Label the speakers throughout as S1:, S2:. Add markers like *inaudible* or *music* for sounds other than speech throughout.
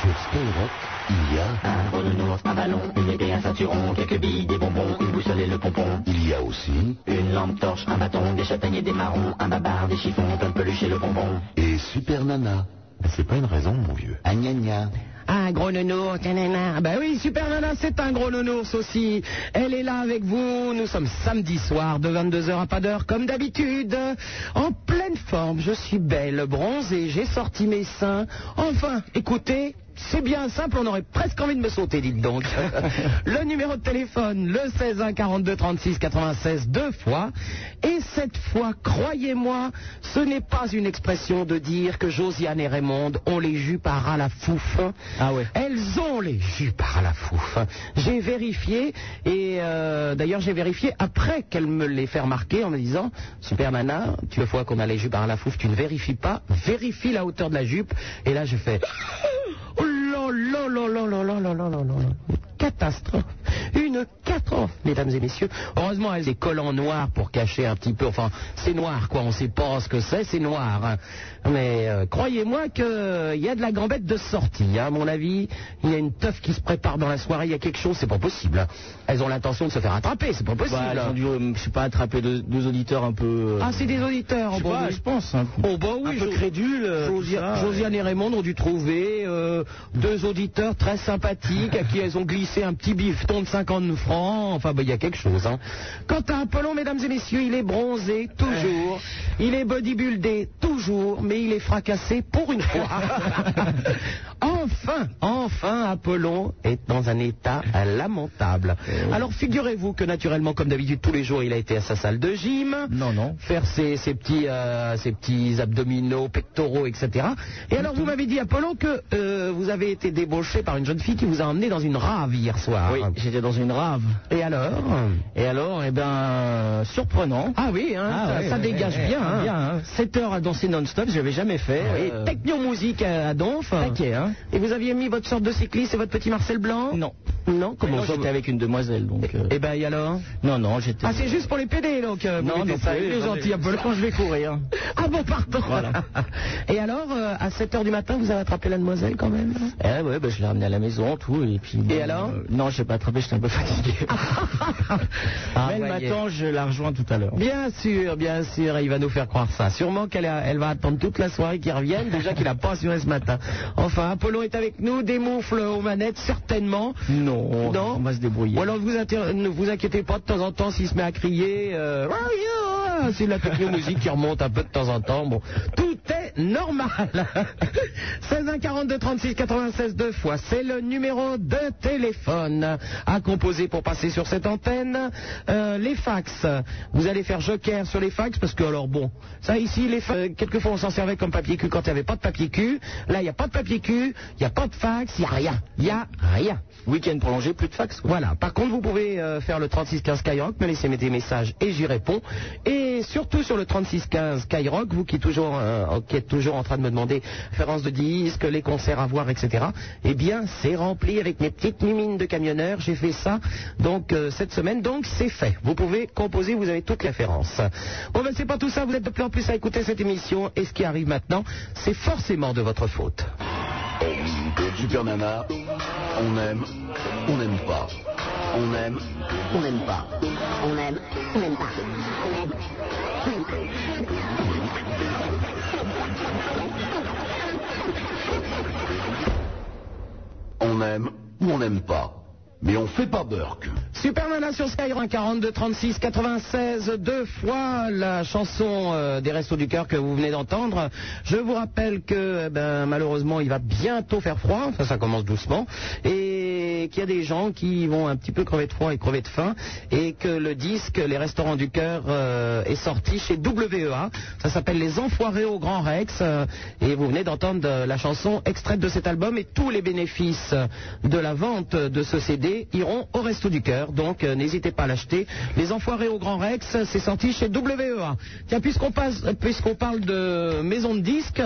S1: Sur Skyrock, il y a
S2: Un renounours, un ballon, une épée, un ceinturon, quelques billes, des bonbons, une boussole et le pompon.
S1: il y a aussi
S2: Une lampe torche, un bâton, des châtaigniers, des marrons, un babar, des chiffons, plein de peluche et le bonbon.
S1: et Super Nana.
S3: C'est pas une raison, mon vieux.
S1: Ah, gna gna.
S4: Un Ah, gros nounours, gna gna gna. Bah oui, Super Nana, c'est un gros nounours aussi. Elle est là avec vous. Nous sommes samedi soir de 22h à pas d'heure, comme d'habitude. En pleine forme, je suis belle, bronzée, j'ai sorti mes seins. Enfin, écoutez. C'est bien simple, on aurait presque envie de me sauter, dites donc. le numéro de téléphone, le 16 1 42 36 96, deux fois. Et cette fois, croyez-moi, ce n'est pas une expression de dire que Josiane et Raymond ont les jus par à la fouf.
S3: Ah ouais.
S4: Elles ont les jus par la fouf. J'ai vérifié, et euh, d'ailleurs j'ai vérifié après qu'elle me l'ait fait remarquer en me disant Super Nana, tu le vois qu'on a les jupes par la fouf, tu ne vérifies pas, vérifie la hauteur de la jupe. Et là je fais Oh là là là là là là là là là là là. Une catastrophe. Une catastrophe, mesdames et messieurs. Heureusement, elle a des collants noirs pour cacher un petit peu. Enfin, c'est noir, quoi. On ne sait pas ce que c'est, c'est noir. hein. Mais euh, croyez-moi qu'il y a de la gambette de sortie, hein, à mon avis. Il y a une teuf qui se prépare dans la soirée, il y a quelque chose, c'est pas possible. Elles ont l'intention de se faire attraper, c'est pas possible.
S3: Bah, ils ont dû, euh, je sais pas, attraper deux, deux auditeurs un peu. euh,
S4: Ah, c'est des auditeurs,
S3: je sais
S4: bon,
S3: pas,
S4: oui.
S3: je pense. hein.
S4: Oh bah oui,
S3: un peu
S4: Jo-
S3: crédule. euh, tout ça,
S4: Josia- Josiane et Raymond ont dû trouver euh, deux auditeurs très sympathiques à qui elles ont glissé un petit bifton de 50 francs. Enfin, bah, il y a quelque chose. Hein. Quant à Apollon, mesdames et messieurs, il est bronzé toujours, il est bodybuildé toujours, mais il est fracassé pour
S3: *laughs*
S4: une fois. enfin, enfin, Apollon est dans un état lamentable.
S3: Eh
S4: Alors, figurez-vous que naturellement, comme d'habitude, tous les jours, il a été à sa salle de gym
S3: Non, non.
S4: faire ses, ses petits, euh, ses petits abdominaux, pectoraux, etc. Et alors, vous m'avez dit, Apollon, que euh, vous avez été débauché par une jeune fille qui vous a emmené dans une rave hier soir.
S3: Oui, j'étais dans une rave.
S4: Et alors
S3: Et alors, eh ben, euh, surprenant.
S4: Ah oui, hein,
S3: Ah
S4: ça,
S3: ouais,
S4: ça
S3: ouais,
S4: dégage
S3: ouais,
S4: bien. hein.
S3: 7 heures à danser non-stop, j'avais jamais fait.
S4: Et
S3: euh,
S4: techno musique à, à Donf.
S3: taquet, hein.
S4: Et vous aviez mis votre sorte de cycliste et votre petit Marcel Blanc
S3: Non.
S4: Non Comment
S3: Non,
S4: ça
S3: j'étais avec une demoiselle, donc. euh,
S4: Eh ben, et alors
S3: Non, non, j'étais.
S4: Ah, c'est juste pour les PD, donc. euh, vous
S3: Non,
S4: mettez
S3: non,
S4: ça,
S3: plus,
S4: il est
S3: non,
S4: gentil,
S3: mais-
S4: Apollon.
S3: quand je vais *laughs* courir.
S4: Ah bon, pardon.
S3: *laughs* Voilà.
S4: Et alors, euh, à 7h du matin, vous avez attrapé la demoiselle quand même
S3: Eh ouais, bah, je l'ai ramené à la maison, tout, et puis...
S4: Et alors
S3: Non, je l'ai pas attrapé, j'étais un peu *laughs* fatigué.
S4: Ah,
S3: Mais elle
S4: voyez.
S3: m'attend, je la rejoins tout à l'heure.
S4: Bien sûr, bien sûr, il va nous faire croire ça. Sûrement qu'elle a- elle va attendre toute la soirée qu'il revienne, déjà qu'il n'a pas assuré ce matin. Enfin, Apollon est avec nous, des moufles aux manettes, certainement.
S3: Non, on va se débrouiller.
S4: Ou alors vous inter- ne vous inquiétez pas de temps en temps s'il se met à crier. euh, Ah, c'est de la techno-musique qui remonte un peu de temps en temps. Bon, tout est normal. *laughs* 16 1 42 36 96 deux fois, c'est le numéro de téléphone à composer pour passer sur cette antenne. Euh, les fax, vous allez faire joker sur les fax parce que alors bon, ça ici les fax, euh, quelquefois on s'en servait comme papier cul quand il n'y avait pas de papier cul. Là il n'y a pas de papier cul, il n'y a pas de fax, il n'y a rien, il n'y a rien.
S3: Week-end prolongé, plus de fax, quoi.
S4: Voilà. Par contre, vous pouvez euh, faire le 3615 Skyrock, me laisser des messages et j'y réponds. Et surtout sur le 3615 Skyrock, vous qui, toujours, euh, qui êtes toujours en train de me demander références de disques, les concerts à voir, etc. Eh bien, c'est rempli avec mes petites mimines de camionneurs. J'ai fait ça donc euh, cette semaine. Donc, c'est fait. Vous pouvez composer, vous avez toutes les références. Bon, ben, c'est pas tout ça. Vous êtes de plus en plus à écouter cette émission. Et ce qui arrive maintenant, c'est forcément de votre faute.
S1: Super Nana, on aime, on n'aime pas. On aime, on n'aime pas.
S2: On aime, on aime pas. On aime.
S1: On aime ou on n'aime pas. Mais on fait pas Burke.
S4: Superman sur Skyrock hein, 42 36 96 deux fois la chanson euh, des Restos du cœur que vous venez d'entendre. Je vous rappelle que eh ben, malheureusement il va bientôt faire froid, enfin ça commence doucement et qu'il y a des gens qui vont un petit peu crever de froid et crever de faim et que le disque Les Restaurants du cœur euh, est sorti chez WEA. Ça s'appelle Les Enfoirés au Grand Rex euh, et vous venez d'entendre euh, la chanson extraite de cet album et tous les bénéfices euh, de la vente de ce CD iront au Resto du Cœur. Donc euh, n'hésitez pas à l'acheter. Les Enfoirés au Grand Rex, euh, c'est sorti chez WEA. Tiens, puisqu'on passe- euh, puisqu'on parle de maison de disques,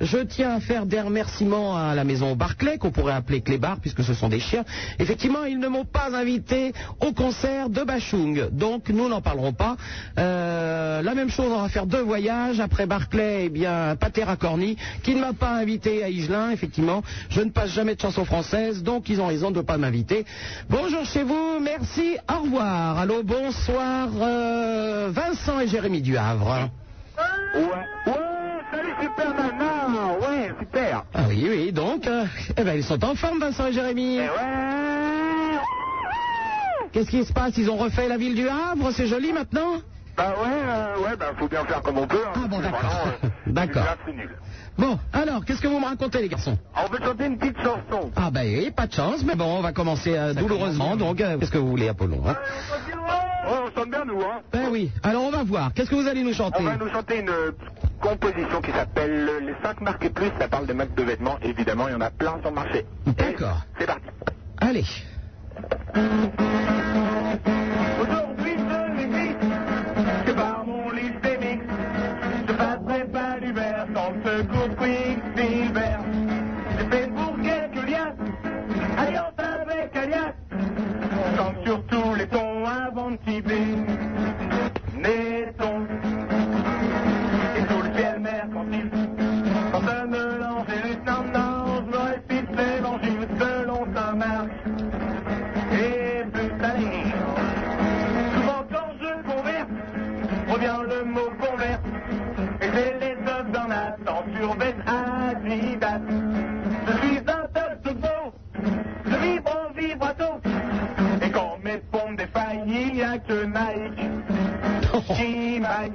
S4: je tiens à faire des remerciements à la maison Barclay, qu'on pourrait appeler Clébar, puisque ce sont des chiens, Effectivement, ils ne m'ont pas invité au concert de Bachung, donc nous n'en parlerons pas. Euh, la même chose, on va faire deux voyages. Après Barclay, eh bien, Patera Corny, qui ne m'a pas invité à Igelin, effectivement. Je ne passe jamais de chansons françaises, donc ils ont raison de ne pas m'inviter. Bonjour chez vous, merci, au revoir. Allô, bonsoir, euh, Vincent et Jérémy Duhavre.
S5: Ouais, ouais, salut Super Nana, ouais, super.
S4: Ah oui, oui, donc, euh, eh ben, ils sont en forme, Vincent et Jérémy.
S5: Et ouais,
S4: Qu'est-ce qui se passe Ils ont refait la ville du Havre, c'est joli maintenant
S5: bah ouais, euh, ouais, bah faut bien faire comme on peut. hein.
S4: Ah bon,
S5: Mais
S4: d'accord.
S5: vraiment, euh,
S4: *laughs* D'accord.
S5: là, c'est nul.
S4: Bon, alors, qu'est-ce que vous me racontez, les garçons
S5: On veut chanter une petite chanson.
S4: Ah ben, oui, pas de chance, mais bon, on va commencer euh, douloureusement, donc, euh, qu'est-ce que vous voulez, Apollon hein
S5: Ouais, on chante bien nous, hein.
S4: Ben oui, alors on va voir, qu'est-ce que vous allez nous chanter
S5: On va nous chanter une euh, composition qui s'appelle euh, Les 5 marques et plus. Ça parle de marques de vêtements, évidemment, il y en a plein sur le marché.
S4: D'accord.
S5: Et C'est parti.
S4: Allez.
S5: Aujourd'hui, je l'existe, je par mon lystémique. Je passerai pas l'hiver sans ce groupe quick d'hiver. J'ai fait pour quelques liasses, alliance avec alias. Chante surtout les tons avant de tibler. Naissons. Et sous le ciel mercantile, quand sonne l'angélus, non, non, je me répète l'évangile selon saint Marc. Et plus salé. Souvent quand je converse, revient le mot converse. Et j'ai les œufs d'un attente sur veste Adidas. Je suis un tel second, je vibre en vibrato. Et quand mes pompes défaillent, il n'y a
S3: *laughs*
S5: que Nike qui m'aille.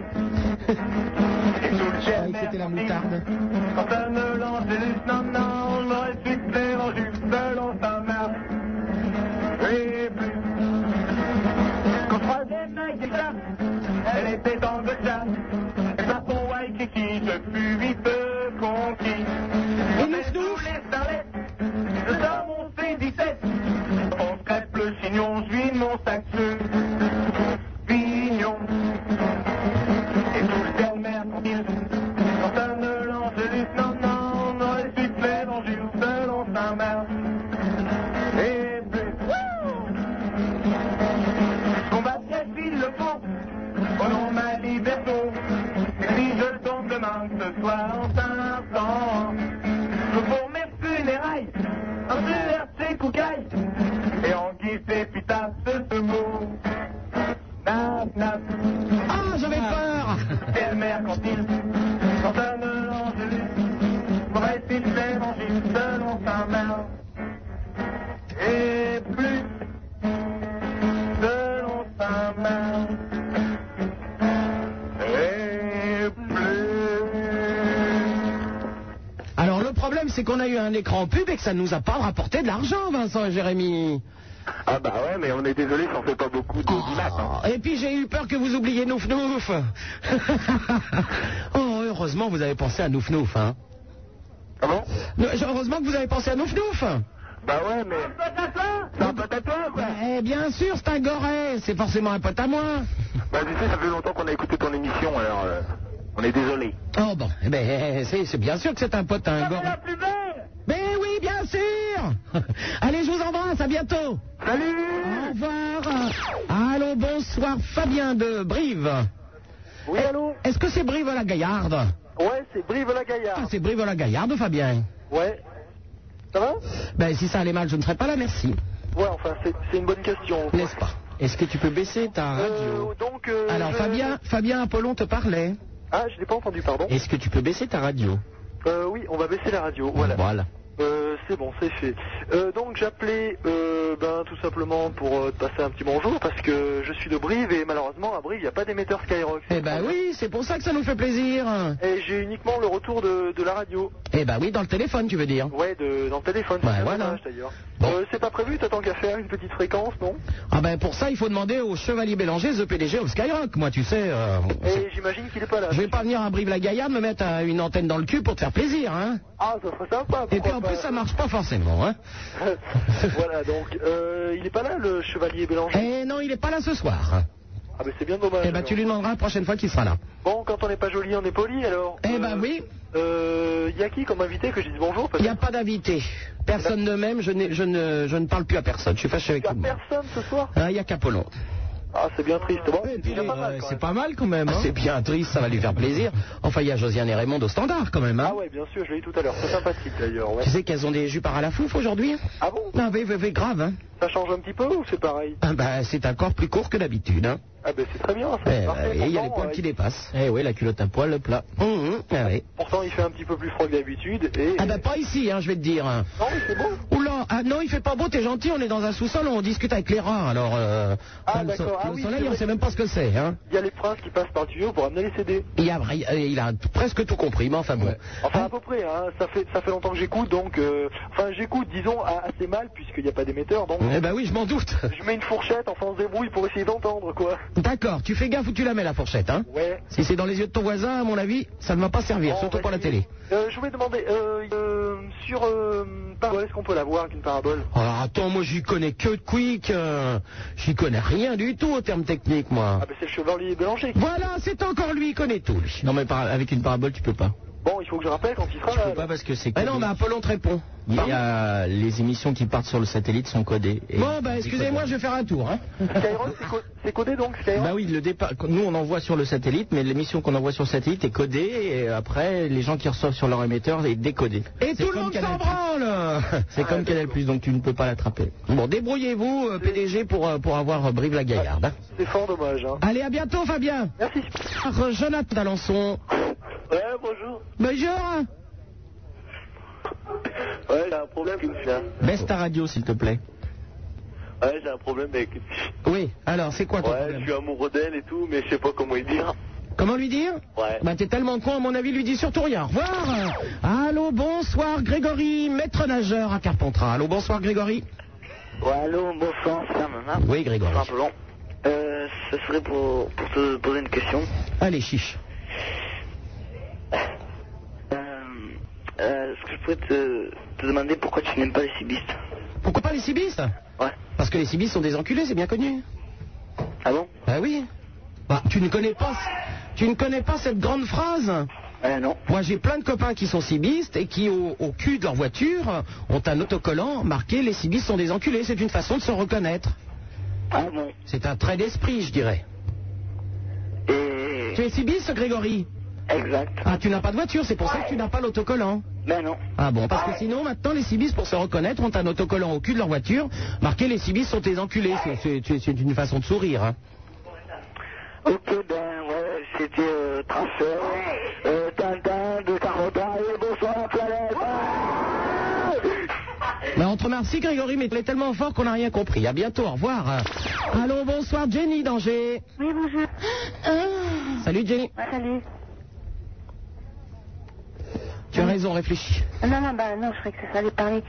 S5: Et sous le ciel
S3: écoutez Ah, la
S5: mercantile,
S3: moutarde.
S5: Quand sonne l'angélus, non, non, je respecte l'évangile selon saint Marc. Et plus quand troisième Nike des femmes, elle était dans le chat. Et pas pour Waikiki, je fus vite conquis.
S4: Et nous, nous
S5: Tous les starlets, le temps on fait 17. On crêpe le chignon, je vide mon sac de pignon. Et tout le ciel mercantile, quand sonne l'angélus, non, non, non, elle suit l'évangile selon saint Marc. Et plus. Combattre s'il le faut, au nom de ma liberté. Et si je tombe demain, que ce soir en temps, je pour mes funérailles, un verre de coucailles, et en guise d'épitaphe ce mot. Nap, nap,
S4: Ah, j'avais peur
S5: quelle mercantile, quand un l'angélus, vrai il l'évangile selon sa main. Et plus, selon sa main. Et plus.
S4: Alors le problème, c'est qu'on a eu un écran pub et que ça ne nous a pas rapporté de l'argent, Vincent et Jérémy.
S5: Ah bah ouais, mais on est désolé, ça en fait pas beaucoup de hein.
S4: Oh, et puis j'ai eu peur que vous oubliez Nouf Nouf. *laughs* oh, heureusement, vous avez pensé à Nouf Nouf, hein.
S5: Ah bon
S4: Non, Heureusement que vous avez pensé à Nouf Nouf.
S5: Bah ouais, mais... C'est un pote à toi, quoi
S4: Eh bien sûr, c'est un goret, c'est forcément un pote à moi.
S5: Bah tu sais, ça fait longtemps qu'on a écouté ton émission, alors... euh, on est désolé.
S4: Oh bon, eh ben, eh, eh, c'est c'est bien sûr que c'est un pote à un goret.
S5: plus belle
S4: Mais oui, bien sûr *laughs* Allez, je vous embrasse, à bientôt
S5: Salut
S4: Au revoir Allô, bonsoir, Fabien de Brive.
S6: Oui, allô
S4: Est-ce que c'est Brive la Gaillarde
S6: Ouais, c'est Brive la
S4: Ah,
S6: Gaillarde.
S4: c'est Brive la Gaillarde, Fabien.
S6: Ouais. Ça va
S4: Ben, si ça allait mal, je ne serais pas là, merci.
S6: Ouais, enfin, c'est c'est une bonne question.
S4: N'est-ce pas Est-ce que tu peux baisser ta
S6: Euh, donc, euh,
S4: Alors,
S6: je-
S4: Fabien, Fabien Apollon te parlait.
S6: Ah, je l'ai pas entendu, pardon.
S3: Est-ce que tu peux baisser ta radio
S6: Euh, oui, on va baisser la radio, voilà.
S3: Voilà.
S6: Euh, c'est bon, c'est fait. Euh, donc, j'appelais euh, ben, tout simplement pour euh, te passer un petit bonjour parce que je suis de Brive et malheureusement, à Brive, il n'y a pas d'émetteur Skyrock.
S4: Eh ben oui, c'est pour ça que ça nous fait plaisir.
S6: Et j'ai uniquement le retour de, de la radio.
S4: Eh ben oui, dans le téléphone, tu veux dire.
S6: Ouais, de, dans le téléphone.
S4: Ouais,
S6: C'est
S4: Bah voilà.
S6: dommage, d'ailleurs.
S4: Bon.
S6: Euh, c'est pas prévu, t'as tant qu'à faire une petite fréquence, non
S4: Ah ben pour ça, il faut demander au Chevalier Bélanger, The PDG of Skyrock. Moi, tu sais, euh,
S6: Et j'imagine qu'il est pas là.
S4: je vais pas venir à Brive-la-Gaillarde me mettre euh, une antenne dans le cul pour te faire plaisir, hein.
S6: Ah, ça serait sympa.
S4: Et puis
S6: pourquoi
S4: en
S6: pas.
S4: plus, ça marche pas forcément, hein.
S5: *laughs*
S6: voilà, donc euh, il est pas là le chevalier Bélanger.
S4: Eh non, il est pas là ce soir.
S5: Ah ben c'est bien dommage.
S4: Eh ben,
S5: alors.
S4: tu lui demanderas la prochaine fois qu'il sera là.
S5: Bon, quand on n'est pas joli, on est poli alors.
S4: Eh
S5: Euh,
S4: ben oui.
S5: Euh, y a qui comme invité que je dise bonjour
S4: Il n'y a pas d'invité. Personne de même, je, n'ai- je ne, je ne parle plus à personne. Je suis fâché avec
S5: Y a
S4: tout le monde.
S5: personne ce soir
S4: Ah, Il n'y a qu'Apollo.
S5: Ah, c'est bien triste. Bon, c'est déjà pas mal,
S1: Euh,
S5: quand
S1: C'est
S5: même.
S1: pas mal quand même.
S4: Ah,
S1: hein.
S4: c'est bien triste, ça va lui faire plaisir. Enfin, il y a Josiane et Raymond au standard quand même. hein.
S5: Ah ouais, bien sûr, je l'ai dit tout à l'heure. C'est sympathique d'ailleurs. ouais.
S4: Tu sais qu'elles ont des jupes à la fouf aujourd'hui
S5: Ah bon
S4: Ah oui, oui, oui, grave. Hein.
S5: Ça change un petit peu ou c'est pareil
S4: Ah, bah, c'est encore plus court que d'habitude. Hein.
S5: Ah ben c'est très bien. ça,
S4: Eh,
S5: c'est parfait.
S4: euh, et il y a les
S5: Pourtant,
S4: poils
S5: euh,
S4: qui dépassent.
S1: Eh oui, la culotte à poil, le plat.
S4: Hum, hum, ah, oui.
S5: Pourtant, il fait un petit peu plus froid que d'habitude et.
S4: Ah, bah, pas ici, hein, je vais te dire.
S5: Non, mais c'est bon.
S4: Oula, ah non, il fait pas beau, t'es gentil, on est dans un sous-sol, on discute avec les rats, alors... Euh,
S5: Ah,
S4: le so-
S5: d'accord. Ah
S4: le
S5: oui,
S4: soleil,
S5: c'est
S4: on
S5: vrai.
S4: sait même pas ce que c'est, hein.
S5: Il y a les princes qui passent par le tuyau pour amener les CD.
S4: Il a, vra- euh, il a t- presque tout compris, mais enfin bon.
S5: Enfin, à peu près, hein. ça, fait, ça fait longtemps que j'écoute, donc. euh, Enfin, j'écoute, disons, a- assez mal, puisqu'il n'y a pas d'émetteur, donc. euh,
S4: Eh ben oui, je m'en doute.
S5: Je mets une fourchette, enfin, on se débrouille pour essayer d'entendre, quoi.
S4: D'accord, tu fais gaffe où tu la mets, la fourchette, hein.
S5: Ouais.
S4: Si c'est dans les yeux de ton voisin, à mon avis, ça ne va pas servir,
S5: Bon,
S4: surtout
S5: on
S4: pour
S5: va
S4: la
S5: essayer.
S4: télé.
S5: Euh, je voulais demander, euh, euh, sur. Euh, parabole, est-ce qu'on peut la voir avec une parabole
S4: Alors attends, moi j'y connais que de quick, euh, j'y connais rien du tout en termes techniques, moi.
S5: Ah, ben c'est le chevalier Bélanger.
S4: Voilà, c'est encore lui, il connaît tout, lui.
S1: Non mais par- avec une parabole, tu peux pas.
S5: Bon, il faut que je rappelle quand il sera
S1: Tu peux
S5: là.
S1: pas parce que c'est.
S4: Ah non,
S1: codé.
S4: mais Apollon te répond.
S1: Il y
S4: Pardon
S1: a les émissions qui partent sur le satellite sont codées. et-
S4: Bon, bah excusez-moi, je vais faire un tour, hein.
S5: Skyrock, c'est co- c'est codé donc, Skyrock
S1: Bah oui, le départ. Nous, on envoie sur le satellite, mais l'émission qu'on envoie sur le satellite est codée et euh, après, les gens qui reçoivent sur leur émetteur est décodée.
S4: Et
S1: C'est
S4: tout le
S1: comme
S4: monde
S1: Canal+.
S4: s'en branle
S1: C'est comme Canal Plus, donc tu ne peux pas l'attraper.
S4: *laughs* Bon, débrouillez-vous, euh, PDG, pour, euh, pour avoir euh, Brive-la-Gaillarde. hein.
S5: C'est fort dommage,
S1: Ah.
S5: hein.
S4: Allez, à bientôt, Fabien.
S5: Merci.
S4: Alors, Jonathan Alençon.
S5: Ouais, bonjour.
S4: Bonjour.
S5: Ouais, j'ai un problème, je me souviens.
S1: Baisse ta radio, s'il te plaît.
S5: Ouais, j'ai un problème avec une fille.
S4: Oui, alors, c'est quoi ton
S5: Ouais, je
S4: problème
S5: suis amoureux d'elle et tout, mais je sais pas comment lui dire.
S4: Comment lui dire
S5: Ouais.
S4: Bah, t'es tellement con, à mon avis, lui dis surtout rien. Au revoir. Allô, bonsoir, Grégory, maître nageur à Carpentras. Allô, bonsoir, Grégory.
S7: Ouais, allô, bonsoir, c'est Arnaud.
S4: Oui, Grégory.
S7: C'est un peu long. Euh, ce serait pour, pour te poser une question.
S4: Allez, chiche.
S7: Euh, euh, Est-ce que je pourrais te, te demander pourquoi tu n'aimes pas les cibistes
S4: Pourquoi pas les cibistes
S7: Ouais.
S4: Parce que les cibistes sont des enculés, c'est bien connu.
S7: Ah bon
S4: Bah oui. Bah, tu ne connais pas, tu ne connais pas cette grande phrase
S7: Euh, non.
S4: Moi, j'ai plein de copains qui sont cibistes et qui, au, au cul de leur voiture, ont un autocollant marqué Les cibistes sont des enculés. C'est une façon de se reconnaître.
S7: Ah bon
S4: C'est un trait d'esprit, je dirais.
S7: Et...
S4: Tu es cibiste, Grégory
S7: Exact.
S4: Ah, tu n'as pas de voiture, c'est pour ça que tu n'as pas l'autocollant.
S7: Ben non.
S4: Ah bon, parce que sinon, maintenant, les cibistes, pour se reconnaître, ont un autocollant au cul de leur voiture marqué Les cibistes sont des enculés. C'est- C'est c'est- c'est une façon de sourire. hein.
S7: Ok, ben ouais, c'était euh, transfert. Euh, Tintin de Carota et bonsoir la planète. Ah
S4: Mais on te remercie, Grégory, mais tu es tellement fort qu'on n'a rien compris. À bientôt, au revoir. hein. Allô, bonsoir, Jenny d'Angers.
S8: Oui, bonjour.
S4: Salut, Jenny.
S8: Ouais, salut.
S4: Tu as raison, réfléchis.
S8: Non, non, bah non, je croyais que ça allait parler.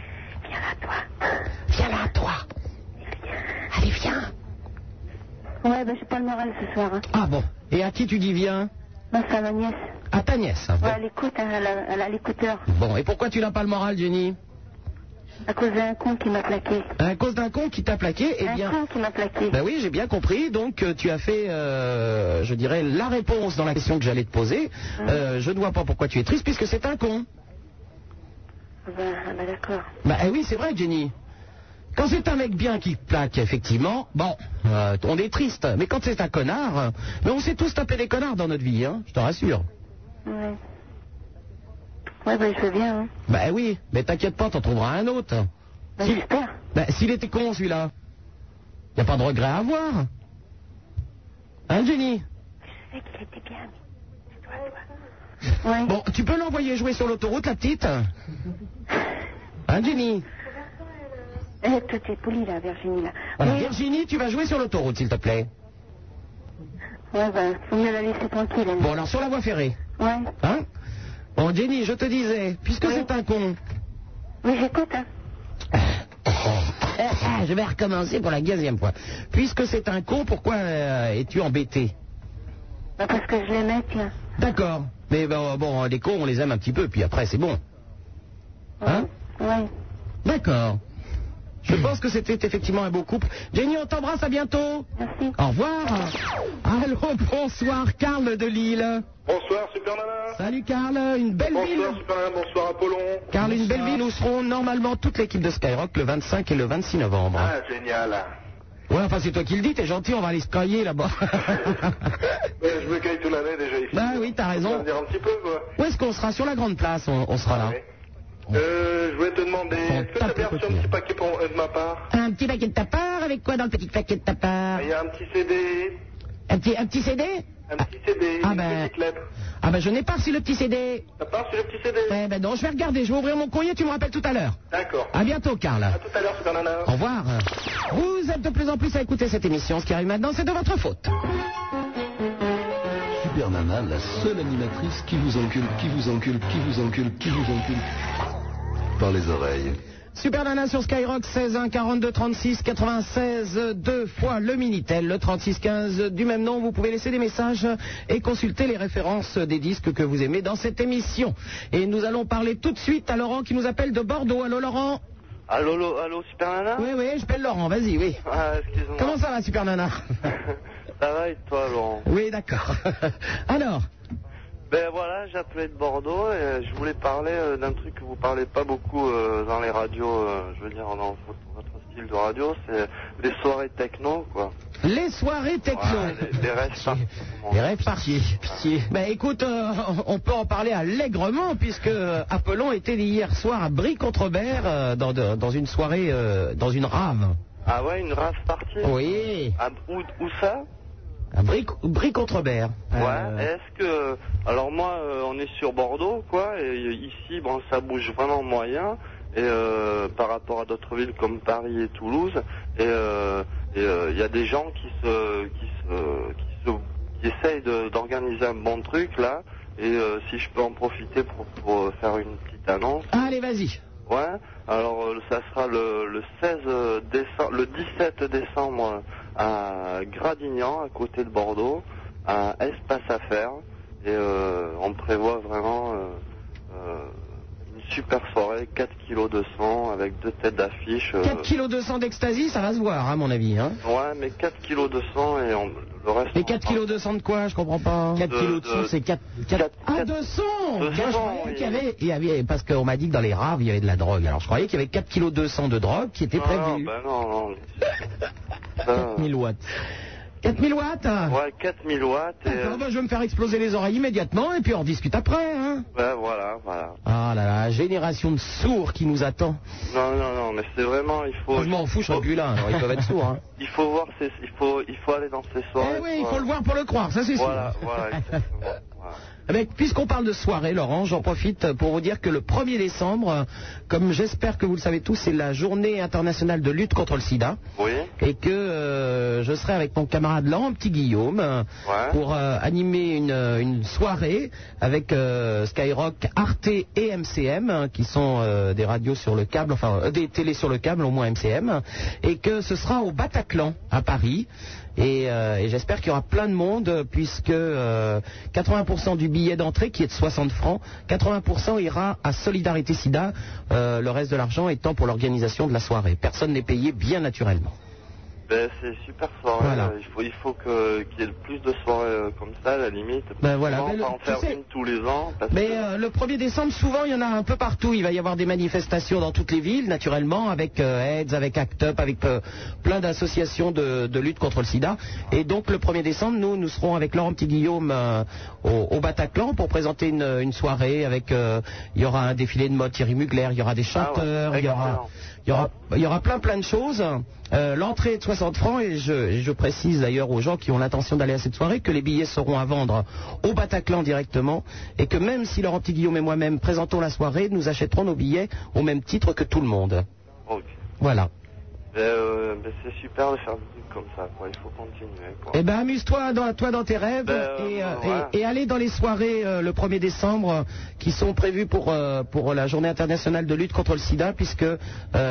S8: Viens là, toi.
S4: Viens là, toi. Allez, viens.
S8: Ouais, bah j'ai pas le moral ce soir. Hein.
S4: Ah bon. Et à qui tu dis viens
S8: Non, c'est à ma nièce.
S4: À ta nièce.
S8: Ouais, elle écoute, hein, elle a- elle a l'écouteur.
S4: Bon, et pourquoi tu n'as pas le moral, Jenny
S8: À cause d'un con qui m'a plaqué.
S4: À cause d'un con qui t'a plaqué, eh
S8: un
S4: bien...
S8: con qui m'a plaqué.
S4: Ben oui, j'ai bien compris. Donc, euh, tu as fait, euh, je dirais, la réponse dans la question que j'allais te poser. Euh, je ne vois pas pourquoi tu es triste, puisque c'est un con.
S8: Bah, ah, bah, d'accord.
S4: Bah eh oui, c'est vrai, Jenny. Quand c'est un mec bien qui plaque, effectivement, bon, euh, on est triste. Mais quand c'est un connard, euh, mais on s'est tous tapé des connards dans notre vie, hein, je te rassure.
S8: Ouais. Ouais, bah je veux bien. Hein.
S4: Bah eh oui, mais t'inquiète pas, t'en trouveras un autre.
S8: Bah,
S4: Si-
S8: j'espère.
S4: Bah s'il était con, celui-là, y a pas de regret à avoir. Hein, Jenny
S8: Je sais qu'il était bien. mais Toi, toi. Ouais.
S4: Bon, tu peux l'envoyer jouer sur l'autoroute, la petite Hein, Jenny
S8: *laughs* Eh, toi, t'es polie, là, Virginie, là.
S4: Voilà,
S8: Oui.
S4: Virginie, tu vas jouer sur l'autoroute, s'il te plaît.
S8: Ouais, bah, faut mieux la laisser tranquille. elle.
S4: Bon, alors sur la voie ferrée,
S8: Ouais.
S4: hein Bon, Jenny, je te disais, puisque
S8: Oui.
S4: c'est un con,
S8: Oui, j'écoute, hein.
S4: *laughs* Je vais recommencer pour la quinzième fois. Puisque c'est un con, pourquoi euh, es-tu embêté
S8: Bah, parce que je l'aimais, tiens.
S4: D'accord. Mais bon, bon, les cons, on les aime un petit peu, puis après, c'est bon. Hein
S8: Ouais.
S4: D'accord. Je pense que c'était effectivement un beau couple. Jenny, on t'embrasse, à bientôt.
S8: Merci.
S4: Au revoir. Allô, bonsoir, Karl de Lille.
S7: Bonsoir Super Nana.
S4: Salut Karl, une belle ville.
S7: Bonsoir Super Nana, bonsoir Apollon.
S4: Karl, une belle ville où seront normalement toute l'équipe de Skyrock le 25 et le 26 novembre.
S7: Ah génial.
S4: Ouais, enfin c'est toi qui le dis, t'es gentil, on va aller se cailler
S7: *laughs*
S4: là-bas.
S7: Ouais, Euh, je me caille toute l'année déjà ici.
S4: bah oui, t'as
S7: Ça
S4: raison.
S7: me dire un petit peu quoi.
S4: Où est-ce qu'on sera Sur la grande place, on, on sera là.
S7: Ouais. Euh, je voulais te demander,
S4: Bon,
S7: est-ce que
S4: tape
S7: t'as bien
S4: le
S7: reçu un
S4: côté.
S7: petit paquet pour, euh, de ma part
S4: Un petit paquet de ta part, avec quoi dans le petit paquet de ta part
S7: Il Ah, y a un petit CD,
S4: un petit, un petit CD
S7: un petit CD,
S4: Ah
S7: une
S4: ben.
S7: petite lettre.
S4: Ah ben je n'ai pas reçu le petit CD.
S7: T'as pas reçu le petit CD
S4: Eh ben non, je vais regarder, je vais ouvrir mon courrier, tu me rappelles tout à l'heure.
S7: D'accord.
S4: À bientôt Karl.
S7: À tout à l'heure Super Nana.
S4: Au revoir. Vous êtes de plus en plus à écouter cette émission. Ce qui arrive maintenant, c'est de votre faute.
S1: Super Nana, la seule animatrice qui vous encule, qui vous encule, qui vous encule, qui vous encule. Par les oreilles.
S4: Super Nana sur Skyrock, 16 1 42 36 96, deux fois le Minitel, le 36 15 du même nom. Vous pouvez laisser des messages et consulter les références des disques que vous aimez dans cette émission. Et nous allons parler tout de suite à Laurent qui nous appelle de Bordeaux. Allô Laurent
S7: Allô, allô, allô Super Nana
S4: Oui, oui, je m'appelle Laurent, vas-y, oui.
S7: Ah, excuse-moi.
S4: Comment
S7: *laughs*
S4: ça va, Super Nana *laughs*
S7: Ça va et toi Laurent
S4: Oui, d'accord. *laughs* Alors,
S7: Ben voilà, j'appelais de Bordeaux et euh, je voulais parler euh, d'un truc que vous parlez pas beaucoup euh, dans les radios, euh, je veux dire dans votre, votre style de radio, c'est les soirées techno quoi.
S4: les soirées techno.
S7: Voilà, les, les restes.
S4: Les rêves partis. Pitié. Ben écoute, euh, on peut en parler allègrement puisque euh, Apollon était hier soir à Brie-Contrebert euh, dans, de- dans une soirée, euh, dans une rave.
S7: Ah ouais, une rave partie
S4: Oui.
S7: Ah, où, où ça
S4: À Brie- Brie-Contrebert.
S7: Ouais,
S4: Euh,
S7: est-ce que... Alors moi, euh, on est sur Bordeaux, quoi, et euh, ici, bon, ça bouge vraiment moyen, et euh, par rapport à d'autres villes comme Paris et Toulouse, et euh, et, euh, il y a des gens qui se... qui se... qui, se- qui essayent de- d'organiser un bon truc, là, et euh, si je peux en profiter pour, pour euh, faire une petite annonce,
S4: Allez, vas-y.
S7: ouais, alors euh, ça sera le, le 16 décembre, le 17 décembre à Gradignan, à côté de Bordeaux, un espace à faire. Et euh, on prévoit vraiment euh, euh, une super soirée, 4 kilos de sang avec deux têtes d'affiche. euh,
S4: 4 kg 200 d'ecstasy, ça va se voir, à mon avis. Hein.
S7: ouais, mais 4 kilos de sang et on, le reste.
S4: Et 4 kg 200 de quoi Je comprends pas.
S9: 4 kilos de son,
S7: de-
S9: c'est 4.
S7: quatre-
S4: Ah,
S7: quatre-
S4: de son
S7: De
S4: Tiens, je
S7: son,
S4: croyais
S7: oui.
S4: qu'il y avait, il y avait- parce qu'on m'a dit que dans les raves, il y avait de la drogue. Alors, je croyais qu'il y avait 4 kilos 200 de drogue qui était
S7: Non, non,
S4: prévu.
S7: bah non,
S4: *laughs*
S7: non. Ça,
S9: 1000 watts.
S4: 4000 watts hein
S7: ouais, 4000 watts et
S4: D'accord,
S7: euh,
S4: bah, je vais me faire exploser les oreilles immédiatement et puis on discute après. Hein
S7: ouais, voilà, voilà.
S4: ah là là, génération de sourds qui nous attend.
S7: Non, non, non, mais c'est vraiment, il faut.
S4: Moi, Ah, je m'en fous, je
S7: Oh.
S4: suis angulin, alors ils peuvent être sourds. Hein.
S7: Il faut voir, ces- il faut, il faut aller dans ces soirées.
S4: Eh oui, il
S7: quoi.
S4: faut le voir pour le croire, ça c'est sûr.
S7: Voilà,
S4: *laughs*
S7: voilà, exactement. Voilà.
S4: Eh ben, Puisqu'on parle de soirée, Laurent, j'en profite pour vous dire que le 1er décembre, euh, comme j'espère que vous le savez tous, c'est la journée internationale de lutte contre le sida.
S7: Oui,
S4: et que euh, je serai avec mon camarade Laurent Petit Guillaume euh,
S7: Ouais.
S4: pour euh, animer une, euh, une soirée avec euh, Skyrock, Arte et MCM, hein, qui sont euh, des radios sur le câble, enfin euh, des télés sur le câble, au moins MCM, et que ce sera au Bataclan à Paris. Et, euh, et j'espère qu'il y aura plein de monde puisque euh, 80% du billet d'entrée qui est de 60 francs, 80% ira à Solidarité Sida, euh, le reste de l'argent étant pour l'organisation de la soirée. Personne n'est payé bien naturellement.
S7: ben, c'est super soirée.
S4: Voilà.
S7: euh, Il faut, il faut que- qu'il y ait le plus de soirées euh, comme ça, à la limite.
S4: Ben voilà,
S7: On
S4: mais
S7: va
S4: le-
S7: en
S4: tu
S7: faire
S4: sais-
S7: une tous les ans. parce
S4: Mais
S7: que-
S4: euh, le 1er décembre, souvent, il y en a un peu partout. Il va y avoir des manifestations dans toutes les villes, naturellement, avec euh, AIDS, avec ACT UP, avec euh, plein d'associations de, de lutte contre le sida. Et donc, le 1er décembre, nous, nous serons avec Laurent Petit-Guillaume euh, au, au Bataclan pour présenter une, une soirée avec... euh, il y aura un défilé de mode Thierry Mugler, il y aura des chanteurs, il y aura...
S7: excellent.
S4: Il y, aura, il y aura plein plein de choses. Euh, L'entrée est de 60 francs et je, et je précise d'ailleurs aux gens qui ont l'intention d'aller à cette soirée que les billets seront à vendre au Bataclan directement et que même si Laurent Petit Guillaume et moi-même présentons la soirée, nous achèterons nos billets au même titre que tout le monde.
S7: Ok.
S4: Voilà.
S7: Ben, euh, ben, c'est super de faire des trucs comme ça, quoi. Il faut continuer, quoi.
S4: Eh ben amuse-toi dans, toi dans tes rêves
S7: Ben, euh,
S4: et, euh,
S7: voilà.
S4: et- et allez dans les soirées euh, le 1er décembre euh, qui sont prévues pour, euh, pour la journée internationale de lutte contre le sida puisque euh,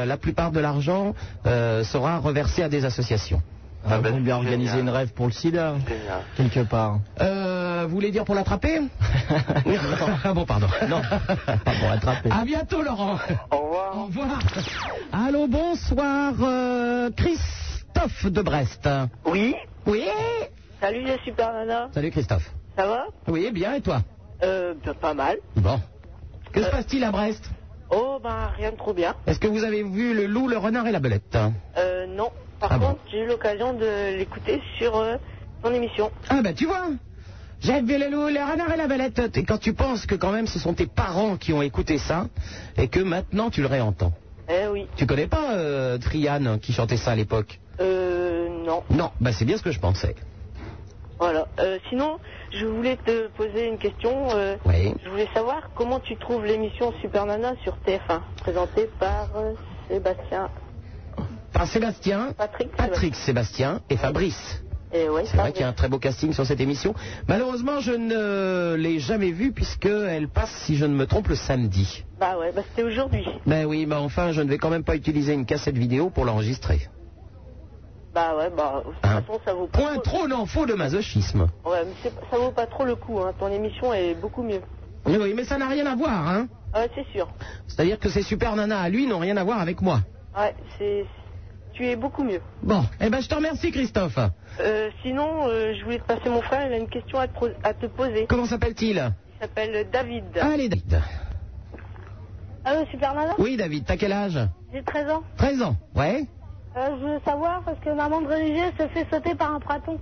S4: la plupart de l'argent euh, sera reversé à des associations.
S7: Ah, ben,
S9: On
S7: c'est
S9: bien organiser
S7: génial.
S9: une rêve pour le sida,
S7: Génial.
S9: quelque part.
S4: Euh, euh, vous voulez dire pour l'attraper Ah *laughs* bon, pardon. Non,
S3: pas pour l'attraper.
S4: À bientôt, Laurent.
S6: Au revoir.
S4: Au revoir. Allô, bonsoir, euh, Christophe de Brest.
S10: Oui.
S4: Oui.
S10: Salut les super nanas.
S4: Salut, Christophe.
S10: Ça va
S4: Oui, bien, et toi
S10: Euh, bah, pas mal.
S4: Bon. Que se passe-t-il à Brest
S10: Oh, ben rien de trop bien.
S4: Est-ce que vous avez vu le loup, le renard et la belette
S10: Euh, non. Par
S4: Ah bon.
S10: contre, j'ai eu l'occasion de l'écouter sur euh, ton émission.
S4: Ah bah tu vois j'ai vu le loup, le renard et la belette. Et quand tu penses que quand même ce sont tes parents qui ont écouté ça et que maintenant tu le réentends.
S10: Eh oui.
S4: Tu connais pas euh, Triane qui chantait ça à l'époque
S10: Euh, non.
S4: Non, bah c'est bien ce que je pensais.
S10: Voilà. Euh, sinon, je voulais te poser une question. euh,
S4: Oui.
S10: Je voulais savoir comment tu trouves l'émission Super Nana sur TF1, présentée par euh, Sébastien.
S4: Par Sébastien,
S10: Patrick.
S4: Patrick Sébastien et Fabrice.
S10: Et ouais,
S4: C'est vrai qu'il y a un très beau casting sur cette émission. Malheureusement, je ne l'ai jamais vue puisqu'elle passe, si je ne me trompe, le samedi.
S10: Bah ouais, bah c'était aujourd'hui.
S4: Ben oui, mais enfin, je ne vais quand même pas utiliser une cassette vidéo pour l'enregistrer.
S10: Bah ouais, bah, de toute
S4: Hein.
S10: façon, ça vaut pas
S4: Point
S10: trop.
S4: trop, non, faux de masochisme.
S10: Ouais, mais c'est- ça vaut pas trop le coup, hein. Ton émission est beaucoup mieux.
S4: Oui, oui, mais ça n'a rien à voir, hein.
S10: Ouais, Ah, c'est sûr.
S4: C'est-à-dire que ces super nanas à lui n'ont rien à voir avec moi.
S10: Ouais, c'est. Tu es beaucoup mieux.
S4: Bon, eh ben je te remercie, Christophe.
S10: Euh, sinon, euh, je voulais te passer mon frère, il a une question à te, pro- à te poser.
S4: Comment s'appelle-t-il
S10: Il s'appelle David.
S4: Allez, David.
S8: Ah, euh,
S11: Allô, Super Nana
S4: Oui, David, t'as quel âge
S11: J'ai 13 ans.
S4: 13 ans. Ouais.
S11: Euh, je veux savoir parce que ma montre religieuse se fait sauter par un praton.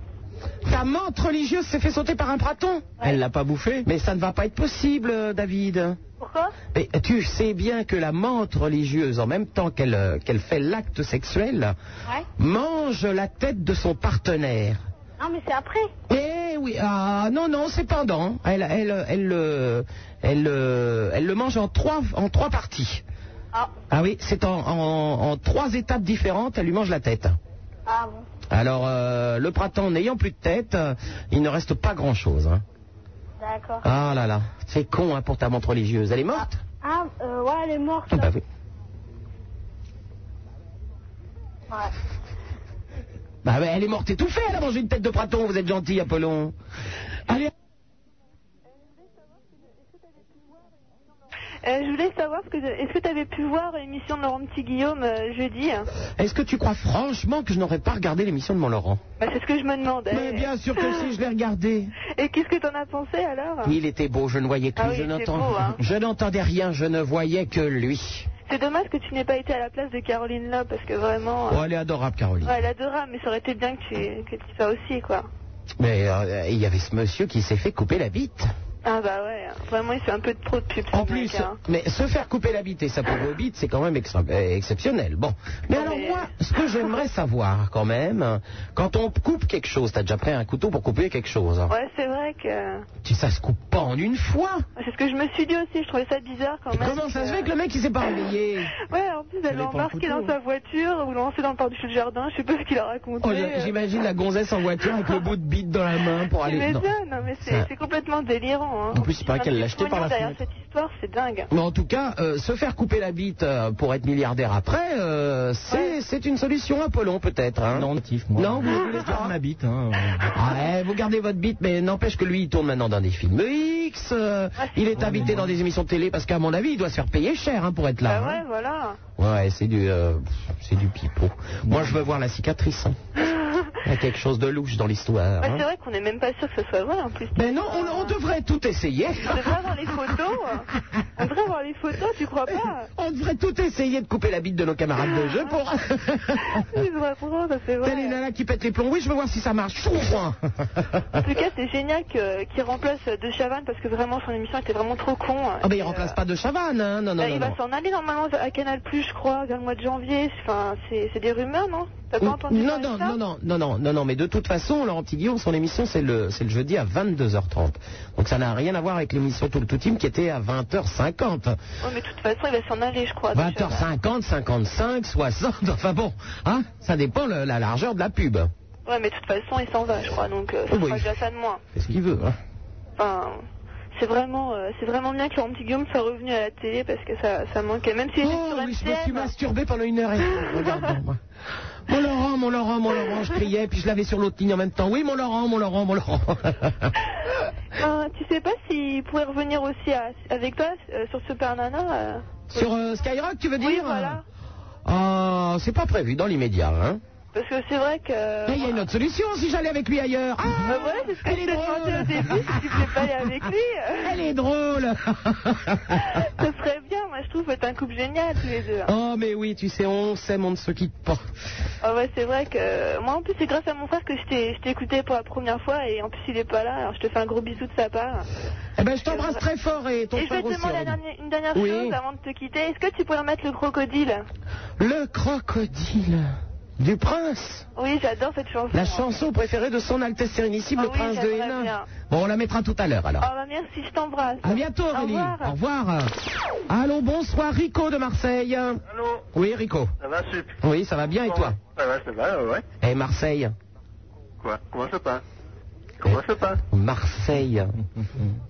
S4: Ta menthe religieuse s'est fait sauter par un praton Elle l'a pas bouffé Mais ça ne va pas être possible, euh, David.
S11: Pourquoi
S4: Mais tu sais bien que la menthe religieuse, en même temps qu'elle euh, qu'elle fait l'acte sexuel,
S11: Ouais.
S4: mange la tête de son partenaire.
S11: Non, mais c'est après.
S4: Eh oui, ah non, non, c'est pendant. Elle, elle, elle, euh, elle, euh, elle le mange en trois, en trois parties.
S11: Ah,
S4: Ah oui, c'est en, en- en trois étapes différentes, elle lui mange la tête.
S11: ah bon.
S4: Alors, euh, le printemps n'ayant plus de tête, euh, il ne reste pas grand-chose. hein.
S11: D'accord.
S4: Ah là là, c'est con hein, pour ta montre religieuse. Elle est morte
S11: Ah, euh, ouais, elle est morte.
S4: Ah
S11: là.
S4: bah oui.
S11: Ouais.
S4: Bah, ouais, elle est morte étouffée, elle a mangé une tête de praton, vous êtes gentil, Apollon. Allez,
S11: Euh, je voulais savoir ce que est-ce que tu avais pu voir l'émission de Laurent Petit Guillaume jeudi
S4: est-ce que tu crois franchement que je n'aurais pas regardé l'émission de mon Laurent
S11: bah, C'est ce que je me demandais.
S4: Mais bien sûr que si, je l'ai regardé.
S11: Et qu'est-ce que t'en as pensé alors
S4: Il était beau, je ne voyais que
S11: Ah
S4: lui,
S11: oui,
S4: je
S11: il était
S4: n'entends-
S11: beau, hein.
S4: je n'entendais rien, je ne voyais que lui.
S11: C'est dommage que tu n'aies pas été à la place de Caroline là parce que vraiment. euh,
S4: Oh, elle est adorable, Caroline.
S11: Ouais, elle adorable, mais ça aurait été bien que tu, que tu sois aussi, quoi.
S4: Mais euh, il y avait ce monsieur qui s'est fait couper la bite.
S11: Ah bah ouais, vraiment, il fait un peu de trop de pub. ce
S4: En
S11: mec,
S4: plus,
S11: hein.
S4: mais se faire couper la bite et sa pauvre bite, c'est quand même extra- euh, exceptionnel. Bon, mais
S11: Non,
S4: alors
S11: mais-
S4: moi, ce que j'aimerais savoir quand même, quand on coupe quelque chose, t'as déjà pris un couteau pour couper quelque chose. hein.
S11: Ouais, Oh, c'est vrai que.
S4: Tu ça se coupe pas en une fois.
S11: C'est ce que je me suis dit aussi, je trouvais ça bizarre quand
S4: Mais
S11: même.
S4: comment ça
S11: que-
S4: se fait que le mec il s'est pas réveillé
S11: *laughs* Ouais, en plus, elle
S4: dépend
S11: l'a
S4: le
S11: embarqué
S4: couteau.
S11: dans sa voiture ou lancé dans le porte du jardin, je sais pas ce qu'il a raconté.
S4: Oh, je- J'imagine la gonzesse en voiture avec le bout de bite dans la main pour
S11: Tu
S4: aller. non.
S11: m'étonnes, non, mais c'est
S4: Ça-
S11: c'est complètement délirant. Hein.
S3: En plus, il paraît qu'elle l'a acheté
S11: acheté
S3: par la
S11: derrière cette histoire, c'est dingue.
S4: Mais en tout cas, euh, se faire couper la bite euh, pour être milliardaire après, euh, c'est c'est une solution, Apollon, peut-être. hein.
S3: Non, motif, moi.
S4: Non, vous
S3: Je
S4: voulez
S3: laisse
S4: pas.
S3: faire ma bite, hein.
S4: Ah ouais, vous gardez votre bite, mais n'empêche que lui, il tourne maintenant dans des films X. euh, il est invité dans des émissions de télé parce qu'à mon avis, il doit se faire payer cher hein, pour être là.
S11: Bah ouais,
S4: hein.
S11: voilà.
S4: Ouais, c'est du, euh, c'est du pipeau. Moi, je veux voir la cicatrice. hein. Il y a quelque chose de louche dans l'histoire.
S11: Bah,
S4: hein.
S11: c'est vrai qu'on n'est même pas sûr que ce soit vrai en plus.
S4: Mais non, on, on devrait tout essayer.
S11: On devrait avoir les photos. hein. On devrait avoir les photos, tu crois pas
S4: On devrait tout essayer de couper la bite de nos camarades de jeu pour.
S11: C'est vrai, pourquoi ça c'est
S4: T'as les
S11: vrai.
S4: nanas qui pètent les plombs. Oui, je veux voir si ça marche. Ah, Chouin.
S11: En tout cas, c'est génial que- qu'il remplace De Chavannes parce que vraiment son émission était vraiment trop con.
S4: Ah, mais
S11: Et,
S4: il
S11: euh,
S4: remplace pas de Chavannes, hein. Non, non,
S11: bah,
S4: non.
S11: il
S4: non.
S11: va s'en aller normalement à Canal Plus, je crois, vers le mois de janvier. Enfin, c'est c'est des rumeurs, non T'as pas entendu
S4: non,
S11: parler
S4: non,
S11: de ça
S4: non, non, non, non, non, non, mais de toute façon, Laurent Petit Guillaume, son émission, c'est le, c'est le jeudi à 22h30. Donc ça n'a rien à voir avec l'émission Tout le Tout Team qui était à 20h50.
S11: Ouais, mais de toute façon, il va s'en aller, je crois. De Chavannes.
S4: 20h50, 55, 60, enfin bon, hein, ça dépend le- la largeur de la pub.
S11: Ouais, mais de toute façon, il s'en va, je crois. Donc, euh, ça
S4: Oui.
S11: fera déjà ça de moins.
S4: C'est ce qu'il veut, hein.
S11: Enfin, C'est vraiment, euh, c'est vraiment bien que Laurent Petit Guillaume soit revenu à la télé parce que ça, ça manquait. Même si
S4: Oh, oui, je me suis masturbé pendant une heure et demie. Regarde,
S11: *laughs*
S4: moi. Mon Laurent, mon Laurent, mon Laurent, je criais, puis je l'avais sur l'autre ligne en même temps. Oui, mon Laurent, mon Laurent, mon Laurent. *laughs*
S11: Euh, tu sais pas s'il pourrait revenir aussi à- avec toi euh, sur Super Nana euh,
S4: sur euh, Skyrock, tu veux dire
S11: Oui, voilà.
S4: Ah, c'est pas prévu dans l'immédiat, hein.
S11: Parce que c'est vrai que.
S4: Mais Ah, il y a une autre solution si j'allais avec lui ailleurs. Ah,
S11: Euh, voilà, c'est ce que
S4: Elle
S11: je
S4: est
S11: t'ai demandé au
S4: drôle.
S11: début, si tu voulais pas aller avec lui.
S4: *laughs* elle est
S11: *laughs*
S4: drôle.
S11: Ça serait bien, moi je trouve que t'es un couple génial tous les deux. hein.
S4: oh, mais oui, tu sais, on s'aime, on ne se quitte pas.
S11: Ah ouais, c'est vrai que euh, moi en plus c'est grâce à mon frère que je t'ai je t'ai écouté pour la première fois et en plus il est pas là, alors je te fais un gros bisou de sa part.
S4: Eh ben, je t'embrasse très fort et ton
S11: et je vais
S4: frère
S11: te
S4: aussi.
S11: demander un
S4: Robin.
S11: dernier- une dernière
S4: Oui.
S11: chose avant de te quitter. Est-ce que tu pourrais remettre le crocodile
S4: Le crocodile du prince.
S11: Oui, j'adore cette chanson.
S4: La chanson préférée de son Altesse Sérénissime,
S11: Ah
S4: le
S11: oui,
S4: prince de
S11: j'aimerais
S4: Hénin.
S11: bien.
S4: Bon, on la mettra tout à l'heure alors.
S11: Ah bah merci, je t'embrasse.
S4: À bientôt, Aurélie.
S11: Au revoir.
S4: Allô, bonsoir, Rico de Marseille.
S9: Allô
S4: Oui, Rico.
S9: Ça va, Sup
S4: Oui, ça va bien et toi
S9: Ça va, ça va, ouais.
S4: Eh, Marseille.
S9: Quoi Comment ça passe Comment ça passe
S4: Marseille.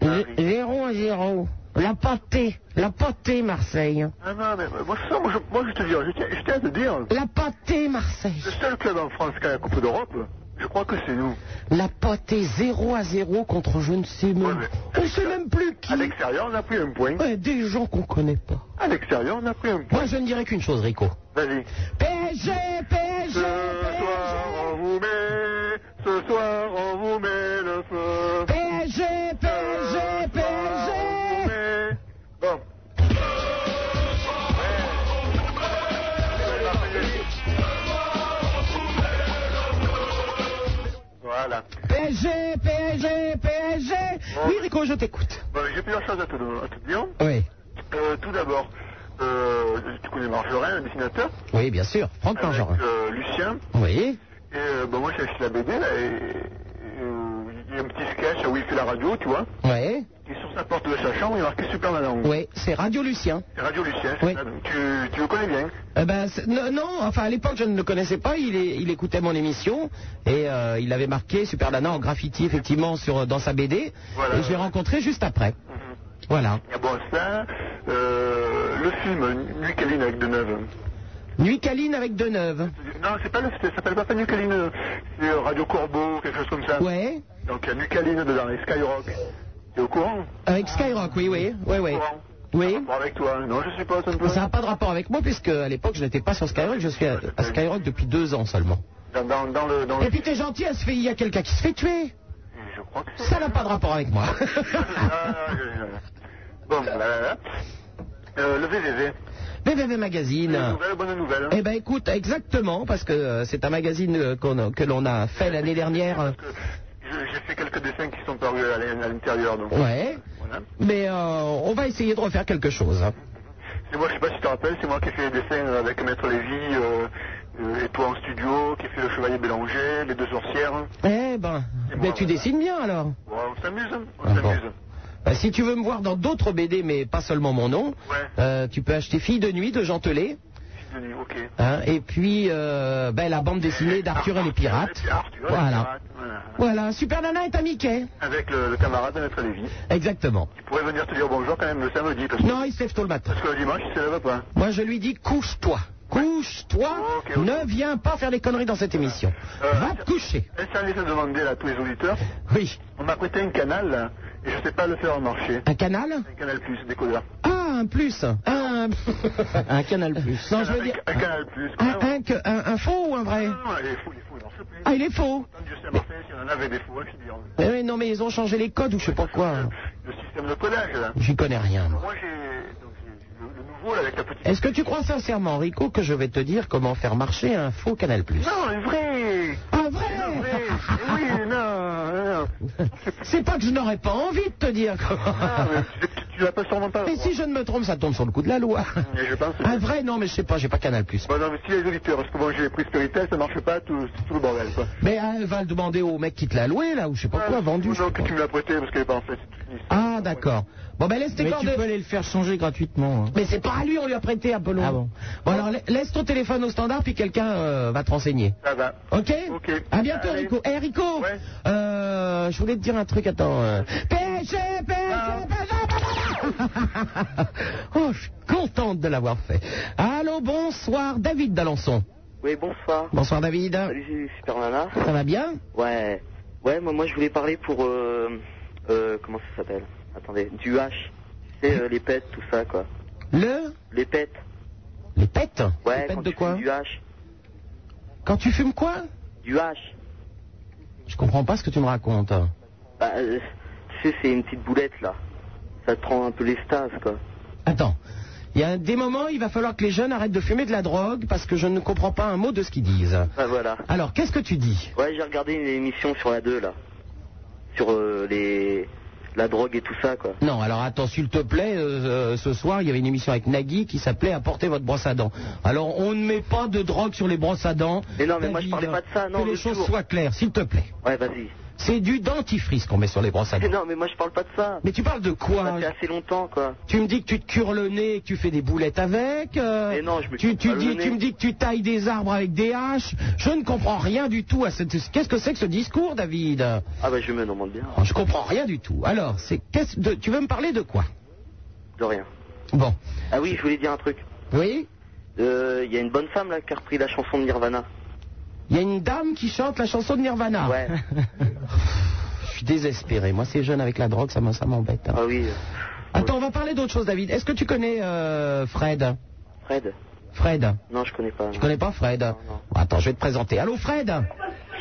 S4: G- Géron, Géron. La pâtée. La pâtée, Marseille.
S9: Ah non, mais moi, ça, moi, je, moi, je te dis, je tiens, je tiens à te dire,
S4: La pâtée, Marseille.
S9: le seul club en France qui a la Coupe d'Europe, je crois que c'est nous.
S4: La pâtée 0 à 0 contre je ne sais
S9: Ouais,
S4: même.
S9: mais-
S4: On sait même plus qui.
S9: À l'extérieur, on a pris un point.
S4: Ouais, des gens qu'on connaît pas.
S9: À l'extérieur, on a pris un point.
S4: Moi, je ne dirais qu'une chose, Rico.
S9: Vas-y.
S4: PSG, PSG,
S9: Ce soir, on vous met, ce soir, on vous met le feu.
S4: PSG, PSG,
S9: Ce soir, on vous
S4: PSG.
S9: met- Bon. Voilà.
S4: PSG, PSG, PSG. Oui, Rico, je t'écoute.
S9: Bon, J'ai plusieurs choses à te, à te dire.
S4: Oui.
S9: Euh, tout d'abord, euh, tu connais Margerin, le dessinateur
S4: Oui, bien sûr. Franck
S9: Avec
S4: Tangerin.
S9: euh, Lucien.
S4: Oui.
S9: Et euh, bah, moi, j'ai acheté la BD, là, et et, euh, il y a un petit sketch où il fait la radio, tu vois.
S4: Oui.
S9: Et sur sa porte de sa chambre, il y a marqué Super Nanan.
S4: Oui, c'est Radio Lucien.
S9: C'est Radio Lucien,
S4: Oui.
S9: c'est ça. Donc, Tu, tu le connais bien.
S4: Eh ben, c'est- non, non, enfin à l'époque je ne le connaissais pas, il, est- il écoutait mon émission et euh, il avait marqué Super Nana en graffiti effectivement sur, dans sa BD
S9: Voilà.
S4: et je l'ai rencontré juste après. Voilà.
S9: Ah bon, ça, euh, le film Nuit Caline avec Deneuve.
S4: Nuit câline avec Deneuve.
S9: Non, c'est pas le, ça s'appelle pas Nuit Caline, euh, c'est euh, Radio Corbeau, quelque chose comme ça.
S4: Ouais.
S9: Donc il y a Nuit Caline dedans, et Skyrock. T'es au courant
S4: Avec Skyrock, oui, oui, oui, oui.
S9: Au courant
S4: Oui.
S9: Bon, avec toi, non, je suppose un peu.
S4: Ça n'a pas de rapport avec moi puisque à l'époque je n'étais pas sur Skyrock, je suis à, à Skyrock depuis deux ans seulement.
S9: Dans, dans, dans le. Dans
S4: Et puis t'es gentil, elle se fait, il y a quelqu'un qui se fait tuer.
S9: le... Je crois que c'est.
S4: Ça n'a pas de rapport avec
S9: *laughs*
S4: moi.
S9: Ah, je- je- bon, là, là, là. Euh, le VVV.
S4: BVV Magazine.
S9: Bonne nouvelle, bonne nouvelle.
S4: Eh ben écoute, exactement, parce que euh, c'est un magazine euh, qu'on a- que l'on a fait l'année dernière. euh,
S9: Parce que je- J'ai fait quelques dessins qui sont parus à l'in- à l'intérieur, donc.
S4: Ouais.
S9: Voilà.
S4: Mais euh, on va essayer de refaire quelque chose.
S9: C'est moi, je sais pas si tu te rappelles, c'est moi qui ai fait les dessins avec Maître Lévy euh, euh, et toi en studio, qui ai fait le Chevalier Bélanger, les deux sorcières.
S4: Eh ben,
S9: C'est
S4: mais
S9: moi, euh,
S4: tu
S9: ouais.
S4: dessines bien alors.
S9: Bon, on s'amuse, hein, on
S4: Ah,
S9: s'amuse.
S4: bon. Euh, Si tu veux me voir dans d'autres BD, mais pas seulement mon nom,
S9: Ouais.
S4: euh, tu peux acheter Fille de nuit de Jean Telet,
S9: Denis, Ok.
S4: hein, et puis euh, ben, la bande dessinée d'Arthur et les pirates.
S9: Arthur Ah, et les
S4: Voilà.
S9: pirates, voilà.
S4: Voilà, Super Nana est à Mickey.
S9: Avec le, le camarade de Maître Lévy.
S4: Exactement.
S9: Il pourrait venir te dire bonjour quand même le samedi, parce,
S4: Non, il se lève tôt le matin.
S9: parce que le dimanche, il se lève pas.
S4: Moi, je lui dis couche-toi. Couche-toi,
S9: Ok, ok.
S4: ne viens pas faire des conneries dans cette émission.
S9: Euh,
S4: Va te coucher.
S9: Un service à demander là, à tous les auditeurs.
S4: Oui.
S9: On m'a prêté un canal, là, et je sais pas le faire marcher.
S4: Un canal
S9: Un canal plus, découvert.
S4: Ah, un plus. Un, *laughs* un canal plus. Non, je veux
S9: Un-
S4: dire.
S9: Un canal plus. Ah,
S4: Un, un que- un- un faux ou un vrai
S9: Non, il est fou, il est fou, il en sait plus.
S4: Ah, il est faux.
S9: Dieu sait à Marseille si on en avait des fous, hein, je te dis.
S4: Eh oui, non, mais ils ont changé les codes ou je sais pas quoi.
S9: Le système de codage, là.
S4: J'y connais rien, moi.
S9: Moi, j'ai donc, j'ai le, le nouveau, là, avec la petite...
S4: Est-ce que tu crois sincèrement, Rico, que je vais te dire comment faire marcher un faux canal plus
S9: Non, le vrai
S4: Un
S9: Le
S4: vrai
S9: vrai Oui, non, non, non.
S4: C'est pas que je n'aurais pas envie de te dire
S9: Ah, mais
S4: *laughs* comment.
S9: tu- tu- tu l'as pas sûrement pas.
S4: Mais si Ah, je ne me trompe, ça tombe sur le coup de la
S9: *laughs*
S4: loi.
S9: Mais je pense que-
S4: Un vrai, non, mais je sais pas, j'ai pas Canal Plus.
S9: Bon, non, mais si les auditeurs, parce que bon, j'ai pris Spiritel, ça marche pas, tout, c'est tout le bordel, quoi.
S4: euh, Mais hein, elle va le demander au mec qui te l'a loué, là, ou je sais pas quoi, vendu. je sais
S9: Non, Ah, que
S4: pas.
S9: tu me l'as prêté, parce qu'elle est pas en fait. c'est tout fini.
S4: Ah, Ah, d'accord. Bon, ben laisse tes
S12: Mais tu
S4: coordonnées.
S12: peux aller le faire changer gratuitement. hein.
S4: Mais c'est pas à lui, on lui a prêté Apollon.
S12: Ah bon.
S4: Bon, alors la- laisse ton téléphone au standard, puis quelqu'un euh, va te renseigner.
S5: Ça va.
S4: Ok
S5: Ok.
S4: À bientôt,
S5: Allez.
S4: Rico. Eh, Rico
S5: Ouais.
S4: euh, Je voulais te dire un truc, attends. euh, PSG, PSG, PSG Oh, je suis contente de l'avoir fait. Allô, bonsoir, David d'Alençon.
S9: Oui, bonsoir.
S4: Bonsoir, David.
S9: Salut, Super Nana.
S4: Ça va bien
S9: Ouais. Ouais, moi, moi je voulais parler pour. Euh, euh, comment ça s'appelle Attendez, du H. Tu sais, euh, les pets, tout ça, quoi.
S4: Le
S9: Les pets.
S4: Les pètes Les
S9: Ouais,
S4: pètes
S9: quand
S4: de
S9: tu
S4: quoi
S9: fumes Du H.
S4: Quand tu fumes quoi
S9: Du H.
S4: Je comprends pas ce que tu me racontes.
S9: Bah, euh, tu sais, c'est une petite boulette, là. Ça te prend un peu l'extase, quoi.
S4: Attends. Il y a des moments, il va falloir que les jeunes arrêtent de fumer de la drogue parce que je ne comprends pas un mot de ce qu'ils disent.
S9: Bah, voilà.
S4: Alors, qu'est-ce que tu dis
S9: Ouais, j'ai regardé une émission sur la 2, là. Sur euh, les. La drogue et tout ça, quoi.
S4: Non, alors attends, s'il te plaît, euh, euh, ce soir, il y avait une émission avec Nagui qui s'appelait Apportez votre brosse à dents. Alors, on ne met pas de drogue sur les brosses à dents.
S9: Mais non, mais moi, je
S4: David,
S9: parlais pas de ça, non,
S4: Que les
S9: l'autre
S4: choses
S9: jour.
S4: soient claires, s'il te plaît.
S9: Ouais, vas-y. *laughs*
S4: C'est du dentifrice qu'on met sur les brosses à dents.
S9: Non, mais moi, je parle pas de ça.
S4: Mais tu parles de quoi
S9: Ça fait assez longtemps, quoi.
S4: Tu me dis que tu te cures le nez et que tu fais des boulettes avec. euh,
S9: Mais non, je me
S4: tu,
S9: cure
S4: tu
S9: pas le
S4: dis,
S9: nez.
S4: tu me dis que tu tailles des arbres avec des haches. Je ne comprends rien du tout à cette. Qu'est-ce que c'est que ce discours, David
S9: Ah, bah, je me demande bien.
S4: Je comprends rien du tout. Alors, c'est qu'est-ce de- Tu veux me parler de quoi
S9: De rien.
S4: Bon.
S9: Ah oui, je voulais dire un truc.
S4: Oui.
S9: Euh, Il y a une bonne femme là qui a repris la chanson de Nirvana.
S4: Il y a une dame qui chante la chanson de Nirvana.
S9: Ouais.
S4: *laughs* Je suis désespéré. Moi, ces jeunes avec la drogue, ça m'en- ça m'embête. hein.
S9: Ah oui. euh,
S4: Attends, on va parler d'autre chose, David. Est-ce que tu connais euh, Fred
S9: Fred
S4: Fred.
S9: Non, je connais pas.
S4: Tu
S9: non.
S4: connais pas Fred Bah, Attends, je vais te présenter. Allô, Fred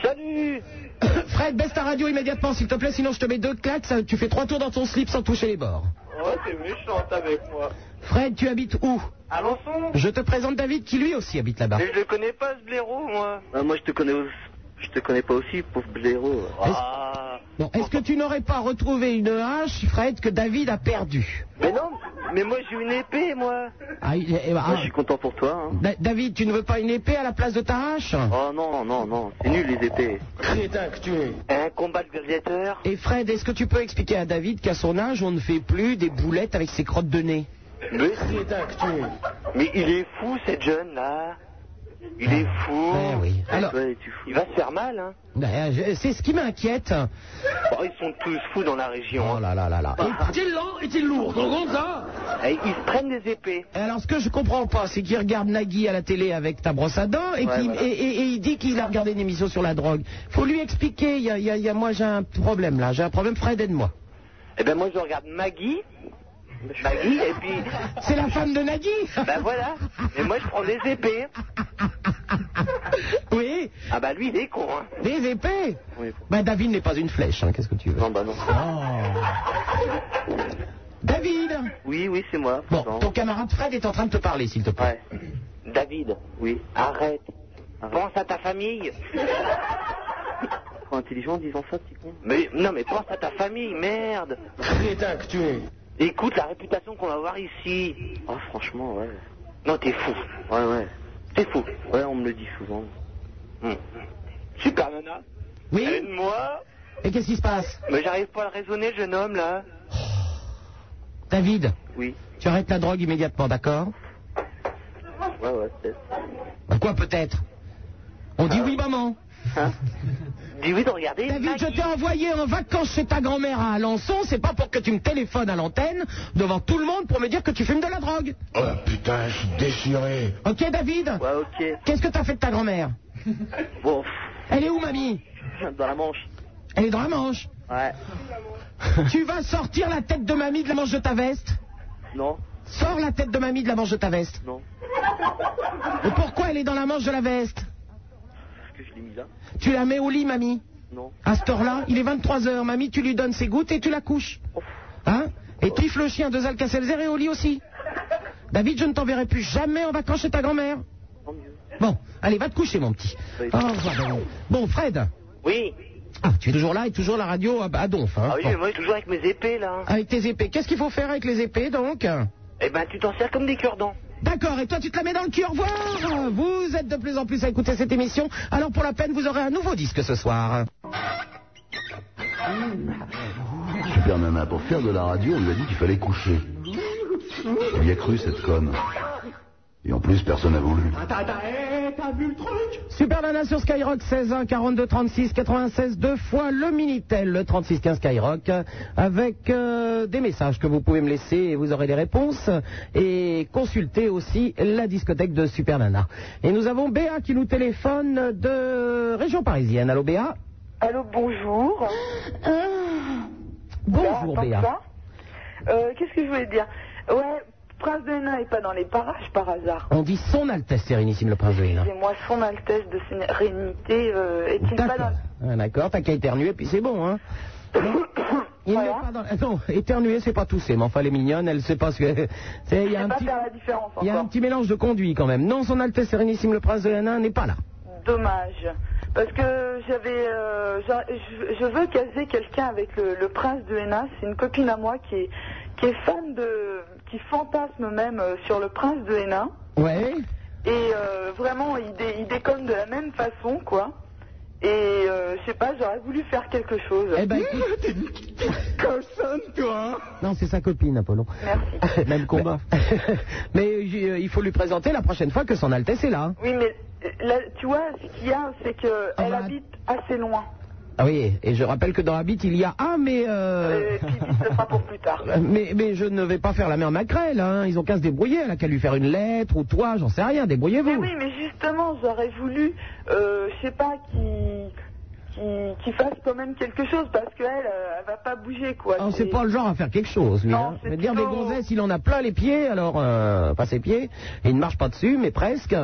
S9: Salut
S4: *coughs* Fred, baisse ta radio immédiatement, s'il te plaît, sinon je te mets deux claques, ça- tu fais trois tours dans ton slip sans toucher les bords.
S5: Oh, t'es méchante avec moi.
S4: Fred, tu habites où
S5: Alençon
S4: Je te présente David qui lui aussi habite là-bas.
S5: Mais je le connais pas ce blaireau, moi.
S9: Ah, Moi, je te connais. au- Je te connais pas aussi, pauvre blaireau.
S5: Ah.
S4: Bon, Est-ce que tu n'aurais pas retrouvé une hache, Fred, que David a perdue
S9: Mais non, mais moi j'ai une épée, moi.
S4: ah, il- eh ben, ah,
S9: Moi, je suis content pour toi. Hein.
S4: Da- David, tu ne veux pas une épée à la place de ta hache
S9: Oh non, non, non, c'est nul les épées. Un combat de gladiateurs
S4: Et Fred, est-ce que tu peux expliquer à David qu'à son âge, on ne fait plus des boulettes avec ses crottes de nez
S9: mais... mais il est fou, cette jeune là. Il est fou.
S4: Ben oui. Alors-
S9: Ouais, tu fous. Il va se faire mal, hein.
S4: Ben, je- C'est ce qui m'inquiète.
S9: Oh, ils sont tous fous dans la région. hein.
S4: Oh là là là là.
S9: Est-il lent Est-il lourd Eh, Ils se prennent des épées.
S4: Et Alors, ce que je comprends pas, c'est qu'il regarde Nagui à la télé avec ta brosse à dents et,
S9: Ouais,
S4: qu'il-
S9: voilà.
S4: et- et- et il dit qu'il a regardé une émission sur la drogue. Faut lui expliquer. Il y a, il y a- il y a- moi, j'ai un problème là. J'ai un problème. Fred, aide-moi.
S9: Eh ben moi je regarde Maggie. Maggie et puis
S4: C'est la femme de Nagui.
S9: *laughs* ben voilà. Et moi je prends des épées.
S4: *laughs* oui,
S9: Ah bah lui il est con. Hein.
S4: des épées.
S9: Oui.
S4: Ben, David n'est pas une flèche. hein, Qu'est-ce que tu veux Oh.
S9: Non bah non.
S4: David.
S9: Oui oui c'est moi.
S4: Bon,
S9: pardon.
S4: ton camarade Fred est en train de te parler, s'il te plaît.
S9: Ouais. *coughs* David. Oui. Arrête. Pense à ta famille. Trop intelligent en disant ça, petit con. Mais non mais pense à ta famille, merde. Écoute la réputation qu'on va avoir ici. Ah franchement ouais. Non t'es fou. Ouais ouais. T'es fou. Ouais on me le dit souvent. Super nana.
S4: Oui.
S9: Aide-moi
S4: Et qu'est-ce qui se passe,
S9: Mais j'arrive pas à le raisonner, jeune homme, là.
S4: David
S9: Oui,
S4: Tu arrêtes la drogue immédiatement, d'accord
S9: ouais, ouais, peut-être.
S4: Ben, Quoi, peut-être On dit oui, maman.
S9: Dis oui de regarder.
S4: David, je t'ai envoyé en vacances chez ta grand-mère à Alençon, c'est pas pour que tu me téléphones à l'antenne devant tout le monde pour me dire que tu fumes de la drogue.
S1: Oh putain, je suis déchiré.
S4: Ok, David
S9: Ouais, ok.
S4: Qu'est-ce que t'as fait de ta grand-mère
S9: Bon,
S4: Elle est où, mamie
S9: pff, dans la manche.
S4: Elle est dans la manche.
S9: Ouais.
S4: tu vas sortir la tête de mamie de la manche de ta veste
S9: Non,
S4: Sors la tête de mamie de la manche de ta veste.
S9: non.
S4: Et pourquoi elle est dans la manche de la veste
S9: Est-ce que je l'ai mis là
S4: Tu la mets au lit, mamie.
S9: Non.
S4: À cette heure-là, il est 23h, mamie, tu lui donnes ses gouttes et tu la couches.
S9: Oh.
S4: Hein Et piffe le chien de Alcacelzer et au lit aussi. David, je ne t'enverrai plus jamais en vacances chez ta grand-mère.
S9: Tant mieux. Bah,
S4: Bon, allez, va te coucher, mon petit.
S9: Oui.
S4: Au revoir, David. Bon, Fred.
S9: Oui.
S4: Ah, tu es toujours là et toujours la radio à, à donf. hein.
S9: Ah oui,
S4: Bon.
S9: mais moi, toujours avec mes épées, là.
S4: Avec tes épées. Qu'est-ce qu'il faut faire avec les épées, donc
S9: Eh ben, tu t'en sers comme des cure-dents.
S4: D'accord, et toi tu te la mets dans le cul, au revoir Vous êtes de plus en plus à écouter cette émission, alors pour la peine vous aurez un nouveau disque ce soir.
S1: Super Nana, pour faire de la radio, on lui a dit qu'il fallait coucher. Il y a cru, cette conne. Et en plus, personne n'a voulu.
S4: Attends, attends, hé, t'as vu le truc Super Nana sur Skyrock, 16 1 42 36 96, deux fois le Minitel, le 36 15 Skyrock, avec euh, des messages que vous pouvez me laisser et vous aurez les réponses. Et consultez aussi la discothèque de Super Nana. Et nous avons Béa qui nous téléphone de région parisienne. Allô Béa
S11: Allô, bonjour.
S4: Bonjour,
S11: Là,
S4: Béa.
S11: attends ça. Euh, Qu'est-ce que je voulais dire Ouais, Prince de Hénin est pas dans les parages par hasard.
S4: On dit son Altesse Sérénissime le Prince de Hénin.
S11: Excusez-moi, son Altesse de Sérénité euh, est-il pas dans...
S4: Ah, D'accord, t'as qu'à éternuer, puis c'est bon, hein. Il n'est pas dans... Ah Non, éternuer, c'est pas tousser, mais enfin, elle est mignonne, elle sait pas ce que... *laughs* c'est- Il y, a un
S11: pas
S4: petit...
S11: faire la différence
S4: il y a un
S11: encore.
S4: petit mélange de conduit, quand même. Non, son Altesse Sérénissime le Prince de Hénin n'est pas là.
S11: Dommage. Parce que j'avais, euh, j'a- je, je veux caser quelqu'un avec le, le prince de Hénin. C'est une copine à moi qui est, qui est fan de, qui fantasme même euh, sur le prince de Hénin.
S4: Ouais
S11: Et euh, vraiment, il, dé- il déconne de la même façon, quoi. Et euh, je sais pas, j'aurais voulu faire quelque chose.
S4: Eh ben,
S11: t'es une *laughs* cochonne, toi hein.
S4: Non, c'est sa copine, Apollon. *laughs*
S11: Merci.
S4: Même
S11: *laughs*
S4: combat. Mais, j- euh, il faut lui présenter la prochaine fois que son Altesse est là.
S11: Oui, mais euh, là, tu vois, ce qu'il y a, c'est qu'elle elle
S4: bah,
S11: habite assez loin.
S4: Ah oui, et je rappelle que dans Habit, il y a... Ah, mais... Euh... *laughs* Mais, mais je ne vais pas faire la mère Macrel, hein. Ils ont qu'à se débrouiller. Elle a qu'à lui faire une lettre ou toi, j'en sais rien. Débrouillez-vous.
S11: Mais Ah oui, mais justement, j'aurais voulu, euh, je sais pas, qu'il qu'il- qu'il fasse quand même quelque chose, parce qu'elle, euh, elle va pas bouger, quoi.
S4: Ah, c'est
S11: C'est-
S4: pas le genre à faire quelque chose, lui. hein. Mais dire des gonzesses, il en a plein les pieds, alors, euh, pas ses pieds, et il ne marche pas dessus, mais presque.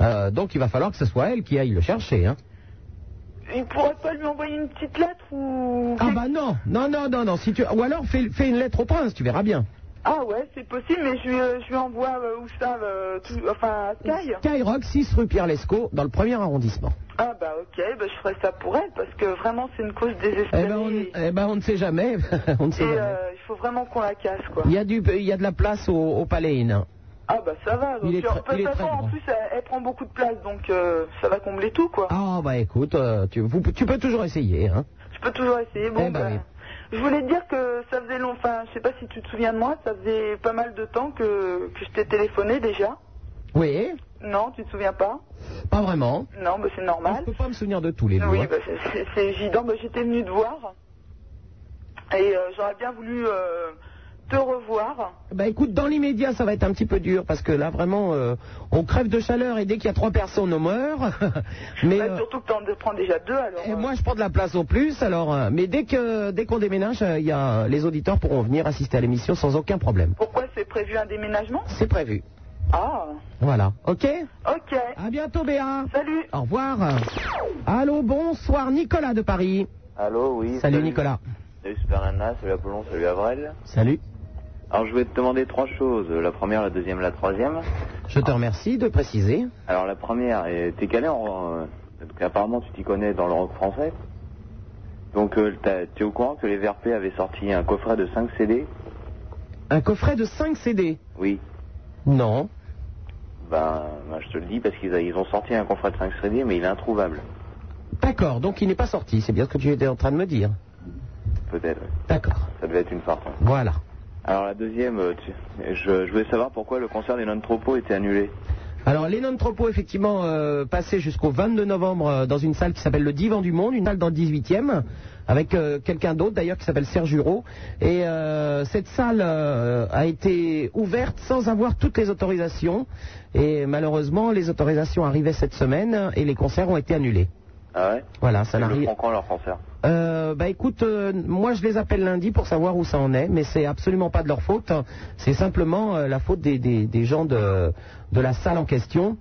S4: Euh, donc il va falloir que ce soit elle qui aille le chercher. Hein.
S11: Il pourrait pas lui envoyer une petite lettre ou...
S4: Ah bah non, non, non, non, non. Si tu... Ou alors fais, fais une lettre au prince, tu verras bien.
S11: Ah ouais, c'est possible, mais je lui, euh, je lui envoie euh, où ça euh, tout- Enfin, à Sky
S4: Skyrock, 6 rue Pierre Lescaut, dans le premier arrondissement.
S11: Ah bah ok, bah, je ferai ça pour elle, parce que vraiment, c'est une cause
S4: Eh
S11: désespérée.
S4: ben, on, eh ben, on ne sait jamais. *laughs* on ne
S11: Et
S4: sait jamais.
S11: euh, il faut vraiment qu'on la casse, quoi.
S4: Il y, a du, il y a de la place au, au palais Hénin.
S11: Ah bah ça va, donc
S4: Il est
S11: tu-
S4: très-
S11: de toute
S4: il est
S11: façon,
S4: très
S11: en
S4: grand.
S11: plus elle, elle prend beaucoup de place donc euh, ça va combler tout quoi.
S4: Ah bah écoute, euh, tu, vous- tu peux toujours essayer. Hein.
S11: Je peux toujours essayer. Bon,
S4: Eh ben
S11: bah,
S4: oui.
S11: Je voulais te dire que ça faisait long, enfin je sais pas si tu te souviens de moi, ça faisait pas mal de temps que, que je t'ai téléphoné déjà.
S4: Oui,
S11: Non, tu te souviens pas
S4: pas vraiment.
S11: Non, bah c'est normal.
S4: Je peux pas me souvenir de tous les
S11: Oui,
S4: jours. hein.
S11: bah, c'est- c'est- c'est évident, bah, j'étais venue te voir et euh, j'aurais bien voulu euh, te revoir.
S4: Bah écoute, dans l'immédiat, ça va être un petit peu dur parce que là, vraiment, euh, on crève de chaleur et dès qu'il y a trois personnes, on meurt. *laughs* mais euh,
S11: bah, Surtout que t'en prends déjà deux alors. euh,
S4: et moi, je prends de la place au plus. Alors, euh, mais dès que dès qu'on déménage, euh, il y a les auditeurs pourront venir assister à l'émission sans aucun problème.
S11: Pourquoi c'est prévu un déménagement
S4: C'est prévu.
S11: Ah,
S4: Voilà. Ok.
S11: ok.
S4: À bientôt, Béa.
S11: Salut.
S4: Au revoir. Allô, bonsoir, Nicolas de Paris.
S9: Allô, oui.
S4: Salut, Nicolas.
S9: Salut Super Nana, salut Apollon, salut Avril.
S4: Salut.
S9: Alors je voulais te demander trois choses, la première, la deuxième, la troisième.
S4: Je te remercie de préciser.
S9: Alors la première, euh, t'es calé en... euh, parce qu'apparemment tu t'y connais dans le rock français. Donc euh, t'as- t'es au courant que les VRP avaient sorti un coffret de 5 CD
S4: Un coffret de 5 CD.
S9: Oui.
S4: Non.
S9: Ben, ben, je te le dis parce qu'ils a- ils ont sorti un coffret de 5 CD mais il est introuvable.
S4: D'accord, donc il n'est pas sorti, c'est bien ce que tu étais en train de me dire.
S9: Peut-être.
S4: D'accord.
S9: Ça devait être une farce. hein.
S4: Voilà.
S9: Alors la deuxième, euh, tu- je, je voulais savoir pourquoi le concert des non-tropos était annulé.
S4: Alors, Lennon Tropo, effectivement, euh, passé jusqu'au 22 novembre euh, dans une salle qui s'appelle le Divan du Monde, une salle dans le 18e, avec euh, quelqu'un d'autre d'ailleurs qui s'appelle Serge Hureau. Et euh, cette salle euh, a été ouverte sans avoir toutes les autorisations. Et malheureusement, les autorisations arrivaient cette semaine et les concerts ont été annulés.
S9: Ah ouais
S4: Voilà, ça
S9: Ils le
S4: n'arrive.
S9: font quand leur concert
S4: Euh, bah écoute, euh, moi je les appelle lundi pour savoir où ça en est, mais c'est absolument pas de leur faute. C'est simplement euh, la faute des, des- des gens de, de la salle en question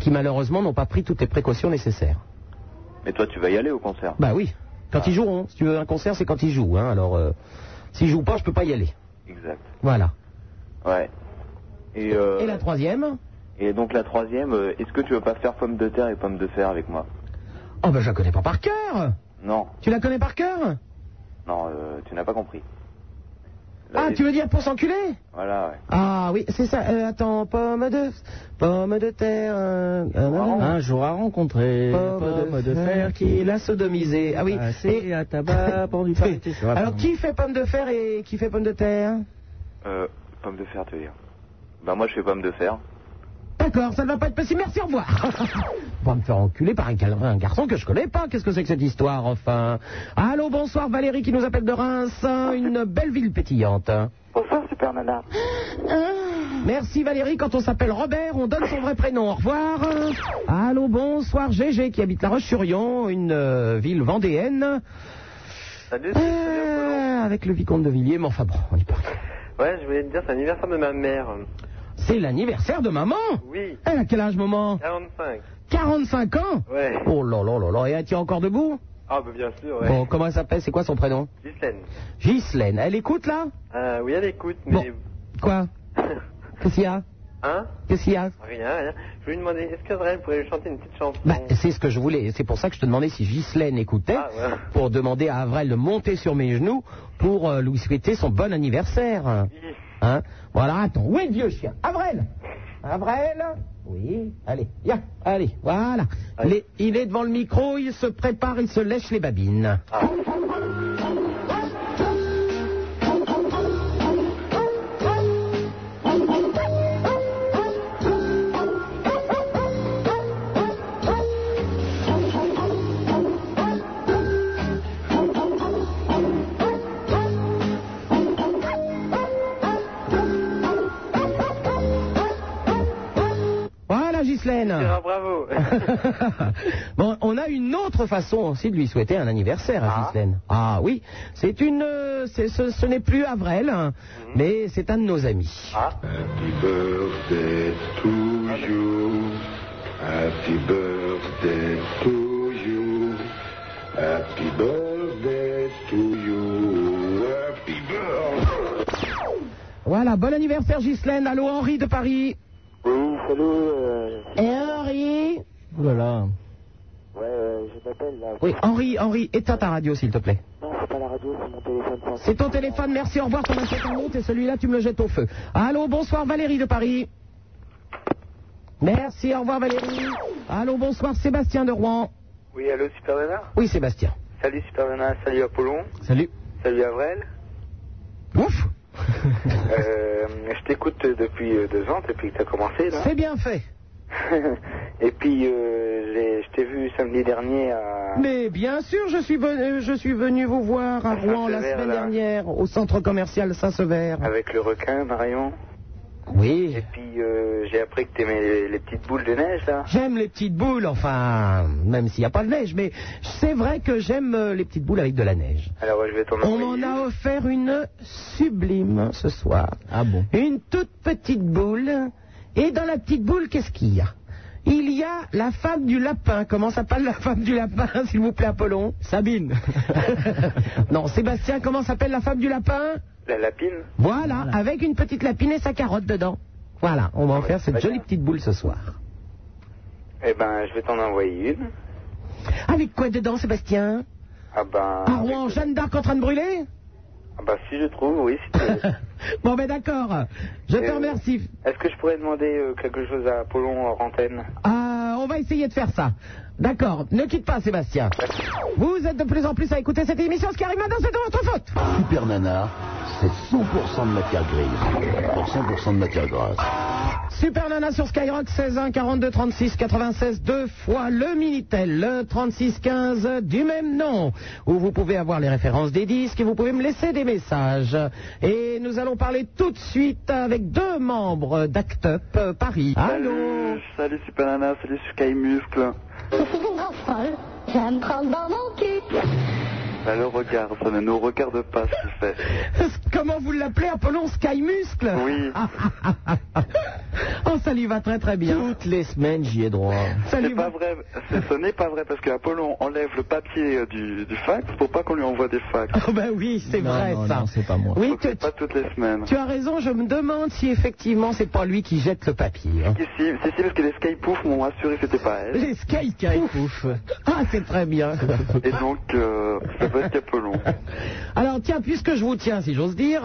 S4: qui malheureusement n'ont pas pris toutes les précautions nécessaires.
S9: Mais toi, tu vas y aller au concert
S4: Bah oui, quand ils joueront. Si tu veux un concert, c'est quand ils jouent. hein. Alors, euh, s'ils jouent pas, je peux pas y aller.
S9: Exact.
S4: Voilà.
S9: Ouais. Et, euh,
S4: Et la troisième
S9: et donc la troisième, euh, est-ce que tu veux pas faire pomme de terre et pomme de fer avec moi
S4: Oh bah je la connais pas par cœur
S9: Non,
S4: Tu la connais par cœur
S9: non, euh, tu n'as pas compris.
S4: Ah, tu veux dire pour s'enculer
S9: Voilà, ouais.
S4: Ah oui, c'est ça. Euh, attends, pomme de, pomme de terre. euh, nanana.
S2: Un jour à rencontrer, pomme de fer qui l'a sodomisé.
S4: Ah oui.
S2: et à
S4: *laughs*
S2: tabac pendu par les tissus.
S4: Alors qui fait pomme de fer et qui fait pomme de terre
S9: Euh, pomme de fer, tu veux dire Bah, moi, je fais pomme de fer.
S4: D'accord, ça ne va pas être possible. Merci, au revoir. *laughs* On va me faire enculer par un, gal- un garçon que je connais pas. Qu'est-ce que c'est que cette histoire, enfin Allô, bonsoir Valérie qui nous appelle de Reims, une belle ville pétillante.
S13: Bonsoir, super nana.
S4: Merci Valérie, quand on s'appelle Robert, on donne son vrai prénom. Au revoir. Allô, bonsoir Gégé qui habite La Roche-sur-Yon, une euh, ville vendéenne.
S9: Salut,
S4: Euh, avec le vicomte de Villiers, mais enfin bon, on y parle.
S9: Ouais, je voulais te dire, c'est l'anniversaire de ma mère.
S4: C'est l'anniversaire de maman
S9: Oui.
S4: Elle a quel âge, maman
S9: 45.
S4: 45 ans
S9: Ouais.
S4: Oh là là là là, et elle tient encore debout
S9: Ah, bah, bien sûr, ouais.
S4: Bon, comment elle s'appelle C'est quoi son prénom
S9: Ghislaine.
S4: Ghislaine. Elle écoute là
S9: Euh, oui, elle écoute, mais.
S4: Quoi Qu'est-ce qu'il y a
S9: *laughs* Hein
S4: Qu'est-ce qu'il y a
S9: Rien, rien. Je lui ai demandé, est-ce qu'Adrien pourrait lui chanter une petite chanson
S4: Bah, c'est ce que je voulais. et C'est pour ça que je te demandais si Ghislaine écoutait
S9: Ah, ouais.
S4: pour demander à Avrel de monter sur mes genoux pour euh, lui souhaiter son bon anniversaire. Hein Voilà, attends. Où est le vieux chien Avrel Avrel Oui. Allez, viens. Allez, voilà. Les- il est devant le micro, il se prépare, il se lèche les babines.
S9: Ah.
S4: Voilà, Ghislaine.
S9: Ah. bravo.
S4: Ah. *laughs* bon, on a une autre façon aussi de lui souhaiter un anniversaire à Ghislaine. Ah oui, c'est une, euh, c'est- ce, ce n'est plus Avrel, hein, mais c'est un de nos amis.
S1: Happy birthday to you. Happy birthday to you. Happy birthday to you. Happy birthday.
S4: Voilà, bon anniversaire Ghislaine. Allô Henri de Paris.
S14: Oui, salut. euh,
S4: Et Henri.
S14: ouais, euh, je t'appelle là.
S4: Oui, Henri, Henri, éteins ta radio s'il te plaît.
S14: Non, c'est pas la radio, c'est mon téléphone. sans-
S4: C'est ton téléphone, merci, au revoir, ton assiette en monte et celui-là tu me le jettes au feu. Allô, bonsoir Valérie de Paris. Merci, au revoir Valérie. Allô, bonsoir Sébastien de Rouen.
S7: Oui, allô, super nana
S4: Oui Sébastien.
S7: Salut, super nana. Salut, Apollon.
S4: Salut.
S7: Salut, Avrel.
S4: Ouf *laughs*
S7: Euh, je t'écoute depuis euh, deux ans, depuis que t'as commencé, là.
S4: C'est bien fait.
S7: *laughs* Et puis, euh, j'ai- je t'ai vu samedi dernier à...
S4: Mais bien sûr, je suis venu, je suis venu vous voir à Rouen la
S7: Saint-Sever,
S4: semaine
S7: là.
S4: dernière au centre commercial Saint-Sever.
S7: avec le requin, Marion.
S4: Oui.
S7: Et puis, euh, j'ai appris que t'aimais les, les petites boules de neige, là.
S4: J'aime les petites boules, enfin, même s'il n'y a pas de neige, mais c'est vrai que j'aime euh, les petites boules avec de la neige.
S7: Alors, ouais, je vais t'en
S4: On
S7: envoyer.
S4: m'en a offert une sublime ce soir. Ah bon Une toute petite boule. Et dans la petite boule, qu'est-ce qu'il y a Il y a la femme du lapin. Comment s'appelle la femme du lapin, s'il vous plaît, Apollon Sabine. *laughs* non, Sébastien, comment s'appelle la femme du lapin
S7: La lapine.
S4: voilà, avec une petite lapine et sa carotte dedans. Voilà, on va en faire cette jolie petite boule ce soir.
S7: Eh ben, je vais t'en envoyer une.
S4: Avec quoi dedans, Sébastien
S7: Ah ben...
S4: À Rouen, Jeanne d'Arc en train de
S7: *laughs*
S4: brûler
S7: Ah ben, si je trouve, oui, si tu
S4: *laughs*
S7: veux.
S4: Bon, ben d'accord. Je
S7: Et,
S4: te
S7: euh,
S4: remercie.
S7: Est-ce que je pourrais demander euh, quelque chose à Apollon en antenne
S4: Ah, on va essayer de faire ça. D'accord, ne quitte pas, Sébastien. Vous êtes de plus en plus à écouter cette émission. Ce qui arrive maintenant, c'est de votre faute.
S15: Super Nana, c'est 100% de matière grise pour 100% de matière grasse.
S4: Super Nana sur Skyrock, 16 1 42 36 96, deux fois le Minitel, le 36 15 du même nom, où vous pouvez avoir les références des disques et vous pouvez me laisser des messages. Et nous allons parler tout de suite avec deux membres d'Act Up euh, Paris. Allô
S16: Salut Super Nana, salut Sky Muscle.
S17: Je suis une grande folle. J'aime prendre dans mon cul.
S16: Alors regarde, ça Bah, ne nous regarde pas ce qu'il fait.
S4: *laughs* Comment vous l'appelez Apollon Sky Muscle
S16: Oui.
S4: *laughs* Oh, ça lui va très très bien.
S2: Toutes les semaines, j'y ai droit.
S16: C'est pas vrai, c'est- ce n'est pas vrai parce qu'Apollon enlève le papier euh, du, du fax pour pas qu'on lui envoie des fax.
S4: Oh, ben oui, c'est
S16: Non,
S4: vrai
S16: non,
S4: ça.
S16: non, c'est
S2: pas moi.
S4: Oui,
S16: Donc, c'est pas toutes les semaines.
S4: Tu as raison, je me demande si effectivement c'est pas lui qui jette le papier. hein.
S16: Si, si, si, si, parce que les Skypouf m'ont assuré que c'était pas elle.
S4: Les Sky Sky Pouf. Ah, c'est très bien.
S16: Et donc, euh, ce
S7: Sébastien Apollon.
S4: Alors tiens, puisque je vous tiens, si j'ose dire,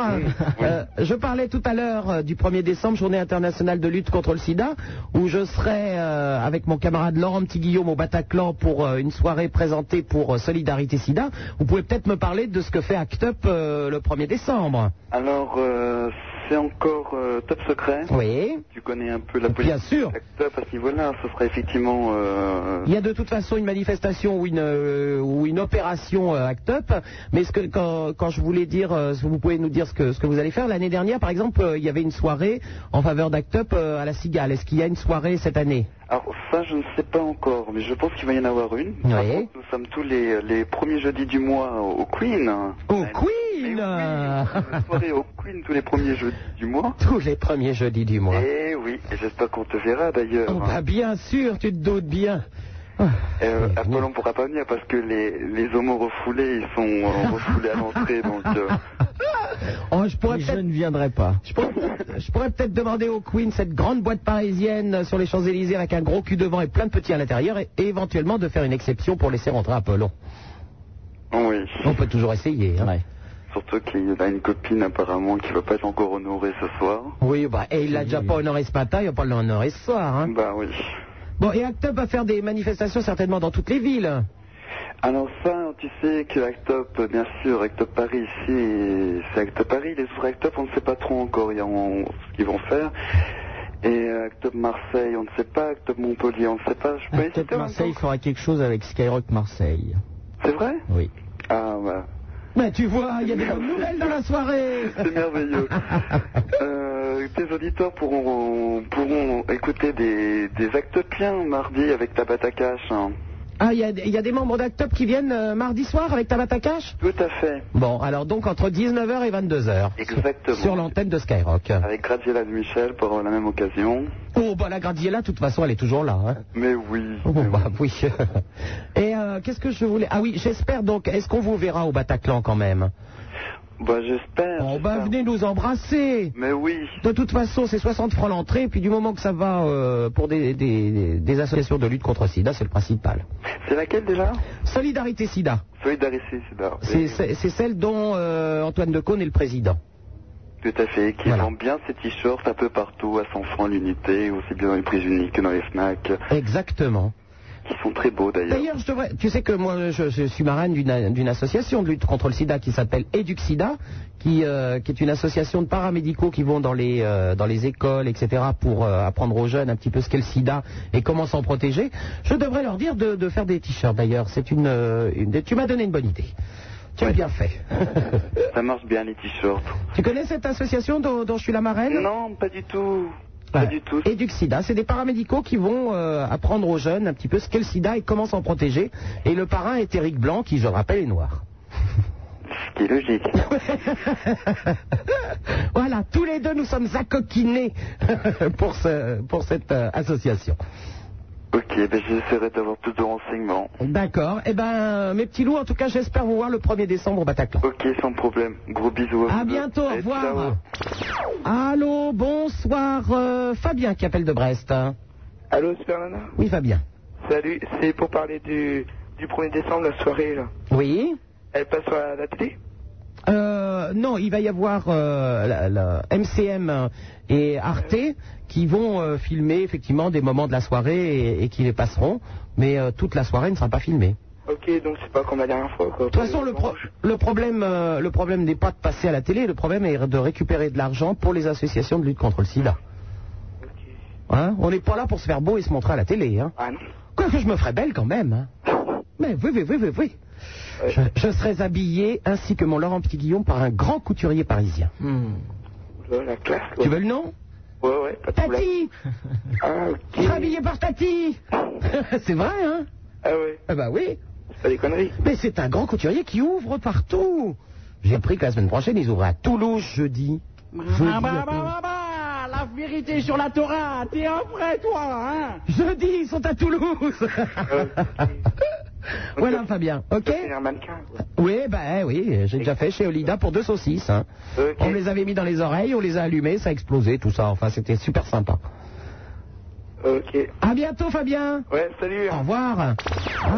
S4: euh, je parlais tout à l'heure euh, du 1er décembre, journée internationale de lutte contre le sida, où je serai euh, avec mon camarade Laurent Petit Guillaume au Bataclan pour euh, une soirée présentée pour euh, Solidarité Sida. Vous pouvez peut-être me parler de ce que fait Act Up euh, le 1er décembre.
S7: Alors, euh, c'est encore euh, top secret.
S4: Oui.
S7: Tu connais un peu la politique. Bien
S4: sûr.
S7: Top à ce niveau-là, ce sera effectivement. euh,
S4: Il y a de toute façon une manifestation ou une, euh, ou une opération euh, Act Up, mais ce que, quand, quand je voulais dire, euh, ce que vous pouvez nous dire ce que, ce que vous allez faire, l'année dernière par exemple, euh, il y avait une soirée en faveur d'Act Up euh, à la Cigale. Est-ce qu'il y a une soirée cette année
S7: Alors ça, je ne sais pas encore, mais je pense qu'il va y en avoir une. Par contre, nous sommes tous les, les premiers jeudis du mois au au Queen.
S4: Au Queen
S7: Soirée au Queen tous les premiers jeudis du mois.
S4: *laughs* Tous les premiers jeudis du mois.
S7: Eh oui, euh, et euh, j'espère qu'on te verra d'ailleurs.
S4: Oh, bah, bien sûr, tu te doutes bien. Ah,
S7: Euh, Apollon pourra pas venir parce que les, les homos refoulés, ils sont euh, refoulés
S4: *laughs*
S7: à l'entrée, donc euh,
S4: Oh, je, pourrais je ne viendrai pas. Je pourrais, je pourrais peut-être demander au Queen, cette grande boîte parisienne sur les Champs-Élysées avec un gros cul devant et plein de petits à l'intérieur, et, et éventuellement de faire une exception pour laisser rentrer Apollon.
S7: oh oui.
S4: On peut toujours essayer. hein.
S7: Surtout qu'il a une copine apparemment qui va pas être encore honorée ce soir.
S4: Oui, bah, et il l'a déjà pas honoré ce matin, il va pas l'honorer ce soir. hein.
S7: Bah oui.
S4: Bon, et Act Up va faire des manifestations certainement dans toutes les villes.
S7: Alors ça, tu sais que Actop, bien sûr, Actop Paris ici, et c'est Actop Paris. Les autres Actop, on ne sait pas trop encore il y a- on- ce qu'ils vont faire. Et Actop Marseille, on ne sait pas. Actop Montpellier, on ne sait pas. Je peux
S18: Peut-être
S7: hésiter. en même
S18: Marseille fera quelque chose avec Skyrock Marseille.
S7: temps. C'est vrai
S18: Oui.
S7: Ah bah,
S4: Mais tu vois, il y a des bonnes nouvelles dans la soirée. *laughs*
S7: c'est merveilleux. Euh, tes auditeurs pourront, pourront écouter des, des Actopiens mardi avec Tabata Cash. hein.
S4: Ah, il y a, il y a des membres d'Act Up qui viennent euh, mardi soir avec Tabata Cash
S7: Tout à fait.
S4: Bon, alors donc entre 19h et 22h.
S7: Exactement.
S4: Sur l'antenne de Skyrock.
S7: Avec Graziella de Michel pour la même occasion.
S4: Oh, bah la Gradiella, de toute façon, elle est toujours là. hein.
S7: Mais Ah, oui.
S4: Oh, bah oui. *laughs* Et euh, qu'est-ce que je voulais... Ah oui, j'espère donc, est-ce qu'on vous verra au Bataclan quand même
S7: Bah j'espère.
S4: Oh, bah venez nous embrasser
S7: Mais oui.
S4: De toute façon, c'est 60 francs l'entrée, et puis du moment que ça va euh, pour des, des- des associations de lutte contre le sida, c'est le principal.
S7: C'est laquelle déjà
S4: Solidarité sida,
S7: Solidarité, c'est d'art.
S4: c'est c'est- c'est celle dont euh, Antoine Decaune est le président.
S7: Tout à fait, qui vend bien ses t-shirts un peu partout, à 100 francs l'unité, aussi bien dans les prises uniques que dans les FNAC,
S4: Exactement.
S7: qui sont très beaux d'ailleurs.
S4: D'ailleurs, je devrais- tu sais que moi, je, je suis marraine d'une d'une association de lutte contre le sida qui s'appelle EducSida, qui, euh, qui est une association de paramédicaux qui vont dans les, euh, dans les écoles, etc., pour euh, apprendre aux jeunes un petit peu ce qu'est le sida et comment s'en protéger. Je devrais leur dire de, de faire des t-shirts, d'ailleurs. C'est une, euh, une des- Tu m'as donné une bonne idée. Tu as bien fait. *laughs*
S7: Ça marche bien les t-shirts.
S4: tu connais cette association dont, dont je suis la marraine
S7: Non, pas du tout.
S4: Pas du tout. Et du sida, c'est des paramédicaux qui vont euh, apprendre aux jeunes un petit peu ce qu'est le sida et comment s'en protéger. Et le parrain est Eric Blanc, qui, je rappelle, est noir. *laughs*
S7: Ce qui est logique.
S4: Voilà, tous les deux, nous sommes accoquinés *laughs* pour, ce- pour cette euh, association.
S7: ok, ben j'essaierai d'avoir plus de renseignements.
S4: D'accord. Eh ben, mes petits loups, en tout cas, j'espère vous voir le 1er décembre au Bataclan.
S7: Ok, sans problème. Gros bisous.
S4: À
S7: vous deux.
S4: bientôt, au
S7: Et
S4: revoir.
S7: ciao.
S4: Allô, bonsoir, euh, Fabien qui appelle de Brest. hein.
S5: Allô, Super Nana
S4: Oui, Fabien.
S5: Salut, c'est pour parler du, du 1er décembre, la soirée, là.
S4: Oui
S5: Elle passe à la télé
S4: Euh, non, il va y avoir euh, la, la MCM et Arte qui vont euh, filmer effectivement des moments de la soirée et, et qui les passeront, mais euh, toute la soirée ne sera pas filmée.
S5: Ok, donc c'est pas comme la dernière fois, quoi.
S4: De toute façon, le, pro- le problème, euh, le problème n'est pas de passer à la télé, le problème est de récupérer de l'argent pour les associations de lutte contre le sida. Hein On n'est pas là pour se faire beau et se montrer à la télé. Hein
S5: Ah
S4: Quoique je me ferais belle quand même. hein. Mais oui, oui, oui, oui, oui. Je, je serais habillé, ainsi que mon Laurent Petit Guillaume, par un grand couturier parisien.
S5: La classe,
S4: Tu veux le nom
S5: Ouais, ouais, pas de problème.
S4: Tati
S5: Ah, ok.
S4: Je serais habillé par Tati *laughs* C'est vrai, hein
S5: Ah ouais
S4: Ah bah oui
S5: C'est pas des conneries.
S4: Mais c'est un grand couturier qui ouvre partout. J'ai appris que la semaine prochaine, ils ouvrent à Toulouse jeudi. Jeudi
S19: Bah,
S4: à Toulouse.
S19: la vérité sur la Torah, t'es un vrai toi, hein
S4: Jeudi, ils sont à Toulouse. voilà, Fabien. Ok Oui, bah eh oui, j'ai déjà fait chez Olida pour deux saucisses. hein. On me les avait mis dans les oreilles, on les a allumées, ça a explosé, tout ça. Enfin, c'était super sympa.
S5: Ok.
S4: À bientôt, Fabien.
S5: Ouais, salut.
S4: Au revoir.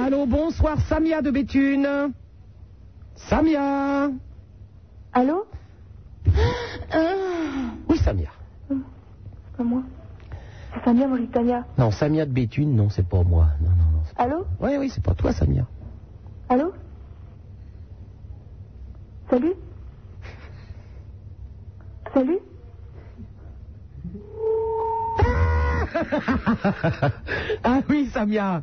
S4: Allô, bonsoir, Samia de Béthune. Samia
S11: Allô
S4: Oui, Samia.
S11: C'est pas moi. C'est Samia Mauritania.
S4: Non, Samia de Béthune, non, c'est pas moi. Non, non, non.
S11: Allô
S4: Oui, oui, c'est pas toi, Samia.
S11: Allô Salut Salut
S4: *laughs* ah oui, Samia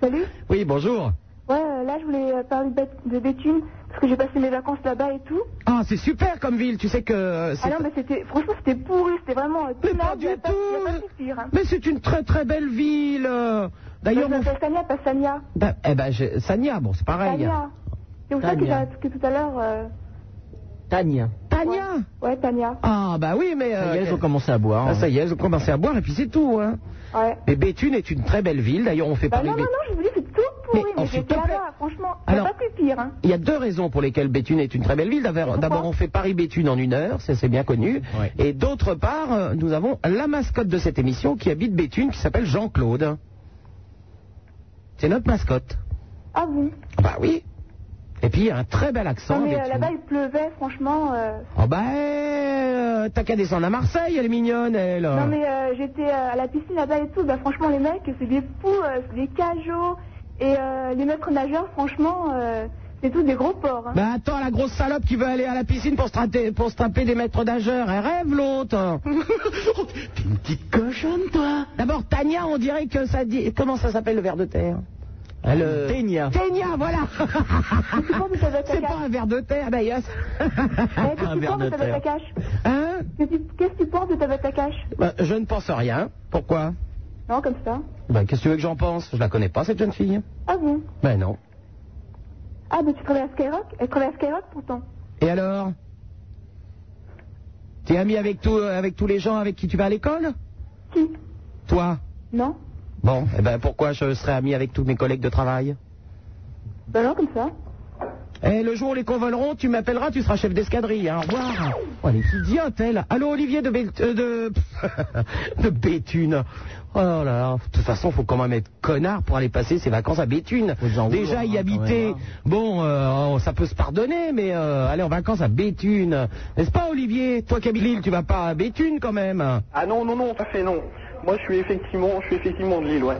S11: Salut
S4: Oui, bonjour.
S11: Ouais, euh, là, je voulais euh, parler de, Bét- de Béthune, parce que j'ai passé mes vacances là-bas et tout.
S4: Ah, c'est super comme ville, tu sais que... euh, c'est-
S11: Ah non, mais c'était, franchement, c'était pourri, c'était vraiment euh,
S4: Mais pas
S11: tenable,
S4: du
S11: y a pas- y a pas de
S4: tout.
S11: pire, hein.
S4: Mais c'est une très très belle ville. euh. D'ailleurs,
S11: Moi, je
S4: on-
S11: m'appelle Tania, pas Samia.
S4: Ben, eh ben, je- Sania, bon, c'est pareil.
S11: Tania. C'est pour ça que,
S4: Tania.
S11: t'as- que tout à l'heure... euh,
S4: Tania. Tania
S11: Ouais, ouais, Tania.
S4: Ah, bah oui, mais.
S20: Ça y est, elles ont commencé à boire. hein.
S4: Ah, ça y est, elles ont commencé à boire et puis c'est tout. Hein.
S11: Ouais.
S4: Mais Béthune est une très belle ville. D'ailleurs, on fait
S11: Bah
S4: parler. oh,
S11: non, non, non, je vous dis, c'est tout pourri, mais, j'étais là-bas, franchement, y a
S4: Alors-
S11: pas plus pire, hein.
S4: Il y a deux raisons pour lesquelles Béthune est une très belle ville. D'abord, d'abord, on fait Paris-Béthune en une heure, ça c'est bien connu. Et d'autre part, euh, nous avons la mascotte de cette émission qui habite Béthune, qui s'appelle Jean-Claude. C'est notre mascotte.
S11: Ah bon
S4: Bah oui. Et puis il y a un très bel accent.
S11: Non, mais euh,
S4: Béthune.
S11: là-bas, il pleuvait, franchement... euh,
S4: Oh bah, euh, t'as qu'à descendre à Marseille, elle est mignonne, elle.
S11: Non mais euh, j'étais euh, à la piscine là-bas et tout, bah franchement les mecs c'est des fous, euh, c'est des cajots et euh, les maîtres nageurs franchement euh, c'est tous des gros porcs. hein.
S4: Bah attends, la grosse salope qui veut aller à la piscine pour se, trater- pour se taper des maîtres nageurs, elle rêve
S11: *laughs*
S4: l'autre. T'es une petite cochonne toi. D'abord Tania, on dirait que ça dit... Comment ça s'appelle le ver de terre le...
S20: Ténia.
S4: Ténia,
S11: *laughs*
S4: voilà C'est pas un ver de terre ah bah, d'ailleurs.
S11: Eh, Qu'est-ce que tu penses de Tabata Cash
S4: Hein
S11: Qu'est-ce que tu- Qu'est-ce que tu penses de Tabata Cash
S4: Bah, je ne pense à rien. Pourquoi
S11: Non comme ça.
S4: Bah qu'est-ce que tu veux que j'en pense Je la connais pas cette jeune fille.
S11: Ah bon
S4: Ben non.
S11: Ah mais tu travailles à Skyrock Elle travaille à Skyrock pourtant.
S4: Et alors T'es ami avec, tout, euh, avec tous les gens avec qui tu vas à l'école
S11: Qui
S4: Toi
S11: Non
S4: Bon, eh ben pourquoi je serais ami avec tous mes collègues de travail
S11: Bah non comme ça.
S4: Eh, le jour où les convoleront, tu m'appelleras, tu seras chef d'escadrille, hein. Au revoir. Oh, elle est idiote, elle. Allô, Olivier de, Bé- euh, de... *laughs* de Béthune. Oh là là. De toute façon, faut quand même être connard pour aller passer ses vacances à Béthune. Déjà y habiter. Bon, euh, oh, ça peut se pardonner, mais euh, aller en vacances à Béthune. N'est-ce pas, Olivier Toi qui habites Lille, tu vas pas à Béthune quand même.
S5: Ah non, non, non, tout à fait non. Moi, je suis effectivement, je suis effectivement de Lille, ouais.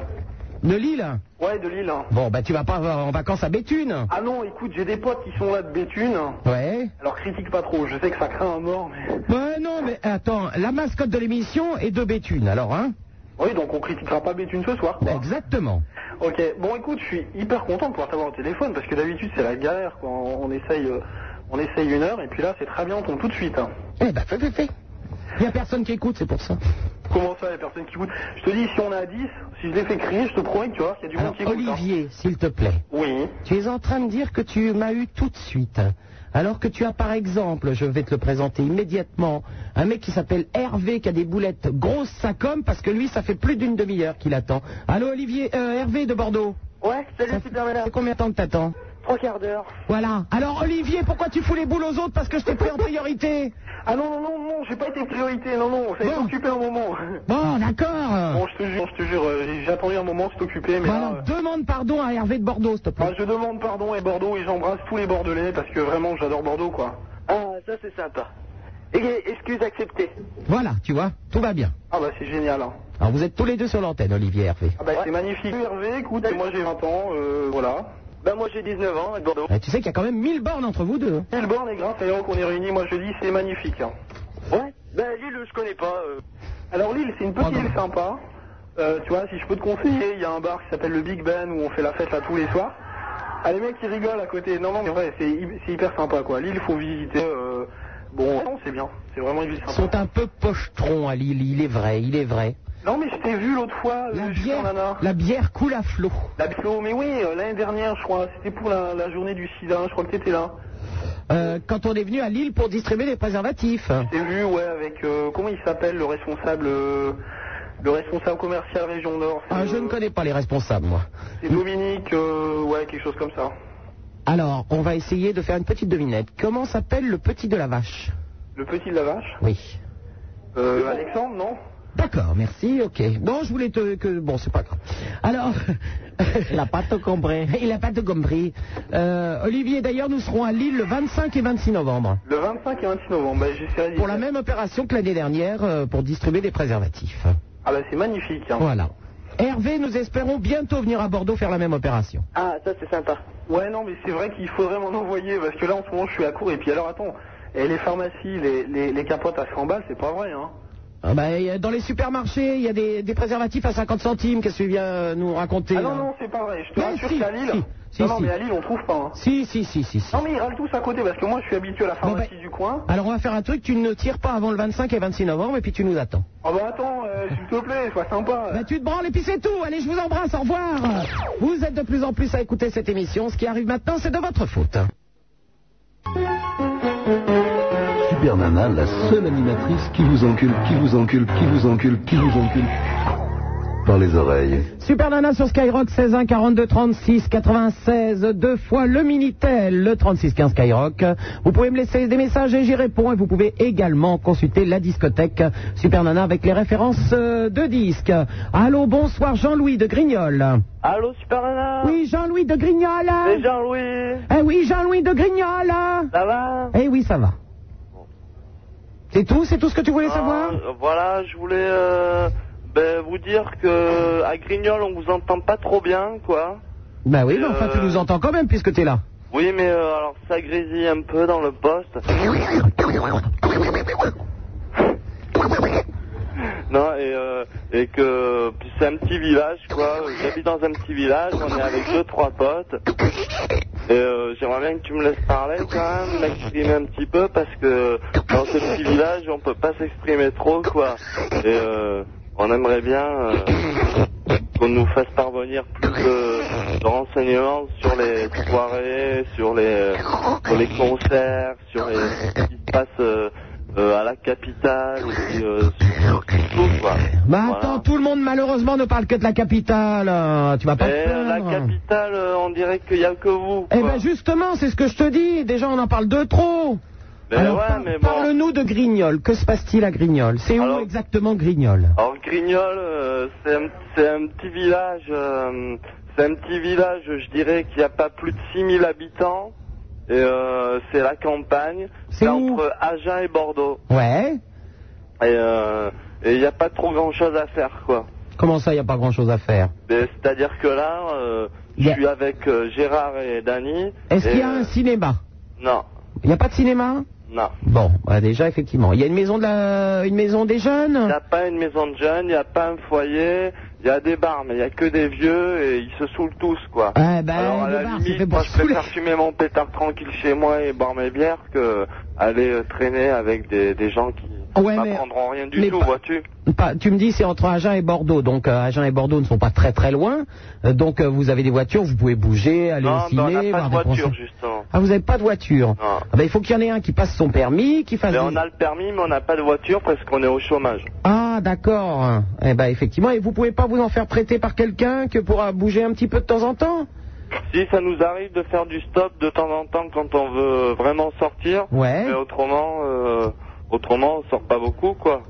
S4: De Lille
S5: Ouais, de Lille. hein.
S4: Bon, bah tu vas pas en vacances à Béthune.
S5: Ah non, écoute, j'ai des potes qui sont là de Béthune.
S4: Ouais.
S5: Alors critique pas trop, je sais que ça craint un mort, mais...
S4: Ouais, non, mais attends, la mascotte de l'émission est de Béthune, alors, hein
S5: Oui, donc on critiquera pas Béthune ce soir. quoi.
S4: Exactement.
S5: Ok, bon écoute, je suis hyper content de pouvoir t'avoir au téléphone, parce que d'habitude c'est la galère, quoi. On, on essaye... euh, On essaye une heure et puis là c'est très bien, on tombe tout de suite. hein.
S4: Eh ben, fais, fais, fais. Il n'y a personne qui écoute, c'est pour ça.
S5: Comment ça, les personnes qui écoutent Je te dis, si on est à 10, si je les fais crier, je te promets que tu vas voir qu'il y a du monde qui écoute. hein.
S4: Olivier, s'il te plaît.
S5: Oui.
S4: Tu es en train de dire que tu m'as eu tout de suite. hein. Alors que tu as par exemple, je vais te le présenter immédiatement, un mec qui s'appelle Hervé qui a des boulettes grosses, ça comme, parce que lui, ça fait plus d'une demi-heure qu'il attend. Allô Olivier, euh, Hervé de Bordeaux
S5: Ouais,
S4: salut Superman. C'est combien de temps que t'attends
S5: Trois quarts d'heure.
S4: Voilà. Alors Olivier, pourquoi tu fous les boules aux autres Parce que je t'ai pris en priorité.
S5: Ah non, non, non, non, j'ai pas été priorité, non, non, j'ai été occupé un moment.
S4: Bon, d'accord.
S5: Bon, je te jure, je te jure, euh, j'ai j'ai attendu un moment, c'est occupé, mais
S4: Bon,
S5: là,
S4: alors,
S5: euh,
S4: demande pardon à Hervé de Bordeaux, s'il te plaît.
S5: bah, je demande pardon et Bordeaux et j'embrasse tous les Bordelais parce que vraiment j'adore Bordeaux, quoi. Ah, ça c'est sympa. excuse acceptée.
S4: Voilà, tu vois, tout va bien.
S5: Ah bah c'est génial. hein.
S4: Alors vous êtes tous les deux sur l'antenne, Olivier et Hervé.
S5: Ah bah c'est magnifique. Hervé, écoute, moi j'ai 20 ans, euh, voilà. Bah moi j'ai 19 ans et Bordeaux.
S4: Eh, tu sais qu'il y a quand même 1000 bornes entre vous deux. hein.
S5: Et le bord les grands d'ailleurs qu'on est réunis, moi je dis c'est magnifique. hein. Ouais Ben Lille je connais pas. euh. Alors Lille c'est une petite ville sympa. Euh, tu vois, si je peux te conseiller, il y a un bar qui s'appelle le Big Ben où on fait la fête là tous les soirs. Ah les mecs ils rigolent à côté. Non non mais ouais c'est hy- c'est hyper sympa quoi. Lille faut visiter. euh, Bon non c'est bien, c'est vraiment une ville
S4: Ils
S5: sympa.
S4: sont un peu pochetron à Lille, il est vrai, il est vrai.
S5: Non mais je t'ai vu l'autre fois, la bière, nana.
S4: La bière coule à flot.
S5: La bio, mais oui, euh, l'année dernière je crois, c'était pour la, la journée du sida, je crois que t'étais là.
S4: Euh, quand on est venu à Lille pour distribuer des préservatifs.
S5: J'ai vu, ouais, avec euh, comment il s'appelle le responsable, euh, le responsable commercial région Nord. c'est, euh,
S4: Ah, je ne connais pas les responsables, moi.
S5: C'est Dominique, euh, ouais, quelque chose comme ça.
S4: Alors, on va essayer de faire une petite devinette. Comment s'appelle le petit de la vache
S5: Le petit de la vache.
S4: Oui.
S5: Euh, Alexandre, non
S4: D'accord, merci, ok. Bon, je voulais te... Que, bon, c'est pas grave. Alors... Il n'a pas tout compris. *laughs* Il n'a pas tout compris. Euh, Olivier, d'ailleurs, nous serons à Lille le 25 et 26 novembre.
S5: Le 25 et 26 novembre, bah, j'essaierai d'y
S4: Pour la même opération que l'année dernière, euh, pour distribuer des préservatifs.
S5: Ah bah c'est magnifique. Hein.
S4: Voilà. Hervé, nous espérons bientôt venir à Bordeaux faire la même opération.
S5: Ah ça c'est sympa. Ouais non mais c'est vrai qu'il faudrait m'en envoyer parce que là en ce moment je suis à court et puis alors attends, et les pharmacies, les, les, les capotes à 100 balles c'est pas vrai hein.
S4: Ah bah, y a- dans les supermarchés, il y a des, des préservatifs à 50 centimes. Qu'est-ce que tu viens euh, nous raconter
S5: ah non
S4: là
S5: non c'est pas vrai, je te
S4: Mais
S5: rassure
S4: si,
S5: qu'à Lille.
S4: si, si,
S5: non non
S4: si.
S5: mais à Lille on trouve pas. hein.
S4: Si, si, si, si. si.
S5: Non mais ils râlent tous à côté parce que moi je suis habitué à la pharmacie
S4: bah-
S5: du coin.
S4: Alors on va faire un truc, tu ne tires pas avant le 25 et 26 novembre et puis tu nous attends.
S5: Ah bah attends, euh, s'il te plaît, sois sympa.
S4: Bah tu te branles et puis c'est tout. Allez, je vous embrasse, au revoir. Vous êtes de plus en plus à écouter cette émission. Ce qui arrive maintenant, c'est de votre faute.
S1: Super Nana, la seule animatrice qui vous encule, qui vous encule, qui vous encule, qui vous encule. Par les oreilles.
S4: Super Nana sur Skyrock 16 1 42 36 96 deux fois le minitel le 36 15 Skyrock. Vous pouvez me laisser des messages et j'y réponds et vous pouvez également consulter la discothèque Super Nana avec les références euh, de disques. Allô, bonsoir Jean-Louis de Grignol.
S21: Allô, Super Nana
S4: Oui, Jean-Louis de Grignol.
S21: C'est Jean-Louis
S4: Eh oui, Jean-Louis de Grignol.
S21: Ça va
S4: Eh oui, ça va. C'est tout, c'est tout ce que tu voulais savoir
S7: Euh, Voilà, je voulais euh, ben, vous dire que à Grignol, on vous entend pas trop bien, quoi.
S4: Bah oui, mais enfin tu
S7: euh,
S4: nous entends quand même puisque t'es là.
S7: Oui, mais euh, alors ça grésille un peu dans le poste. Non, et, euh, et que puis c'est un petit village, quoi. J'habite dans un petit village, on est avec deux, trois potes. Et euh, j'aimerais bien que tu me laisses parler quand même, m'exprimer un petit peu, parce que dans ce petit village, on peut pas s'exprimer trop, quoi. Et euh, on aimerait bien euh, qu'on nous fasse parvenir plus de, de renseignements sur les soirées, sur les, sur les concerts, sur les, ce qui se passe euh, euh, à la capitale, et puis, euh, sur, sur tout, quoi.
S4: Bah attends, tout le monde malheureusement ne parle que de la capitale. euh, Tu vas pas te
S7: Et, euh, la
S4: plaindre.
S7: capitale, euh, on dirait qu'il n'y a que vous.
S4: Eh ben justement, c'est ce que je te dis. Déjà, on en parle de trop.
S7: Mais
S4: Alors,
S7: Ben ouais,
S4: par-
S7: mais bon.
S4: Parle-nous de Grignol. Que se passe-t-il à Grignol C'est où exactement Grignol
S7: Alors Grignol, euh, c'est un, c'est un petit village, euh, c'est un petit village, je dirais, qui a pas plus de 6000 habitants. Et euh, c'est la campagne, c'est entre Agen et Bordeaux.
S4: Ouais.
S7: Et euh, et il n'y a pas trop grand-chose à faire, quoi.
S4: Comment ça, il n'y a pas grand-chose à faire
S7: Mais C'est-à-dire que là, euh, je suis avec euh, Gérard et Dany.
S4: Est-ce
S7: et,
S4: qu'il y a
S7: euh,
S4: un cinéma
S7: Non,
S4: Il n'y a pas de cinéma
S7: non.
S4: Bon, bah, déjà effectivement. Il y a une maison de la... une maison des
S7: Il
S4: jeunes.
S7: n'y a pas une maison de jeunes, il n'y a pas un foyer, il y a des bars, mais il n'y a que des vieux et ils se saoulent tous, quoi.
S4: Ah, bah,
S7: Alors, à
S4: les
S7: la
S4: bars, c'est
S7: limite,
S4: fait pour
S7: moi, je préfère fumer mon pétard tranquille chez moi et boire mes bières que aller euh, traîner avec des, des gens qui
S4: Ouais, mais-
S7: n'apprendront rien du
S4: mais
S7: tout,
S4: pas-
S7: vois-tu.
S4: Pas- tu me dis c'est entre Agen et Bordeaux, donc euh, Agen et Bordeaux ne sont pas très très loin, Euh, donc euh, vous avez des voitures, vous pouvez bouger, aller
S7: Non,
S4: au
S7: mais on
S4: ciné,
S7: n'a
S4: voir des
S7: pas de voiture,
S4: concerts.
S7: justement.
S4: Ah vous n'avez pas de voiture
S7: Non.
S4: Ah, bah, il faut qu'il y en ait un qui passe son permis, qui fasse.
S7: Mais
S4: des-
S7: on a le permis, mais on n'a pas de voiture parce qu'on est au chômage.
S4: Ah d'accord. Eh ben effectivement, et vous pouvez pas vous en faire prêter par quelqu'un que pourra bouger un petit peu de temps en temps.
S7: Si, ça nous arrive de faire du stop de temps en temps quand on veut vraiment sortir.
S4: Ouais.
S7: Mais autrement, euh, autrement, on sort pas beaucoup, quoi.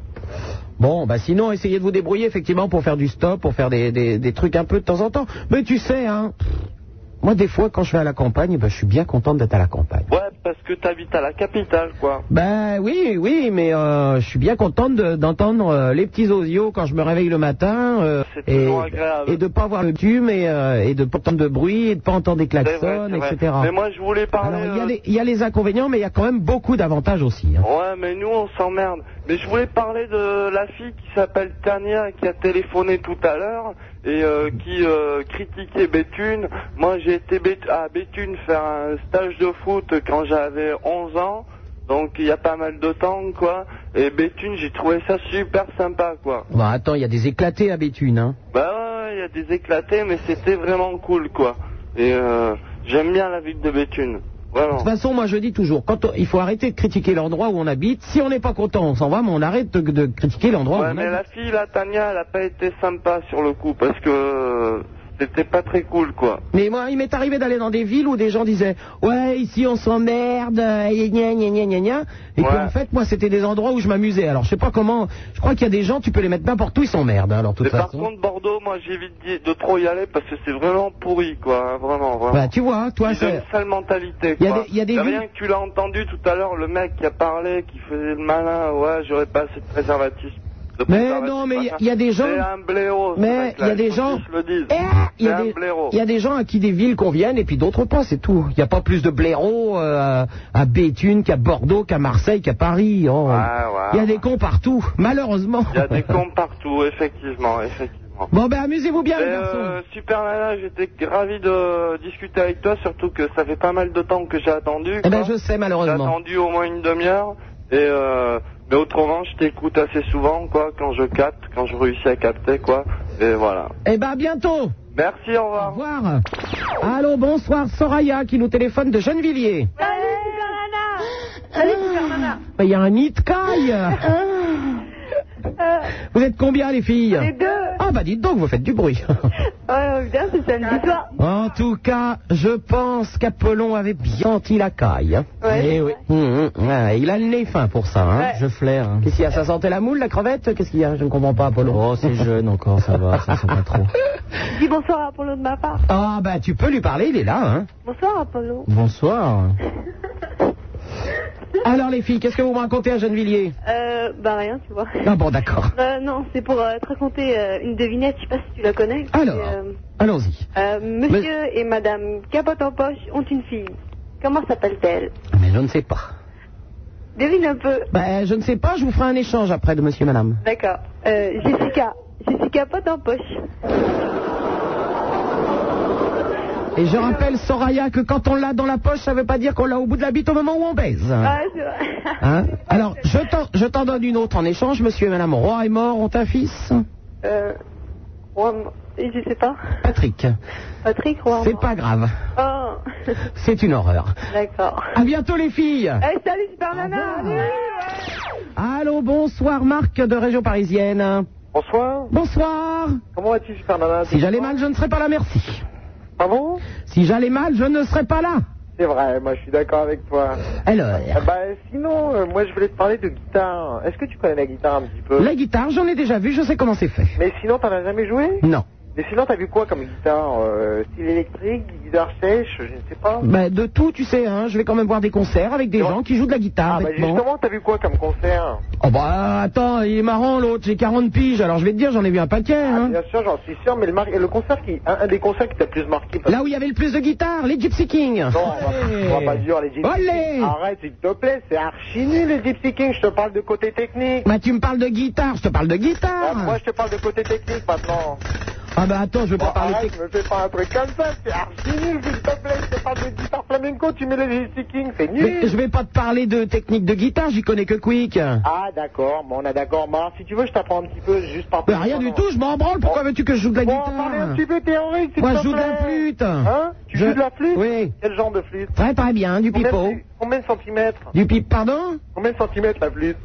S4: Bon, bah sinon essayez de vous débrouiller effectivement pour faire du stop, pour faire des, des, des trucs un peu de temps en temps. Mais tu sais hein, pff, moi des fois quand je vais à la campagne, bah, je suis bien contente d'être à la campagne.
S7: Ouais, parce que t'habites à la capitale, quoi.
S4: Ben oui, oui, mais euh, je suis bien contente de- d'entendre euh, les petits osios quand je me réveille le matin euh, et, et de pas avoir le tume et, euh, et de pas entendre de bruit et de pas entendre des
S7: C'est vrai,
S4: klaxons,
S7: c'est vrai.
S4: etc.
S7: Mais moi, je voulais parler.
S4: Alors, il y, a
S7: euh,
S4: les, il y a les inconvénients, mais il y a quand même beaucoup d'avantages aussi. hein.
S7: Ouais, mais nous, on s'emmerde. Mais je voulais parler de la fille qui s'appelle Tania, qui a téléphoné tout à l'heure et euh, qui euh, critiquait Béthune. Moi, j'ai été Bét- à Béthune faire un stage de foot quand j'avais 11 ans. Donc, il y a pas mal de temps, quoi. Et Béthune, j'ai trouvé ça super sympa, quoi.
S4: Bon, attends, il y a des éclatés à Béthune. Hein.
S7: Bah ouais, ouais, il y a des éclatés, mais c'était vraiment cool, quoi. Et euh, j'aime bien la ville de Béthune.
S4: De
S7: Vraiment.
S4: toute façon, moi je dis toujours, quand on- il faut arrêter de critiquer l'endroit où on habite. Si on n'est pas content, on s'en va, mais on arrête de, de critiquer l'endroit où
S7: Ouais,
S4: on
S7: mais
S4: habite.
S7: la fille, la Tania, elle a pas été sympa sur le coup parce que euh, c'était pas très cool, quoi.
S4: Mais moi, il m'est arrivé d'aller dans des villes où des gens disaient Ouais, ici on s'emmerde, euh, et gna gna gna gna gna. Et
S7: Ouais.
S4: qu'en fait, moi, c'était des endroits où je m'amusais. Alors, je sais pas comment. Je crois qu'il y a des gens, tu peux les mettre n'importe où, ils s'emmerdent. hein, Alors, de toute
S7: Mais par
S4: façon.
S7: contre, Bordeaux, moi, j'évite d'y- de trop y aller parce que c'est vraiment pourri, quoi. hein, vraiment, vraiment.
S4: Bah, tu vois, toi,
S7: Ils ont
S4: c'est-
S7: une sale mentalité,
S4: Il y a
S7: quoi.
S4: des- il y a des
S7: C'est
S4: villes-
S7: rien que tu l'as entendu tout à l'heure, le mec qui a parlé, qui faisait le malin, ouais, j'aurais pas assez de préservatifs. de
S4: Mais
S7: préservatifs,
S4: non, mais il y a-
S7: machin.
S4: il y a des gens.
S7: C'est un blaireau. ce
S4: Mais il
S7: mec-là,
S4: y a des
S7: faut que
S4: gens.
S7: je le dise.
S4: Eh, Il y, a
S7: C'est un
S4: des,
S7: blaireau.
S4: il y a des gens à qui des villes conviennent et puis d'autres pas, c'est tout. Il n'y a pas plus de blaireaux euh, à Béthune qu'à Bordeaux, qu'à Marseille, qu'à Paris. oh. Il y a des cons partout, malheureusement.
S7: Il y a des cons partout, effectivement, effectivement.
S4: *laughs* Bon, ben amusez-vous bien,
S7: Et,
S4: les garçons.
S7: euh, super Nana, j'étais ravi de discuter avec toi, surtout que ça fait pas mal de temps que j'ai attendu.
S4: Eh ben,
S7: quoi.
S4: je sais, malheureusement.
S7: J'ai attendu au moins une demi-heure. Et euh, mais autrement, je t'écoute assez souvent, quoi, quand je capte, quand je réussis à capter, quoi. Et voilà.
S4: Eh ben, à bientôt.
S7: Merci, au
S4: Au
S7: revoir.
S4: revoir. Allô, bonsoir, Soraya qui nous téléphone de Gennevilliers. Ah,
S11: Salut, super nana.
S4: Il y a un nid de caille. Vous êtes combien, les filles
S11: Les deux.
S4: Ah, bah dites donc, vous faites du *laughs* bruit.
S11: Ouais, bien, c'est samedi soir.
S4: En tout cas, je pense qu'Apollon avait bien senti la caille. hein. Eh oui. Hum, hum, ouais, il a le nez fin pour ça. hein.
S22: Je flaire. hein.
S4: Qu'est-ce qu'il y a Ça sentait la moule, la crevette Qu'est-ce qu'il y a Je ne comprends pas, Apollon.
S22: Oh, c'est jeune encore, ça va, ça sent pas
S4: *laughs*
S22: trop.
S11: Dis bonsoir à Apollo de ma part.
S4: Ah, bah tu peux lui parler, il est là. Hein.
S11: Bonsoir Apollo. *laughs*
S22: Bonsoir.
S4: Alors, les filles, qu'est-ce que vous me racontez à Gennevilliers
S11: Euh, bah rien, tu vois.
S4: Ah, bon,
S11: *laughs*
S4: d'accord.
S11: Euh, non, c'est pour euh, te raconter euh, une devinette, je sais pas si tu la connais.
S4: Alors.
S11: Euh,
S4: Allons-y.
S11: euh, monsieur et madame Capote en poche ont une fille. Comment s'appelle-t-elle
S4: Mais je ne sais pas.
S11: Devine un peu.
S4: Bah, je ne sais pas, je vous ferai un échange après de monsieur et madame.
S11: D'accord. Euh, Jessica. Jessica Pote en poche.
S4: Et je rappelle, Soraya, que quand on l'a dans la poche, ça ne veut pas dire qu'on l'a au bout de la bite au moment où on baise.
S11: Ah, *laughs* c'est vrai.
S4: Hein Alors, je t'en- je t'en donne une autre en échange. Monsieur et Madame Roy est mort, ont un fils
S11: Euh, Roam- je sais pas.
S4: Patrick.
S11: Patrick Roam.
S4: C'est pas grave.
S11: Oh. *laughs*
S4: C'est une horreur.
S11: D'accord.
S4: À bientôt, les filles
S11: Eh, salut super
S4: Oh
S5: Ah
S11: nana.
S5: bah.
S4: Allô, bonsoir, Marc de Région Parisienne.
S5: Bonsoir.
S4: Bonsoir
S5: Comment vas-tu, super nana
S4: Si j'allais mal, je ne serais pas là, merci.
S5: Pardon
S4: Si j'allais mal, je ne serais pas là.
S5: C'est vrai, moi je suis d'accord avec toi.
S4: Alors
S5: Ah Bah sinon, euh, moi je voulais te parler de guitare. Est-ce que tu connais la guitare un petit peu
S4: La guitare, j'en ai déjà vu, je sais comment c'est fait.
S5: Mais sinon, t'en as jamais joué
S4: Non.
S5: Mais sinon, t'as vu quoi comme guitare euh, Style électrique, guitare sèche, je ne sais pas.
S4: Bah, de tout, tu sais, hein, je vais quand même voir des concerts avec des gens qui jouent de la guitare.
S5: Ah bah
S4: bêtement.
S5: justement, t'as vu quoi comme concert
S4: Oh bah attends, il est marrant l'autre, j'ai 40 piges, alors je vais te dire, j'en ai vu un paquet. hein.
S5: Ah, Bien sûr, j'en suis sûr, mais le, mar- le concert qui, un, un des concerts qui t'a le plus marqué. parce-
S4: Là où il y avait le plus de guitares, les Gypsy Kings. Eh.
S5: Non, on va, on va pas dire les Gypsy
S4: Allez
S5: Kings. Arrête, s'il te plaît, c'est archi nul les Gypsy Kings. Je te parle de côté technique.
S4: Bah tu me parles de guitare, je te parle de guitare.
S5: Ah, moi, Oh, je te parle de côté technique maintenant.
S4: Ah bah attends, je vais
S5: Bon,
S4: pas parler
S5: arrête, me fais pas un truc comme ça, c'est archi nul, s'il te plaît. Je te parle de guitare flamenco, tu mets les Gypsy Kings, c'est nul.
S4: Mais je vais pas te parler de technique de guitare, j'y connais que Quick.
S5: Ah, d'accord, bon, on a d'accord. Bon, alors, si tu veux, je t'apprends un petit peu juste par
S4: Bah, rien du tout, je m'en branle,
S5: Oh.
S4: pourquoi veux-tu que je joue de la
S5: Bon, parlez un
S4: guitare
S5: petit peu théorique, s'il
S4: Moi,
S5: te
S4: je joue de la
S5: plaît.
S4: flûte.
S5: Hein Tu
S4: Je-
S5: joues de la flûte
S4: Oui.
S5: Quel genre de flûte
S4: Très très bien, du
S5: Combien de-
S4: pipeau.
S5: Combien de centimètres
S4: Du pipe, pardon
S5: Combien de centimètres la flûte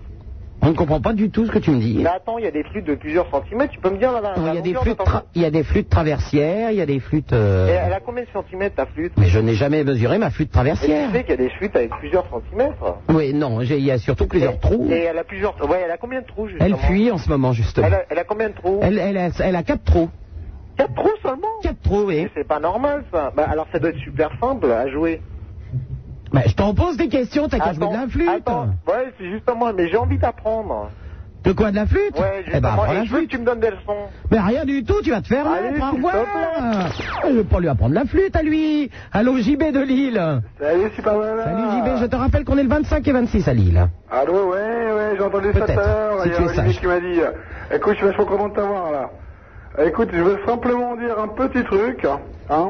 S4: On ne comprend pas du tout ce que tu me dis.
S5: Mais attends, il y a des flûtes de plusieurs centimètres, tu peux me dire la, la,
S4: Il y, a
S5: la
S4: des
S5: longueur
S4: flûtes
S5: de ton-
S4: tra- il y a des flûtes traversières, il y a des flûtes... euh,
S5: Et Elle a combien de centimètres ta flûte
S4: Mais je n'ai jamais mesuré ma flûte
S5: Et
S4: traversière.
S5: Tu sais qu'il y a des flûtes avec plusieurs centimètres
S4: Oui, non, j'ai- il y a surtout plusieurs trous.
S5: Et elle a plusieurs... Ouais, elle a combien de trous justement
S4: Elle fuit en ce moment, justement.
S5: Elle a, elle a combien de trous
S4: Elle, elle, a, elle a quatre trous.
S5: Quatre trous seulement
S4: Quatre trous, oui.
S5: C'est pas normal ça. Bah, alors ça doit être super simple à jouer.
S4: Bah, je t'en pose des questions, t'as qu'à jouer de la flûte.
S5: Attends, ouais, c'est justement, mais j'ai envie d'apprendre.
S4: De quoi, de la flûte
S5: Ouais,
S4: Eh ben,
S5: justement,
S4: apprends
S5: et
S4: la
S5: je veux que
S4: flûte.
S5: tu me donnes des leçons.
S4: Mais rien du tout, tu vas te faire
S5: Allez,
S4: mettre, au
S5: s'il te
S4: revoir. Je vais pas lui apprendre la flûte à lui. Allô, JB de Lille.
S5: Salut, super nana.
S4: Salut JB, je te rappelle qu'on est le 25 et 26 à Lille.
S5: Allô, Ah, ouais, ouais, j'ai entendu ça tout
S4: Peut-être,
S5: à l'heure.
S4: si
S5: Il y a
S4: tu es
S5: Olivier
S4: sage.
S5: qui m'a dit euh, Écoute, je suis vachement content de t'avoir là. Euh, Écoute, je veux simplement dire un petit truc. Hein,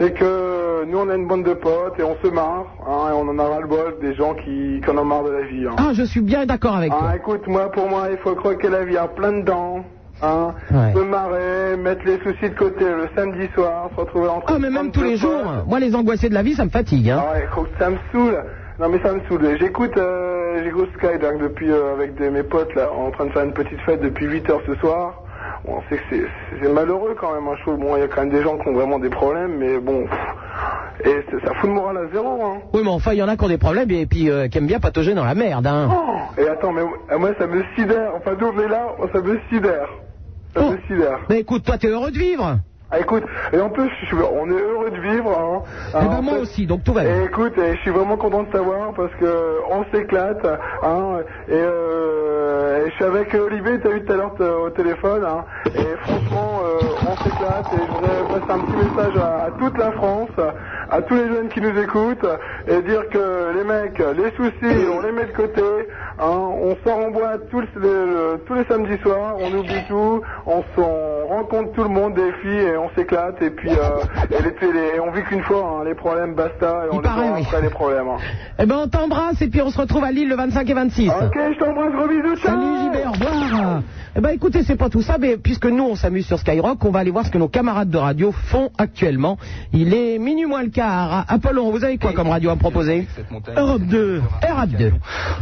S5: c'est que nous, on a une bande de potes et on se marre. Hein, et on en a ras-le-bol des gens qui, qui en ont marre de la vie. hein.
S4: Ah, je suis bien d'accord avec toi.
S5: Ah, écoute, moi, pour moi, il faut croquer la vie à plein dedans. Hein,
S4: Ouais.
S5: se marrer, mettre les soucis de côté le samedi soir, se retrouver entre
S4: Ah, mais même tous les jours. Moi, les angoissés de la vie, ça me fatigue. Hein.
S5: ah ouais, écoute, ça me saoule. Non mais ça me saoule. J'écoute, euh, j'écoute Skydark depuis euh, avec des- mes potes là, en train de faire une petite fête depuis 8 heures ce soir.
S11: on sait que c'est- c'est malheureux quand même. Hein, je trouve. bon, il y a quand même des gens qui ont vraiment des problèmes, mais bon, pff, et c'est- ça fout le moral à zéro. Hein.
S4: Oui, mais enfin, il y en a qui ont des problèmes et puis euh, qui aiment bien patauger dans la merde. Hein.
S5: Ah,
S11: Et attends, mais euh, moi ça me sidère. Enfin, d'où on est là, oh, ça me sidère. Ça me sidère.
S4: Oh. Mais écoute, toi, t'es heureux de vivre.
S11: Ah, écoute, et en plus, je suis- on est heureux de vivre. Hein.
S5: Ah,
S11: Hein, en
S4: Eh ben, moi
S11: fait-
S4: aussi, donc tout va bien.
S11: Et écoute, et je suis vraiment content de t'avoir parce que on s'éclate. Hein, et, euh, et je suis avec Olivier, t'as eu tout à l'heure t- au téléphone. Hein, et franchement, euh, on s'éclate. Et je voudrais passer un petit message à, à toute la France, à tous les jeunes qui nous écoutent, et dire que les mecs, les soucis, on les met de côté. hein, on sort en boîte tous les, le- tous les samedis soirs, on oublie tout, on, s'en- on rencontre tout le monde, des filles, et on s'éclate. Et puis, euh, et les- les- et on vit qu'une fois, hein, les problèmes, basta, et on est après les problèmes. hein.
S4: Eh ben, on t'embrasse et puis on se retrouve à Lille le 25 et 26.
S11: Ok, je t'embrasse, gros bisous, ciao
S4: Salut JB, au revoir Eh ben, écoutez, c'est pas tout ça, mais puisque nous, on s'amuse sur Skyrock, on va aller voir ce que nos camarades de radio font actuellement. Il est minuit moins le quart. Apollon, vous avez quoi comme radio à me proposer Europe 2. Europe 2.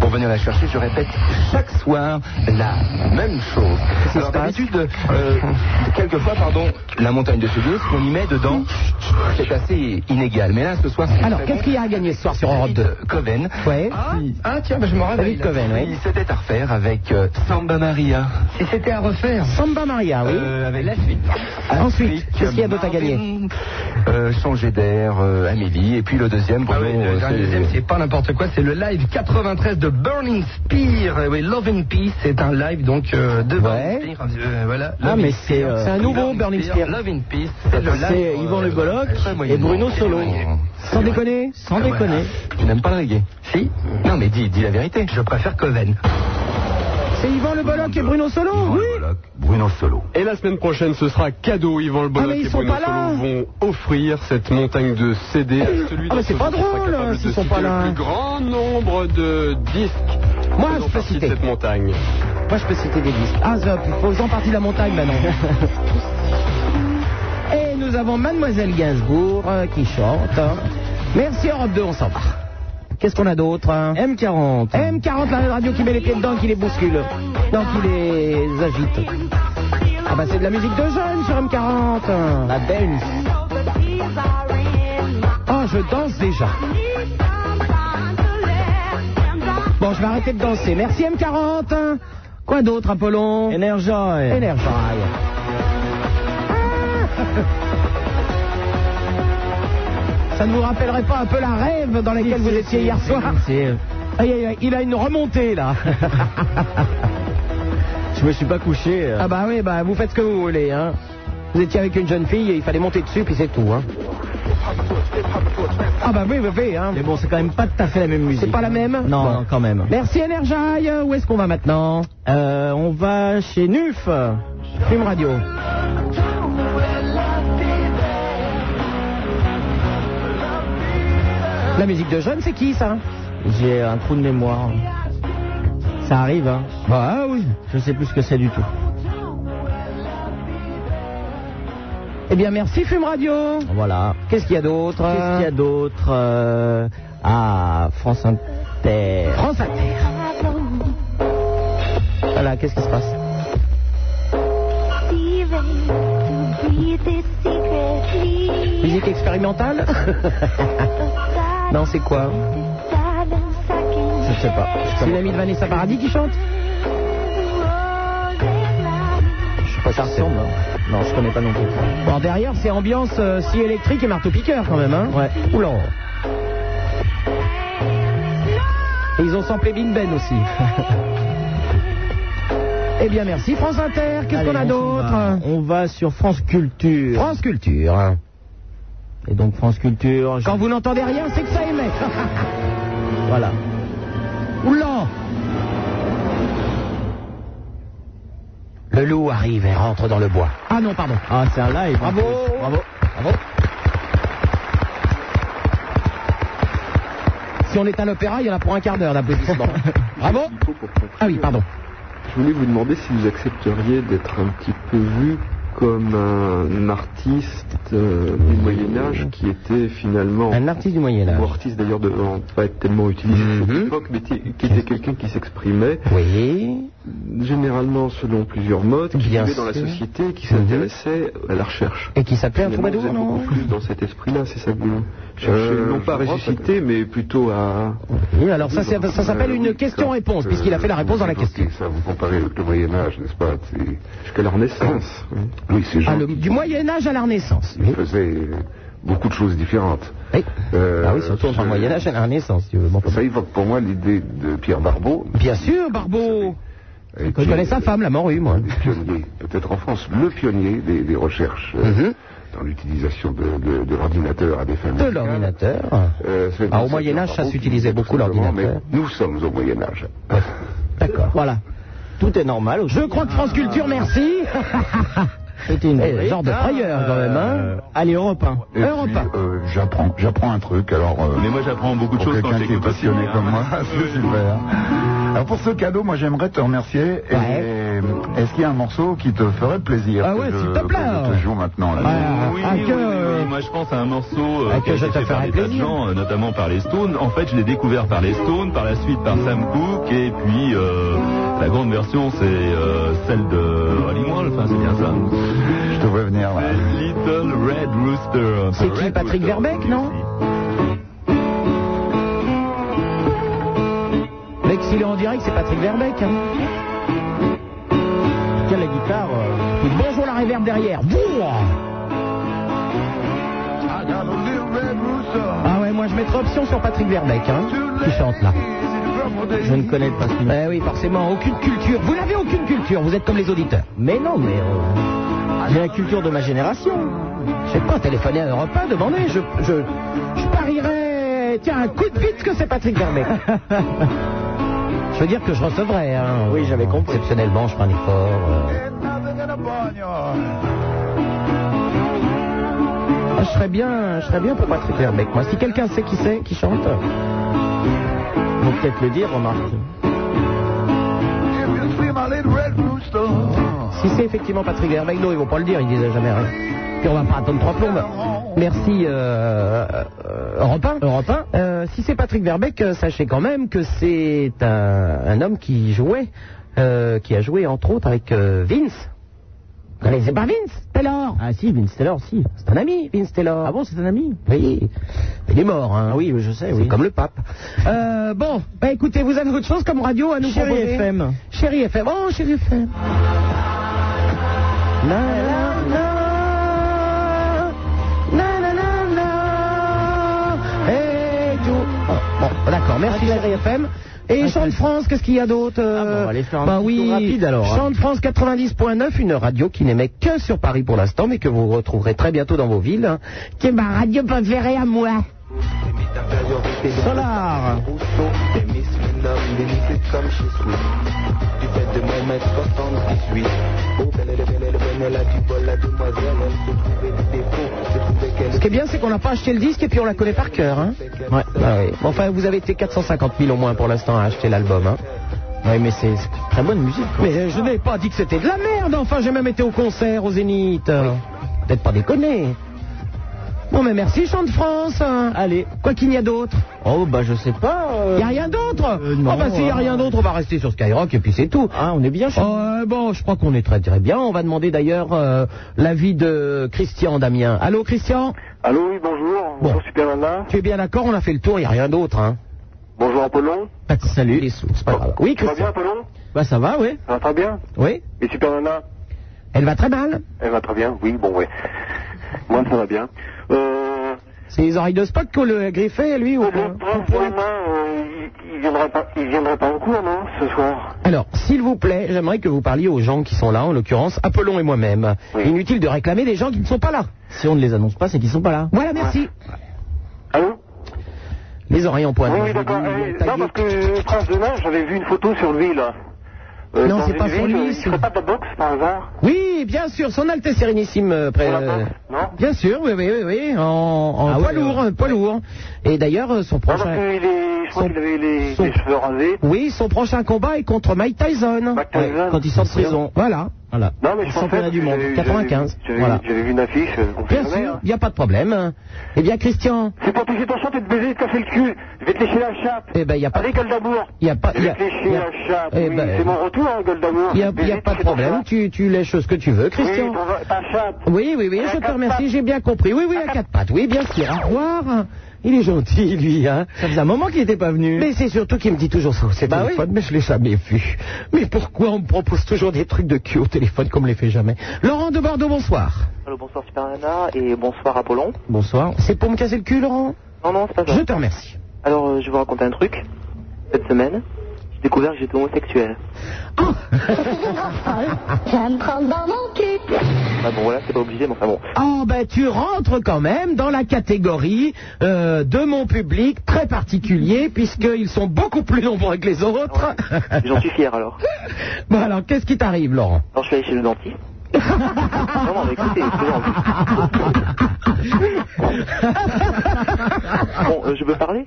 S1: Pour venir la chercher, je répète chaque soir la même chose. Alors d'habitude, euh, quelquefois, pardon, la montagne de souvenirs, ce qu'on y met dedans, c'est assez inégal. Mais là, ce soir, c'est
S4: Alors, qu'est-ce qu'il y a à gagner ce soir sur Europe 2
S1: Coven.
S4: Ouais.
S1: Ah, ah, tiens, bah, je me rappelle.
S4: David Coven, oui.
S1: Si c'était à refaire avec euh, Samba Maria.
S4: Si c'était à refaire. Samba Maria, oui.
S1: Euh, avec la suite.
S4: Ensuite, qu'est-ce qu'il y a d'autre à gagner
S1: Euh, changer d'air euh, à midi. Et puis le deuxième, Bruno, euh,
S23: Ah Le
S1: c'est-
S23: deuxième, c'est pas n'importe quoi, c'est le live 93 de Burning Spear. Eh Oui, Love and Peace, c'est un live donc euh, de Burning Spear. Euh, voilà.
S4: Ah,
S23: Love
S4: mais
S23: in
S4: c'est,
S23: Spear.
S4: euh, c'est un nouveau Burning Spear.
S23: Love in Peace, c'est le live.
S4: C'est
S23: euh,
S4: Yvan Le Bolloc
S23: très
S4: et
S23: moyennement.
S4: Bruno Solo. Sans déconner, sans
S23: Ah, voilà.
S4: déconner.
S1: Tu n'aimes pas le reggae Si Non, mais dis, dis la vérité. Je préfère Coven.
S4: C'est Yvan Le Bolloc et Bruno Solo Oui
S24: Bruno Solo.
S25: Et la semaine prochaine, ce sera cadeau. Yvan Le Bolloc
S4: Ah, mais ils
S25: et
S4: sont
S25: Bruno
S4: pas là.
S25: Solo vont offrir cette montagne de CD à celui
S4: Ah,
S25: d'entre
S4: mais c'est
S25: vous
S4: pas
S25: qui sera
S4: drôle,
S25: capable
S4: s'ils
S25: de
S4: sont
S25: citer
S4: pas là.
S25: Le plus grand nombre de disques.
S4: Moi,
S25: faisant
S4: je peux
S25: partie de cette montagne.
S4: Moi, je peux citer des disques. Ah, zop, il faut en partie de la
S25: *laughs*
S4: montagne maintenant. Et nous avons Mademoiselle Gainsbourg euh, qui chante. Merci Europe 2, on s'en va. Qu'est-ce qu'on a d'autre hein M40. M40, la radio qui met les pieds dedans, qui les bouscule. Non, qui les agite. Ah bah c'est de la musique de jeunes sur M40. La dance. Ah, je danse déjà. Bon, je vais arrêter de danser. Merci M40. Quoi d'autre, Apollon Energy. Energy. Ça ne vous rappellerait pas un peu la rêve dans laquelle vous étiez hier soir Aïe, aïe, aïe, il a une remontée là.
S26: *laughs* Je me suis pas couché. euh.
S4: ah bah oui, bah vous faites ce que vous voulez. Hein. Vous étiez avec une jeune fille et il fallait monter dessus, puis c'est tout. Hein. Ah bah oui, oui, oui. Hein. Mais bon, c'est quand même pas tout à fait la même musique. C'est pas la même
S26: Non, non, quand même.
S4: Merci Energy. Où est-ce qu'on va maintenant
S26: Euh, on va chez Nuf.
S4: Fume Radio. La musique de jeune, c'est qui ça
S26: J'ai un trou de mémoire. Ça arrive, hein
S4: Bah oui.
S26: Je sais plus ce que c'est du tout.
S4: Eh bien, merci Fume Radio.
S26: Voilà.
S4: Qu'est-ce qu'il y a d'autre
S26: Qu'est-ce qu'il y a d'autre euh, Ah, France Inter.
S4: France Inter.
S26: Voilà, qu'est-ce qui se passe
S4: Musique expérimentale *laughs* Non, c'est quoi Je sais pas. C'est l'ami de Vanessa Paradis qui chante
S26: Je sais pas ça ressemble. Non, je connais pas non plus.
S4: hein. Bon, derrière, c'est ambiance euh, scie électrique et marteau-piqueur quand même, hein Ouais. Oula. Et ils ont samplé Big Ben aussi. *laughs* eh bien, merci France Inter. Qu'est-ce
S26: Allez,
S4: qu'on a
S26: on
S4: d'autre
S26: va- On va sur France Culture.
S4: France Culture. hein.
S26: Et donc France Culture. je-
S4: Quand vous n'entendez rien, c'est que ça émet. *laughs*
S26: Voilà.
S4: Oula
S26: Le loup arrive et rentre dans le bois.
S4: Ah non, pardon.
S26: Ah, c'est un live.
S4: Bravo.
S26: Bravo. Bravo.
S4: Si on est à l'opéra, il y en a pour un quart
S26: *laughs*
S4: d'heure d'applaudissements. Bravo Ah oui, pardon.
S7: Je voulais vous demander si vous accepteriez d'être un petit peu vu comme un artiste euh, du Moyen Âge qui était finalement
S26: Un artiste du Moyen Âge.
S7: ou artiste
S1: Mhm.
S7: d'ailleurs devant pas être tellement utilisé à cette époque, mais qui qui était quelqu'un qui s'exprimait
S26: Oui.
S27: généralement selon plusieurs modes qui
S4: Bien
S27: vivaient dans la
S4: sûr.
S27: société,
S1: Mhm.
S27: qui s'intéressaient à la recherche.
S4: Et qui s'appelait un
S27: Finalement,
S4: troubadour,
S27: vous êtes
S4: non
S27: beaucoup plus dans cet esprit-là, c'est ça que vous cherchez,
S4: Euh,
S27: non pas à
S4: je crois,
S27: ressusciter, mais plutôt à...
S4: Oui, alors ça, c'est- ça s'appelle une question-réponse, puisqu'il a fait la réponse dans la question.
S1: Ça, vous comparez avec le Moyen-Âge, n'est-ce pas Jusqu'à
S27: la Renaissance.
S1: Oui, c'est
S4: Ah,
S1: gens
S4: le- du Moyen Âge à la Renaissance.
S1: qui faisaient beaucoup de choses différentes. Euh,
S3: Ah oui, surtout entre
S1: je-
S3: le Moyen Âge et la Renaissance, tu veux. Bon.
S1: Ça évoque pour moi l'idée de Pierre Barbeau.
S4: Bien sûr, Barbeau
S1: Et
S4: Je
S1: puis,
S4: connais sa femme, la morue, moi.
S1: pionnier, peut-être en France, le pionnier des, des recherches euh,
S4: Mhm.
S1: dans l'utilisation de, de- de l'ordinateur à des fins Euh,
S3: De l'ordinateur. Ah, au Moyen Âge, ça s'utilisait beaucoup l'ordinateur.
S1: Nous sommes au Moyen Âge.
S3: D'accord. Voilà. Tout est normal.
S4: Je crois que France
S3: *laughs*
S4: Culture, merci
S3: C'était une
S4: Eh, genre de frayeur,
S3: frayeur
S4: quand même, hein Allez, Europe 1.
S1: Euh,
S3: Et
S4: Europe
S3: puis,
S4: 1.
S1: J'apprends, j'apprends un truc, alors. euh,
S28: Mais moi, j'apprends beaucoup de
S1: pour
S28: choses quand
S1: Quelqu'un qui est
S28: j'écoute aussi,
S1: passionné
S28: hein.
S1: comme moi, *laughs* c'est super. Alors pour ce cadeau, moi j'aimerais te remercier. Et euh, Est-ce qu'il y a un morceau qui te ferait plaisir Ah ouais, s'il te plaît. Ah, Que je te joue maintenant. là
S28: Oui, oui, oui, oui. moi je pense à un morceau euh,
S1: Ah,
S28: qui a
S1: que je
S28: été
S1: te
S28: fait par
S1: ferai
S28: des tas de
S1: plaisir.
S28: gens, euh, notamment par les Stones. En fait, je l'ai découvert par les Stones, par la suite par Sam Cooke, et puis euh, la grande version, c'est euh, celle de Rolling Wolf, hein, c'est bien ça.
S1: Je te vois venir. là.
S28: Little Red Rooster.
S4: C'est
S28: Red
S4: qui Patrick Verbeck, non Mec, s'il est en direct, c'est Patrick Verbeck. Hein. Tiens, la guitare. euh, et Bonjour la réverb derrière. Bourre Ah ouais, moi je mettrais option sur Patrick Verbeck, hein, qui chante là.
S3: Je ne connais pas ce
S4: Eh oui, forcément, aucune culture. Vous n'avez aucune culture, vous êtes comme les auditeurs. Mais non, mais... euh, J'ai la culture de ma génération. Je sais pas, téléphoner à Europe 1, demander, je, je, je parierais... Tiens, un coup de bite que c'est Patrick
S3: *laughs*
S4: Verbeck. je veux dire que je recevrais, hein. Oui, j'avais compris. Exceptionnellement, je ferai un effort. euh. Ah, je serais bien, je serais bien pour Patrick Verbeck. Moi, si quelqu'un sait qui c'est, qui chante, faut peut-être le dire, remarque. Si c'est effectivement Patrick Verbeck, non, ils vont pas le dire, ils disaient jamais rien. Puis on va pas attendre trois plombes. Merci euh, euh, Europe 1. Europe 1. Euh, si c'est Patrick Verbeck, euh, sachez quand même que c'est un, un homme qui jouait, euh, qui a joué entre autres avec euh, Vince. Vous connaissez pas Vince Taylor Ah si, Vince Taylor, si. C'est un ami, Vince Taylor. Ah bon, c'est un ami Oui. Il est mort, hein. Oui, je sais, oui. comme le pape. Euh, bon, bah écoutez, vous avez autre chose comme radio à nous
S3: Chérie
S4: proposer
S3: FM.
S4: Chérie FM. Oh, Chérie FM. Na, na, na. Na, na, na, na. Hey, you. Oh, bon, d'accord, merci Chérie FM. Et Chant de France, qu'est-ce qu'il y a d'autre euh,
S3: allez faire un
S4: bah
S3: petit
S4: oui,
S3: tour rapide, alors, hein.
S4: Chant de France 90.9, une radio qui n'émet que sur Paris pour l'instant, mais que vous retrouverez très bientôt dans vos villes. hein, Qui est ma radio préférée à moi. Solar. Ce qui est bien, c'est qu'on n'a pas acheté le disque et puis on la connaît par cœur. Hein ouais. Enfin, vous avez été 450 000 au moins pour l'instant à acheter l'album. Hein oui, mais c'est c'est très bonne musique. Mais euh, je n'ai pas dit que c'était de la merde. Enfin, j'ai même été au concert au Zénith. euh. Peut-être pas déconner. Bon, mais merci, Chant de France. Allez. Quoi qu'il n'y a d'autre
S3: Oh, bah, je sais pas.
S4: Il n'y a rien d'autre
S3: non,
S4: Oh, bah, s'il n'y a
S3: hein.
S4: rien d'autre, on va rester sur Skyrock et puis c'est tout. Ah, on est bien chez Bon, je crois qu'on est très très bien. On va demander d'ailleurs euh, l'avis de Christian Damien. Allô, Christian
S7: Allô, oui, bonjour. Bonjour, Super Nana.
S4: Tu es bien d'accord On a fait le tour, il n'y a rien d'autre. Hein.
S7: Bonjour, Apollon.
S4: Salut. Les sous, c'est pas grave. Oui,
S7: Ça va bien,
S4: Christian
S7: Apollon
S4: Bah, ça va, oui.
S7: Ça va très bien
S4: Oui.
S7: Et Super Nana
S4: Elle va très mal.
S7: Elle va très bien, oui, bon, ouais. Moi, ça va bien. Euh,
S4: C'est les oreilles de Spock qu'on le griffé, lui ou quoi
S7: euh, il viendra pas, il viendra pas en cours, non, ce soir
S4: Alors, s'il vous plaît, j'aimerais que vous parliez aux gens qui sont là, en l'occurrence, Apollon et moi-même. Inutile de réclamer des gens qui ne sont pas là. Si on ne les annonce pas, c'est qu'ils ne sont pas là. Voilà, merci.
S7: Allô
S4: Les oreilles en pointe.
S7: Oui, oui, d'accord. Eh, non, parce que
S5: euh,
S7: le prince de Nain, j'avais vu une photo sur lui, là. Euh,
S4: Non,
S7: dans
S4: c'est
S7: une
S4: pas sur
S7: ville,
S4: lui,
S7: Il
S4: c'est-
S7: ferait pas de la boxe, par hasard
S4: Oui, bien sûr, son Altesse Sérénissime. euh, pré- euh, bien Ah sûr, oui, oui, oui, oui, en, en poids lourd, euh, poids lourd. Et d'ailleurs, euh, son
S7: Non, parce
S4: prochain...
S7: qu'il est,
S5: crois qu'il avait les, les cheveux rasés.
S4: Oui, son prochain combat est contre Mike Tyson.
S5: Tyson.
S4: Ouais, quand il sort de prison. Voilà. voilà.
S5: Non, mais je pensais
S4: Championnat
S5: que
S4: du monde,
S5: j'avais-
S4: 95.
S5: J'avais
S4: Voilà.
S5: j'avais vu une affiche. euh, On
S4: Bien
S5: sait jamais,
S4: sûr,
S5: hein.
S4: il n'y a pas de problème. Eh bien, Christian.
S5: C'est pour toucher ton chat et te baiser et te casser le cul. Je vais te lécher la chatte.
S4: Eh ben, il n'y a pas
S5: Allez, gueule d'amour.
S4: Il y a pas-
S5: Je vais
S4: il
S5: te
S4: y a- il
S5: lécher
S4: y a-
S5: la chatte.
S4: Eh
S5: oui.
S4: ben,
S5: C'est mon retour, hein, gueule d'amour.
S4: Il n'y a,
S5: Baiser,
S4: il y a pas de
S5: toucher ton
S4: problème,
S5: chat.
S4: tu, tu lèches ce que tu veux, Christian.
S5: Oui, ton- ta chatte.
S4: Oui, oui, oui, je te remercie, j'ai bien compris. Oui, oui, à quatre pattes, oui, bien sûr. Au revoir. Il est gentil, lui, hein. Ça faisait un moment qu'il n'était pas venu. Bah Mais c'est surtout qu'il me dit toujours ça au téléphone, mais je l'ai jamais vu. Mais pourquoi on me propose toujours des trucs de cul au téléphone comme on les fait jamais Laurent de Bordeaux, bonsoir.
S9: Allô, bonsoir Super Nana et bonsoir Apollon.
S4: Bonsoir. C'est pour me casser le cul, Laurent
S9: Non, non, c'est pas ça.
S4: Je te remercie.
S9: Alors, euh, je vais vous raconter un truc. Cette semaine, j'ai découvert que j'étais homosexuel.
S29: *laughs* Ça me prend dans mon cul.
S9: Ah bon, voilà, c'est pas obligé, mais enfin bon.
S4: Oh ben tu rentres quand même dans la catégorie euh, de mon public très particulier puisqu'ils sont beaucoup plus nombreux que les autres.
S9: J'en suis fier alors.
S4: *laughs* bon alors qu'est-ce qui t'arrive Laurent
S9: Alors, je suis allé chez le
S4: *laughs*
S9: dentiste. non, non, mais écoutez, c'est gentil. Bon, euh, je peux parler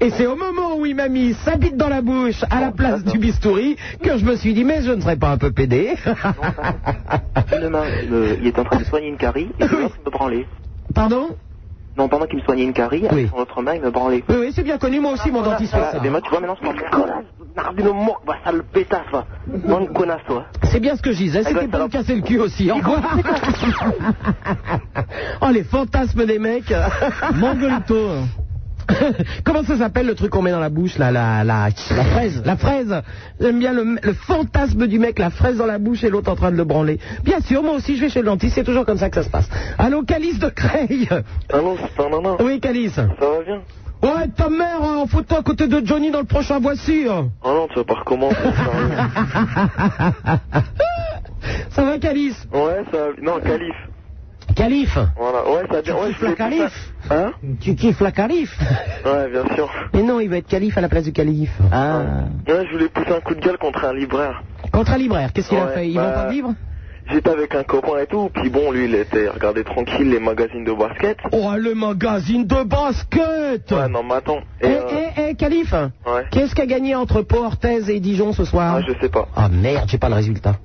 S4: Et c'est au moment où il m'a mis sa bite dans la bouche à la
S9: Oh,
S4: place du bistouri que je me suis dit mais je ne serais pas un peu pédé.
S9: Une main, euh, il était en train de soigner une carie et de l'autre, il me branlait.
S4: Pardon
S9: Non, pendant qu'il me soignait une carie, avec son autre main, il me branlait.
S4: Oui, oui, c'est bien connu, moi aussi, mon dentiste fait ça.
S9: Mais moi, tu vois, maintenant, je
S4: Ah.
S9: pense connasse, Nardino Moc, va, sale pétasse, va. Non, une connasse, toi.
S4: C'est bien ce que je disais,
S9: Eh ben,
S4: c'était
S9: ça
S4: pour me casser le cul aussi. Au revoir. *laughs* oh les fantasmes des mecs. Mongolito. *laughs* Comment ça s'appelle le truc qu'on met dans la bouche là, la, la, la fraise La fraise J'aime bien le, le fantasme du mec, la fraise dans la bouche et l'autre en train de le branler. Bien sûr, moi aussi je vais chez le dentiste, c'est toujours comme ça que ça se passe. Allô, Calice de Creil
S5: Allô, c'est pas maman.
S4: Oui, Calice
S5: Ça va bien
S4: Ouais, ta mère, euh, en photo à côté de Johnny dans le prochain Voici hein.
S5: Oh non, tu vas pas recommencer. sérieux.
S4: *laughs* Ça va, Calice
S5: ouais, ça va. Non, calife.
S4: Calife
S5: Voilà, ouais, ça va bien.
S4: Tu kiffes
S5: Ouais,
S4: la
S5: je voulais tout
S4: calife Hein Tu kiffes la calife
S5: ça. Ouais, bien sûr.
S4: Mais non, il va être calife à la place du calife. Ah.
S5: Ouais, je voulais pousser un coup de gueule contre un libraire.
S4: Contre un libraire, qu'est-ce qu'il a
S5: Ouais,
S4: fait Ils
S5: bah,
S4: vont pas vivre
S5: J'étais avec un copain et tout, puis bon, lui, il était regardé tranquille les magazines de basket.
S4: Oh, le magazine de basket
S5: Ouais, non, mais attends.
S4: Eh,
S5: Et,
S4: eh,
S5: euh,
S4: eh, calife
S5: Ouais.
S4: Qu'est-ce qu'a gagné entre Portez et Dijon ce soir
S5: Ah, je sais pas.
S4: Ah merde, j'ai pas le résultat.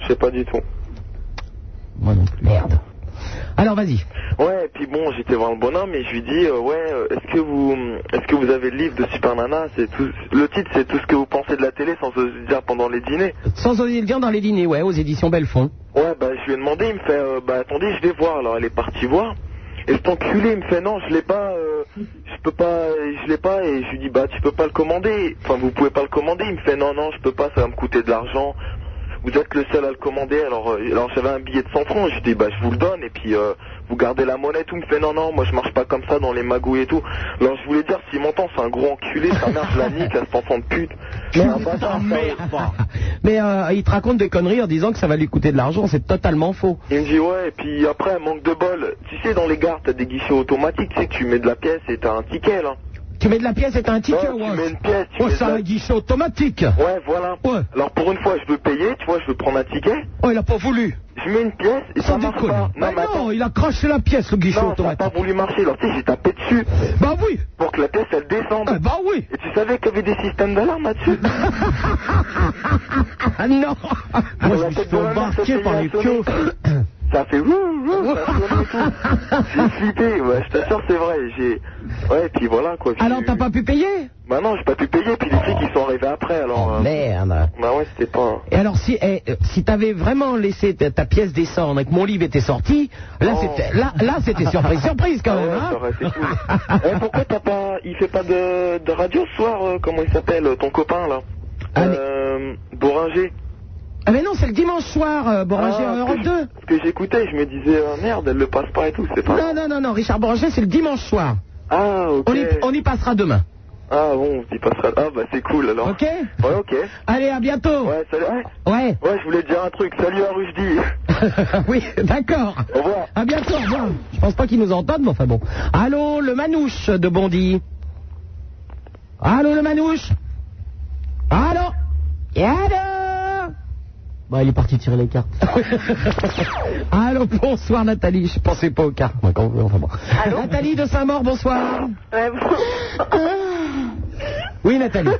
S5: Je sais pas du tout.
S4: Moi non plus. Merde. Alors vas-y.
S5: Ouais, et puis bon, j'étais voir le bonhomme et je lui dis, euh, ouais, euh, est-ce que vous, est-ce que vous avez le livre de Super Nana C'est tout. Le titre, c'est tout ce que vous pensez de la télé sans se dire pendant les dîners.
S4: Sans oser le dire dans les dîners, ouais, aux éditions Belfond.
S5: Ouais, bah je lui ai demandé, il me fait, euh, bah attendez, je vais voir. Alors elle est partie voir. Et cet enculé, il me fait, non, je l'ai pas, euh, je peux pas, euh, je l'ai pas. Et je lui dis, bah tu peux pas le commander. Enfin, vous pouvez pas le commander. Il me fait, non, non, je peux pas, ça va me coûter de l'argent. Vous êtes le seul à le commander. Alors, euh, alors j'avais un billet de 100 francs. Je lui dis, bah je vous le donne. Et puis euh, vous gardez la monnaie. Tout Il me fait, non, non, moi je marche pas comme ça dans les magouilles et tout. Alors je voulais dire, s'il m'entend, c'est un gros enculé. Sa mère, je la nique, à cet enfant de pute. Je suis un bâtard.
S4: *laughs* Mais euh, il te raconte des conneries en disant que ça va lui coûter de l'argent, c'est totalement faux.
S5: Il me dit ouais, et puis après, manque de bol. Tu sais, dans les gares, t'as des guichets automatiques, tu sais, tu mets de la pièce et t'as un ticket, là.
S4: Tu mets de la pièce et t'as un ticket
S5: Ouais,
S4: ou
S5: tu
S4: un-
S5: mets une pièce, tu
S4: Oh,
S5: mets
S4: c'est
S5: de la-
S4: un guichet automatique
S5: Ouais, voilà. Alors pour une fois, je veux payer, tu vois, je veux prendre un ticket.
S4: Oh, il a pas voulu
S5: Je mets une pièce et
S4: Sans
S5: ça marche
S4: déconner.
S5: pas.
S4: Bah
S5: mais
S4: non, il a craché la pièce, le guichet
S5: Non, ça a
S4: automatique.
S5: pas voulu marcher, alors tu sais, j'ai tapé dessus.
S4: Bah oui
S5: Pour que la pièce, elle descende.
S4: bah
S5: *laughs*
S4: oui
S5: Et tu savais qu'il y avait des systèmes d'alarme là-dessus
S4: Ah non Moi, je me suis fait embarquer par les pions.
S5: Ça fait wouh, wouh, ça sonne et tout. J'ai flippé, ouais, je t'assure, c'est vrai. J'ai... Ouais, et puis voilà, quoi. puis-
S4: *coughs* Alors, t'as pas pu payer
S5: Bah non, j'ai pas pu payer, puis les flics ils sont arrivés après alors. euh,
S4: Merde
S5: Bah ouais, c'était pas.
S4: Et alors, si, eh, euh, si t'avais vraiment laissé ta, ta pièce descendre et que mon livre était sorti, là,
S5: Oh.
S4: c'était, là, là, c'était surprise, surprise quand
S5: Ah
S4: même,
S5: ouais,
S4: hein
S5: ça aurait été
S4: *laughs*
S5: cool. Eh, pourquoi t'as pas. Il fait pas de, de radio ce soir, euh, comment il s'appelle, euh, ton copain là Euh. Boringer.
S4: Ah, mais non, c'est le dimanche soir, euh, Boranger
S5: Ah,
S4: en Europe
S5: que je-
S4: 2.
S5: Parce que j'écoutais, je me disais, euh, merde, elle le passe pas et tout, c'est pas.
S4: Non, non, non, non, Richard Boranger, c'est le dimanche soir.
S5: Ah, ok.
S4: On y, on y passera demain.
S5: Ah bon, il passera. Ah bah c'est cool alors.
S4: Ok
S5: Ouais, ok.
S4: Allez, à bientôt
S5: Ouais, salut. Ouais.
S4: Ouais. *laughs*
S5: Ouais, je voulais te dire un truc. Salut à Rushdie.
S4: oui, d'accord.
S5: Au revoir.
S4: À bientôt, au revoir. Je pense pas qu'ils nous entendent, mais enfin bon. Allô, le manouche de Bondy. Allô, le manouche. Allô. Et allô. Bon, il est parti tirer les cartes. *laughs* allô, bonsoir Nathalie. Je pensais pas aux
S11: Eh,
S4: cartes, moi, quand enfin bon. Nathalie de Saint-Maur, bonsoir.
S29: Ouais, bon.
S4: Oui,
S11: *laughs*
S4: Nathalie.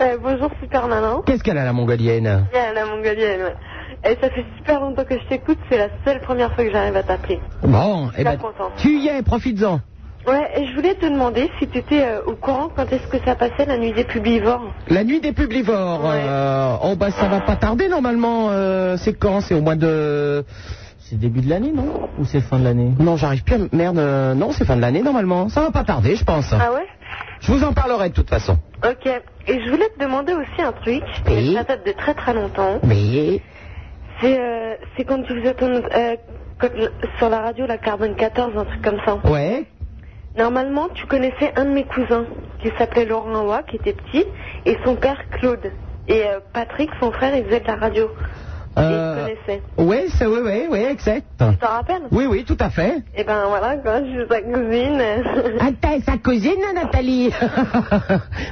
S11: Euh, bonjour Super Maman.
S4: Qu'est-ce qu'elle a, la mongolienne
S11: Bien, la mongolienne. ouais. Et ça fait super longtemps que je t'écoute, c'est la seule première fois que j'arrive à t'appeler.
S4: Bon,
S11: Je
S4: eh
S11: suis
S4: ben,
S11: contente.
S4: tu y es, profites-en.
S11: Ouais, et je voulais te demander si tu étais euh, au courant quand est-ce que ça passait la nuit des publivores.
S4: La nuit des publivores. euh, oh, bah, ça va pas tarder, normalement. euh, c'est quand C'est au mois de... C'est début de l'année, non Ou c'est fin de l'année Non, j'arrive plus à... m- Merde, euh, non, c'est fin de l'année, normalement. Ça va pas tarder, je pense.
S11: Ah ouais
S4: Je vous en parlerai, de toute façon.
S11: Ok. Et je voulais te demander aussi un truc, et ça date de très très longtemps.
S4: Mais...
S11: C'est euh, c'est quand tu faisais ton, euh, quand- sur la radio la Carbone 14, un truc comme ça.
S4: Ouais.
S11: Normalement, tu connaissais un de mes cousins qui s'appelait Laurent Roy, qui était petit, et son père Claude. Et euh, Patrick, son frère, il faisait de la radio.
S4: Euh,
S11: connaissais.
S4: ouais, ça, ouais, ouais, ouais, exact.
S11: Tu t'en rappelles
S4: Oui, oui, tout à fait.
S11: Et ben voilà, quoi, je suis sa cousine.
S4: Ah, t'es sa cousine, Nathalie *laughs*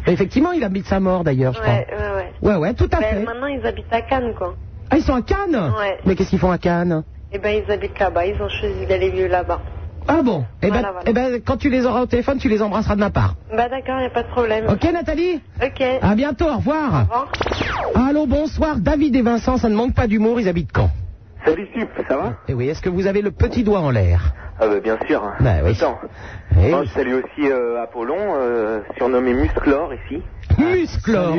S4: Mais Effectivement, il habite sa mort, d'ailleurs, je
S11: *laughs* ouais,
S4: crois.
S11: ouais, ouais.
S4: Ouais, ouais, tout à
S11: Ben,
S4: fait.
S11: Maintenant, ils habitent à Cannes, quoi.
S4: Ah, ils sont à Cannes
S11: Ouais.
S4: Mais qu'est-ce qu'ils font à Cannes
S11: Et ben, ils habitent là-bas, ils ont choisi d'aller vivre là-bas.
S4: Ah bon eh ben,
S11: Voilà, voilà.
S4: eh ben, quand tu les auras au téléphone, tu les embrasseras de ma part.
S11: Bah d'accord, y a pas de problème.
S4: Ok, Ah. Nathalie
S11: Ok.
S4: À bientôt, au revoir. Allô, bonsoir, David et Vincent, ça ne manque pas d'humour, ils habitent Caen.
S9: Salut Sup, ça va
S4: Et oui, est-ce que vous avez le petit doigt en l'air
S9: Ah bah bien sûr.
S4: Bah oui.
S9: Attends.
S4: Eh
S9: Moi,
S4: oui.
S9: je salue aussi euh, Apollon, euh, surnommé Musclor ici.
S4: Musclor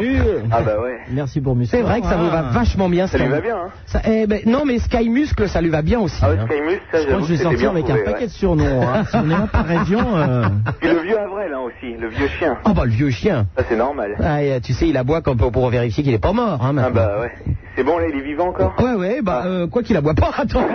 S9: Ah bah
S4: *laughs*
S9: ouais.
S30: Merci pour Musclor.
S4: C'est vrai que ça vous va vachement bien.
S9: Ça lui va
S4: Sky-
S9: bien, hein
S4: Ça- eh ben, non, mais Sky Muscle, ça lui va bien
S9: Ah,
S4: aussi. hein.
S9: Skymus, ça
S4: Je crois que
S9: j'avoue
S4: je vais
S9: que c'était
S4: sortir
S9: bien
S4: avec un
S9: trouvé,
S4: paquet
S9: ouais.
S4: de surnoms, hein.
S9: *laughs*
S4: Si on est là par région, euh.
S9: Et le vieux Avrel hein, aussi, le vieux chien.
S4: Ah bah, le vieux chien.
S9: Ça c'est normal.
S4: Ah, et, euh, tu sais, il aboie comme pour, pour vérifier qu'il est pas mort. Hein,
S9: Ah
S4: maintenant.
S9: bah ouais. C'est bon là, il est vivant encore
S4: Ouais, ouais, bah, euh, quoi qu'il aboie pas, *laughs* attends.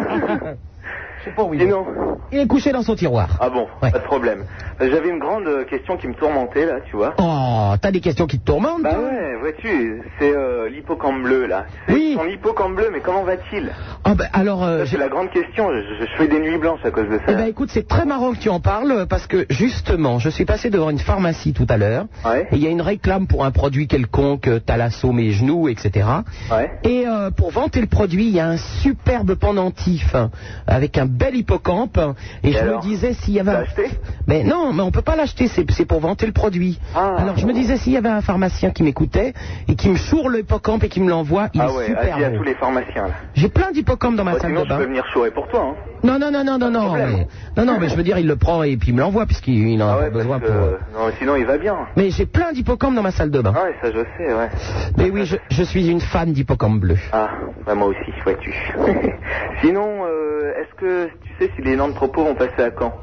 S4: Je sais pas où il est.
S9: non.
S4: Il est couché dans son tiroir.
S9: Ah bon, pas de problème. Euh, J'avais une grande euh, question qui me tourmentait là, tu vois.
S4: Oh, t'as des questions qui te tourmentent
S9: Bah
S4: toi
S9: ouais, vois-tu, c'est euh, l'hippocampe bleu là. C'est son hippocampe bleu, mais comment va-t-il
S4: Ah bah, alors, euh,
S9: Ça, C'est la grande question, je, je fais des nuits blanches à cause de
S4: Eh
S9: ça.
S4: ben écoute, c'est très marrant que tu en parles parce que justement, je suis passé devant une pharmacie tout à l'heure. Et il y a une réclame pour un produit quelconque, euh, thalasso mes genoux, etc. Et euh, pour vanter le produit, il y a un superbe pendentif hein, avec un bel hippocampe. Et, je me disais s'il y avait. un- Mais non, mais on peut pas l'acheter, c'est c'est pour vanter le produit.
S9: Ah.
S4: Alors je me disais s'il y avait un pharmacien qui m'écoutait et qui me choure le hippocampe et qui me l'envoie, il
S9: ah
S4: est
S9: ouais,
S4: super Ah,
S9: avis à
S4: beau.
S9: tous les pharmaciens là.
S4: J'ai plein d'hippocampes dans ma
S9: Bah,
S4: salle
S9: sinon
S4: de
S9: je
S4: bain.
S9: peux venir chourer pour toi. Hein.
S4: Non, non, non, non, non, non, mais, non, non, mais je veux dire, il le prend et puis il me l'envoie puisqu'il il en Ah, a pas besoin pour.
S9: Euh, non, mais sinon il va bien. Ah
S4: Mais j'ai plein d'hippocampes dans ma salle de bain.
S9: Ouais, ça je sais, ouais.
S4: Mais oui, je, je suis une fan d'hippocampes bleus.
S9: Ah, bah moi aussi,
S4: *laughs*
S9: vois-tu. sinon, euh, est-ce que tu sais si les noms de propos vont passer à quand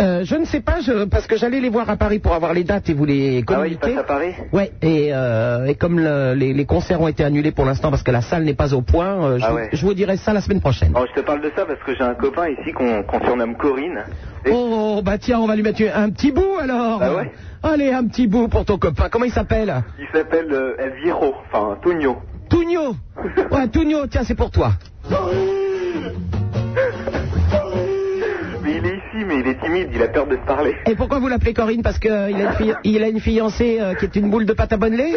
S4: Euh, je ne sais pas, je, parce que j'allais les voir à Paris pour avoir les dates et vous les
S9: Ah ouais,
S4: communiquer.
S9: ils passent à Paris
S4: Ouais, et, euh, et comme le- les, les concerts ont été annulés pour l'instant parce que la salle n'est pas au point, euh, je,
S9: Ah
S4: vous-
S9: ouais. Oh,
S4: je vous dirai ça la semaine prochaine.
S9: Alors, je te parle de ça parce que j'ai un copain ici qu'on qu'on surnomme Corinne.
S4: Oh, bah tiens, on va lui mettre un petit bout alors.
S9: Ah ouais
S4: Allez, un petit bout pour ton copain. Comment il s'appelle
S9: Il s'appelle euh, Elviro, enfin Tonio.
S4: Tugno. Ouais, Tugno, tiens, c'est pour toi.
S9: Mais il est ici, mais il est timide, il a peur de se parler. *laughs*
S4: Et pourquoi vous l'appelez Corinne Parce qu'il a, une fi- il a une fiancée euh, qui est une boule de pâte à bonne lait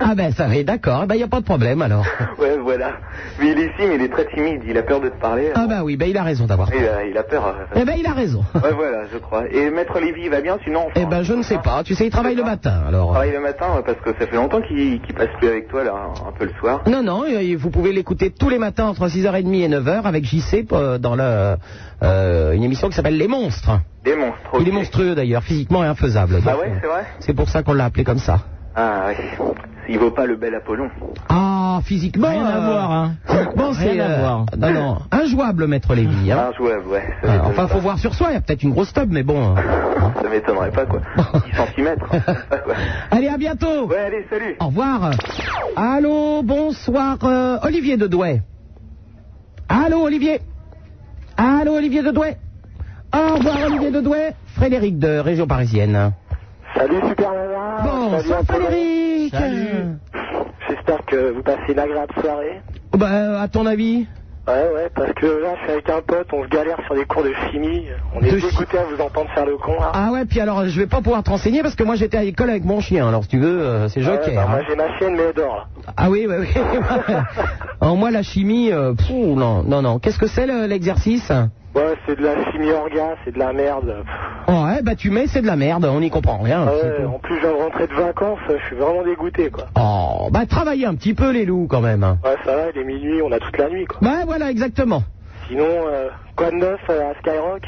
S4: Ah ben ça va, d'accord, il ben, n'y a pas de problème alors.
S9: Ouais, voilà. Mais il est ici, mais il est très timide, il a peur de se parler.
S4: Ah ben oui, ben il a raison d'avoir.
S9: Il a, il a peur. euh.
S4: Eh ben il a raison.
S9: Ouais, voilà, je crois. Et Maître Lévy, il va bien, sinon
S4: Eh ben je ne sais pas, tu sais, il travaille le matin
S9: on
S4: alors.
S9: travaille le matin ouais, parce que ça fait longtemps qu'il qu'il passe plus avec toi, là, un peu le soir.
S4: Non, non, euh, vous pouvez l'écouter tous les matins entre 6h30 et 9h avec JC euh, dans le, euh, une émission qui s'appelle Les Monstres.
S9: Des monstres.
S4: Il est monstrueux d'ailleurs, physiquement et infaisable.
S9: Ah
S4: donc,
S9: ouais,
S4: euh,
S9: c'est vrai
S4: C'est pour ça qu'on l'a appelé comme ça.
S9: Ah oui. Il vaut pas le bel Apollon.
S4: Ah, physiquement. Rien à voir, hein. Bon, c'est.
S9: Rien à
S4: euh,
S9: voir.
S4: Non, non, injouable, maître Lévy. Hein.
S9: Injouable, Ah, ouais. Ça
S4: Voilà,
S9: m'étonne
S4: enfin, faut voir sur soi, il y a peut-être une grosse tube, mais bon. euh.
S9: pas. Ça m'étonnerait
S4: *laughs*
S9: pas, quoi. hein, 10 cm.
S4: allez, à bientôt.
S9: Ouais, allez, salut.
S4: Au revoir. Allô, bonsoir, euh, Olivier de Douai. Allô, Olivier. Allô, Olivier de Douai. Au revoir, Olivier de Douai. Frédéric de région parisienne.
S5: Salut Super Nana.
S4: Bon,
S5: Salut,
S4: salut, Frédéric.
S5: Salut. J'espère que vous passez une agréable soirée.
S4: Bah, euh, à ton avis
S5: Ouais, ouais, parce que là, je suis avec un pote, on se galère sur des cours de chimie. On est dégoûté à vous entendre faire le con, hein. là.
S4: Ah ouais, puis alors, je vais pas pouvoir te renseigner parce que moi, j'étais à l'école avec mon chien. Alors, si tu veux, euh,
S7: Ah
S4: c'est joker.
S5: Ouais, bah,
S4: hein.
S5: Moi, j'ai ma chienne, mais elle dort, là.
S4: Ah oui, oui, oui.
S5: *laughs*
S4: Alors moi, la chimie, euh, pfou, non, non, non. Qu'est-ce que c'est le- l'exercice
S5: Ouais, c'est de la chimie orga, c'est de la merde. Pff,
S4: Ouais, bah tu mets, c'est de la merde, on n'y comprend rien.
S7: Ah ouais, en plus, je viens de rentrer de vacances, je suis vraiment dégoûté, quoi.
S4: Oh, bah travaillez un petit peu les loups quand même. hein.
S7: Ouais, ça va, il est minuit, on a toute la nuit, quoi.
S4: Bah voilà, exactement.
S7: Sinon, euh, quoi de neuf euh, à Skyrock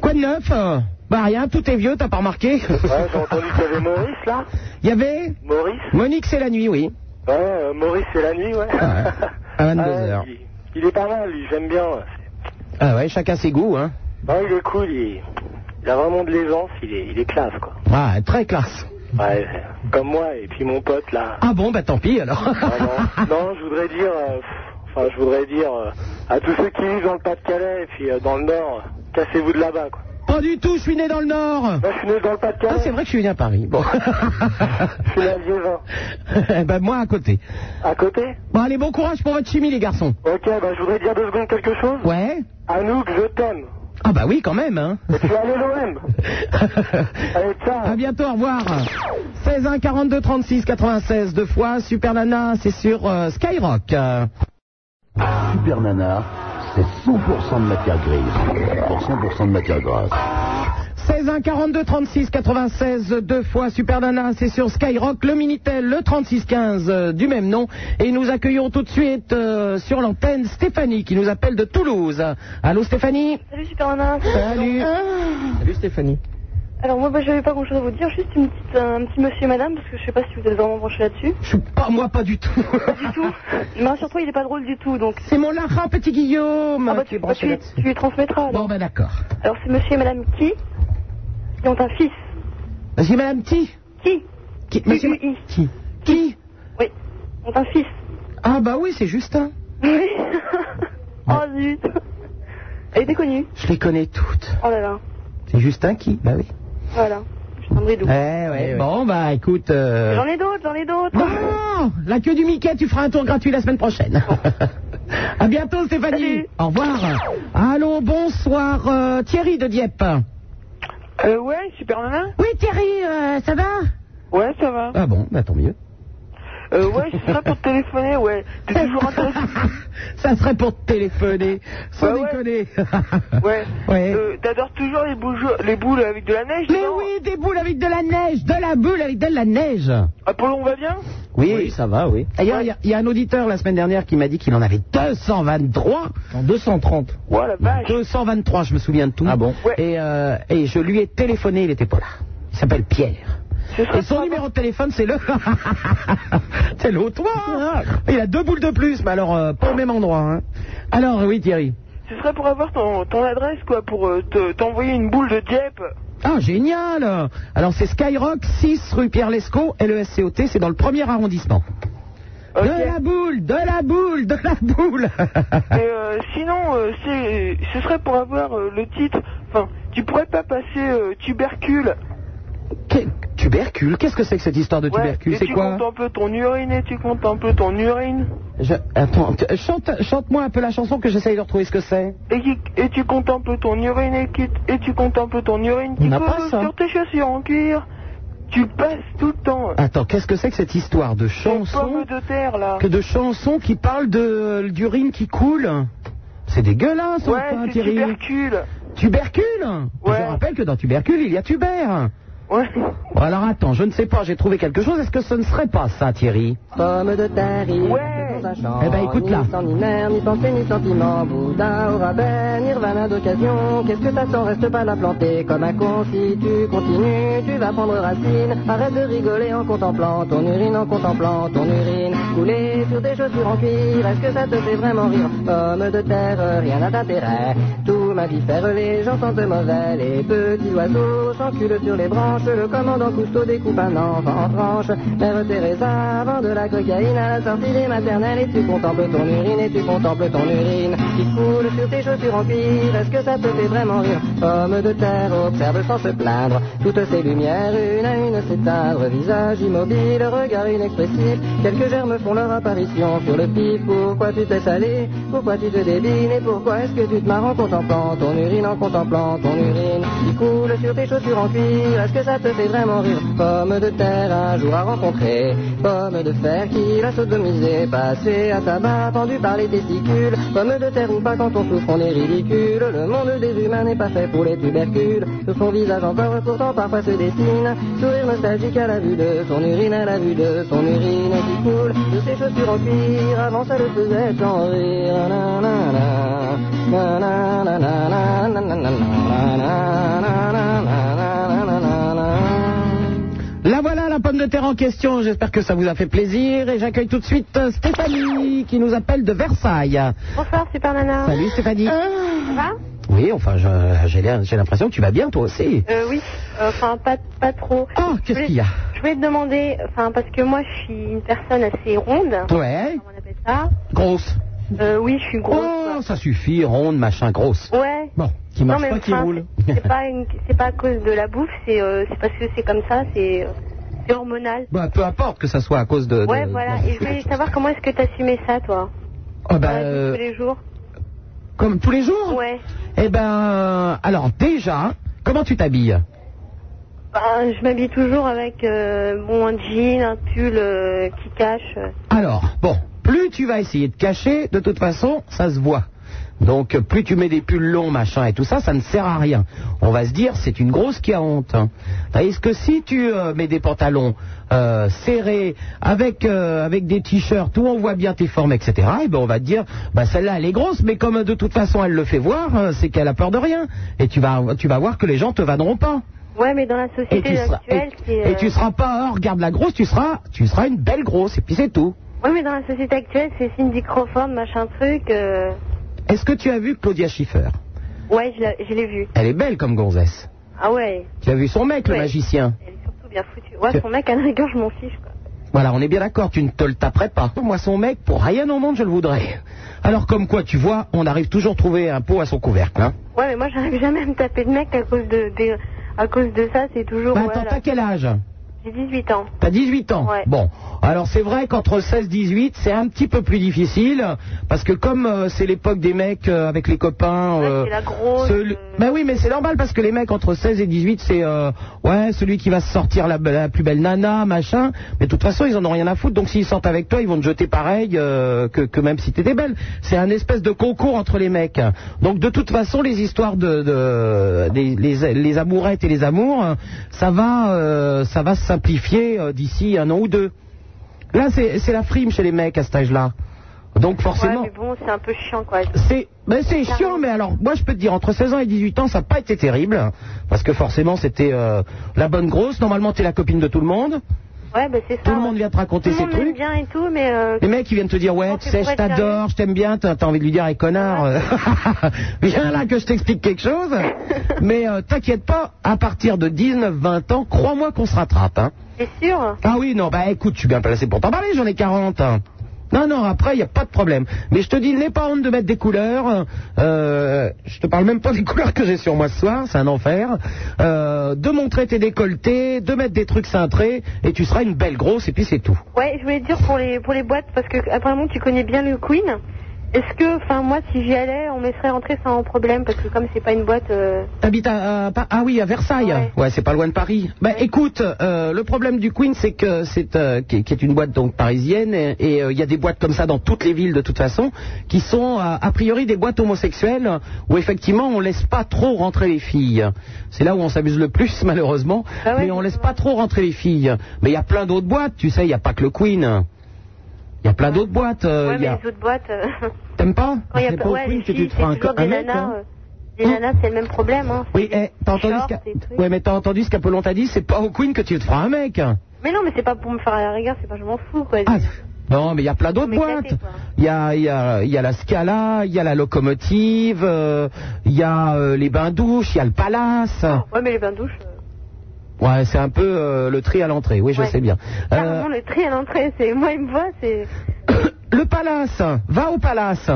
S4: Quoi de neuf euh Bah rien, tout est vieux, t'as pas remarqué
S7: Ouais, j'ai entendu qu'il y
S4: *laughs*
S7: avait Maurice, là.
S4: Il y avait
S7: Maurice
S4: Monique, c'est la nuit, oui.
S7: Ouais, euh, Maurice, c'est la nuit, ouais.
S4: Ah
S7: *laughs* Ah
S4: À 22h.
S7: il, il est pas mal, lui, j'aime bien.
S4: Ah ouais, chacun ses goûts, hein.
S7: Ouais, il est cool, il, il a vraiment de l'aisance, il est, il est classe, quoi.
S4: Ah, très classe.
S7: Ouais, comme moi, et puis mon pote, là.
S4: Ah bon, bah tant pis alors.
S7: Ah non, non, je voudrais dire, euh, pff, enfin, je voudrais dire euh, à tous ceux qui vivent dans le Pas-de-Calais et puis euh, dans le Nord, euh, cassez-vous de là-bas, quoi.
S4: *laughs* Pas du tout, je suis né dans le Nord.
S7: je suis né dans le Pas-de-Calais.
S4: Ah, c'est vrai que je suis né à Paris. Bon.
S7: *laughs*
S4: Ah,
S7: Je suis là, vieux vin.
S4: Eh ben moi à côté.
S7: À côté
S4: Bon allez, bon courage pour votre chimie les garçons.
S7: Ok, bah, je voudrais dire deux secondes quelque chose.
S4: Ouais.
S7: Anouk, je t'aime.
S4: Ah bah oui quand même hein.
S7: Et tu es à l'OM. Allez, ciao.
S4: À bientôt, au revoir. 16 1 42 36 96 deux fois Super Nana, c'est sur euh, Skyrock. Euh,
S1: Super Nana, c'est 100% de matière grise pour 100% de matière grasse.
S4: 16 1 42 36 96 deux fois Super Nana, c'est sur Skyrock, le Minitel, le 36 15 euh, du même nom. Et nous accueillons tout de suite euh, sur l'antenne Stéphanie qui nous appelle de Toulouse. Allô Stéphanie
S11: Salut Superman.
S4: Salut. Salut Stéphanie.
S11: Alors moi, bah, j'avais pas grand-chose à vous dire, juste une petite, euh, un petit monsieur et madame, parce que je sais pas si vous êtes vraiment
S4: *laughs*
S11: branché là-dessus.
S4: Pas moi, pas du tout.
S11: Mais surtout, il est pas drôle du tout, donc.
S4: *laughs* C'est mon Lara, petit Guillaume.
S11: Ah bah,
S4: qui
S11: tu,
S4: est branché
S11: bah, tu-
S4: là-dessus.
S11: tu lui transmettras.
S4: Bon ben d'accord.
S11: Alors c'est monsieur et madame qui Qui ont un fils.
S4: Monsieur Madame T.
S11: Qui
S4: Qui Monsieur
S11: Qui
S4: Qui Qui
S11: Oui, ont un fils. *laughs*
S4: Ah bah oui, c'est Justin.
S11: Oui. oh zut. Elle était connue.
S4: Je les connais toutes.
S11: Oh là là.
S4: C'est Justin qui Bah oui.
S11: Voilà. Je suis un bridou.
S4: Eh ouais, bon bah écoute. euh,
S11: J'en ai d'autres, j'en ai d'autres.
S4: Non, la queue du Mickey, tu feras un tour gratuit la semaine prochaine. *laughs* à bientôt Stéphanie. Au revoir. Allô, bonsoir euh, Thierry de Dieppe.
S9: Euh, ouais, super nana
S4: Oui, Thierry, euh, ça va
S9: Ouais, ça va.
S4: Ah bon, bah tant mieux.
S9: Euh, ouais, c'est ça pour te téléphoner, ouais.
S4: *laughs*
S9: T'es toujours intéressé
S4: Ça serait pour te téléphoner, sans déconner.
S9: Bah *laughs* Ouais.
S4: Ouais.
S9: Euh, T'adores toujours les, bouge- les boules avec de la neige
S4: Mais oui, des boules avec de la neige, de la boule avec de la neige.
S9: Apollon, on va bien
S4: Oui, ça va, oui. D'ailleurs, il y a- il y, a un auditeur la semaine dernière qui m'a dit qu'il en avait 223 en 230.
S9: Ouais, Oh la vache.
S4: 223, je me souviens de tout. Ah bon et, euh, et je lui ai téléphoné, il n'était pas là. Il s'appelle Pierre. Et son numéro de téléphone, c'est le. *laughs* c'est le toi hein. Il a deux boules de plus, mais alors euh, pas au même endroit. hein. Alors, oui, Thierry.
S9: Ce serait pour avoir ton, ton adresse, quoi, pour euh, te- t'envoyer une boule de Dieppe.
S4: Ah, génial Alors, c'est Skyrock, 6 rue Pierre E Lescot, et le SCOT, c'est dans le premier arrondissement. De la boule, de la boule, de la boule *laughs*
S9: Et euh, sinon, euh, c'est- ce serait pour avoir euh, le titre. Enfin, tu pourrais pas passer euh, tubercule.
S4: Tubercule Qu'est-ce que c'est que cette histoire de tubercule
S9: et
S4: C'est
S9: tu
S4: quoi
S9: comptes un peu ton urine et tu comptes un peu ton urine.
S4: Je- Attends, t- chante, chante-moi un peu la chanson que j'essaye de retrouver ce que c'est.
S9: Et, qui- et tu comptes un peu ton urine et, qui- et tu comptes un peu ton urine
S4: On
S9: qui
S4: n'a pas
S9: colle
S4: ça.
S9: sur tes chaussures en cuir. Tu passes tout le temps.
S4: Attends, qu'est-ce que c'est que cette histoire de
S9: Pomme
S4: chanson
S9: de terre là.
S4: que de chansons qui parlent de d'urine qui coule C'est dégueulasse,
S9: Ouais,
S4: enfin,
S9: c'est
S4: Thierry.
S9: tubercule.
S4: Tubercule Je rappelle que dans tubercule, il y a tubère.
S9: Ouais.
S4: alors attends, je ne sais pas, j'ai trouvé quelque chose. Est-ce que ce ne serait pas ça, Thierry
S31: Pomme de terre, il
S9: ouais.
S31: dans un champ.
S4: Eh ben, écoute, là.
S31: Ni sans ni mer, ni pensée, ni sentiment. Bouddha au rabais, Nirvana d'occasion. Qu'est-ce que ça sent Reste pas la planter comme un con. Si tu continues, tu vas prendre racine. Arrête de rigoler en contemplant ton urine, en contemplant ton urine. Couler sur des chaussures en cuir. Est-ce que ça te fait vraiment rire Pomme de terre, rien n'a d'intérêt. Tout mammifère, les gens sentent mauvais. Les petits oiseaux s'enculent sur les branches. Le commandant Cousteau découpe un enfant en tranches. Mère Teresa vend de la cocaïne à la sortie des maternelles. Et tu contemples ton urine, et tu contemples ton urine qui coule sur tes chaussures en cuir. Est-ce que ça te fait vraiment rire Homme de terre, observe sans se plaindre. Toutes ces lumières, une à une s'éteindre. Visage immobile, regard inexpressif. Quelques germes font leur apparition sur le pif. Pourquoi tu t'es salé Pourquoi tu te débines Et pourquoi est-ce que tu te marres en contemplant ton urine, en contemplant ton urine qui coule sur tes chaussures en cuir Est-ce que ça te fait vraiment rire Pomme de terre, un jour à rencontrer. Pomme de fer qui l'a sodomisé. Passe
S32: passer à tabac, pendu par les testicules. Pomme de terre ou pas, quand on souffre, on est ridicule. Le monde des humains n'est pas fait pour les tubercules. Sur son visage encore, pourtant parfois se dessine. Sourire nostalgique à la vue de son urine, à la vue de son urine qui coule. De ses chaussures en cuir, avant ça le faisait sans rire. Nanana, nanana, nanana, nanana, nanana, nanana.
S4: La voilà la pomme de terre en question, j'espère que ça vous a fait plaisir et j'accueille tout de suite euh, Stéphanie qui nous appelle de Versailles.
S11: Bonsoir, Super Nana.
S4: Salut Stéphanie.
S11: Ça va
S4: Oui, enfin je- j'ai l'air- j'ai l'impression que tu vas bien toi aussi.
S11: Euh, oui, euh, enfin pas, pas trop.
S4: Ah,
S11: qu'est-ce qu'il y a Je voulais te demander, enfin parce que moi je suis une personne assez ronde.
S4: Ouais.
S11: Comment on appelle ça
S4: Grosse.
S11: Euh, Oui, je suis grosse.
S4: Oh, ça suffit, ronde, machin, grosse.
S11: Ouais.
S4: Bon, qui
S11: Non,
S4: marche
S11: mais
S4: pas, qui
S11: enfin,
S4: roule.
S11: C'est pas, une- c'est pas à cause de la bouffe, c'est euh, c'est parce que c'est comme ça, c'est euh, c'est hormonal.
S4: *laughs* Bah, peu importe que ça soit à cause de. de-
S11: ouais, voilà.
S4: de-
S11: Et je voulais savoir comment est-ce que t'assumais ça, toi
S4: Ah, bah,
S11: Tous
S4: euh,
S11: les jours
S4: comme tous les jours
S11: Ouais.
S4: Eh ben, euh, alors déjà, comment tu t'habilles
S11: Ben, je m'habille toujours avec euh, bon, un jean, un pull euh, qui cache.
S4: Alors, bon, plus tu vas essayer de cacher, de toute façon, ça se voit. Donc, euh, plus tu mets des pulls longs, machin et tout ça, ça ne sert à rien. On va se dire, c'est une grosse qui a honte. hein. Tandis que si tu euh, mets des pantalons euh, serrés, avec, euh, avec des t-shirts où on voit bien tes formes, etc., et ben on va te dire, bah, celle-là, elle est grosse, mais comme euh, de toute façon, elle le fait voir, euh, c'est qu'elle a peur de rien. Et tu vas, tu vas voir que les gens te vanneront pas.
S11: Ouais, mais dans la société
S4: Et tu seras-
S11: actuelle, c'est. euh,
S4: Et tu seras pas, oh, regarde la grosse, tu seras, tu seras une belle grosse, et puis c'est tout.
S11: Ouais, mais dans la société actuelle, c'est Cindy Crawford, machin truc. euh,
S4: Est-ce que tu as vu Claudia Schiffer
S11: Ouais, je la- je l'ai vu.
S4: Elle est belle comme gonzesse.
S11: Ah ouais,
S4: Tu as vu son mec, le
S11: Ouais.
S4: magicien
S11: tout bien foutu. Ouais, son mec, à la rigueur, je m'en fiche. Quoi.
S4: Voilà, on est bien d'accord, tu ne te le taperais pas. Moi, son mec, pour rien au monde, je le voudrais. Alors, comme quoi, tu vois, on arrive toujours à trouver un pot à son couvercle. Hein
S11: Ouais, mais moi, j'arrive jamais à me taper de mec à cause de, des- à cause de ça, c'est toujours.
S4: Bah, attends,
S11: voilà.
S4: t'as quel âge
S11: J'ai 18 ans.
S4: T'as 18 ans
S11: Ouais.
S4: Bon, alors c'est vrai qu'entre 16 et 18, c'est un petit peu plus difficile, parce que comme euh, c'est l'époque des mecs euh, avec les copains... euh,
S11: c'est la grosse,
S4: celui- Ben oui, mais c'est normal, parce que les mecs entre 16 et 18, c'est... euh, ouais, celui qui va se sortir la, la plus belle nana, machin, mais de toute façon, ils en ont rien à foutre, donc s'ils sortent avec toi, ils vont te jeter pareil euh, que, que même si t'étais belle. C'est un espèce de concours entre les mecs. Donc de toute façon, les histoires de... de- des- les, les amourettes et les amours, euh, ça va, euh, ça va se simplifier euh, d'ici un an ou deux. Là, c'est c'est la frime chez les mecs à cet âge-là. Donc forcément,
S11: Ouais, mais bon, c'est un peu chiant, quoi.
S4: c'est ben, c'est chiant, mais alors moi je peux te dire, entre 16 ans et 18 ans, ça n'a pas été terrible, parce que forcément c'était euh, la bonne grosse, normalement t'es la copine de tout le monde,
S11: Ouais, bah, c'est ça.
S4: tout le monde vient te raconter
S11: Tout le
S4: ses
S11: monde m'aime
S4: trucs.
S11: bien et tout, mais. euh,
S4: Les mecs, ils viennent te dire, ouais,
S11: Comment
S4: tu
S11: tu
S4: sais, je
S11: pourrais te
S4: t'adore, je t'aime bien, t'as t'as envie de lui dire, eh connard, euh, *laughs* viens là que je t'explique quelque chose. Mais euh, t'inquiète pas, à partir de 19-20 ans, crois-moi qu'on se rattrape. Hein.
S11: T'es sûr
S4: Ah oui, non, bah écoute, je suis bien placé pour t'en parler, j'en ai 40. hein. Non, non, après, il n'y a pas de problème. Mais je te dis, n'aie pas honte de mettre des couleurs. Euh, je te parle même pas des *laughs* couleurs que j'ai sur moi ce soir, c'est un enfer. Euh, de montrer tes décolletés, de mettre des trucs cintrés, et tu seras une belle grosse, et puis c'est tout.
S11: Ouais, je voulais dire pour les, pour les boîtes, parce que apparemment tu connais bien le Queen. Est-ce que, enfin, moi, si j'y allais, on me laisserait rentrer sans problème, parce que comme c'est pas une boîte. euh,
S4: T'habites à, à Pa- ah oui à Versailles. Ouais, c'est pas loin de Paris. Bah écoute, euh, le problème du Queen c'est que c'est euh, qui, est- qui est une boîte donc parisienne et et, euh, il y a des boîtes comme ça dans toutes les villes de toute façon qui sont euh, a priori des boîtes homosexuelles où effectivement on laisse pas trop rentrer les filles. C'est là où on s'abuse le plus *laughs* malheureusement,
S11: Ah
S4: mais on laisse pas trop rentrer les filles. Mais il y a plein d'autres boîtes, tu sais, il y a pas que le Queen. Il y a plein d'autres boîtes. euh,
S11: ouais,
S4: il y
S11: mais
S4: a-
S11: les autres boîtes. euh,
S4: T'aimes pas
S11: quand il y a
S4: C'est
S11: pas-
S4: pas au
S11: ouais,
S4: Queen
S11: les
S4: que tu
S11: filles,
S4: te
S11: c'est
S4: feras un
S11: toujours
S4: co-
S11: des
S4: un mec,
S11: nanas.
S4: hein.
S11: euh, des nanas, c'est le même problème, hein.
S4: Oui, eh, t'as entendu ce
S11: shorts,
S4: qu'a-
S11: des trucs.
S4: Ouais, mais t'as entendu ce qu'Apollon t'a dit, c'est pas au Queen que tu te feras un mec.
S11: Mais non, mais c'est pas pour me faire à la rigueur, c'est pas, je m'en fous, quoi.
S4: Ah, Non, mais il y a plein d'autres boîtes. Il y a, il y, a, il y a la Scala, il y a la Locomotive, euh, il y a euh, les bains-douches, il y a le Palace.
S11: Ouais, mais les bains euh, douches.
S4: Ouais, c'est un peu euh, le tri à l'entrée, oui, je sais bien. Euh,
S11: Carrément, le tri à l'entrée, c'est. Moi, il me voit, c'est.
S4: *coughs* le Palace, va au Palace.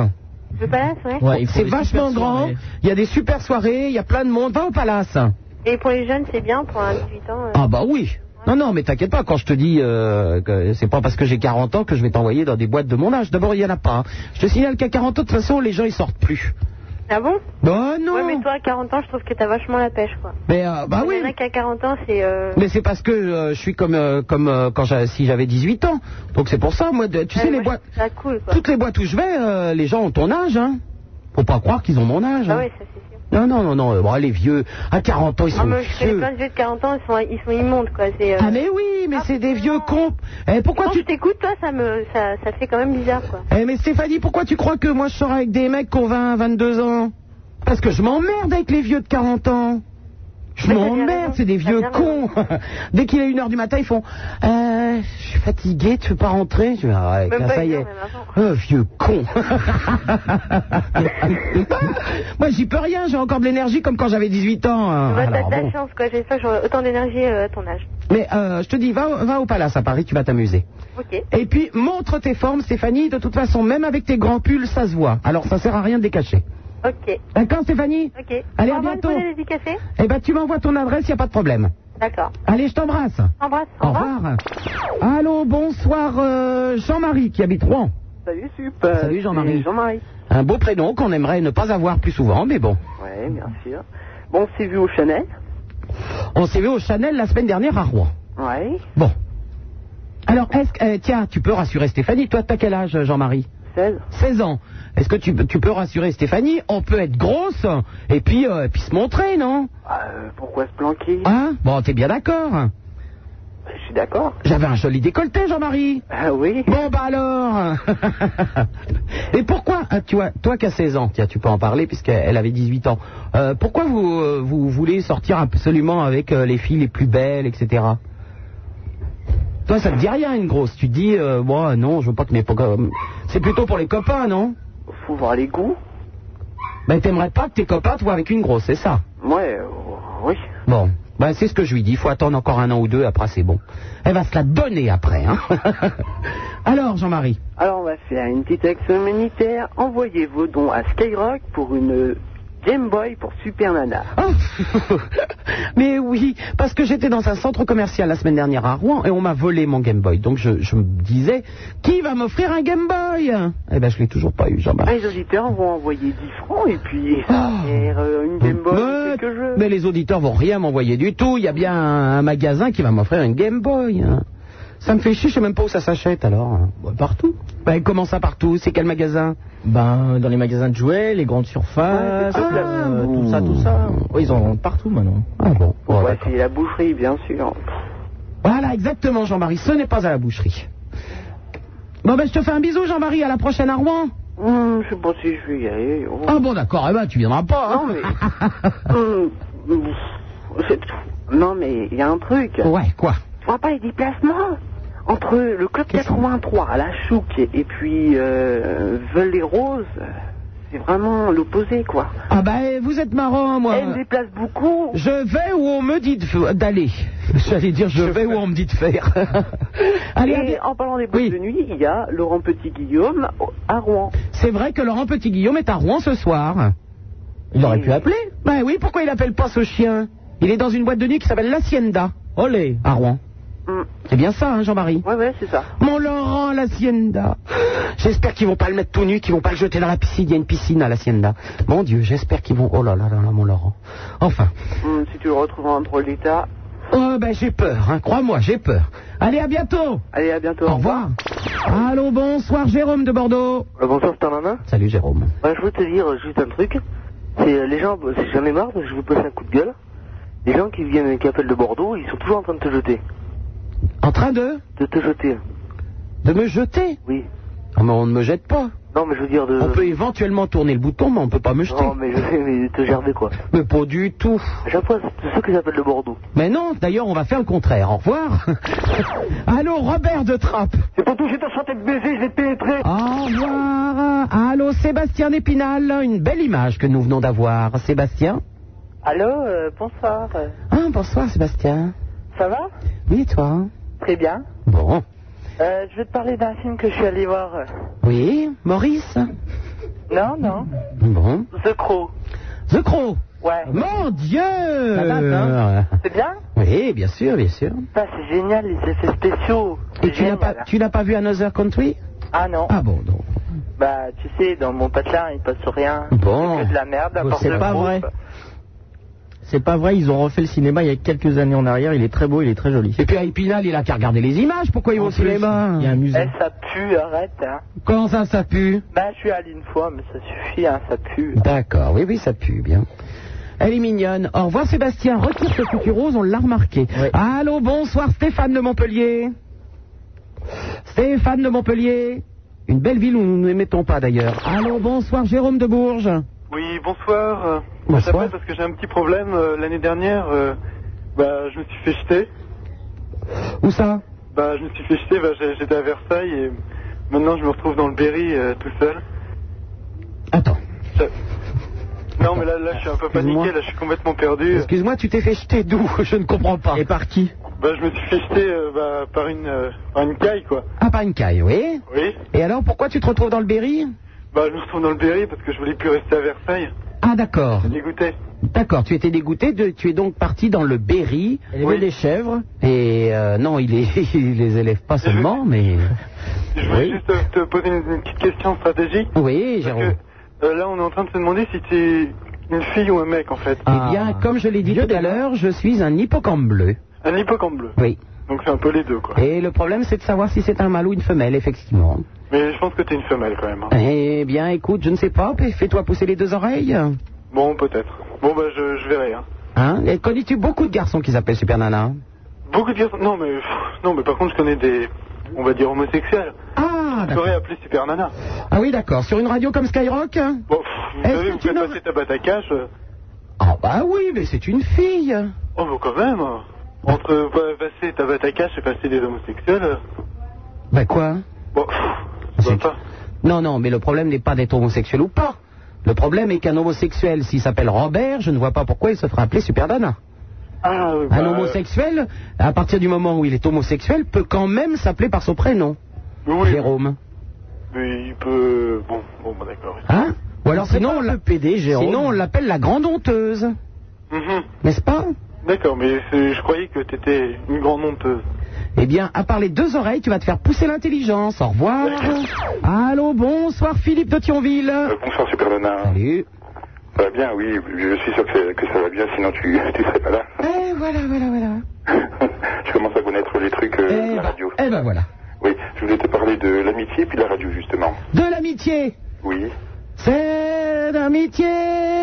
S11: Le palace, ouais.
S4: c'est vachement grand, il y a des super soirées, il y a plein de monde, va au Palace.
S11: Et pour les jeunes, c'est bien, pour un 18 ans. euh,
S4: Ah bah oui. Non, non, mais t'inquiète pas, quand je te dis euh, que c'est pas parce que j'ai 40 ans hein. que je vais t'envoyer dans des boîtes de mon âge. D'abord, il y en a pas. Je te signale qu'à 40 ans, de toute façon, les gens, ils sortent plus.
S11: Ah bon
S4: Bah non
S11: Ouais, mais toi, à 40 ans, je trouve que t'as vachement la pêche, quoi.
S4: Mais euh, bah
S11: Il
S4: oui.
S11: y en a qu'à 40 ans, c'est. euh,
S4: Mais c'est parce que euh, je suis comme euh, comme euh, quand j'a- si j'avais 18 ans. Donc c'est pour ça, moi, de- tu
S11: Ah ouais,
S4: sais
S11: moi,
S4: les boîtes,
S11: je trouve ça cool, quoi.
S4: toutes les boîtes où je vais, euh, les gens ont ton âge, hein. Faut pas croire qu'ils ont mon âge. hein.
S11: Ah ouais, ça c'est.
S4: Non non non non, euh, bon, les vieux à 40 ans ils
S11: Ah,
S4: sont
S11: moi, je connais
S4: vieux.
S11: plein de vieux de 40 ans, ils sont, ils sont immondes, quoi. c'est, euh,
S4: Oh, Ah mais oui, mais c'est des vieux cons. Eh, pourquoi
S11: quand
S4: tu
S11: je t'écoute, toi, ça me, ça, ça fait quand même bizarre, quoi.
S4: Eh mais Stéphanie, pourquoi tu crois que moi je sors avec des mecs qui ont 20, 22 ans Parce que je m'emmerde avec les vieux de 40 ans. Je m'emmerde, c'est des vieux cons. *laughs* Dès qu'il est 1h du matin, ils font euh, Je suis fatigué, tu veux pas rentrer Je dis Arrête,
S33: Même
S4: là,
S33: pas
S4: ça
S33: une
S4: y
S33: heure,
S4: est. Un vieux con. *laughs* moi j'y peux rien, j'ai encore de l'énergie comme quand j'avais 18 ans. hein.
S11: Bah, T'as
S4: Alors,
S11: de la
S4: bon.
S11: chance, quoi. J'espère que j'aurai autant d'énergie euh, à ton âge.
S4: Mais euh, je te dis, va, au- va au palace à Paris, tu vas t'amuser.
S11: Ok.
S4: Et puis montre tes formes, Stéphanie. De toute façon, même avec tes grands pulls, ça se voit. Alors ça sert à rien de les cacher.
S11: Ok.
S4: D'accord, Stéphanie
S11: Ok.
S4: Allez,
S11: Au
S4: à
S11: revoir,
S4: bientôt.
S11: Nicolas, des petits cafés
S4: Eh ben, tu m'envoies ton adresse, y a pas de problème.
S11: D'accord.
S4: Allez, je t'embrasse.
S11: Embrasse.
S4: Au revoir. Allô, bonsoir euh, Jean-Marie qui habite Rouen.
S9: Salut, Euh, super.
S4: Salut Jean-Marie.
S9: C'est Jean-Marie.
S4: Un beau prénom qu'on aimerait ne pas avoir plus souvent, mais bon.
S9: Ouais, bien sûr. Bon, on s'est vu au Chanel.
S4: On s'est vu au Chanel la semaine dernière à Rouen.
S9: Ouais.
S4: Bon. Alors, est-ce que, euh, tiens, tu peux rassurer Stéphanie, toi, t'as quel âge, Jean-Marie
S9: 16.
S4: 16 ans. Est-ce que tu, tu peux rassurer Stéphanie On peut être grosse et puis, euh, et puis se montrer, non
S9: Euh, pourquoi se planquer
S4: Hein Bon, t'es bien d'accord
S9: Je suis d'accord.
S4: J'avais un joli décolleté, Jean-Marie.
S9: Ah oui
S4: Bon, bah alors *laughs* Et pourquoi, ah, tu vois, toi qui as 16 ans, tiens, tu peux en parler puisqu'elle avait 18 ans, euh, pourquoi vous, euh, vous voulez sortir absolument avec euh, les filles les plus belles, etc. Toi, ça te dit rien, une grosse. Tu te dis, euh, moi, non, je veux pas que mes... po- euh, C'est plutôt pour les copains, non
S9: Faut voir les goûts.
S4: Ben, t'aimerais pas que tes copains te voient avec une grosse, c'est ça
S9: Ouais, euh, oui.
S4: Bon, ben c'est ce que je lui dis. Il faut attendre encore un an ou deux, après c'est bon. Elle va se la donner après. Hein *laughs* Alors, Jean-Marie
S9: Alors, on va faire une petite action humanitaire. Envoyez vos dons à Skyrock pour une Game Boy pour Super Nana.
S4: Mais oui, parce que j'étais dans un centre commercial la semaine dernière à Rouen et on m'a volé mon Game Boy. Donc je, je me disais, qui va m'offrir un Game Boy Eh ben je l'ai toujours pas eu, Jean-Marie.
S9: Ah, Les auditeurs vont envoyer 10 francs et puis ça va faire euh, une Game Boy. quelques jeux.
S4: Ah. Mais les auditeurs vont rien m'envoyer du tout. Il y a bien un, un magasin qui va m'offrir une Game Boy. hein. Ça me fait chier, je sais même pas où ça s'achète alors. Bah, partout. Ben comment ça partout C'est quel magasin
S1: Ben, dans les magasins de jouets, les grandes surfaces, euh, tout ça, tout ça. Oui, ils en vendent partout maintenant.
S4: Ah bon
S9: On va essayer la boucherie, bien sûr.
S4: Voilà, exactement, Jean-Marie. Ce n'est pas à la boucherie. Bon, ben, je te fais un bisou, Jean-Marie. À la prochaine à Rouen.
S9: Hum, je sais pas si je vais y aller. Oh.
S4: Ah bon, d'accord. Eh ben, tu viendras pas. hein.
S9: Non,
S4: *laughs*
S9: mais.
S1: hein.
S9: Hum, c'est tout. Non, mais il y a un truc.
S4: Ouais, quoi
S9: Tu vois pas les déplacements Entre le club 83 à la Chouque et puis euh, Veulent les Roses, c'est vraiment l'opposé, quoi.
S4: Ah ben, vous êtes marrant, moi.
S1: Eh,
S9: Elle me déplace beaucoup.
S4: Je vais où on me dit de f- d'aller. *laughs* J'allais dire, je vais où on me dit de faire. *laughs* Allez,
S9: et
S4: allez.
S9: en parlant des boîtes de nuit, il y a Laurent Petit-Guillaume à Rouen.
S4: C'est vrai que Laurent Petit-Guillaume est à Rouen ce soir. Il aurait pu appeler. Ben oui, pourquoi il appelle pas ce chien Il est dans une boîte de nuit qui s'appelle l'Hacienda. Olé À Rouen. C'est bien ça, hein, Jean-Marie
S9: Ouais, ouais, c'est ça.
S4: Mon Laurent, l'Hacienda. J'espère qu'ils vont pas le mettre tout nu, qu'ils vont pas le jeter dans la piscine. Il y a une piscine à l'Hacienda. Mon Dieu, j'espère qu'ils vont... Oh là là là là, mon Laurent. Enfin.
S9: Hum, si tu le retrouves en drôle d'état.
S4: Oh ben j'ai peur, hein. crois-moi, j'ai peur. Allez, à bientôt.
S9: Allez, à bientôt.
S4: Au revoir. Allô, bonsoir, Jérôme de Bordeaux.
S9: Euh, Bonsoir, c'est maman.
S4: Salut, Jérôme.
S9: Ouais, je veux te dire euh, juste un truc. C'est euh, les gens, c'est jamais marre, mais je vous passe un coup de gueule. Les gens qui viennent, qui appellent de Bordeaux, ils sont toujours en train de te jeter.
S4: En train de
S9: De te jeter.
S4: De me jeter
S9: Oui.
S4: Ah, mais on ne me jette pas.
S9: Non, mais je veux dire de.
S4: On peut éventuellement tourner le bouton, mais on peut pas me jeter.
S9: *laughs* Non, mais je sais, mais de te gerber quoi.
S4: Mais pas du tout.
S9: À chaque fois, c'est ceux qui appellent de Bordeaux.
S4: Mais non, d'ailleurs, on va faire le contraire. Au revoir. *laughs* Allô, Robert de Trappe.
S9: C'est pour toucher ta santé de baiser, je l'ai pénétré.
S4: Au revoir. Allô, Sébastien d'Épinal. Une belle image que nous venons d'avoir. Sébastien
S34: Allô, euh, bonsoir. Euh,
S4: Ah, bonsoir, Sébastien.
S34: Ça va
S4: Oui, et toi
S34: Très bien.
S4: Bon.
S34: Euh, je vais te parler d'un film que je suis allé voir. euh,
S4: Oui, Maurice
S34: Non, non.
S4: Bon.
S34: The Crow.
S4: The Crow
S34: Ouais.
S9: Ah,
S4: Mon Dieu
S34: date, hein. C'est bien
S4: Oui, bien sûr, bien sûr.
S35: Ah,
S34: Putain, C'est génial, les effets spéciaux.
S4: Et tu n'as pas, tu n'as pas vu Another Country
S34: Ah non.
S4: Ah bon, non.
S35: Bah, tu sais, dans mon patelin, il passe rien.
S4: Bon.
S35: C'est que de la merde, à
S4: Bon,
S35: part
S4: c'est
S35: le
S4: pas
S35: groupe.
S4: vrai. C'est pas vrai, ils ont refait le cinéma il y a quelques années en arrière, il est très beau, il est très joli. Et puis à Épinal, il a qu'à regarder les images, pourquoi ils vont au cinéma Il y a un musée.
S35: Eh, ça pue, arrête, hein.
S4: Comment ça, ça pue
S35: Bah, je suis allé une fois, mais ça suffit, hein, ça pue.
S4: D'accord, oui, oui, ça pue bien. Elle est mignonne. Au revoir Sébastien, retire ce cucu rose, on l'a remarqué. Allô, bonsoir Stéphane de Montpellier. Stéphane de Montpellier. Une belle ville où nous n'émettons pas d'ailleurs. Allô, bonsoir Jérôme de Bourges.
S7: Oui, bonsoir. Euh, Je t'appelle parce que j'ai un petit problème. Euh, L'année dernière, euh, bah, je me suis fait jeter.
S4: Où ça
S7: Bah, je me suis fait jeter, bah, j'ai- j'étais à Versailles et maintenant je me retrouve dans le Berry euh, tout seul. Attends. Non, mais là, là, je suis un peu paniqué, là, je suis complètement perdu.
S4: Excuse-moi, tu t'es fait jeter d'où *laughs* Je ne comprends pas. Et par qui
S7: Bah, je me suis fait jeter euh, bah, par, une, euh, par une caille, quoi.
S4: Ah, par une caille, oui.
S7: Oui.
S4: Et alors, pourquoi tu te retrouves dans le Berry
S7: Bah, je me retrouve dans le Berry parce que je voulais plus rester à Versailles.
S4: Ah, d'accord.
S7: J'étais dégoûté.
S4: D'accord, tu étais dégoûté, de- tu es donc parti dans le Berry, élever des chèvres. Et euh, non, il, est- *laughs* il les élève pas seulement, *laughs* mais...
S7: Je voulais juste euh, te poser une, une petite question stratégique.
S4: Oui, Jérôme.
S7: Euh, là, on est en train de se demander si t'es une fille ou un mec, en fait.
S4: Eh bien, comme je l'ai dit tout à l'heure, je suis un hippocampe bleu.
S7: Un hippocampe bleu.
S4: Oui.
S7: Donc c'est un peu les deux, quoi.
S4: Et le problème, c'est de savoir si c'est un mâle ou une femelle, effectivement.
S7: Mais je pense que t'es une femelle, quand même. hein.
S4: Eh bien, écoute, je ne sais pas, mais fais-toi pousser les deux oreilles.
S7: Bon, peut-être. Bon, bah, je, je verrai, hein.
S4: Hein Et connais-tu beaucoup de garçons qui s'appellent Super Nana
S7: Beaucoup de garçons... Non, mais... pff, non, mais par contre, je connais des... On va dire homosexuels.
S4: Ah,
S7: Je t'aurais appelé Super Nana.
S4: Ah oui, d'accord. Sur une radio comme Skyrock
S7: Bon, pff,
S4: Eh,
S7: vous savez, vous faites passer ta bataille à cash. euh.
S4: Ah bah oui, mais c'est une fille.
S7: Oh, mais quand même euh. Entre euh, pa- passer ta bataille à cash et passer des homosexuels... euh,
S4: Bah quoi
S7: Bon, pff, je vois pas.
S4: Non, non, mais le problème n'est pas d'être homosexuel ou pas. Le problème est qu'un homosexuel, s'il s'appelle Robert, je ne vois pas pourquoi il se fera appeler Super Nana.
S7: Ah, oui, bah,
S4: Un
S9: euh,
S4: homosexuel, à partir du moment où il est homosexuel, peut quand même s'appeler par son prénom. Jérôme.
S7: Mais il peut... Bon, bon, bah, d'accord.
S4: Hein Ou alors sinon on, l'a- sinon, on l'appelle la grande honteuse.
S7: Mhm.
S4: N'est-ce pas
S7: D'accord, mais c'est- je croyais que t'étais une grande honteuse.
S4: Eh bien, à part les deux oreilles, tu vas te faire pousser l'intelligence. Au revoir. Allô, bonsoir Philippe de Thionville.
S9: Bonsoir Super Nana.
S4: Salut.
S9: Ça va bien, oui, je suis sûr que, c'est- que ça va bien, sinon tu *laughs* tu serais pas là.
S4: Eh, voilà, voilà, voilà.
S9: Je commence à connaître les trucs euh, de la radio.
S4: Eh ben voilà.
S9: Oui, je voulais te parler de l'amitié puis de la radio, justement.
S4: De l'amitié.
S9: Oui.
S4: C'est l'amitié,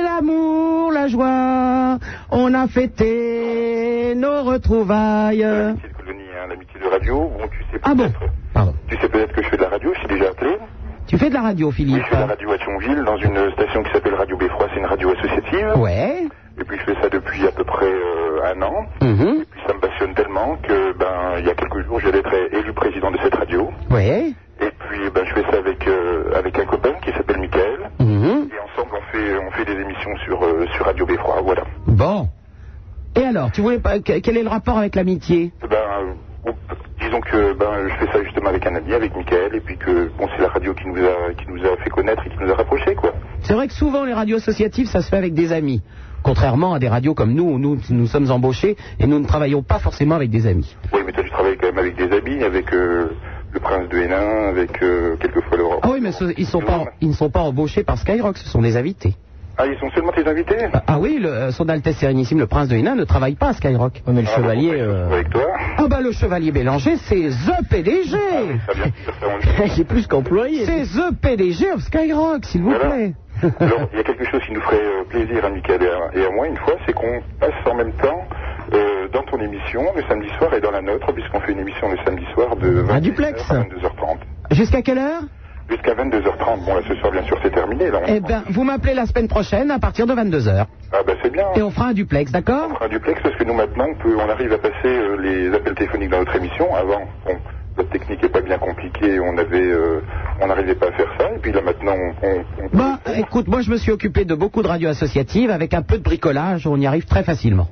S4: l'amour, la joie. On a fêté nos retrouvailles.
S9: Colonie, hein, l'amitié de radio, bon, tu sais
S4: Euh. Ah bon
S9: Tu sais peut-être que je fais de la radio, je suis déjà appelé.
S4: Tu fais de la radio, Philippe.
S9: Oui, je fais de la radio à Thionville, dans une station qui s'appelle Radio Beffroi, c'est une radio associative.
S4: Ouais.
S9: Et puis je fais ça depuis à peu près euh, un an.
S4: Mhm.
S9: Et puis ça me passionne tellement que, ben, il y a quelques jours, j'allais être élu président de cette radio.
S4: Ouais.
S9: Et puis, ben, je fais ça avec, euh, avec un copain qui s'appelle Michael.
S4: Mhm.
S9: Et ensemble, on fait, on fait des émissions sur, euh, sur Radio Beffroi, voilà.
S4: Bon. Et alors, tu voulais pas que- quel est le rapport avec l'amitié
S9: Eh Ben, euh, disons que ben, je fais ça justement avec un ami, avec Michael, et puis que bon, c'est la radio qui nous, a, qui nous a fait connaître et qui nous a rapprochés, quoi.
S4: C'est vrai que souvent les radios associatives, ça se fait avec des amis. Contrairement à des radios comme nous, où nous, nous sommes embauchés et nous ne travaillons pas forcément avec des amis.
S9: Oui, mais toi, tu travailles quand même avec des amis, avec euh, le prince de Hénin, avec euh, quelquefois l'Europe.
S4: Ah oui, mais ce- ils, sont pas, ils ne sont pas embauchés par Skyrock, ce sont des invités.
S9: Ah, ils sont seulement tes invités
S4: Ah, ah oui, le, euh, son Altesse Sérénissime, le prince de Hénin, ne travaille pas à Skyrock. mais le chevalier...
S9: ben,
S4: Ah bah le chevalier Bélanger, c'est THE PDG *laughs*
S9: Il
S4: est plus qu'employé. C'est THE PDG of Skyrock, s'il vous plaît.
S9: *laughs* Alors, il y a quelque chose qui nous ferait euh, plaisir à Michael et à, et à moi, une fois, c'est qu'on passe en même temps euh, dans ton émission le samedi soir et dans la nôtre, puisqu'on fait une émission le samedi soir de 21h à 22h30.
S4: *laughs* Jusqu'à quelle heure
S9: Jusqu'à 22h30. Bon, là, ce soir, bien sûr, c'est terminé. Là, on-
S4: Eh ben, vous m'appelez la semaine prochaine à partir de 22h.
S9: Ah, bah, c'est bien.
S4: Et on fera un duplex, d'accord
S9: Un duplex, parce que nous, maintenant, on, peut- on arrive à passer euh, les appels téléphoniques dans notre émission. Avant, bon, notre technique n'est pas bien compliquée, on avait, euh, on n'arrivait pas à faire ça. Et puis là, maintenant, on, on- on-
S4: Bah, écoute, moi je me suis occupé de beaucoup de radios associatives. Avec un peu de bricolage, on y arrive très facilement.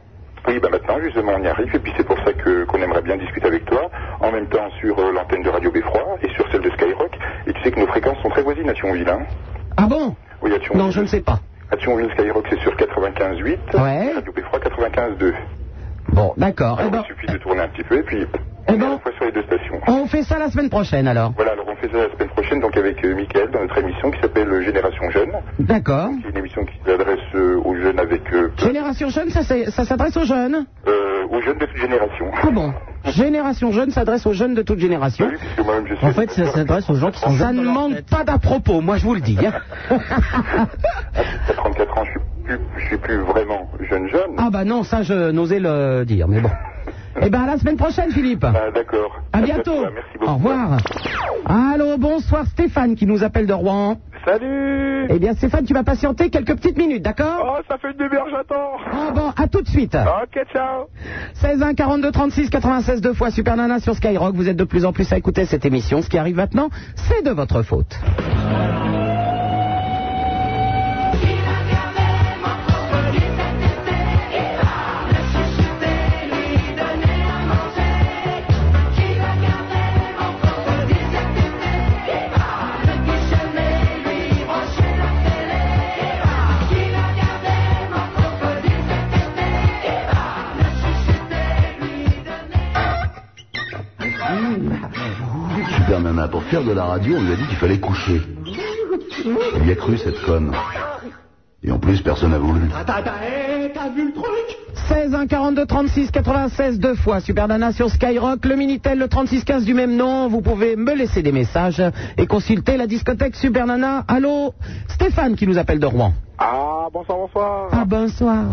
S9: Oui, bah maintenant, justement, on y arrive. Et puis, c'est pour ça que qu'on aimerait bien discuter avec toi, en même temps sur euh, l'antenne de Radio Beffroi et sur celle de Skyrock. Et tu sais que nos fréquences sont très voisines à Thionville, hein
S4: Ah bon
S9: Oui, à Thionville.
S4: Non, je ne sais pas.
S9: À Thionville, Skyrock, c'est sur 95.8.
S4: Ouais.
S9: Radio Beffroi, 95.2.
S4: Bon, d'accord. ben,
S9: Alors, Il suffit de tourner un petit peu et puis,
S4: Eh ben, Oh.
S9: on est sur les deux stations.
S4: on fait ça la semaine prochaine alors.
S9: Voilà, alors on fait ça la semaine prochaine, donc avec euh, Mickaël, dans notre émission qui s'appelle euh, Génération Jeune.
S4: D'accord.
S9: C'est une émission qui s'adresse euh, aux jeunes avec euh,
S4: Génération jeune, ça, c'est- ça s'adresse aux jeunes
S9: euh, aux jeunes de toute génération.
S4: Ah bon Génération jeune s'adresse aux jeunes de toute génération. En fait, ça s'adresse aux gens qui sont Ça ne manque pas d'à propos, moi je vous le dis. hein.
S9: À 34 ans, je suis plus, je suis plus vraiment jeune jeune.
S4: *laughs* ah bah non, ça je n'osais le dire, mais bon. Eh ben à la semaine prochaine, Philippe.
S9: Ah, D'accord.
S4: À bientôt. Au revoir. Allô, bonsoir Stéphane qui nous appelle de Rouen.
S1: Salut
S4: Eh bien Stéphane, tu vas patienter quelques petites minutes, d'accord
S1: Oh, ça fait une demi-heure, j'attends
S4: Ah bon, à tout de suite.
S1: Ok, ciao
S4: 16 1 42 36 96 deux fois Super Nana sur Skyrock. Vous êtes de plus en plus à écouter cette émission. Ce qui arrive maintenant, c'est de votre faute.
S36: Super Nana, pour faire de la radio, on lui a dit qu'il fallait coucher. Il y a cru, cette conne. Et en plus, personne n'a voulu.
S1: Attends, attends, hé, t'as vu le truc
S4: 16 1 42 36 96 deux fois Super Nana sur Skyrock, le Minitel, le 36 15 du même nom. Vous pouvez me laisser des messages et consulter la discothèque Super Nana. Allô, Stéphane qui nous appelle de Rouen.
S5: Ah, bonsoir, bonsoir.
S4: Ah bonsoir.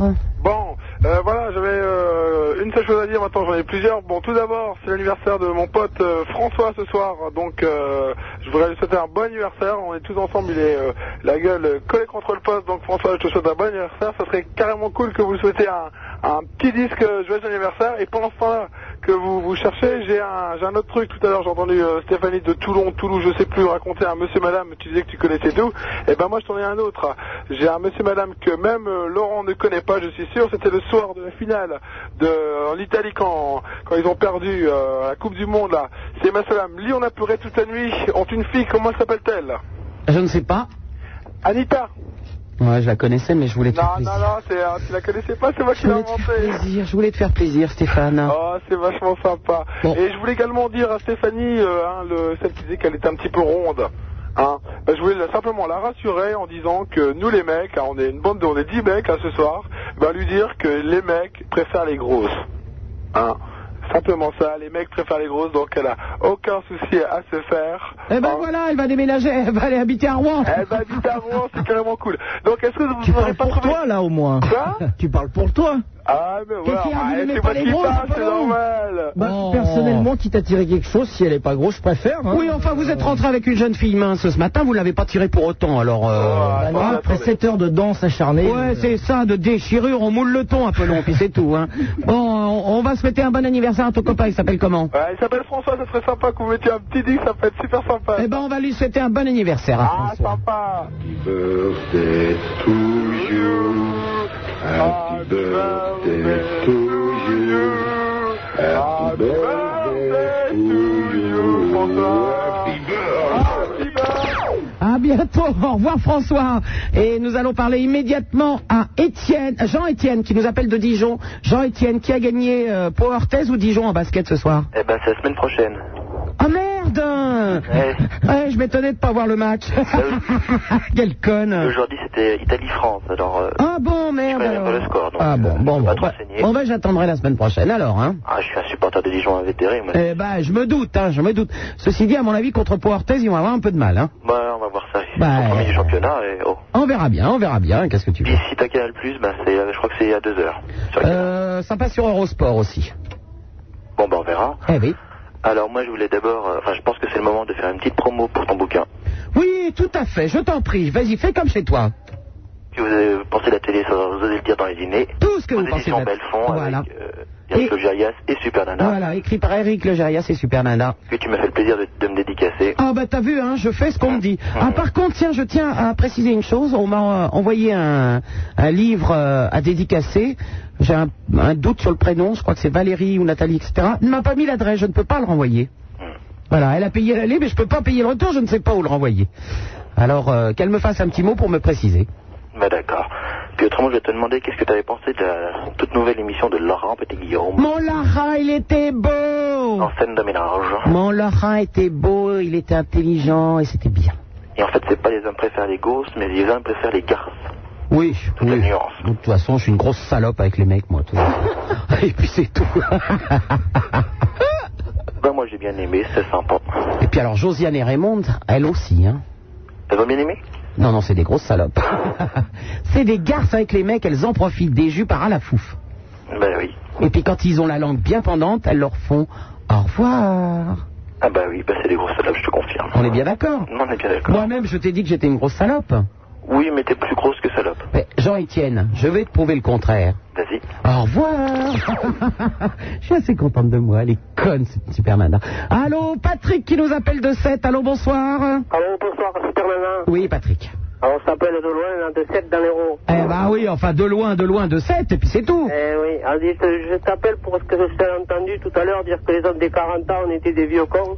S5: Bon, euh, voilà, j'avais euh, une seule chose à dire maintenant, j'en ai plusieurs. Bon, tout d'abord, c'est l'anniversaire de mon pote euh, François ce soir, donc euh, je voudrais lui souhaiter un bon anniversaire. On est tous ensemble, il est euh, la gueule euh, collée contre le poste, donc François, je te souhaite un bon anniversaire. Ça serait carrément cool que vous souhaitiez un, un petit disque euh, joyeux anniversaire. Et pendant ce temps-là que vous, vous cherchez, j'ai un, j'ai un autre truc. Tout à l'heure, j'ai entendu euh, Stéphanie de Toulon, Toulouse, je sais plus, raconter à un monsieur, madame, tu disais que tu connaissais tout. Et ben moi, je t'en ai un autre. J'ai un monsieur, madame que même euh, Laurent ne connaît pas, je suis sûr. C'était le soir de la finale de, en Italie quand, quand ils ont perdu euh, la Coupe du Monde, là. C'est ma salam. Lyon a pleuré toute la nuit. Ont une fille, comment elle s'appelle-t-elle
S4: Je ne sais pas.
S5: Anita.
S4: Ouais, je la connaissais, mais je voulais te faire
S5: Non,
S4: plaisir.
S5: non, non, c'est, euh, tu la connaissais pas, c'est moi qui
S4: Je
S5: l'ai
S4: voulais te
S5: inventé.
S4: faire plaisir, je voulais te faire plaisir, Stéphane.
S5: Oh, c'est vachement sympa. Et je voulais également dire à Stéphanie, euh, hein, le, celle qui disait qu'elle était un petit peu ronde, hein, bah, je voulais la- simplement la rassurer en disant que nous les mecs, hein, on est une bande de, on est 10 mecs là, ce soir, bah, lui dire que les mecs préfèrent les grosses. Hein. Simplement ça, les mecs préfèrent les grosses, donc elle a aucun souci à se faire. hein. Eh ben,
S4: Eh ben voilà, elle va déménager, elle va aller habiter à Rouen.
S5: Elle va habiter à Rouen, c'est carrément cool. Donc est-ce que vous n'aurez pas trouvé...
S4: Toi là au moins. Tu parles pour toi.
S5: Ah, mais voilà,
S1: qui a dit,
S5: ah,
S1: mais
S5: c'est
S1: pas
S5: moi
S1: les
S5: qui
S1: grosses,
S5: parle,
S1: pas
S5: c'est
S1: nous
S5: normal.
S2: Bah, Personnellement, quitte à tirer quelque chose, si elle est pas grosse, je préfère. hein.
S4: Oui, enfin, vous êtes rentré avec une jeune fille mince ce matin, vous l'avez pas tirée pour autant, alors.
S5: Oh,
S4: euh,
S5: ah,
S2: Bah non, après 7 heures de danse acharnée.
S4: Ouais, c'est ça, de déchirure, on moule le ton un peu long, puis c'est tout. Hein. Bon, on, on va souhaiter un bon anniversaire à ton copain, il s'appelle comment
S5: Ouais, il s'appelle François, ça serait sympa que vous mettiez un petit disque, ça peut être super sympa.
S4: Eh ben, on va lui souhaiter un bon anniversaire. à
S5: Euh. Ah, sympa
S1: Birthday to you. Happy birthday to you. Happy birthday to you. Happy
S5: Oh
S1: birthday.
S4: À bientôt, au revoir François. Et nous allons parler immédiatement à Étienne, Jean-Étienne qui nous appelle de Dijon. Jean-Étienne qui a gagné euh, Power Thèse ou Dijon en basket ce soir
S7: Eh ben, c'est la semaine prochaine.
S4: Ah merde Ouais, je m'étonnais de pas voir le match. *laughs* Quelle conne
S7: Euh, Aujourd'hui, c'était Italie-France, alors. euh,
S4: Ah bon, merde
S7: connais pas
S4: alors.
S7: le score, donc, euh,
S4: Ah bon, bon, bon. bah,
S7: renseigner.
S4: bon, bah, j'attendrai la semaine prochaine alors, hein.
S7: Ah, je suis un supporter de Dijon invétéré, moi.
S4: Eh ben, je me doute, hein, je me doute. Ceci dit, à mon avis, contre Power Thèse, ils vont avoir un peu de mal, hein.
S7: Bah, on va voir ça. Ils
S4: Bah,
S7: sont premiers du championnat et oh.
S4: On verra bien, on verra bien, qu'est-ce que tu veux.
S7: Si t'as Canal Plus, bah, c'est, euh, je crois que c'est à 2 heures.
S4: Euh, ça passe sur Eurosport aussi.
S7: Bon, bah, on verra.
S4: Eh oui.
S7: Alors, moi, je voulais d'abord, euh, enfin, je pense que c'est le moment de faire une petite promo pour ton bouquin.
S4: Oui, tout à fait, je t'en prie, vas-y, fais comme chez toi.
S7: Si vous euh, pensez la télé sans oser le dire dans les dîners,
S4: Tout ce que
S7: aux
S4: vous pensez
S7: éditions
S4: de la-
S7: Belfond
S4: Voilà.
S7: avec euh, Yannick Ojarias et Super Nana,
S4: Voilà, écrit par Eric Legeria, c'est super nana.
S7: que tu m'as fait le plaisir de, de me dédicacer.
S4: Ah bah t'as vu, hein, je fais ce qu'on me dit. Ah par contre, tiens, je tiens à préciser une chose, on m'a euh, envoyé un, un livre euh, à dédicacer, j'ai un, un doute sur le prénom, je crois que c'est Valérie ou Nathalie, etc. Ne m'a pas mis l'adresse, je ne peux pas le renvoyer. Voilà, elle a payé l'aller, mais je peux pas payer le retour, je ne sais pas où le renvoyer. Alors euh, qu'elle me fasse un petit mot pour me préciser.
S7: Bah d'accord. Puis autrement, je vais te demander qu'est-ce que tu avais pensé de la toute nouvelle
S9: retrouver l'émission de Laurent Petit-Guillaume
S4: Mon Lara, il était beau
S9: en scène de ménage.
S4: Mon Laurent était beau, il était intelligent et c'était bien.
S9: Et en fait, c'est pas les uns préfèrent les gosses, mais les uns préfèrent les garces.
S4: Oui, oui. De toute façon, je suis une grosse salope avec les mecs, moi. tout. Et puis c'est tout.
S9: Ben, moi, j'ai bien aimé, c'est sympa.
S4: Et puis alors, Josiane et Raymond, elles aussi, hein.
S9: Elles ont bien aimé
S4: Non, non, c'est des grosses salopes. c'est des garces avec les mecs, elles en profitent des jus par à la fouf.
S9: Ben oui.
S4: Et puis quand ils ont la langue bien pendante, elles leur font au revoir.
S9: Ah ben oui, ben c'est des grosses salopes, je te confirme.
S4: On est bien d'accord
S9: Non, on est bien d'accord.
S4: Moi-même, je t'ai dit que j'étais une grosse salope.
S9: Oui, mais t'es plus grosse que salope.
S4: Mais Jean-Étienne, je vais te prouver le contraire.
S9: Vas-y.
S4: Au revoir *laughs* Je suis assez contente de moi, elle est conne, cette Superman. Allô, Patrick qui nous appelle de 7. Allô, bonsoir.
S7: Allô, bonsoir, Superman.
S4: Oui, Patrick.
S7: Alors, on s'appelle de loin, hein, de 7 dans l'héros.
S4: Eh ben oui, enfin, de loin, de loin, de 7, et puis c'est tout.
S7: Eh oui, alors, je, je t'appelle pour ce que je t'ai entendu tout à l'heure dire que les hommes des 40 ans, on était des vieux cons.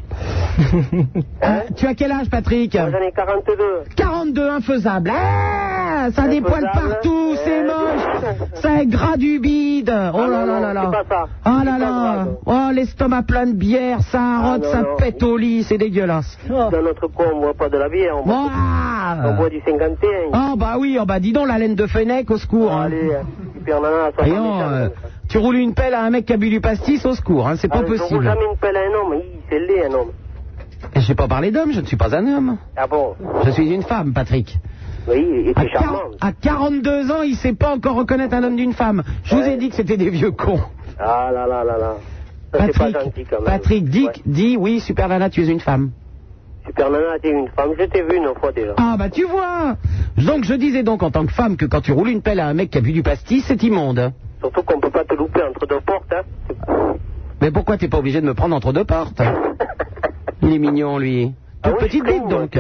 S4: Ah, tu as quel âge, Patrick
S7: Moi, j'en ai 42.
S4: 42, infaisable. Ah, ça a des poils partout, c'est moche. C'est gras du bide. Oh là là
S7: non, Ah non,
S4: là là.
S7: c'est pas ça.
S4: Oh là
S7: C'est pas
S4: là.
S7: grave.
S4: Oh, l'estomac plein de bière, ça rote,
S7: non,
S4: ça
S7: non. Oh.
S4: pète au lit, c'est dégueulasse.
S7: Dans notre coin, on boit pas de la bière, on boit, on boit du 51.
S4: Oh bah oui, oh bah dis donc, la laine de Fennec, au secours. hein.
S7: Allez, euh, super nana, ça
S4: Voyons, euh, tu roules une pelle à un mec qui a bu du pastis, au secours, hein, c'est pas
S7: Ah, Je roule
S4: possible.
S7: jamais une pelle à un homme, Hi, c'est laid un homme.
S4: Et J'ai pas parlé d'homme, je ne suis pas un homme.
S7: Ah bon
S4: Je suis une femme, Patrick.
S7: Oui, et
S4: À,
S7: t'es charmant.
S4: quar- à 42 ans, il sait pas encore reconnaître un homme d'une femme. Je vous ai dit que c'était des vieux cons.
S7: Ah là là là là. Ça, c'est pas
S4: Patrick,
S7: gentil quand même.
S4: Patrick dit, dit oui, Super Nana, tu es une femme.
S7: Super nana, t'es une femme, je t'ai vu une fois déjà.
S4: Ah bah tu vois Donc je disais donc en tant que femme que quand tu roules une pelle à un mec qui a bu du pastis, c'est immonde.
S7: Surtout qu'on peut pas te louper entre deux portes, hein.
S4: Mais pourquoi t'es pas obligé de me prendre entre deux portes hein
S7: *laughs*
S4: Il est mignon lui.
S7: Ah
S4: Toute petite bite donc.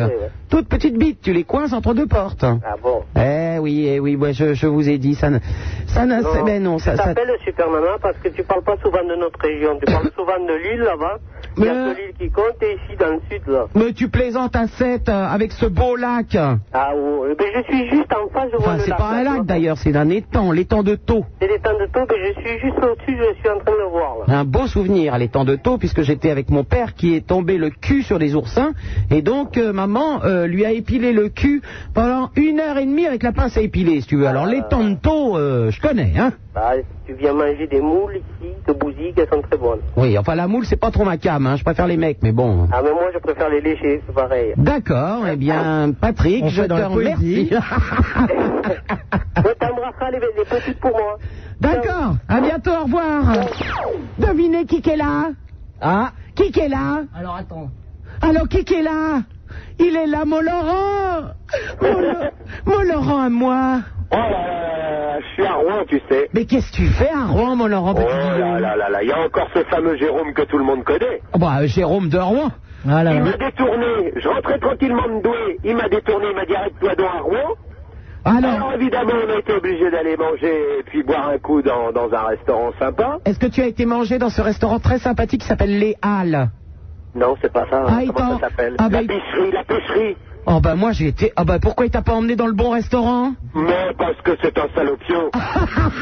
S4: Toute petite bite, tu les coinces entre deux portes.
S7: Ah bon
S4: Eh oui, eh oui, ouais, je, je vous ai dit, ça ne... Ça ne... c'est- ben non, ça...
S7: Je
S4: ça-
S7: t'appelle Super Nana parce que tu parles pas souvent de notre région. Tu parles souvent de l'île là-bas. Il y a
S4: Mais-
S7: que l'île qui compte et ici dans le sud là.
S4: Mais tu plaisantes à 7 avec ce beau lac.
S7: Ah ouais. Ben, je suis juste en face, je vois
S4: Enfin,
S7: le
S4: c'est
S7: lac.
S4: pas un lac d'ailleurs, c'est un étang, l'étang de Taux.
S7: C'est des temps de taux que je suis juste au-dessus, je suis en train de le voir là.
S4: Un beau souvenir à l'étang de Taux, puisque j'étais avec mon père qui est tombé le cul sur des oursins. Et donc, euh, maman euh, lui a épilé le cul pendant une heure et demie avec la pince à épiler, si tu veux. Alors, l'étang de Taux, euh, je connais, hein.
S7: Bah, tu viens manger des moules ici, de bousilles, elles sont très bonnes.
S4: Oui, enfin, la moule, c'est pas trop ma cam, hein. Je préfère les mecs, mais bon.
S7: Ah mais moi je préfère les lécher, c'est pareil.
S4: D'accord, eh bien, Patrick,
S7: On
S4: je te
S7: fait dans la poésie.
S4: remercie. Ah. *laughs*
S7: Je t'embrasserai les, les petites pour moi.
S4: D'accord, à bientôt, au revoir. Devinez qui qu'est là Ah Qui qu'est là
S37: Alors attends.
S4: Alors qui qu'est là Il est là, mon Laurent Mon Lo- Mon Laurent à moi
S11: Oh là là là là, je suis à Rouen, tu sais.
S4: Mais qu'est-ce que tu fais à Rouen, mon Laurent
S11: Oh
S4: Petit
S11: là là là là, il y a encore ce fameux Jérôme que tout le monde connaît.
S4: Bah, Jérôme de Rouen Voilà.
S11: Il m'a détourné, je rentrais tranquillement de Douai, il m'a détourné, il m'a dit arrête-toi donc à Rouen.
S4: Alors,
S11: évidemment, on a été obligé d'aller manger et puis boire un coup dans, dans un restaurant sympa.
S4: est-ce que tu as été mangé dans ce restaurant très sympathique qui s'appelle Les Halles
S11: Non, c'est pas ça.
S4: Ah, il
S11: Comment
S4: t'en-
S11: ça s'appelle
S4: Ah,
S11: La
S4: ben, il-
S11: pêcherie, la pêcherie.
S4: Oh bah moi j'ai été... Ah bah pourquoi il t'a pas emmené dans le bon restaurant
S11: Mais parce que c'est un salopio. *laughs*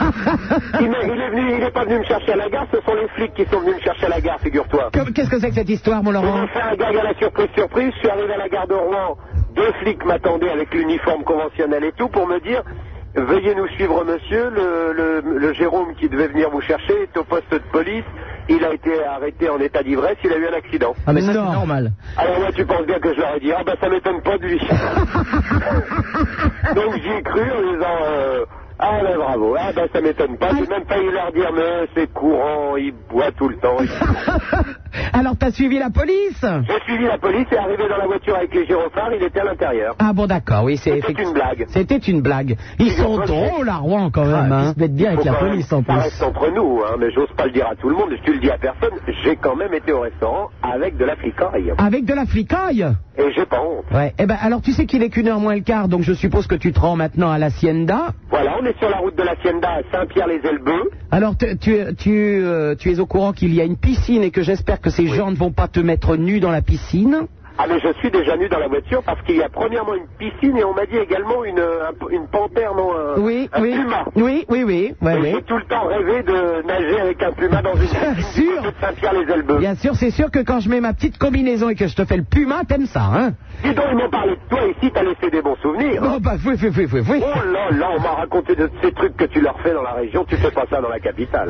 S11: il, m'a- il est venu, il est pas venu me chercher à la gare, ce sont les flics qui sont venus me chercher à la gare, figure-toi.
S4: Que- Qu'est-ce que c'est que cette histoire, mon
S11: On
S4: Laurent
S11: a fait un gag à la surprise surprise, je suis arrivé à la gare de Rouen, deux flics m'attendaient avec l'uniforme conventionnel et tout pour me dire Veuillez nous suivre monsieur, le, le- le Jérôme qui devait venir vous chercher est au poste de police, il a été arrêté en état d'ivresse, il a eu un accident.
S38: Ah, mais ça, c'est normal.
S11: Alors moi tu penses bien que je leur ai dit Ah bah ça m'étonne pas de lui Donc j'y ai cru en disant euh, Ah bah bravo, ah bah ça m'étonne pas, j'ai même pas eu leur dire mais euh, c'est courant, il boit tout le temps.
S4: *laughs* Alors t'as suivi la police
S11: J'ai suivi la police et arrivé dans la voiture avec les gyrophares, il était à l'intérieur.
S4: Ah bon d'accord, oui c'est
S11: C'était une blague.
S4: C'était une blague. Ils sont drôles à Rouen quand même. hein.
S11: Faut quand même que Ça reste entre nous, hein, mais j'ose pas le dire à tout le monde, je te le dis à personne, j'ai quand même été au restaurant avec de la fricaille.
S4: Avec de la fricaille
S11: Et j'ai pas honte.
S4: Ouais. Eh ben alors tu sais qu'il est qu'une heure moins le quart, donc je suppose que tu te rends maintenant à l'hacienda.
S11: Voilà, on est sur la route de la Hacienda à Saint-Pierre-les-Elbeux.
S4: Alors tu tu tu, euh, tu es au courant qu'il y a une piscine et que j'espère que ces gens ne vont pas te mettre nu dans la piscine.
S11: Ah mais je suis déjà nu dans la voiture parce qu'il y a premièrement une piscine et on m'a dit également une, euh, un- une panthère, non un,
S4: Oui,
S11: un
S4: oui.
S11: puma.
S4: Oui, oui, oui. ouais,
S11: Et
S4: Euh, oui.
S11: J'ai tout le temps rêvé de nager avec un puma dans une piscine de Saint-Pierre-les-Elbeux.
S4: Bien sûr, c'est sûr que quand je mets ma petite combinaison et que je te fais le puma, t'aimes ça, hein
S11: Dis donc, ils m'ont parlé de toi ici, t'as laissé des bons souvenirs. hein.
S4: Oh bah oui, oui, oui, oui, oui.
S11: Oh là là, on m'a raconté de ces trucs que tu leur fais dans la région, tu fais pas ça dans la capitale.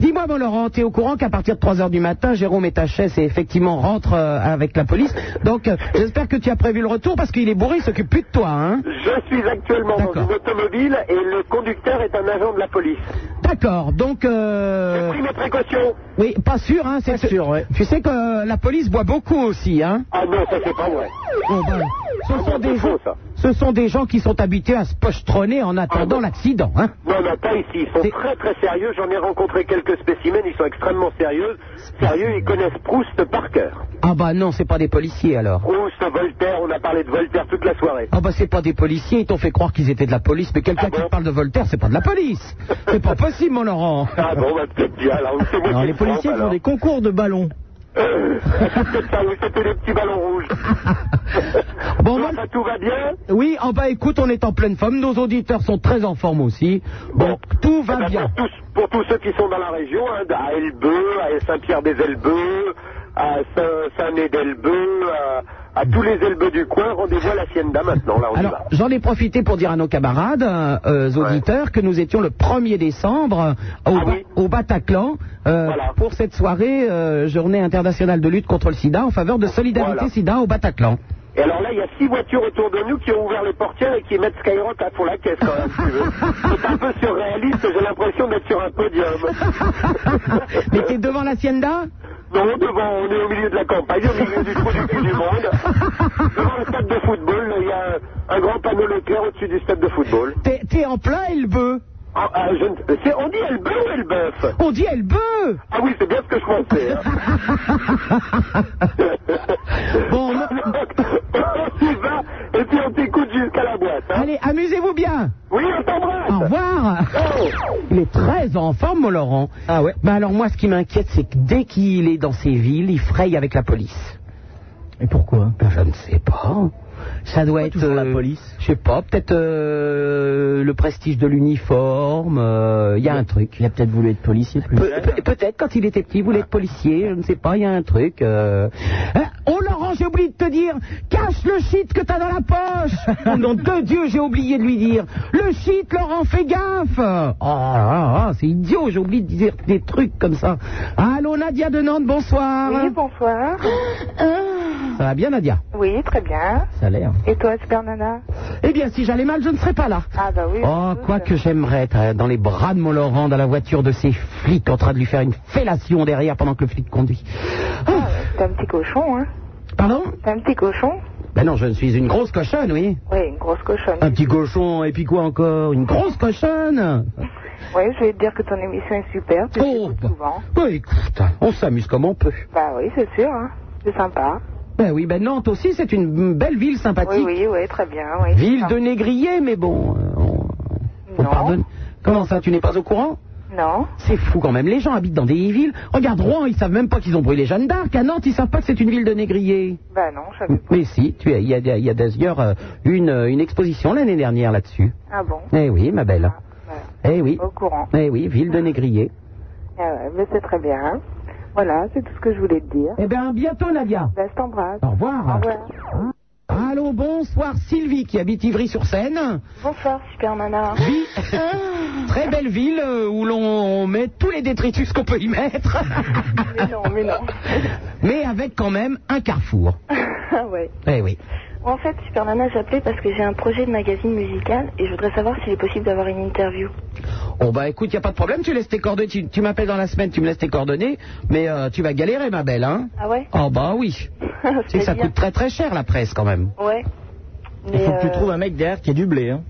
S4: Dis-moi, mon Laurent, t'es au courant qu'à partir de 3h du matin, Jérôme et ta chaise et effectivement rentre euh, avec la police. Donc, euh, j'espère que tu as prévu le retour parce qu'il est bourré, il s'occupe plus de toi, hein
S11: Je suis actuellement dans une automobile et le conducteur est un agent de la police.
S4: D'accord, donc... Euh...
S11: J'ai pris mes précautions.
S4: Oui, pas sûr, hein, c'est sûr, Tu sais que euh, la police boit beaucoup aussi, hein
S11: Ah non, ça c'est pas vrai.
S4: Bon, ben, ce, sont des gens, ce sont des gens qui sont habitués à se pochetronner en attendant l'accident, hein
S11: Non, non, pas ici. Ils sont très très sérieux. J'en ai rencontré quelques spécimens. Ils sont extrêmement sérieux. Sérieux, ils connaissent Proust par cœur.
S4: Ah bah non, c'est pas des policiers, alors.
S11: Proust, Voltaire, on a parlé de Voltaire toute la soirée.
S4: Ah bah c'est pas des policiers, ils t'ont fait croire qu'ils étaient de la police, mais quelqu'un qui parle de Voltaire, c'est pas de la police. C'est pas possible, mon Laurent.
S11: Ah bon, bah peut-être bien. Alors, c'est moi
S39: Alors,
S11: qui
S39: les
S11: me
S39: policiers
S11: trompe,
S39: font
S11: alors.
S39: des concours de ballons.
S11: Euh, *laughs* c'est peut-être ça, oui, c'était des petits ballons rouges.
S4: Bon,
S11: Toi, ça, tout va bien
S4: Oui, en bas, écoute, on est en pleine forme, nos auditeurs sont très en forme aussi. Bon, tout va bien.
S11: tous, Eh ben, pour tous ceux qui sont dans la région, hein, à Elbeux, à Saint-Pierre-des-Elbeux, à Saint-Saint-Né-d'Elbeux, à, à tous les Elbeux du coin, rendez-vous à la Sienda maintenant, là, on y
S4: Alors,
S11: va.
S4: j'en ai profité pour dire à nos camarades, euh, euh, aux auditeurs, que nous étions le 1er décembre euh,
S11: Ah
S4: au, Ba- au Bataclan euh, pour cette soirée, euh, journée internationale de lutte contre le sida en faveur de Solidarité
S11: Voilà.
S4: Sida au
S11: *laughs*
S4: Bataclan.
S11: Et alors là, il y a six voitures autour de nous qui ont ouvert les portières et qui mettent Skyrock à fond la caisse, quand même, si tu veux. C'est un peu surréaliste, j'ai l'impression d'être sur un podium.
S4: Mais t'es devant la Sienda
S11: Non, devant, on est au milieu de la campagne, au milieu du trou du cul du monde. Devant le stade de football, là, il y a un, un grand panneau Leclerc au-dessus du stade de football.
S4: T'es t'es en plein Elbeu
S11: Ah, ah, je ne- c'est- on dit Elbeu ou Elbeuf
S4: On dit Elbeu
S11: Ah oui, c'est bien ce que je pensais. hein.
S4: *laughs* Bon, non-
S11: on y va, et puis on t'écoute jusqu'à la boîte. hein.
S4: Allez, amusez-vous bien
S11: Oui, on t'embrasse
S4: Au revoir *laughs*
S40: Oh.
S4: Il est très en forme, mon Laurent. Ah ouais Bah alors moi, ce qui m'inquiète, c'est que dès qu'il est dans ces villes, il fraye avec la police. Et pourquoi Ben, Je ne sais pas. Ça doit être... la police Je sais pas, peut-être euh, le prestige de l'uniforme, euh, il y a un truc. Il a peut-être voulu être policier plus Peut-être, quand il était petit, il voulait être policier, je ne sais pas, il y a un truc. euh. Hein Oh Laurent, j'ai oublié de te dire, cache le shit que t'as dans la *laughs* poche Oh nom de Dieu, j'ai oublié de lui dire, le shit, Laurent, fais gaffe Oh, ah, ah, c'est idiot, j'ai oublié de dire des trucs comme ça. Allô Nadia de Nantes, bonsoir
S41: Oui, bonsoir.
S4: Ça va bien Nadia
S41: Oui, très bien.
S4: Ça a l'air.
S41: Et toi, Super Nana
S4: Eh bien, si j'allais mal, je ne serais pas là.
S41: Ah bah oui.
S4: Oh, quoi que j'aimerais être euh, dans les bras de mon Laurent, dans la voiture de ces flics, en train de lui faire une fellation derrière pendant que le flic conduit. Oh,
S41: T'es un petit cochon, hein
S4: Pardon
S41: T'es un petit cochon
S4: Ben non, je ne suis une grosse cochonne, oui.
S41: Oui, une grosse cochonne.
S4: Un petit cochon, et puis quoi encore Une grosse cochonne
S41: Oui, je vais te dire que ton émission est super. Tu
S4: Oh,
S41: l'écoutes
S4: bah.
S41: souvent.
S4: Oh, écoute, on s'amuse comme on peut.
S41: Bah oui, c'est sûr, hein. C'est sympa.
S4: Ben oui, ben Nantes aussi, c'est une belle ville
S41: Oui,
S4: sympathique.
S41: oui, oui, très bien, oui.
S4: Ville de négrier, mais bon, euh, on, on pardonne. Comment ça, tu n'es pas au courant
S41: Non.
S4: C'est fou quand même, les gens habitent dans des villes. Regarde Rouen, ils savent même pas qu'ils ont brûlé Jeanne d'Arc. À Nantes, ils savent pas que c'est une ville de négriers.
S41: Bah non, je savais pas.
S4: Mais si, tu as- il y a, il y a d'ailleurs euh, une, euh, une exposition l'année dernière là-dessus.
S41: Ah bon Bah,
S4: Eh oui, ma belle. Eh oui.
S41: Au courant.
S4: Eh oui, ville de négrier.
S41: Ah ouais, mais c'est très bien. hein. Voilà, c'est tout ce que je voulais te dire.
S4: Eh bien, bientôt, Nadia.
S41: Bah, je t'embrasse.
S4: Au
S41: Au
S4: revoir.
S41: revoir.
S4: Allô, bonsoir Sylvie qui habite Ivry-sur-Seine.
S41: Bonsoir, Super Nana. *laughs*
S4: Oui. Très belle ville euh, où l'on met tous les détritus qu'on peut y mettre.
S41: *laughs* mais non, mais non.
S4: Mais avec quand même un carrefour.
S41: *laughs* ah ouais.
S4: Eh oui.
S41: En fait, Super Nana, j'appelais parce que j'ai un projet de magazine musical et je voudrais savoir s'il est possible d'avoir une interview.
S4: Oh bah écoute, y a pas de problème, tu laisses tes coordonnées, tu, tu m'appelles dans la semaine, tu me laisses tes coordonnées, mais euh, tu vas galérer ma belle, hein
S41: Ah ouais
S4: Oh bah oui. tu sais que ça
S41: C'est-à-dire
S4: coûte très très cher la presse quand même.
S41: Ouais. Mais, euh,
S4: un mec derrière qui a du blé, hein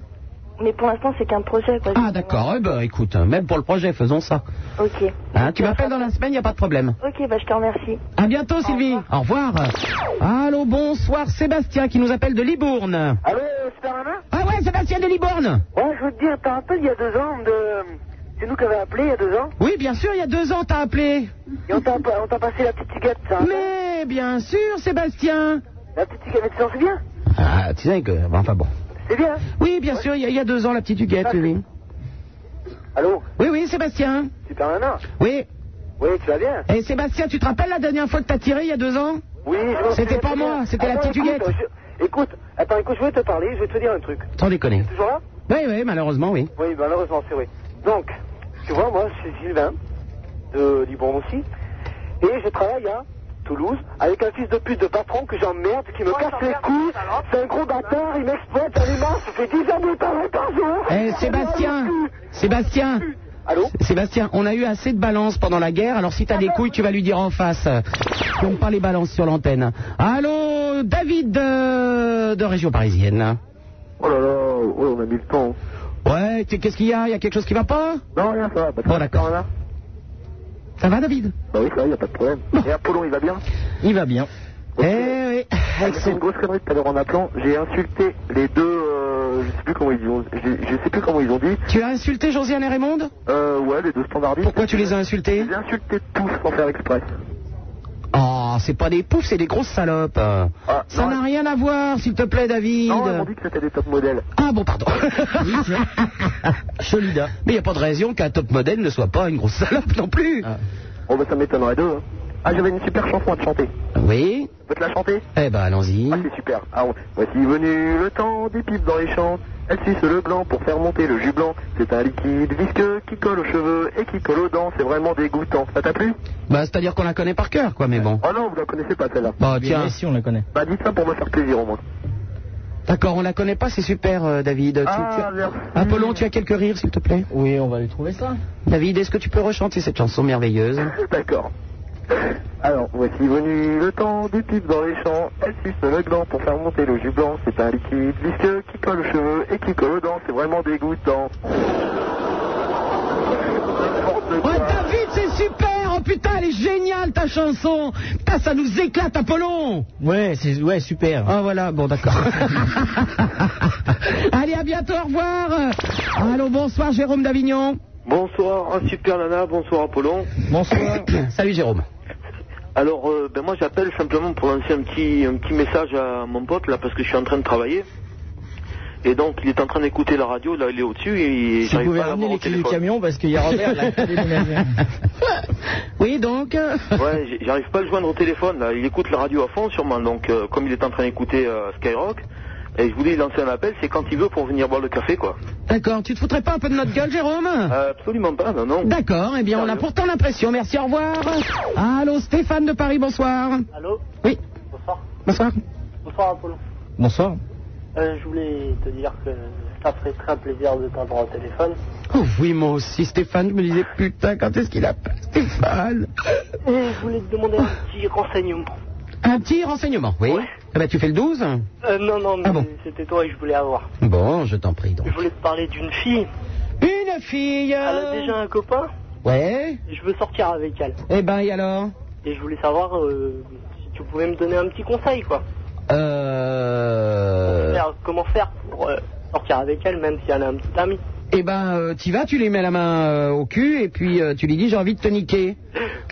S41: mais pour l'instant, c'est qu'un projet, quoi.
S4: Ah d'accord, eh ben écoute, hein, même pour le projet, faisons ça.
S41: Ok.
S4: Hein, tu m'appelles dans la semaine, y a pas de problème.
S41: Ok, bah je te remercie.
S4: À bientôt Sylvie. Au revoir. Allô, bonsoir Sébastien qui nous appelle de Libourne.
S42: Allô, Superman
S4: Ah ouais, Sébastien de Libourne.
S42: Ouais, je veux te dire, t'as rappelles, il y a deux ans, de... c'est nous qui avait appelé il y a deux ans,
S4: Oui, bien sûr, il y a deux ans t'as appelé.
S42: et on t'a on t'a passé la petite ciguette, ça.
S4: Mais bien sûr, Sébastien.
S11: La petite cigarette, c'est bien
S4: Ah, tu sais que. Enfin bon.
S11: C'est bien
S4: Oui, bien sûr, il y, a- il y a deux ans, la petite Huguette, oui, oui.
S11: Allô
S4: Oui, oui, Sébastien.
S11: Super Nana
S4: Oui.
S11: Oui, tu vas bien
S4: Et Sébastien, tu te rappelles la dernière fois que t'as tiré il y a deux ans
S11: Oui, je m'en
S4: C'était
S11: souviens
S4: pas
S11: très
S4: moi,
S11: bien.
S4: c'était la
S11: Attends,
S4: petite Huguette.
S11: Écoute, je- écoute, attends, écoute, je veux te parler, je vais te dire un truc.
S4: Sans déconner.
S11: Toujours là
S4: Oui, oui, malheureusement, oui.
S11: Oui, bah, malheureusement, c'est vrai. Donc, tu vois, moi, je suis Sylvain, de Libon aussi, et je travaille à Toulouse avec un fils de pute de patron que j'emmerde, qui me casse les couilles. C'est un gros bâtard, il m'exploite, j'en ai marre, ça fait 10 ans que je travaille par jour.
S4: Eh, Sébastien Sébastien Allô Sébastien, on a eu assez de balances pendant la guerre, alors si t'as des couilles, tu vas lui dire en face. Si on pas les balances sur l'antenne. Allô, David euh, de région parisienne.
S5: Oh là là, ouais, on a mis le temps.
S4: Ouais, tu- qu'est-ce qu'il y a Il y a quelque chose qui va pas
S5: Non, rien, ça va. Pas de
S4: Bon, Oh, d'accord. Ça va, David
S5: Bah oui, ça va, y a pas
S4: *laughs*
S5: de problème. Et Apollon, il va bien
S4: Il va bien. Eh
S5: oui. C'est une grosse connerie tout à l'heure en appelant. J'ai insulté les deux. euh, je sais plus comment ils ont. Je, je sais plus comment ils ont dit.
S4: Tu as insulté Josiane et Raymond
S5: Euh, ouais, les deux standardistes.
S4: Pourquoi tu les as insultés
S5: Je les ai insultés tous sans faire exprès.
S4: Oh, c'est pas des poufs, c'est des grosses salopes. Ça n'a rien à voir, s'il te plaît, David.
S5: Ah, Non, ils m'ont dit que c'était des top modèles.
S4: Ah bon, pardon. *laughs* Solida. Mais il n'y a pas de raison qu'un top modèle ne soit pas une grosse salope non plus.
S5: Bon, bah ça m'étonnerait d'eux. hein. Ah, j'avais une super chanson à te chanter.
S4: Oui
S5: Je peux te la chanter
S4: Eh ben, allons-y.
S5: Ah, c'est super. Ah, ouais. Voici venu le temps des pipes dans les champs. Elle suce le blanc pour faire monter le jus blanc. C'est un liquide visqueux qui colle aux cheveux et qui colle aux dents. C'est vraiment dégoûtant. Ça t'a plu
S4: Bah, c'est-à-dire qu'on la connaît par cœur, quoi, mais bon.
S5: Oh non, vous la connaissez pas celle-là.
S4: Bah, tiens.
S5: on la connaît. Bah, dites ça pour me faire plaisir au moins.
S4: D'accord, on la connaît pas, c'est super, euh, David. Tu-
S5: Ah,
S4: tu- Apollon, tu as quelques rires, s'il te plaît Oui, on va lui trouver ça. David, est-ce que tu peux rechanter cette chanson merveilleuse
S5: D'accord. Alors, voici venu le temps des pipes dans les champs. Elle suce le blanc pour faire monter le jus blanc. C'est un liquide visqueux qui colle aux cheveux et qui colle aux dents. C'est vraiment dégoûtant.
S4: Oh David, c'est super Oh putain, elle est géniale ta chanson Putain, ça nous éclate, Apollon Ouais, c'est ouais, super. Ah voilà, bon
S43: *laughs*
S4: d'accord. Allez, à bientôt, au revoir Allô, bonsoir Jérôme d'Avignon.
S44: Bonsoir, un super nana, bonsoir Apollon. *coughs*
S4: Bonsoir. Salut Jérôme.
S44: Alors, euh, ben moi j'appelle simplement pour lancer un petit, un petit message à mon pote là, parce que je suis en train de travailler. Et donc, il est en train d'écouter la radio, là il est au-dessus
S43: Si
S44: et
S43: vous
S44: j'arrive
S43: pouvez
S44: pas à
S43: ramener
S44: l'avoir
S43: les
S44: au
S43: clés du
S44: téléphone.
S43: camion, parce qu'il y a Robert
S44: *laughs*
S43: là. qui a déménagé.
S4: Oui, donc
S44: Ouais, j'ai- j'arrive pas à le joindre au téléphone là, il écoute la radio à fond sûrement, donc euh, comme il est en train d'écouter euh, Skyrock, et je voulais lui lancer un appel, c'est quand il veut pour venir boire le café quoi.
S4: D'accord, tu te foutrais pas un peu de notre gueule, Jérôme
S44: Euh, absolument pas, non, non.
S4: D'accord, eh bien on a pourtant l'impression. Merci, au revoir. Allô, Stéphane de Paris, bonsoir.
S11: Allô
S4: Oui.
S11: Bonsoir.
S4: Bonsoir.
S11: Bonsoir, Apollon.
S43: Bonsoir.
S11: Euh, je voulais te dire que ça ferait très plaisir de t'avoir au téléphone.
S4: Oh oui, moi aussi, Stéphane, je me disais, putain, quand est-ce qu'il appelle Stéphane
S11: Et je voulais te demander un petit renseignement.
S4: Un petit renseignement, oui. Eh ben, tu fais le 12
S11: Euh, non, non, mais c'était toi que je voulais avoir.
S4: Bon, je t'en prie donc.
S11: Je voulais te parler d'une fille.
S4: Une fille
S11: Elle a déjà un copain
S4: Ouais
S11: Je veux sortir avec elle.
S4: Eh ben, et alors
S11: Et je voulais savoir euh, si tu pouvais me donner un petit conseil, quoi.
S4: Euh...
S11: Faire- comment faire pour euh, sortir avec elle, même si elle a un petit ami
S4: Eh ben, euh, t'y vas, tu lui mets la main euh, au cul et puis euh, tu lui dis, j'ai envie de te niquer.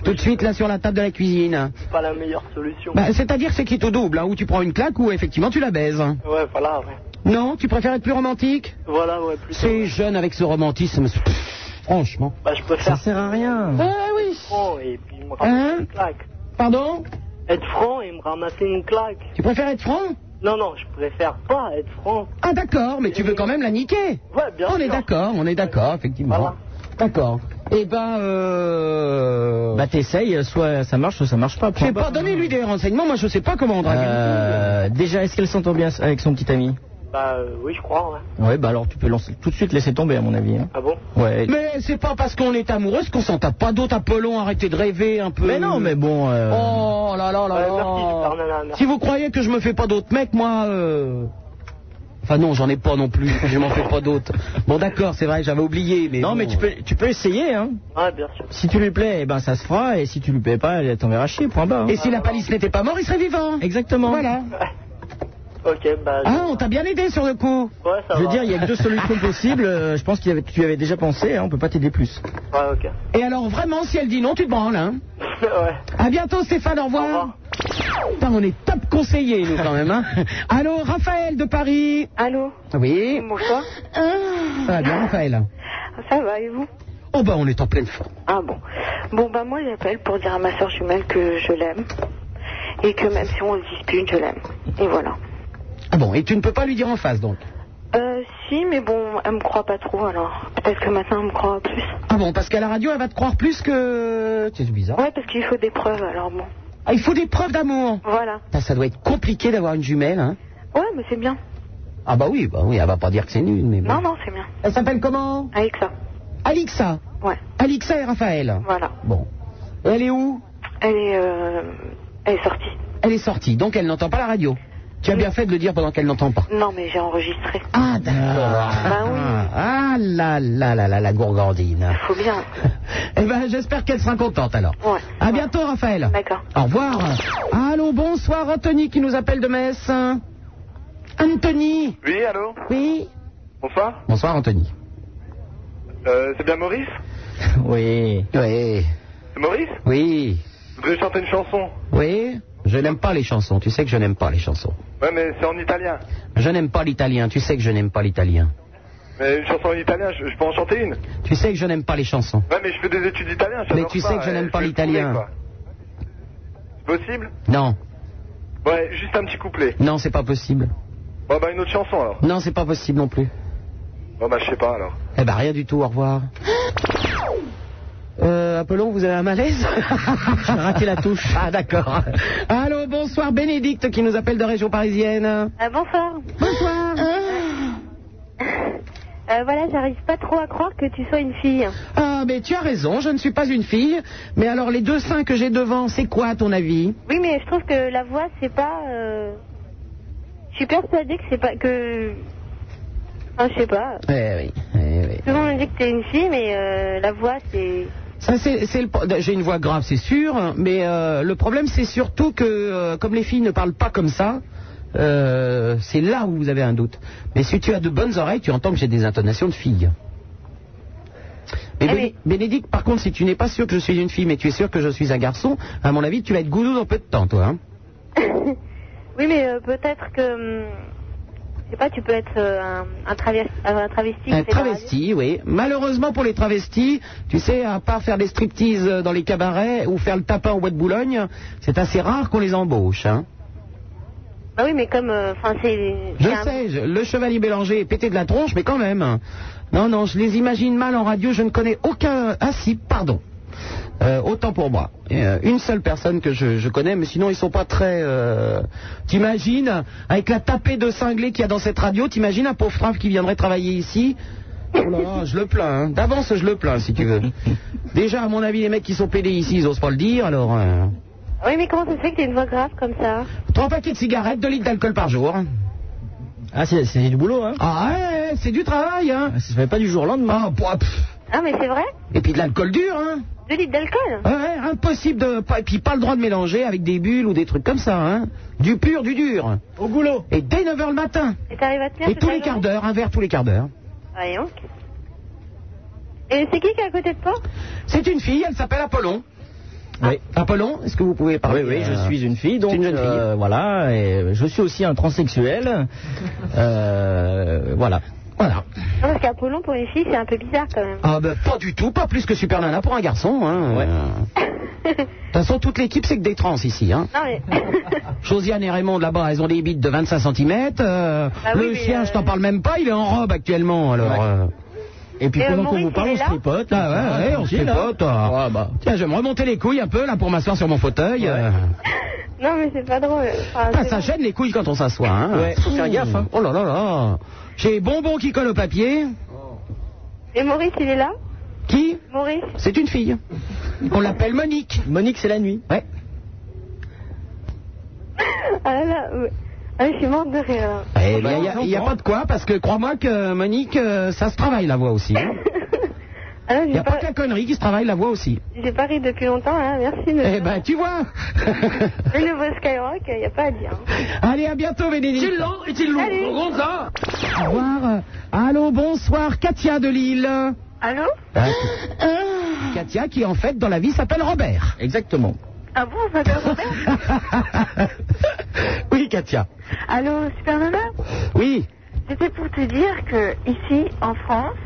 S4: Tout de suite, là, sur la table de la cuisine.
S11: C'est pas la meilleure solution.
S4: Bah, c'est-à-dire, c'est qui te double, hein, ou tu prends une claque ou effectivement tu la baises. hein.
S11: Ouais, voilà, ouais.
S4: Non, tu préfères être plus romantique
S11: Voilà, ouais, plus.
S4: Ces jeunes avec ce romantisme, pff, franchement.
S11: Bah, je préfère.
S4: sert à rien. Ah oui
S11: Franc et puis me ramasser
S4: Hein
S11: une claque.
S4: Pardon
S11: Être franc et me ramasser une claque.
S4: Tu préfères être franc
S11: Non, non, je préfère pas être franc.
S4: Ah d'accord, mais tu veux quand même la niquer
S11: Ouais, bien
S4: On est
S11: sûr.
S4: d'accord, on est d'accord, effectivement. D'accord. Eh ben, euh...
S43: Bah t'essayes, soit ça marche, soit ça marche pas.
S4: Je sais pas, donnez-lui des renseignements, moi je sais pas comment on drague.
S43: Euh, déjà, est-ce qu'elle s'entend bien avec son petit ami
S11: Bah, euh, oui, je crois, ouais.
S43: Ouais, bah alors tu peux lancer- tout de suite laisser tomber, à mon avis. hein.
S11: Ah bon
S43: Ouais.
S4: Mais c'est pas parce qu'on est amoureuse qu'on s'en tape pas d'autres Apollon, arrêtez de rêver un peu.
S43: Mais non, mais bon. euh,
S4: Oh là là là là.
S11: Ouais, Euh, merci, super nana, merci.
S4: Si vous croyez que je me fais pas d'autres mecs, moi. euh, Enfin non, j'en ai pas non plus. je m'en fais pas d'autres. Bon d'accord, c'est vrai, j'avais oublié, mais.
S43: Non, mais tu peux, tu peux essayer, hein.
S11: Ouais, bien sûr.
S43: Si tu lui plais, eh ben ça se fera, et si tu lui plais pas, elle t'enverra chier, point bas. hein.
S4: Et si la palisse n'était pas mort, il serait vivant.
S43: Exactement.
S4: Voilà.
S11: Ok, bah.
S4: Ah, on t'a bien aidé sur le coup.
S11: Ouais, ça
S43: Je veux
S11: va.
S43: dire, il y a que deux
S11: *laughs*
S43: solutions possibles. euh, Je pense que tu y avais déjà pensé, hein, on peut pas t'aider plus.
S11: Ouais, Ah, ok.
S4: Et alors vraiment, si elle dit non, tu te branles, hein.
S11: *laughs* ouais.
S4: À bientôt, Stéphane. Au revoir. Putain, on est top conseillé, nous, quand même.
S11: *laughs*
S4: Hein. Allô, Raphaël de Paris
S11: Allô
S4: Oui.
S11: Bonsoir.
S4: Ça va bien, Raphaël
S11: Ça va, et vous
S4: Oh, bah, on est en pleine forme.
S11: Ah bon. Bon, bah moi j'appelle pour dire à ma soeur jumelle que je l'aime. Et que même si on se dispute, je l'aime. Et voilà.
S4: Ah bon, et tu ne peux pas lui dire en face, donc
S11: Euh, si, mais bon, elle me croit pas trop alors. Peut-être que maintenant elle me croit plus.
S4: Ah bon, parce qu'à la radio, elle va te croire plus que... C'est bizarre.
S11: Ouais, parce qu'il faut des preuves alors bon.
S4: Ah, il faut des preuves d'amour.
S11: Voilà.
S4: Putain, Ça doit être compliqué d'avoir une jumelle, hein
S11: Ouais, mais c'est bien.
S4: Ah bah oui, bah oui, elle va pas dire que c'est nul, mais bon.
S11: Non, non, c'est bien.
S4: Elle s'appelle comment
S11: Alexa.
S4: Alixa
S11: Ouais.
S4: Alixa et Raphaël.
S11: Voilà.
S4: Bon. Et elle est où
S11: Elle est, euh, elle est sortie.
S4: Elle est sortie, donc elle n'entend pas la radio. Tu as bien fait de le dire pendant qu'elle n'entend pas.
S11: Non, mais j'ai enregistré.
S4: Ah, d'accord.
S11: Mm. Bah oui.
S4: Ah là là là là, la
S11: *laughs*
S4: gourgandine.
S11: Faut bien.
S4: Eh ben, j'espère qu'elle sera contente alors.
S11: Ouais.
S4: À bientôt, Raphaël.
S11: D'accord.
S4: Au revoir. Allô, bonsoir, Anthony qui nous appelle de Metz. Anthony.
S7: Oui, allô
S4: Oui.
S7: Bonsoir
S4: Bonsoir, Anthony.
S7: euh, C'est bien Maurice
S4: *laughs* Oui. Oui.
S7: C'est Maurice
S4: Oui.
S7: Je voudrais chanter une chanson.
S4: Oui. Je n'aime pas les chansons. Tu sais que je n'aime pas les chansons.
S7: Ouais, mais c'est en italien.
S4: Je n'aime pas l'italien. Tu sais que je n'aime pas l'italien.
S7: Mais une chanson en italien, je, je peux en chanter une
S4: Tu sais que je n'aime pas les chansons.
S7: Ouais, mais je fais des études d'italien.
S4: Mais
S7: j'adore
S4: tu
S7: ça,
S4: sais que je
S7: ouais,
S4: n'aime pas
S7: vais le trouver,
S4: l'italien.
S7: quoi. C'est possible
S4: Non.
S7: Ouais, juste un petit couplet.
S4: Non, c'est pas possible.
S7: Bon, bah, une autre chanson alors.
S4: Non, c'est pas possible non plus.
S7: Bon, bah, je sais pas alors.
S4: Eh ben, rien du tout. Au revoir. *gasps* Euh, Apollon, vous avez un malaise *laughs* J'ai raté la touche. Ah, d'accord. Allô, bonsoir, Bénédicte qui nous appelle de région parisienne.
S8: Ah, bonsoir.
S4: Bonsoir.
S8: Euh, voilà, j'arrive pas trop à croire que tu sois une fille.
S4: Ah, mais tu as raison, je ne suis pas une fille. Mais alors, les deux seins que j'ai devant, c'est quoi à ton avis
S8: Oui, mais je trouve que la voix, c'est pas. euh, Je suis persuadée que c'est pas que. Enfin, je sais pas.
S4: Eh oui, eh oui.
S8: Tout le monde me dit que t'es une fille, mais euh, la voix, c'est.
S4: Ça, c'est c'est le pro- J'ai une voix grave, c'est sûr, hein, mais euh, le problème, c'est surtout que, euh, comme les filles ne parlent pas comme ça, euh, c'est là où vous avez un doute. Mais si tu as de bonnes oreilles, tu entends que j'ai des intonations de fille. Mais Béné- Bénédicte, par contre, si tu n'es pas sûr que je suis une fille, mais tu es sûr que je suis un garçon, à mon avis, tu vas être goudou dans peu de temps, toi. hein.
S8: Oui, mais euh, peut-être que. hum, Je sais pas, tu peux être euh, un, un travesti. Un travesti,
S4: Un
S8: c'est pas-
S4: travesti, oui. Malheureusement pour les travestis, tu sais, à part faire des striptease euh, dans les cabarets ou faire le tapin au bois de Boulogne, c'est assez rare qu'on les embauche. Hein.
S8: Bah oui, mais comme. euh, Enfin, c'est.
S4: Je
S8: c'est un-
S4: sais, je- le chevalier Bélanger est pété de la tronche, mais quand même. Non, non, je les imagine mal en radio, je ne connais aucun. Ah si, pardon. Euh, autant pour moi. Euh, une seule personne que je, je connais, mais sinon ils sont pas très. euh, T'imagines, avec la tapée de cinglés qu'il y a dans cette radio, t'imagines un pauvre trave qui viendrait travailler ici Oh là là, je le plains. hein. D'avance, je le plains si tu veux. Déjà, à mon avis, les mecs qui sont pédés ici, ils osent pas le dire, alors. euh,
S8: Oui, mais comment ça se fait que t'as une voix grave comme ça
S4: Trois paquets de cigarettes, deux litres d'alcool par jour. Ah, c'est du boulot, hein Ah, ouais, ouais, c'est du travail, hein Ça se fait pas du jour au lendemain.
S8: Ah, mais c'est vrai
S4: Et puis de l'alcool dur, hein
S8: Deux litres d'alcool
S4: Ouais, ouais, impossible de... pas- Et puis pas le droit de mélanger avec des bulles ou des trucs comme ça, hein Du pur, du dur. Au goulot. Et dès 9h le matin.
S8: Et t'arrives à tenir
S4: Et
S8: toute
S4: tous
S8: la
S4: les quarts
S8: journée
S4: d'heure, un verre tous les quarts d'heure.
S8: Voyons. Et c'est qui qui est à côté de toi
S4: C'est une fille, elle s'appelle Apollon. Oui. Apollon, est-ce que vous pouvez parler
S1: Oui, oui, je
S4: euh,
S1: suis une fille, donc
S4: c'est une jeune fille.
S1: euh, voilà, et je suis aussi un
S8: *laughs*
S1: transsexuel, Euh, voilà.
S4: Voilà.
S8: Non, Ah, parce qu'Apollon, pour une fille, c'est un peu bizarre quand même.
S4: Ah ben pas du tout, pas plus que Super Nana pour un garçon. Hein.
S8: *laughs*
S4: Euh, De toute façon, toute l'équipe, c'est que des trans ici. Hein.
S8: Non, mais.
S4: *laughs*
S8: *laughs*
S4: Josiane et Raymond là-bas, elles ont des bites de 25 cm.
S8: Ah oui,
S4: le
S8: mais,
S4: chien, je t'en parle même pas, il est en robe actuellement. Alors, euh, Et
S1: puis, Et, euh, pendant qu'on Maurice, vous parle, il est on se là tripote,
S4: Ah ouais,
S1: hein,
S4: ouais, on se
S1: tranquille, hein.
S4: tripote. ah. Tiens, je vais me remonter les couilles un peu là pour m'asseoir sur mon fauteuil. euh.
S8: *laughs* non, mais c'est pas drôle. Enfin,
S4: Ah,
S8: c'est
S4: ça
S8: bon.
S4: gêne les couilles quand on s'assoit. Hein.
S1: Ouais, faut faire
S4: Ouh.
S1: gaffe, hein.
S4: Oh là là là. J'ai bonbon qui colle au papier.
S8: Oh. Et Maurice, il est là
S4: Qui
S8: Maurice
S4: C'est une fille. On l'appelle Monique. Monique, c'est la nuit. Ouais.
S8: Ah là là, ouais. Ah, je suis morte de rire. là.
S4: Eh ben, il n'y a, pas de quoi, parce que crois-moi que Monique, euh, ça se travaille la voix aussi.
S8: *laughs*
S4: hein.
S8: Ah là,
S4: Il n'y
S8: j'ai
S4: a pas
S8: pas,
S4: que la connerie qui se travaille la voix aussi.
S8: j'ai pas ri depuis longtemps, hein. merci. De...
S4: Eh ben, tu
S8: *laughs*
S4: vois.
S8: Le nouveau Skyrock, il n'y a pas à dire. hein.
S4: Allez, à bientôt, Bénédicte.
S8: Tu l'as et tu l'as. Salut. Au
S4: ça. Au revoir. Euh, Allô, bonsoir, Katia de Lille.
S11: Allô
S4: Ah, Katia, qui en fait, dans la vie, s'appelle Robert.
S1: Exactement.
S8: Ah bon, vous m'appelez Robert
S4: *laughs* Oui, Katia.
S8: Allô, Super Nana
S4: Oui.
S8: C'était pour te dire que ici, en France,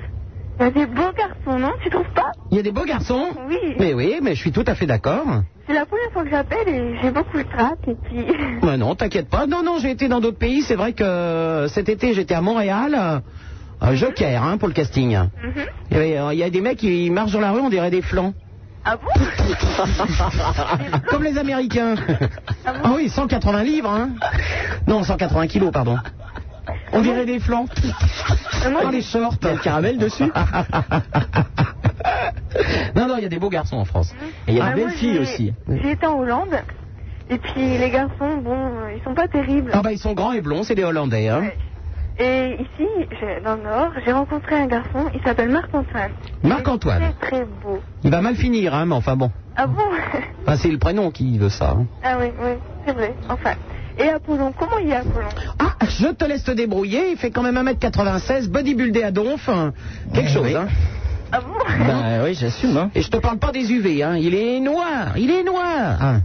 S8: il y a des beaux garçons, non Tu trouves pas
S4: Il y a des beaux garçons
S8: Oui.
S4: Mais oui, mais je suis tout à fait d'accord.
S8: C'est la première fois que j'appelle et j'ai beaucoup de trac et puis... *laughs*
S4: Mais non, t'inquiète pas. Non, non, j'ai été dans d'autres pays. C'est vrai que euh, cet été, j'étais à Montréal, euh, un
S8: Mhm.
S4: joker hein, pour le casting. Il y avait, euh, il y a des mecs qui marchent dans la rue, on dirait des flancs.
S8: Ah bon
S4: *laughs* Comme les Américains. Ah oui, 180 livres. Hein. Non, 180 kilos, pardon. On dirait des flancs.
S8: Ah
S4: Dans les shorts. Il y a le caramel dessus. *laughs* non, non, il y a des beaux garçons en France. Et il y a
S8: Ah,
S4: des belles
S8: moi,
S4: filles
S8: j'ai-
S4: aussi.
S8: J'ai été en Hollande et puis les garçons, bon, euh, ils sont pas terribles.
S4: Ah bah ils sont grands et blonds, c'est des Hollandais. Hein.
S8: Et ici, j'ai- dans le Nord, j'ai rencontré un garçon, il s'appelle Marc-Antoine.
S4: Marc-Antoine.
S8: Très très beau.
S4: Il va mal finir, hein, mais enfin bon.
S8: Ah bon *laughs*
S4: Enfin, c'est le prénom qui veut ça. hein.
S8: Ah oui, oui, c'est vrai, enfin. Et Apollon, comment il est Apollon
S4: Ah, je te laisse te débrouiller. Il fait quand même 1m96, bodybuildé à donf. hein. Quelque chose, hein.
S8: Ah bon
S3: Bah,
S4: Ben oui, j'assume.
S3: hein.
S4: Et je te parle pas des UV, hein. Il est noir, il est noir. hein.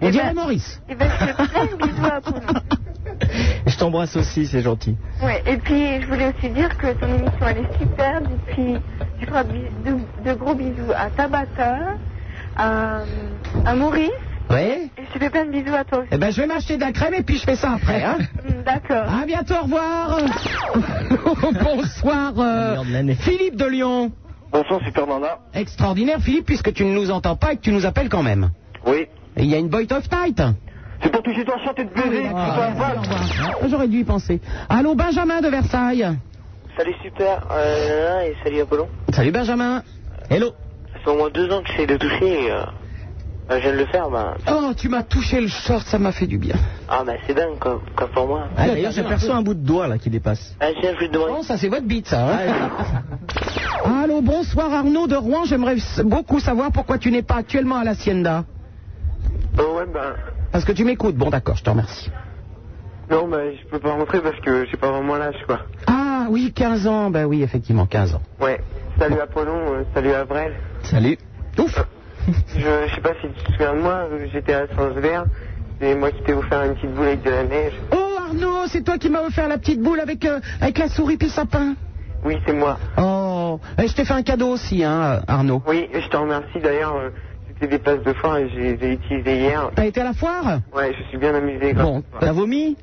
S4: On dirait Maurice.
S8: Eh ben, je te fais plein de bisous à Apollon.
S3: Je t'embrasse aussi, c'est gentil.
S8: Ouais, et puis je voulais aussi dire que ton émission elle est superbe. Et puis je ferai de, de gros bisous à Tabata, à, à Maurice.
S4: Ouais.
S8: Et je te fais plein de bisous à toi aussi.
S4: Eh ben, je vais m'acheter de la crème et puis je fais ça
S3: *laughs*
S4: après, hein.
S8: D'accord.
S4: À bientôt, au revoir. *laughs* Bonsoir, euh, Philippe de Lyon.
S40: Bonsoir, Super Nana.
S4: Extraordinaire, Philippe, puisque tu ne nous entends pas et que tu nous appelles quand même.
S40: Oui.
S4: Et Il y a une Boy of Night.
S40: C'est pour toucher ton chanter de
S4: Ah,
S40: baiser.
S4: J'aurais dû y penser. Allô, Benjamin de Versailles.
S11: Salut Super, euh, Nana, et salut Apollon.
S4: Salut, Benjamin. Hello.
S11: Ça fait au moins deux ans que j'essaie de toucher et euh, bah, je viens de le faire. Bah.
S4: Oh, tu m'as touché le short, ça m'a fait du bien.
S11: Ah bah c'est dingue comme, comme pour moi.
S3: Ah, D'ailleurs, j'aperçois un bout de doigt là qui dépasse.
S11: Ah tiens, je vais te demander.
S40: Oh.
S4: Non, Oh, ça c'est votre bite, ça. hein. *laughs* Allô, bonsoir Arnaud de Rouen. J'aimerais s- beaucoup savoir pourquoi tu n'es pas actuellement à l'Hacienda.
S40: Oh, ouais, ben.
S4: Parce que tu m'écoutes. Bon, d'accord, je te remercie.
S40: Non, ben, je peux pas rentrer parce que j'ai pas vraiment l'âge, quoi.
S4: Ah oui, 15 ans. Ben oui, effectivement, 15 ans.
S40: Ouais. Salut Apollon, euh, salut Avrel.
S4: Salut. Ouf.
S40: Je, je sais pas si tu te souviens de moi, euh, j'étais à Saint-Sever, et moi qui t'ai offert une petite boule avec de la neige.
S4: Oh Arnaud, c'est toi qui m'as offert la petite boule avec, euh, avec la souris puis le sapin.
S40: Oui, c'est moi.
S4: Oh, et je t'ai fait un cadeau aussi, hein, Arnaud.
S40: Oui, et je te remercie d'ailleurs, euh, c'était des passes de foire et j'ai j'ai utilisé hier.
S4: T'as été à la foire
S40: Ouais, je suis bien amusé. grâce
S4: Bon,
S40: à toi.
S4: t'as vomi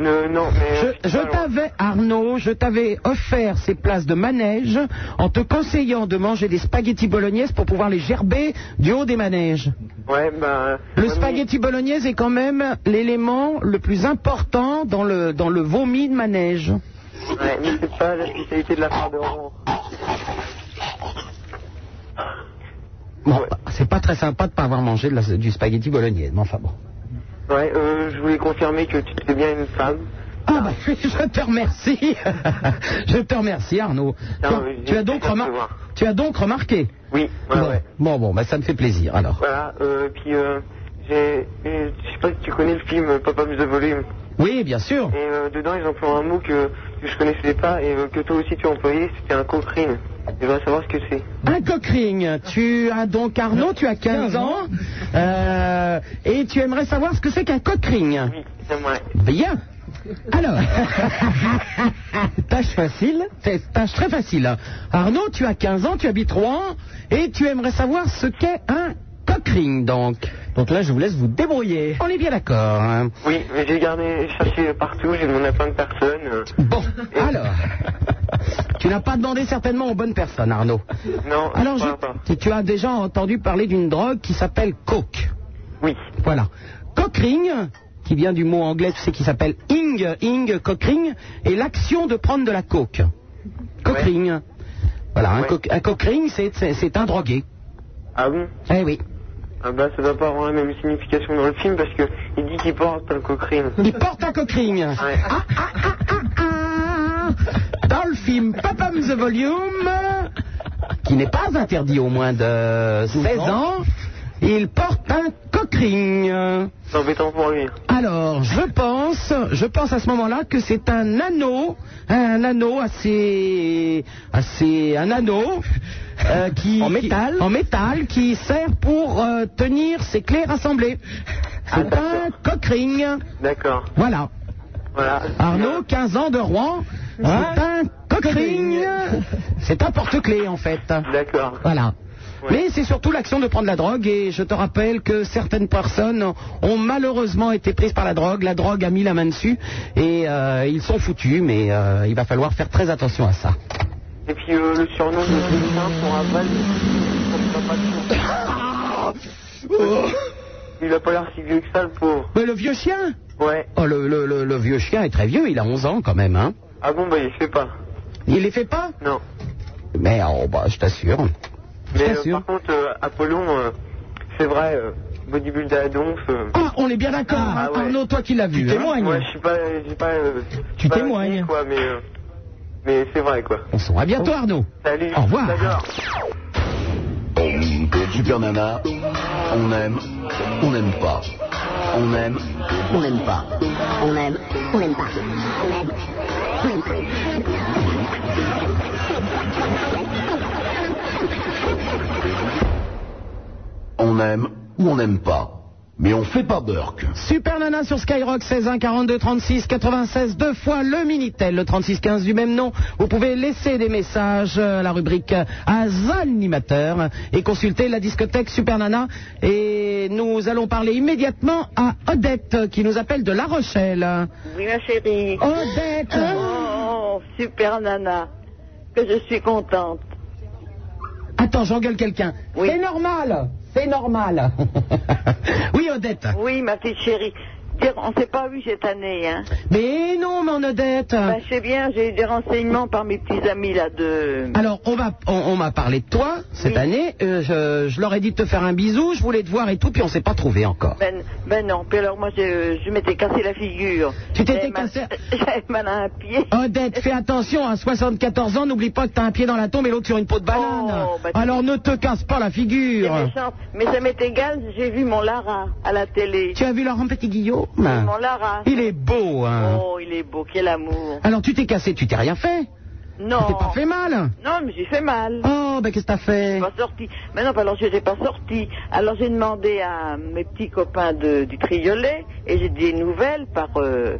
S40: Euh, Non, mais.
S4: Je, je t'avais, Arnaud, je t'avais offert ces places de manège en te conseillant de manger des spaghettis bolognaises pour pouvoir les gerber du haut des manèges.
S40: Ouais, ben.
S4: Le spaghetti bolognaise est quand même l'élément le plus important dans le, dans le vomi de manège.
S40: Ouais, mais c'est pas la spécialité de la part de Rouen.
S4: Bon, c'est pas très sympa de pas avoir mangé de la- du spaghetti bolognaise, mais enfin bon.
S40: Ouais, euh, je voulais confirmer que tu étais bien une femme.
S4: Ah bah, je te remercie. *laughs* je te remercie Arnaud.
S40: Non,
S4: Tu-
S40: mais
S4: tu,
S40: j'ai
S4: as donc
S40: pas
S4: remar-
S40: pu voir.
S4: tu as donc remarqué
S40: Oui, ouais,
S4: bon,
S40: ouais.
S4: Bon, bon, bah ça me fait plaisir alors.
S40: Voilà, euh, puis euh, j'ai. euh, Je sais pas si tu connais le film euh, Papa Plus de Volume.
S4: Oui, bien sûr.
S40: Et euh, dedans, ils emploient un mot que, que je connaissais pas et euh, que toi aussi tu employais, c'était un cocrine. Je voudrais savoir ce que c'est.
S4: Un cockring, tu as donc Arnaud, tu as 15 ans, euh, et tu aimerais savoir ce que c'est qu'un cockring.
S40: J'aimerais.
S4: Bien. *laughs* Alors, tâche facile. C'est tâche très facile. hein. Arnaud, tu as 15 ans, tu habites Rouen, et tu aimerais savoir ce qu'est un cockring, donc. Donc là, je vous laisse vous débrouiller. On est bien d'accord. hein.
S40: Oui, mais j'ai gardé, cherché partout, j'ai demandé à plein de personnes. euh,
S4: *laughs* Bon, alors, tu n'as pas demandé certainement aux bonnes personnes, Arnaud.
S40: Non,
S4: Alors,
S40: je
S4: je-
S40: crois pas.
S4: tu, tu as déjà entendu parler d'une drogue qui s'appelle coke. Oui. Voilà. Cockring, qui vient du mot anglais, tu sais, qui s'appelle ing, ing, cockring, est l'action de prendre de la coke. Cockring. Voilà, un, coke- un cockring, c'est- c'est c'est un drogué.
S40: Ah bon
S4: Eh oui.
S40: Ah bah ça doit pas avoir la même signification dans le film parce que il dit qu'il porte un cocrine.
S4: Il porte un cockring. Ah, ah, ah, ah, ah. Dans le film Pop Up the Volume, qui n'est pas interdit au moins de 16 ans, Il porte un cockring.
S7: C'est embêtant pour lui.
S4: Alors, je pense, je pense à ce moment-là que c'est un anneau, un anneau assez, assez, un anneau euh, qui en métal, en métal, qui sert pour euh, tenir ses clés rassemblées. C'est un cockring.
S7: D'accord.
S4: Voilà.
S7: Voilà.
S4: Arnaud, 15 ans de Rouen. C'est un cockring. C'est un porte-clés en fait.
S7: D'accord.
S4: Voilà. Mais c'est surtout l'action de prendre la drogue et je te rappelle que certaines personnes ont malheureusement été prises par la drogue, la drogue a mis la main dessus et euh, ils sont foutus mais euh, il va falloir faire très attention à ça.
S7: Et puis euh, le surnom de Lucien pour Aval,
S4: Ah.
S7: il a pas l'air si vieux que ça le pauvre.
S4: Mais le vieux chien
S7: Ouais.
S4: Oh, le, le- le- le vieux chien est très vieux, il a 11 ans quand même. Hein.
S7: Ah bon bah il fait pas.
S4: Il les fait pas
S7: Non.
S4: Mais oh, bah, je t'assure.
S7: Mais euh, par contre euh, Apollon, euh, c'est vrai, euh, bodybuilder à donf. euh,
S4: Ah, on est bien d'accord.
S7: Ah, ouais.
S4: Arnaud, toi qui l'as vu.
S7: Tu
S4: hein.
S7: témoignes Ouais, je suis pas, je suis pas. euh, je suis
S4: Tu
S7: pas
S4: témoignes.
S7: vacciné, quoi, mais euh, mais c'est vrai quoi.
S4: On se voit. À bientôt Arnaud.
S7: Salut.
S4: Au revoir.
S7: D'accord.
S1: Super Nana, on aime, on n'aime pas. On aime, on n'aime pas.
S2: On aime, on n'aime pas.
S1: On aime ou on n'aime pas. Mais on fait pas Burke.
S4: Super Nana sur Skyrock 16 1 42 36 96 deux fois le minitel le 36 15 du même nom. Vous pouvez laisser des messages euh, à la rubrique euh, à animateur et consulter la discothèque Super Nana et nous allons parler immédiatement à Odette euh, qui nous appelle de La Rochelle.
S11: Oui, ma chérie.
S4: Odette
S11: Oh, super nana. Que je suis contente.
S4: Attends, j'engueule quelqu'un. C'est normal, c'est normal. *laughs* oui, Odette.
S11: Oui, ma petite chérie. Dire, on s'est pas vu cette année, hein.
S4: Mais non, mon Odette.
S11: Ben, je sais bien, j'ai eu des renseignements par mes petits amis, là, de...
S4: Alors, on va, on, on m'a parlé de toi cette année. Euh, je, je leur ai dit de te faire un bisou. Je voulais te voir et tout, puis on s'est pas trouvé encore.
S11: Ben, ben non. Puis alors, moi, je, je m'étais cassé la figure.
S4: Tu t'étais
S11: J'avais mal-
S4: cassé-
S11: *laughs*
S4: Ah,
S11: J'avais mal à un pied.
S4: Odette, fais attention. À 74 ans, n'oublie pas que t'as un pied dans la tombe et l'autre sur une peau de banane.
S11: Oh, bah,
S4: Alors, ne te casse pas la
S11: C'est
S4: figure.
S11: méchant. Mais Eh ben, ça m'est égal, j'ai vu mon Lara à la télé.
S4: Tu as vu Laurent Petit Guillaume
S11: Mon Lara.
S4: Il est beau. Hein.
S11: Oh, il est beau, quel amour.
S4: Alors, tu t'es cassé. Tu t'es rien fait.
S11: Non.
S4: Tu t'es pas fait mal.
S11: Non, mais j'ai fait mal.
S4: Oh, ben qu'est-ce que t'as fait
S11: Je suis pas sortie. Mais non, alors je n'étais pas sortie. Alors j'ai demandé à mes petits copains de- du Triolet et j'ai des nouvelles par. euh,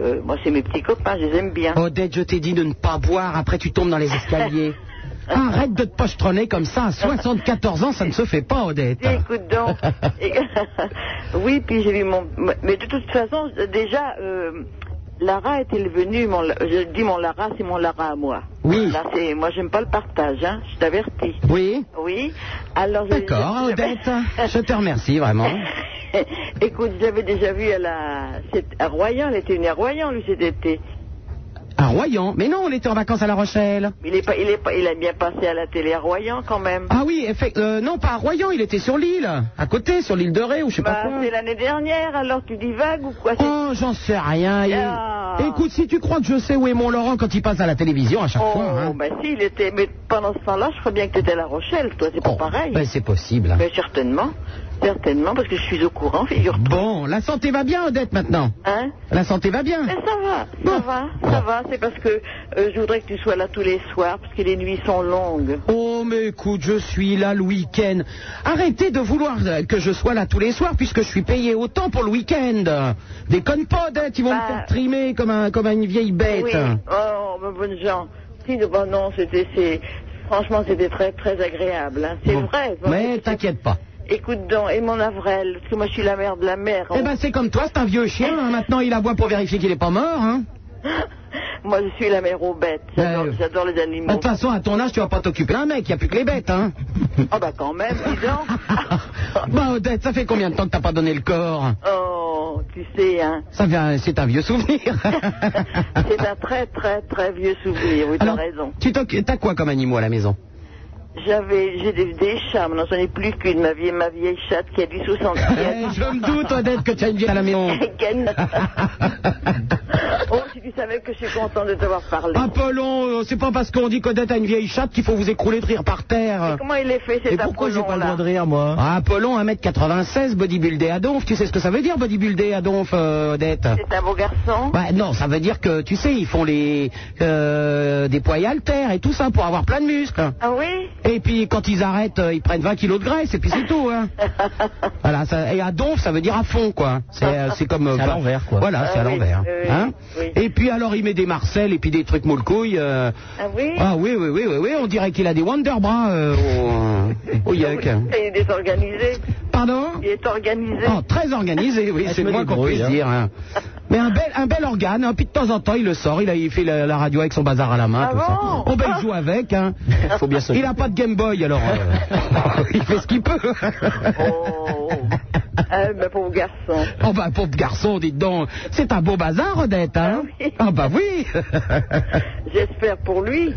S11: euh, moi, c'est mes petits copains, je les aime bien.
S4: Odette, je t'ai dit de ne pas boire. Après, tu tombes dans les
S11: *laughs*
S4: escaliers. Arrête de te pochetronner comme ça. À 74 ans, ça ne se fait pas, Odette.
S11: Écoute
S4: *laughs*
S11: donc. Et- *laughs* oui, puis j'ai vu mon. Mais de toute façon, déjà, euh, Lara est-elle venue mon... Je dis mon Lara, c'est mon Lara à moi.
S4: Oui.
S11: Là, c'est. Moi, j'aime pas le partage, hein. Je t'avertis.
S4: Oui.
S11: Oui. Alors. je- *laughs*
S4: D'accord,
S11: je-
S4: Odette. Je te remercie vraiment.
S11: *laughs* Écoute, j'avais déjà vu à la. c'est- À Royan, elle était venue à Royan, lui, cet été.
S4: À Royan. Mais non, on était en vacances à La Rochelle.
S11: Il, est pas, il, est pas, il a bien passé à la télé à Royan quand même.
S4: Ah oui, effe- euh, non, pas à Royan, il était sur l'île. À côté, sur l'île de Ré ou je sais pas
S11: Bah,
S4: quoi.
S11: c'est l'année dernière, alors tu dis vague ou quoi
S4: Oh, j'en sais rien. il-
S11: Ah.
S4: Écoute, si tu crois que je sais où est mon Laurent quand il passe à la télévision à chaque
S11: Oh,
S4: fois. hein.
S11: bah si, il était. Mais pendant ce temps-là, je crois bien que tu étais à La Rochelle, toi, c'est pas pareil.
S4: Ben, c'est possible.
S11: Mais certainement, certainement, parce que je suis au courant, figure-toi.
S4: Bon, la santé va bien, Odette, maintenant.
S11: Hein
S4: La santé va bien.
S11: Mais ça va,
S4: bah,
S11: ça va, ça va, c'est parce que euh, je voudrais que tu sois là tous les soirs, parce que les nuits sont longues.
S4: Oh, mais écoute, je suis là le week-end. Arrêtez de vouloir euh, que je sois là tous les soirs puisque je suis payé autant pour le week-end. Déconne pas, Odette, ils vont me faire trimer comme, un, comme une vieille bête.
S11: Bah. Oui. Oh, mes bonnes gens. Si, bon, non, c'était, c'est, franchement, c'était très, très agréable. hein. C'est vrai.
S4: Mais t'inquiète pas.
S11: Écoute donc, et mon Avrel, parce que moi, je suis la mère de la mère.
S4: Eh ben, c'est comme toi, c'est un vieux chien. hein. Maintenant, il aboie pour vérifier qu'il est pas mort. hein.
S11: *laughs* Moi, je suis la mère aux bêtes.
S4: Ben,
S11: J'adore,
S4: euh,
S11: j'adore les
S4: Bah, De
S11: animaux.
S4: toute façon, à ton âge, tu vas pas t'occuper d'un mec. Il n'y a plus que les bêtes.
S11: *laughs*
S4: Hein.
S11: Ah, bah, quand même, dis donc.
S4: *laughs* Bah, Odette, ça fait combien de temps que t'as pas donné le corps
S11: Oh, tu sais,
S4: *laughs*
S11: hein.
S4: Ça fait un- C'est un vieux
S11: *laughs*
S4: souvenir.
S11: C'est un très, très, très vieux souvenir. Oui, t'as
S4: Alors,
S11: raison.
S4: tu t'oc- t'as quoi comme animaux à la maison
S11: J'avais, j'ai des, des chats. Maintenant, j'en ai plus qu'une. Ma vieille, ma vieille chatte qui a du 60 *laughs*
S4: Eh, Je me doute, Odette, que tu as une vie à la maison.
S11: oh, si tu tu savais que je suis content de t'avoir parlé.
S4: Apollon, euh, c'est pas parce qu'on dit qu'Odette a une vieille chatte qu'il faut vous écrouler de rire par terre.
S11: Comment il est fait,
S4: Et
S11: cet
S4: pourquoi j'ai pas le
S11: Apollon-là
S4: droit de rire, moi ah, Apollon, 1m96, bodybuildé à donf. Tu sais ce que ça veut dire, bodybuildé à donf, euh, Odette
S11: C'est un beau garçon.
S4: Bah non, ça veut dire que, tu sais, ils font les, euh, des poids et haltères et tout ça pour avoir plein de muscles.
S11: Ah oui
S4: Et puis quand ils arrêtent, euh, ils prennent 20 kilos de graisse et puis c'est tout.
S2: *laughs*
S4: Hein. voilà, ça, et à donf, ça veut dire à fond, quoi. C'est euh, c'est comme. euh,
S2: C'est à
S4: bah,
S2: l'envers, quoi.
S4: Voilà, c'est
S2: Ah
S4: à
S2: oui,
S4: l'envers.
S2: oui,
S4: hein. Et puis alors, il met des Marcel et puis des trucs moule couilles. euh,
S11: Ah oui
S4: Ah oui, oui, oui, oui, oui, on dirait qu'il a des Wonderbras euh, au, au
S2: *laughs*
S4: yuck.
S11: Il est désorganisé.
S4: Pardon
S11: Il est organisé.
S4: Oh, très organisé, oui,
S11: Elle se
S4: c'est le
S11: met
S4: moins
S11: des
S4: qu'on
S11: brouilles,
S4: puisse
S11: hein.
S4: dire. hein. Mais un bel, un bel organe, hein, puis de temps en temps, il le sort, il, a, il fait la, la radio avec son bazar à la main,
S11: Ah
S4: tout ça.
S11: bon
S4: Oh, ben, il joue avec,
S11: *laughs*
S4: hein.
S2: Faut bien se-
S4: Il a pas de Game Boy, alors euh, il fait ce qu'il peut.
S11: Oh. Ah, bah, pauvre garçon.
S4: Oh bah pauvre garçon, dites donc, c'est un beau bazar, Odette, hein Ah bah oui *laughs*
S11: J'espère pour lui.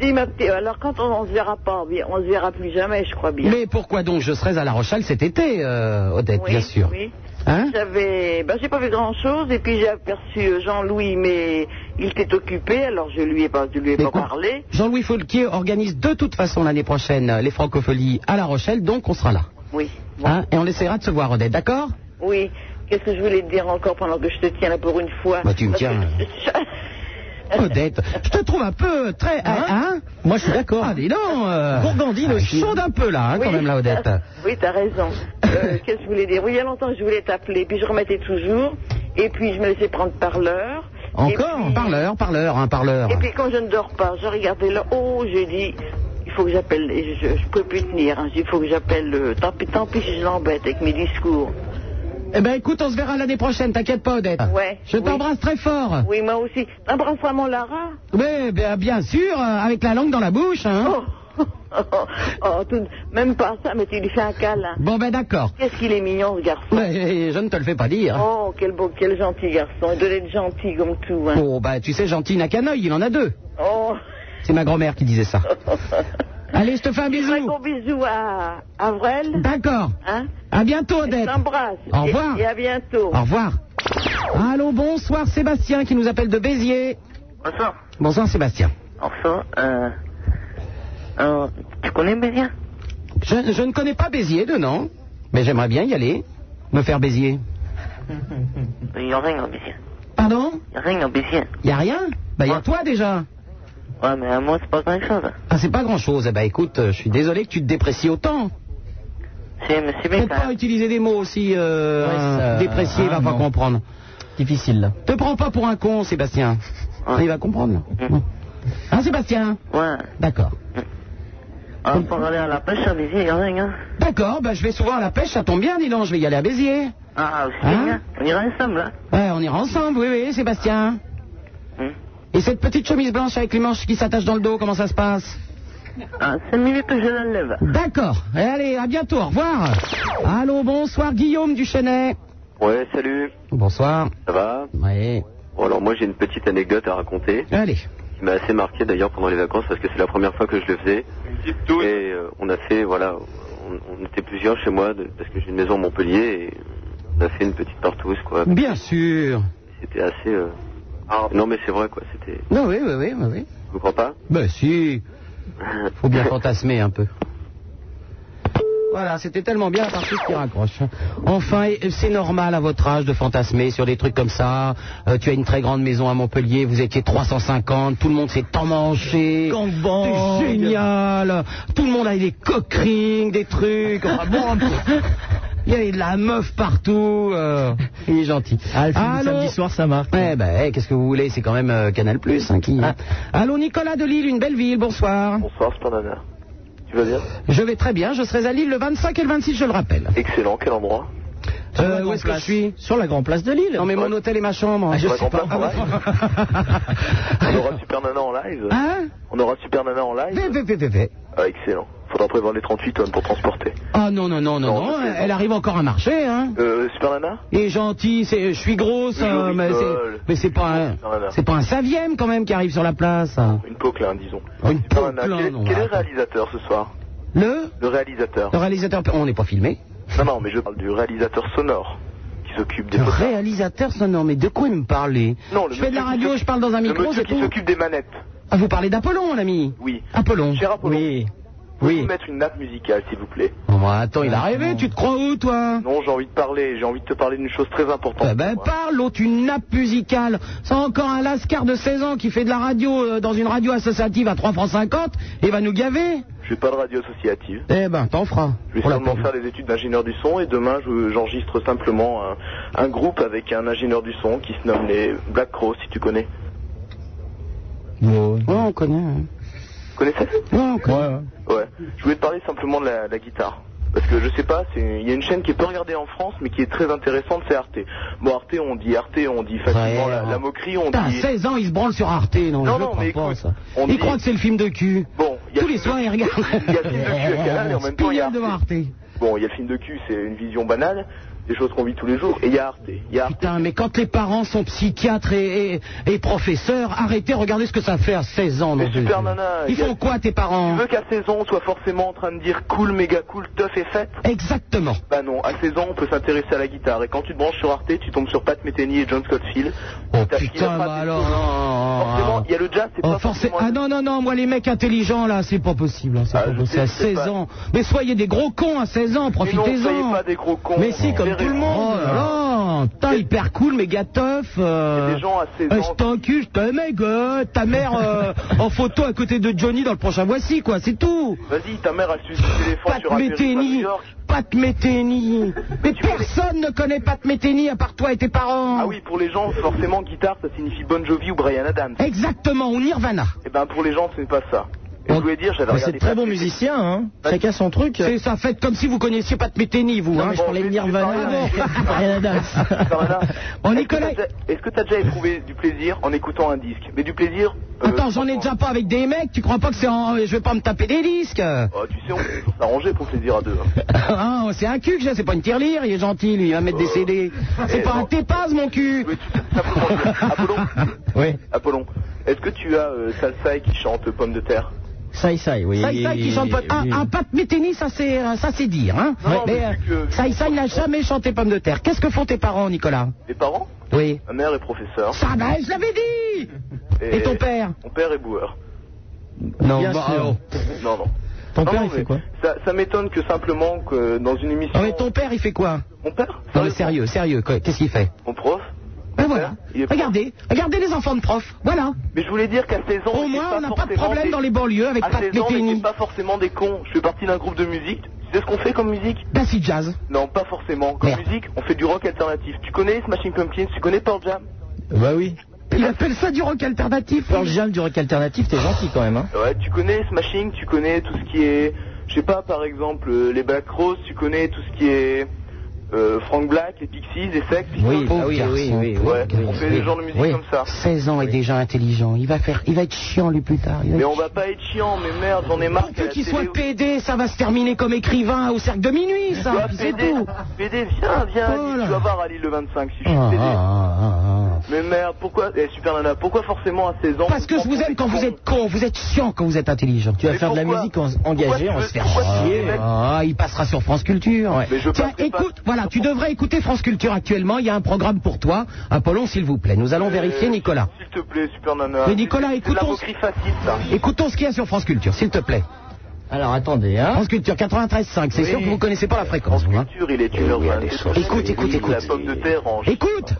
S11: Dis ma petite. Alors quand on, on se verra pas, bien- on se verra plus jamais, je crois bien.
S4: Mais pourquoi donc je serais à La Rochelle cet été, euh, Odette,
S11: oui,
S4: bien sûr
S11: Oui.
S4: Hein
S11: J'avais, ben, j'ai pas vu grand chose et puis j'ai aperçu euh, Jean-Louis, mais il était occupé, alors je lui ai pas, je lui ai pas parlé.
S4: Jean-Louis Folquier organise de toute façon l'année prochaine euh, les francopholies à La Rochelle, donc on sera là.
S11: Oui.
S4: Hein et on essaiera de se voir, Odette, *laughs* d'accord
S11: Oui. Qu'est-ce que je voulais te dire encore pendant que je te tiens là pour une fois
S4: Bah, tu me
S11: Parce que
S4: tiens. Odette, je te trouve un peu très. Hein, Moi, je suis d'accord. Ah, dis donc *laughs* euh,
S11: Gourgandine
S4: ah,
S11: aussi.
S4: Chaude un peu là, hein, *laughs* quand
S11: Oui.
S4: même, là, *laughs* Odette.
S11: Oui, t'as raison.
S4: *coughs*
S11: Euh, Qu'est-ce que je voulais dire Oui, il y a longtemps que je voulais t'appeler, puis je remettais toujours, et puis je me laissais prendre par l'heure.
S4: Encore Par l'heure, par l'heure, hein, par l'heure.
S11: Et puis quand je ne dors pas, je regardais là, oh, j'ai dit, il faut que j'appelle, et je, je peux plus tenir, hein, il faut que j'appelle, euh, tant pis, tant pis si je l'embête avec mes discours.
S4: Eh ben, écoute, on se verra l'année prochaine, t'inquiète pas, Odette.
S11: Ouais.
S4: Je t'embrasse très fort.
S11: Oui, moi aussi. Embrasse-moi mon Lara.
S4: Oui, bien, bien sûr, euh, avec la langue dans la bouche. Hein.
S11: Oh, *laughs* oh, tout- même pas ça, mais tu lui fais un câlin.
S4: Bon, ben d'accord.
S11: Qu'est-ce qu'il est mignon, ce garçon.
S4: Mais je ne te le fais pas dire.
S11: Oh, quel beau, quel gentil garçon. Il doit être gentil comme tout. Hein.
S4: Bon, ben, tu sais, gentil n'a qu'un œil, il en a deux.
S11: Oh.
S4: C'est ma grand-mère qui disait ça. Allez, je te fais un
S11: Un
S4: bisou.
S11: gros bisou à Avrel.
S4: D'accord.
S11: Hein
S4: Bah, À bientôt,
S11: Je
S4: Odette.
S11: t'embrasse.
S4: Au
S11: Et-
S4: revoir.
S11: Et, à bientôt.
S4: Au revoir. Allô, bonsoir Sébastien qui nous appelle de Béziers.
S9: Bonsoir.
S4: Bonsoir Sébastien.
S9: Bonsoir. Euh... Alors, tu connais Bézien
S4: Je, je ne connais pas Béziers de nom, mais j'aimerais bien y aller, me faire Béziers.
S9: Il y en a un en Bézien.
S4: Pardon
S9: Il y en a un en Bézien.
S4: Y a rien Bah y a toi déjà.
S9: Ouais, mais à moi, c'est pas grand-chose.
S4: Ah c'est pas grand chose. Eh bah écoute, euh, je suis désolé que tu te déprécies autant.
S9: C'est, mais c'est bien
S4: Faut pas utiliser des mots aussi euh,
S2: Ouais, ça-
S4: déprécier, il va
S2: ah,
S4: pas
S2: non.
S4: comprendre.
S2: Difficile, là.
S4: Te prends pas pour un con, Sébastien. Il va comprendre. là. Hein, Sébastien
S9: Mm. Ouais.
S4: D'accord.
S9: Alors, pour aller à la pêche à Bézien, il y en a un, hein.
S4: D'accord, bah je vais souvent à la pêche, ça tombe bien, dis donc, je vais y aller à Béziers.
S9: Ah, aussi,
S4: Hein
S9: hein. On ira ensemble, hein.
S4: Ouais, on ira ensemble, oui, oui, Sébastien.
S9: Hmm.
S4: Et cette petite chemise blanche avec les manches qui s'attachent dans le dos, comment ça se passe
S9: Ah, cinq minutes, je l'enlève.
S4: D'accord. Eh, Allez, à bientôt, au revoir. Allô, bonsoir, Guillaume Duchenet.
S1: Ouais, salut.
S4: Bonsoir.
S1: Ça va
S4: Oui.
S1: Bon, alors moi j'ai une petite anecdote à raconter
S4: Allez.
S1: qui m'a assez marqué d'ailleurs pendant les vacances parce que c'est la première fois que je le faisais. Et euh, on a fait, voilà, on, on était plusieurs chez moi de- parce que j'ai une maison à Montpellier et on a fait une petite partouze quoi.
S4: Bien sûr.
S1: C'était assez. euh,
S4: Ah.
S1: Non mais c'est vrai quoi, c'était.
S4: Non, oui, oui, oui, oui, oui.
S1: Tu comprends pas
S4: Ben si, faut bien fantasmer un peu. Voilà, c'était tellement bien la partie qui raccroche. Enfin, et- et c'est normal à votre âge de fantasmer sur des trucs comme ça. Euh, tu as une très grande maison à Montpellier, vous étiez 350, tout le monde s'est emmanché. C'est génial Tout le monde avait des coquerings, des trucs. Enfin, bon, pff, il y avait de la meuf partout. euh, il est gentil. Allô
S2: samedi soir, ça marche.
S4: Ouais, ben, eh, qu'est-ce que vous voulez C'est quand même euh, Canal Plus hein, qui.
S2: Ah.
S4: Allô, Nicolas de Lille, une belle ville, bonsoir.
S1: Bonsoir, c'est nana. Tu vas bien
S4: Je vais très bien, je serai à Lille le 25 et le 26, je le rappelle.
S1: Excellent, quel endroit
S4: Euh, où est-ce que je suis Sur la Grande Place de Lille. Oh. Non, mais mon hôtel et ma chambre.
S1: Ah, je Sur la sais Grande pas. Place,
S4: Ah,
S1: On aura Super Nana en live
S4: *laughs* Hein
S1: On aura Super Nana en live
S4: Vé, vé, vé, vé, vé.
S1: Ah, excellent. Faudra prévoir les 38 tonnes pour transporter.
S4: Ah non, non, non, non, non, elle arrive encore à marcher, hein.
S1: Euh, Super Nana
S4: Il est gentil, c'est- je suis grosse,
S1: Je
S4: hein, mais
S1: rigole.
S4: c'est- mais c'est pas un,
S1: Voilà.
S4: c'est pas un savième quand même qui arrive sur la place. hein.
S1: Une coquelin, disons.
S4: Une
S1: Super Nana.
S4: coquelin,
S1: Quel,
S4: non,
S1: quel est le
S4: arrête.
S1: réalisateur ce soir
S4: Le,
S1: Le réalisateur.
S4: le réalisateur, on n'est pas filmé.
S1: Non, non, mais je parle du réalisateur sonore qui
S7: s'occupe des
S4: Le réalisateur sonore, mais de quoi il me parlait
S7: Non, le
S4: Je fais de la
S7: monsieur qui
S4: radio,
S7: s'occupe-
S4: je parle dans un
S7: le
S4: micro,
S7: monsieur
S4: c'est
S7: qui
S4: tout.
S7: s'occupe des manettes.
S4: Ah, vous parlez d'Apollon, l'ami
S7: Oui.
S4: Apollon.
S7: Cher Apollon.
S4: Oui.
S7: Pouvez-vous mettre une nappe musicale, s'il vous plaît
S4: Bon, bah, attends, il a rêvé, tu te crois où, toi
S7: Non, j'ai envie de parler. J'ai envie de te parler d'une chose très importante.
S4: Eh ben, parle, l'autre, une nappe musicale. C'est encore un lascar de 16 ans qui fait de la radio euh, dans une radio associative à 3 francs 50 et va nous gaver.
S7: Je n'ai pas de radio associative.
S4: Eh ben, t'en feras.
S7: Je vais
S4: Pour la
S7: sûrement
S4: peine.
S7: faire des études d'ingénieur du son et demain je- j'enregistre simplement un, un groupe avec un ingénieur du son qui se nomme les Black Crow si tu connais.
S4: Ouais,
S7: Oh,
S4: on connaît. hein.
S7: Tu connais ça
S4: Ouais, on connaît.
S7: Ouais. Je voulais te parler simplement de la, la guitare. Parce que je sais pas, c'est- il y a une chaîne qui est peu regardée en France mais qui est très intéressante, c'est Arte. Bon Arte on dit Arte, on dit facilement la, la moquerie, on
S4: Putain,
S7: dit...
S4: 16 ans, il se branle sur Arte. Non,
S7: Non,
S4: je
S7: non,
S4: crois
S7: mais
S4: pas,
S7: écoute,
S4: ça.
S7: on
S4: Il
S7: dit-
S4: croit que c'est le film de cul.
S7: Bon, il y a
S4: Tous
S7: le
S4: les
S7: film
S4: soirs,
S7: de-
S4: il regarde.
S7: *laughs* Il y a le film de cul à Canal et en même temps il y a
S4: Spignol devant
S7: Arte.
S4: Arte.
S7: Bon, il y a le film de cul, c'est une vision banale, des choses qu'on vit tous les jours, et il y a Arte. Il y a Arte.
S4: Putain, mais quand les parents sont psychiatres et, et- et professeurs, arrêtez, regardez ce que ça fait à 16 ans.
S7: Mais
S4: non,
S7: super
S4: Dieu.
S7: nana,
S4: Ils
S7: y a-
S4: font quoi, tes parents
S7: Tu veux qu'à 16 ans, on soit forcément en train de dire cool, méga cool, tough et fête
S4: Exactement.
S7: Bah non, à 16 ans, on peut s'intéresser à la guitare. Et quand tu te branches sur Arte, tu tombes sur Pat Metheny et John Scottfield. Oh
S4: Putain, bah alors, non, non, non.
S7: Forcément, il y a le jazz, c'est
S4: Oh,
S7: pas
S4: forcé-
S7: forcément... Ah,
S4: Ah non, non, non, moi les mecs intelligents là, c'est pas possible. hein, c'est pas possible. à
S7: je sais
S4: 16
S7: pas.
S4: ans. Mais soyez des gros cons à 16 ans,
S7: Mais non, soyez
S4: profitez-en.
S7: pas des gros cons.
S4: Mais si, comme
S7: Verrez-
S4: tout le monde.
S7: Oh là là.
S4: Oh, putain, hyper cool, méga tough. euh,
S7: Il y a des gens à 16
S4: euh,
S7: ans
S4: Je t'encule, je te mec, euh, ta mère
S7: *laughs*
S4: euh, en photo à côté de Johnny dans le prochain Voici, quoi, c'est tout.
S7: Vas-y, ta mère, elle suce des éléphants
S4: Pat
S7: sur un périph' à New
S4: Metheny,
S7: York.
S4: Pat Metheny.
S7: *laughs*
S4: Mais personne ne connaît Pat Metheny à part toi et tes parents.
S7: Ah oui, pour les gens, forcément, guitare, ça signifie Bon Jovi ou Brian Adams.
S4: Exactement, ou Nirvana.
S7: Et ben, pour les gens, ce n'est pas ça. Et je voulais dire, j'avais
S5: Mais c'est de
S7: regardé...
S5: très bon musicien, hein. Chacun son truc.
S4: C'est ça, faites comme si vous connaissiez Pat Metheny, vous. hein.
S5: mais je parlais de Nirvana.
S4: *laughs*
S7: *laughs*
S4: Brian Adams. *laughs* Bon, Nicolas,
S7: Est-ce que t'as déjà éprouvé du plaisir en écoutant un disque Mais du plaisir... euh,
S4: attends, j'en ai déjà pas avec des mecs, tu crois pas que c'est en... Je vais pas me taper des disques
S7: Oh, tu sais, on peut s'arranger pour plaisir à deux. hein.
S4: Hein, C'est un cul que j'ai, c'est pas une tirelire, il est gentil, lui, il va mettre des CD. C'est
S7: Eh,
S4: pas un
S7: non.
S4: tépaz, mon cul *laughs*
S7: Apollon
S5: Oui.
S7: Apollon, est-ce que tu as euh, Salsaï qui chante Pomme de terre
S5: Sai Sai, oui.
S4: Sai Sai qui chante pas... Un, un Pat Metheny, ça c'est ça c'est dire, hein
S7: Non, mais
S4: Mais,
S7: c'est
S4: euh,
S7: que-
S4: Sai Sai n'a jamais chanté Pomme de Terre. Qu'est-ce que font tes parents, Nicolas
S7: Mes parents
S4: Oui.
S7: Ma mère est professeure.
S4: Ça, ben, je l'avais dit Et ton père
S7: Mon père est boueur.
S4: Non,
S7: Bien
S4: bah,
S7: sûr.
S4: alors.
S7: Non, non.
S4: Ton
S7: Non,
S4: père,
S7: non,
S4: il fait
S7: mais
S4: quoi
S7: Ça, ça m'étonne que simplement que dans une émission...
S4: Non, Ah, mais ton père, il fait quoi
S7: Mon père
S4: Non, mais sérieux, sérieux, quoi, qu'est-ce qu'il fait
S7: Mon prof
S4: Ben voilà.
S7: il est-
S4: Regardez, regardez les enfants de prof. Voilà.
S7: Mais je voulais dire qu'à 16 ans...
S4: Au
S7: on
S4: moins,
S7: était
S4: on n'a pas de
S7: forcément
S4: problème
S7: des-
S4: dans les banlieues avec
S7: À
S4: Pat
S7: 16 ans, on
S4: Metheny.
S7: n'était pas forcément des cons. Je fais partie d'un groupe de musique. Tu sais ce qu'on fait comme musique
S4: Ben, c'est jazz.
S7: Non, pas forcément. Comme musique, on fait du rock alternatif. Tu connais Smashing Pumpkins Tu connais Pearl Jam
S5: Bah oui.
S4: Il appelle ça du rock alternatif.
S5: Pearl Jam du rock alternatif, t'es gentil quand même, hein.
S7: Ouais, tu connais Smashing, tu connais tout ce qui est... Je sais pas, par exemple, euh, les Black Rose, tu connais tout ce qui est... euh, Frank Black, les Pixies, les Sex.
S4: Oui, ah oui, oui, oui, oui,
S7: Ouais,
S4: oui,
S7: on fait
S4: oui.
S7: des genres de musique
S4: Oui.
S7: comme ça.
S4: 16 ans et déjà intelligent. Il va faire, il va être chiant lui plus tard. Il va
S7: Mais
S4: être
S7: on va pas être chiant, mais merde, j'en ai marre.
S4: Pour peu qu'il soit PD, ça va se terminer comme écrivain au cercle de minuit, ça. puis c'est
S7: PD,
S4: tout.
S7: PD, viens, viens, à
S4: Oh
S7: Lille,
S4: là.
S7: tu vas voir à Lille le 25 si je suis
S4: Ah,
S7: PD.
S4: ah, ah, ah.
S7: Mais merde, pourquoi, eh, super nana, pourquoi forcément à 16 ans
S4: Parce que je vous aime quand vous
S7: Euh,
S4: êtes con, vous êtes chiant quand vous êtes intelligent.
S5: Tu vas faire de la musique en- engagée, on va se faire chier.
S4: Ah, il passera sur France Culture.
S5: Mais je
S4: Tiens,
S5: passerai pas-
S4: écoute, voilà, tu devrais écouter France Culture actuellement. Il y a un programme pour toi. Apollon, s'il vous plaît. Nous
S7: Euh.
S4: allons vérifier, Nicolas.
S7: S'il te plaît, super nana.
S4: Mais Nicolas,
S7: C'est- c'est de la
S4: écoutons-
S7: moquerie facile, ça.
S4: Écoutons ce qu'il y a sur France Culture, s'il te plaît.
S5: Alors attendez, hein.
S4: France Culture 93.5, c'est
S5: Oui.
S4: sûr que vous connaissez pas la fréquence. vous, hein.
S7: Culture, il est une heure vingt-deux.
S4: Écoute, écoute,
S7: Oui,
S4: écoute.
S7: La pomme de terre en
S4: Écoute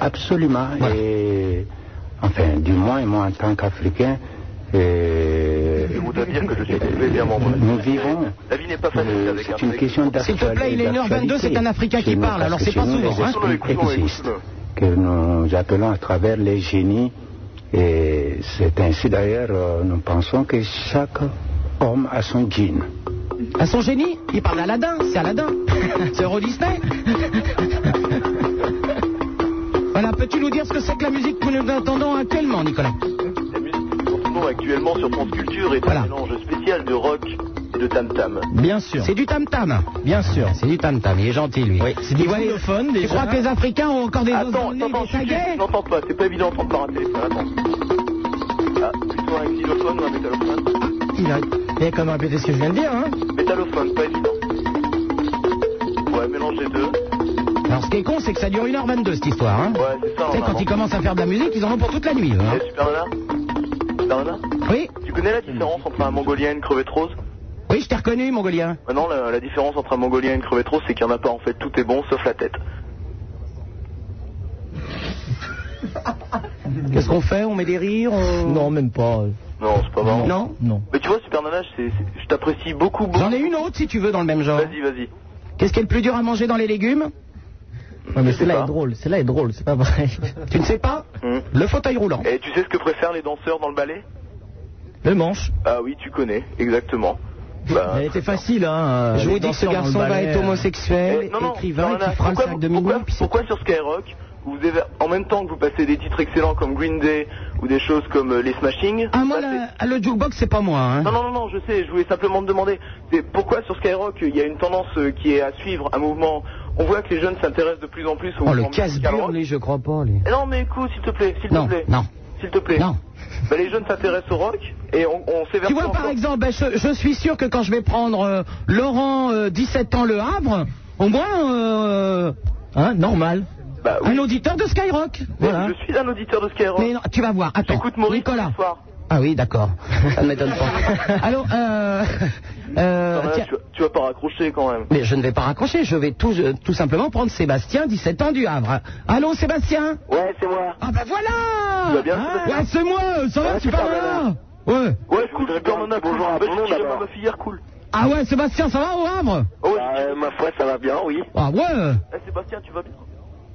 S2: Absolument. Et, enfin, du moins, moi, en tant qu'Africain, euh,
S7: Je voudrais dire que je suis trouvé bien mon bonheur.
S2: nous vivons.
S7: La vie n'est pas facile
S2: euh,
S7: avec un
S2: C'est une
S7: mec.
S2: question d'actualité.
S4: S'il te plaît, il est 1h22, c'est un Africain qui
S2: Chez nous,
S4: parle,
S2: parce
S4: alors
S2: que
S4: c'est
S2: chez
S4: pas
S2: nous,
S4: souvent,
S2: les
S4: hein.
S2: esprits
S7: Écoute-le,
S2: existent,
S7: écoute-le.
S2: que nous appelons à travers les génies. Et c'est ainsi d'ailleurs, euh, nous pensons que chaque homme a son djinn.
S4: À son génie, il parle d'Aladin, c'est
S5: *laughs*
S4: Aladin. C'est Euro Disney. voilà, peux-tu nous dire ce que c'est que la musique que nous entendons actuellement, Nicolas
S7: La musique que nous entendons actuellement sur France Culture est un mélange spécial de rock et de tam-tam.
S5: Bien sûr.
S4: C'est du tam-tam.
S5: Bien sûr.
S4: C'est du tam-tam, il est gentil, lui.
S5: Oui, c'est du
S4: Il voit les-
S5: xylophone,
S4: Tu
S5: déjà.
S4: crois que les Africains ont encore des os dans
S7: Attends,
S4: le nez,
S7: attends, attends,
S4: des
S7: chut, chut,
S4: saguets
S7: je n'entends pas, c'est pas évident d'entendre par un téléphone, attends. Ah, plutôt un xylophone ou un métallophone
S5: Il a, Eh, il a quand même répété ce que je viens de dire, hein.
S7: Métallophone, pas évident. Ouais, mélange les deux.
S4: Alors est con, c'est que ça dure 1h22 cette histoire. Hein.
S7: Ouais, c'est ça.
S4: Tu
S7: Eh,
S4: sais, quand ils commencent à faire de la musique, ils en ont pour toute la nuit. eux, hein.
S7: Super Nana Super Nana
S4: Oui
S7: Tu connais la différence entre un mongolien et une crevette rose
S4: Oui, je t'ai reconnu, mongolien.
S7: Maintenant, la, la différence entre un mongolien et une crevette rose, c'est qu'il n'y en a pas en fait. Tout est bon sauf la tête.
S4: Qu'est-ce qu'on fait On met des rires on-
S45: Non, même pas.
S7: Non, c'est pas marrant.
S4: Non Non.
S7: Mais tu vois, Super Nana, c'est- c'est- je t'apprécie beaucoup, beaucoup.
S4: J'en ai une autre si tu veux dans le même genre.
S7: Vas-y, vas-y.
S4: Qu'est-ce qui est le plus dur à manger dans les légumes
S45: Ouais, mais celle-là est drôle, celle-là est drôle, c'est pas vrai.
S4: Tu ne sais pas Le fauteuil roulant.
S7: Hmm. Et tu sais ce que préfèrent les danseurs dans le ballet
S45: Le manche.
S7: Ah oui, tu connais, exactement. Bah,
S45: Elle était facile, hein. euh,
S4: Je vous
S45: les
S4: dis que ce
S45: danseurs dans le
S4: garçon va
S45: ballet,
S4: être
S45: euh.
S4: homosexuel,
S7: Eh, non, non,
S4: écrivain,
S7: non,
S4: qui
S7: non,
S4: fera le
S7: pourquoi-
S4: sac de minuit. puis c'est-
S7: Pourquoi sur Skyrock, vous avez, en même temps que vous passez des titres excellents comme Green Day ou des choses comme euh, les Smashing,
S4: Ah, moi, la- le jukebox, c'est pas moi. Hein.
S7: Non, non, non, non, je sais, je voulais simplement te demander, c'est pourquoi sur Skyrock il y a une tendance euh, qui est à suivre un mouvement On voit que les jeunes s'intéressent de plus en plus au
S4: Oh, le
S7: mouvement musical
S4: casse-burne,
S7: rock.
S4: lui, je crois pas, lui.
S7: Eh Non, mais écoute, s'il te plaît, s'il
S4: Non,
S7: te plaît.
S4: non.
S7: S'il te plaît.
S4: Non.
S7: Bah, les jeunes s'intéressent au rock et on, on s'évertue
S4: Tu vois,
S7: encore.
S4: par exemple, ben, je, je suis sûr que quand je vais prendre euh, Laurent, euh, 17 ans, Le Havre, au moins, euh, hein, normal.
S7: Bah,
S4: Un auditeur de Skyrock.
S7: Mais
S4: Voilà.
S7: Je suis un auditeur de Skyrock.
S4: Mais non, tu vas voir. Attends.
S7: J'écoute Maurice
S4: Hein Nicolas.
S7: ce soir.
S4: Ah oui, d'accord. Ça ne m'étonne pas. Alors, euh, euh,
S7: Attends, là,
S4: tiens,
S7: tu, tu vas pas raccrocher quand même.
S4: mais je ne vais pas raccrocher. Je vais tout, euh, tout simplement prendre Sébastien, 17 ans, du Havre. Allô, Sébastien
S9: Ouais, c'est moi.
S4: Ah bah voilà
S9: Tu vas bien, Sébastien
S4: Ouais, c'est moi, ça va,
S9: Ouais,
S4: tu parles là
S9: Superman.
S4: Ouais.
S7: Ouais, cool, super nana,
S9: bonjour
S7: Bah,
S9: à tout le monde,
S7: je dirais
S9: alors.
S7: ma fille hier, cool.
S4: Ah ouais, Sébastien, ça va au Havre
S7: Oh,
S9: Bah, euh, ma foi, ça va bien, oui.
S4: Ah ouais
S7: eh, Sébastien, tu vas bien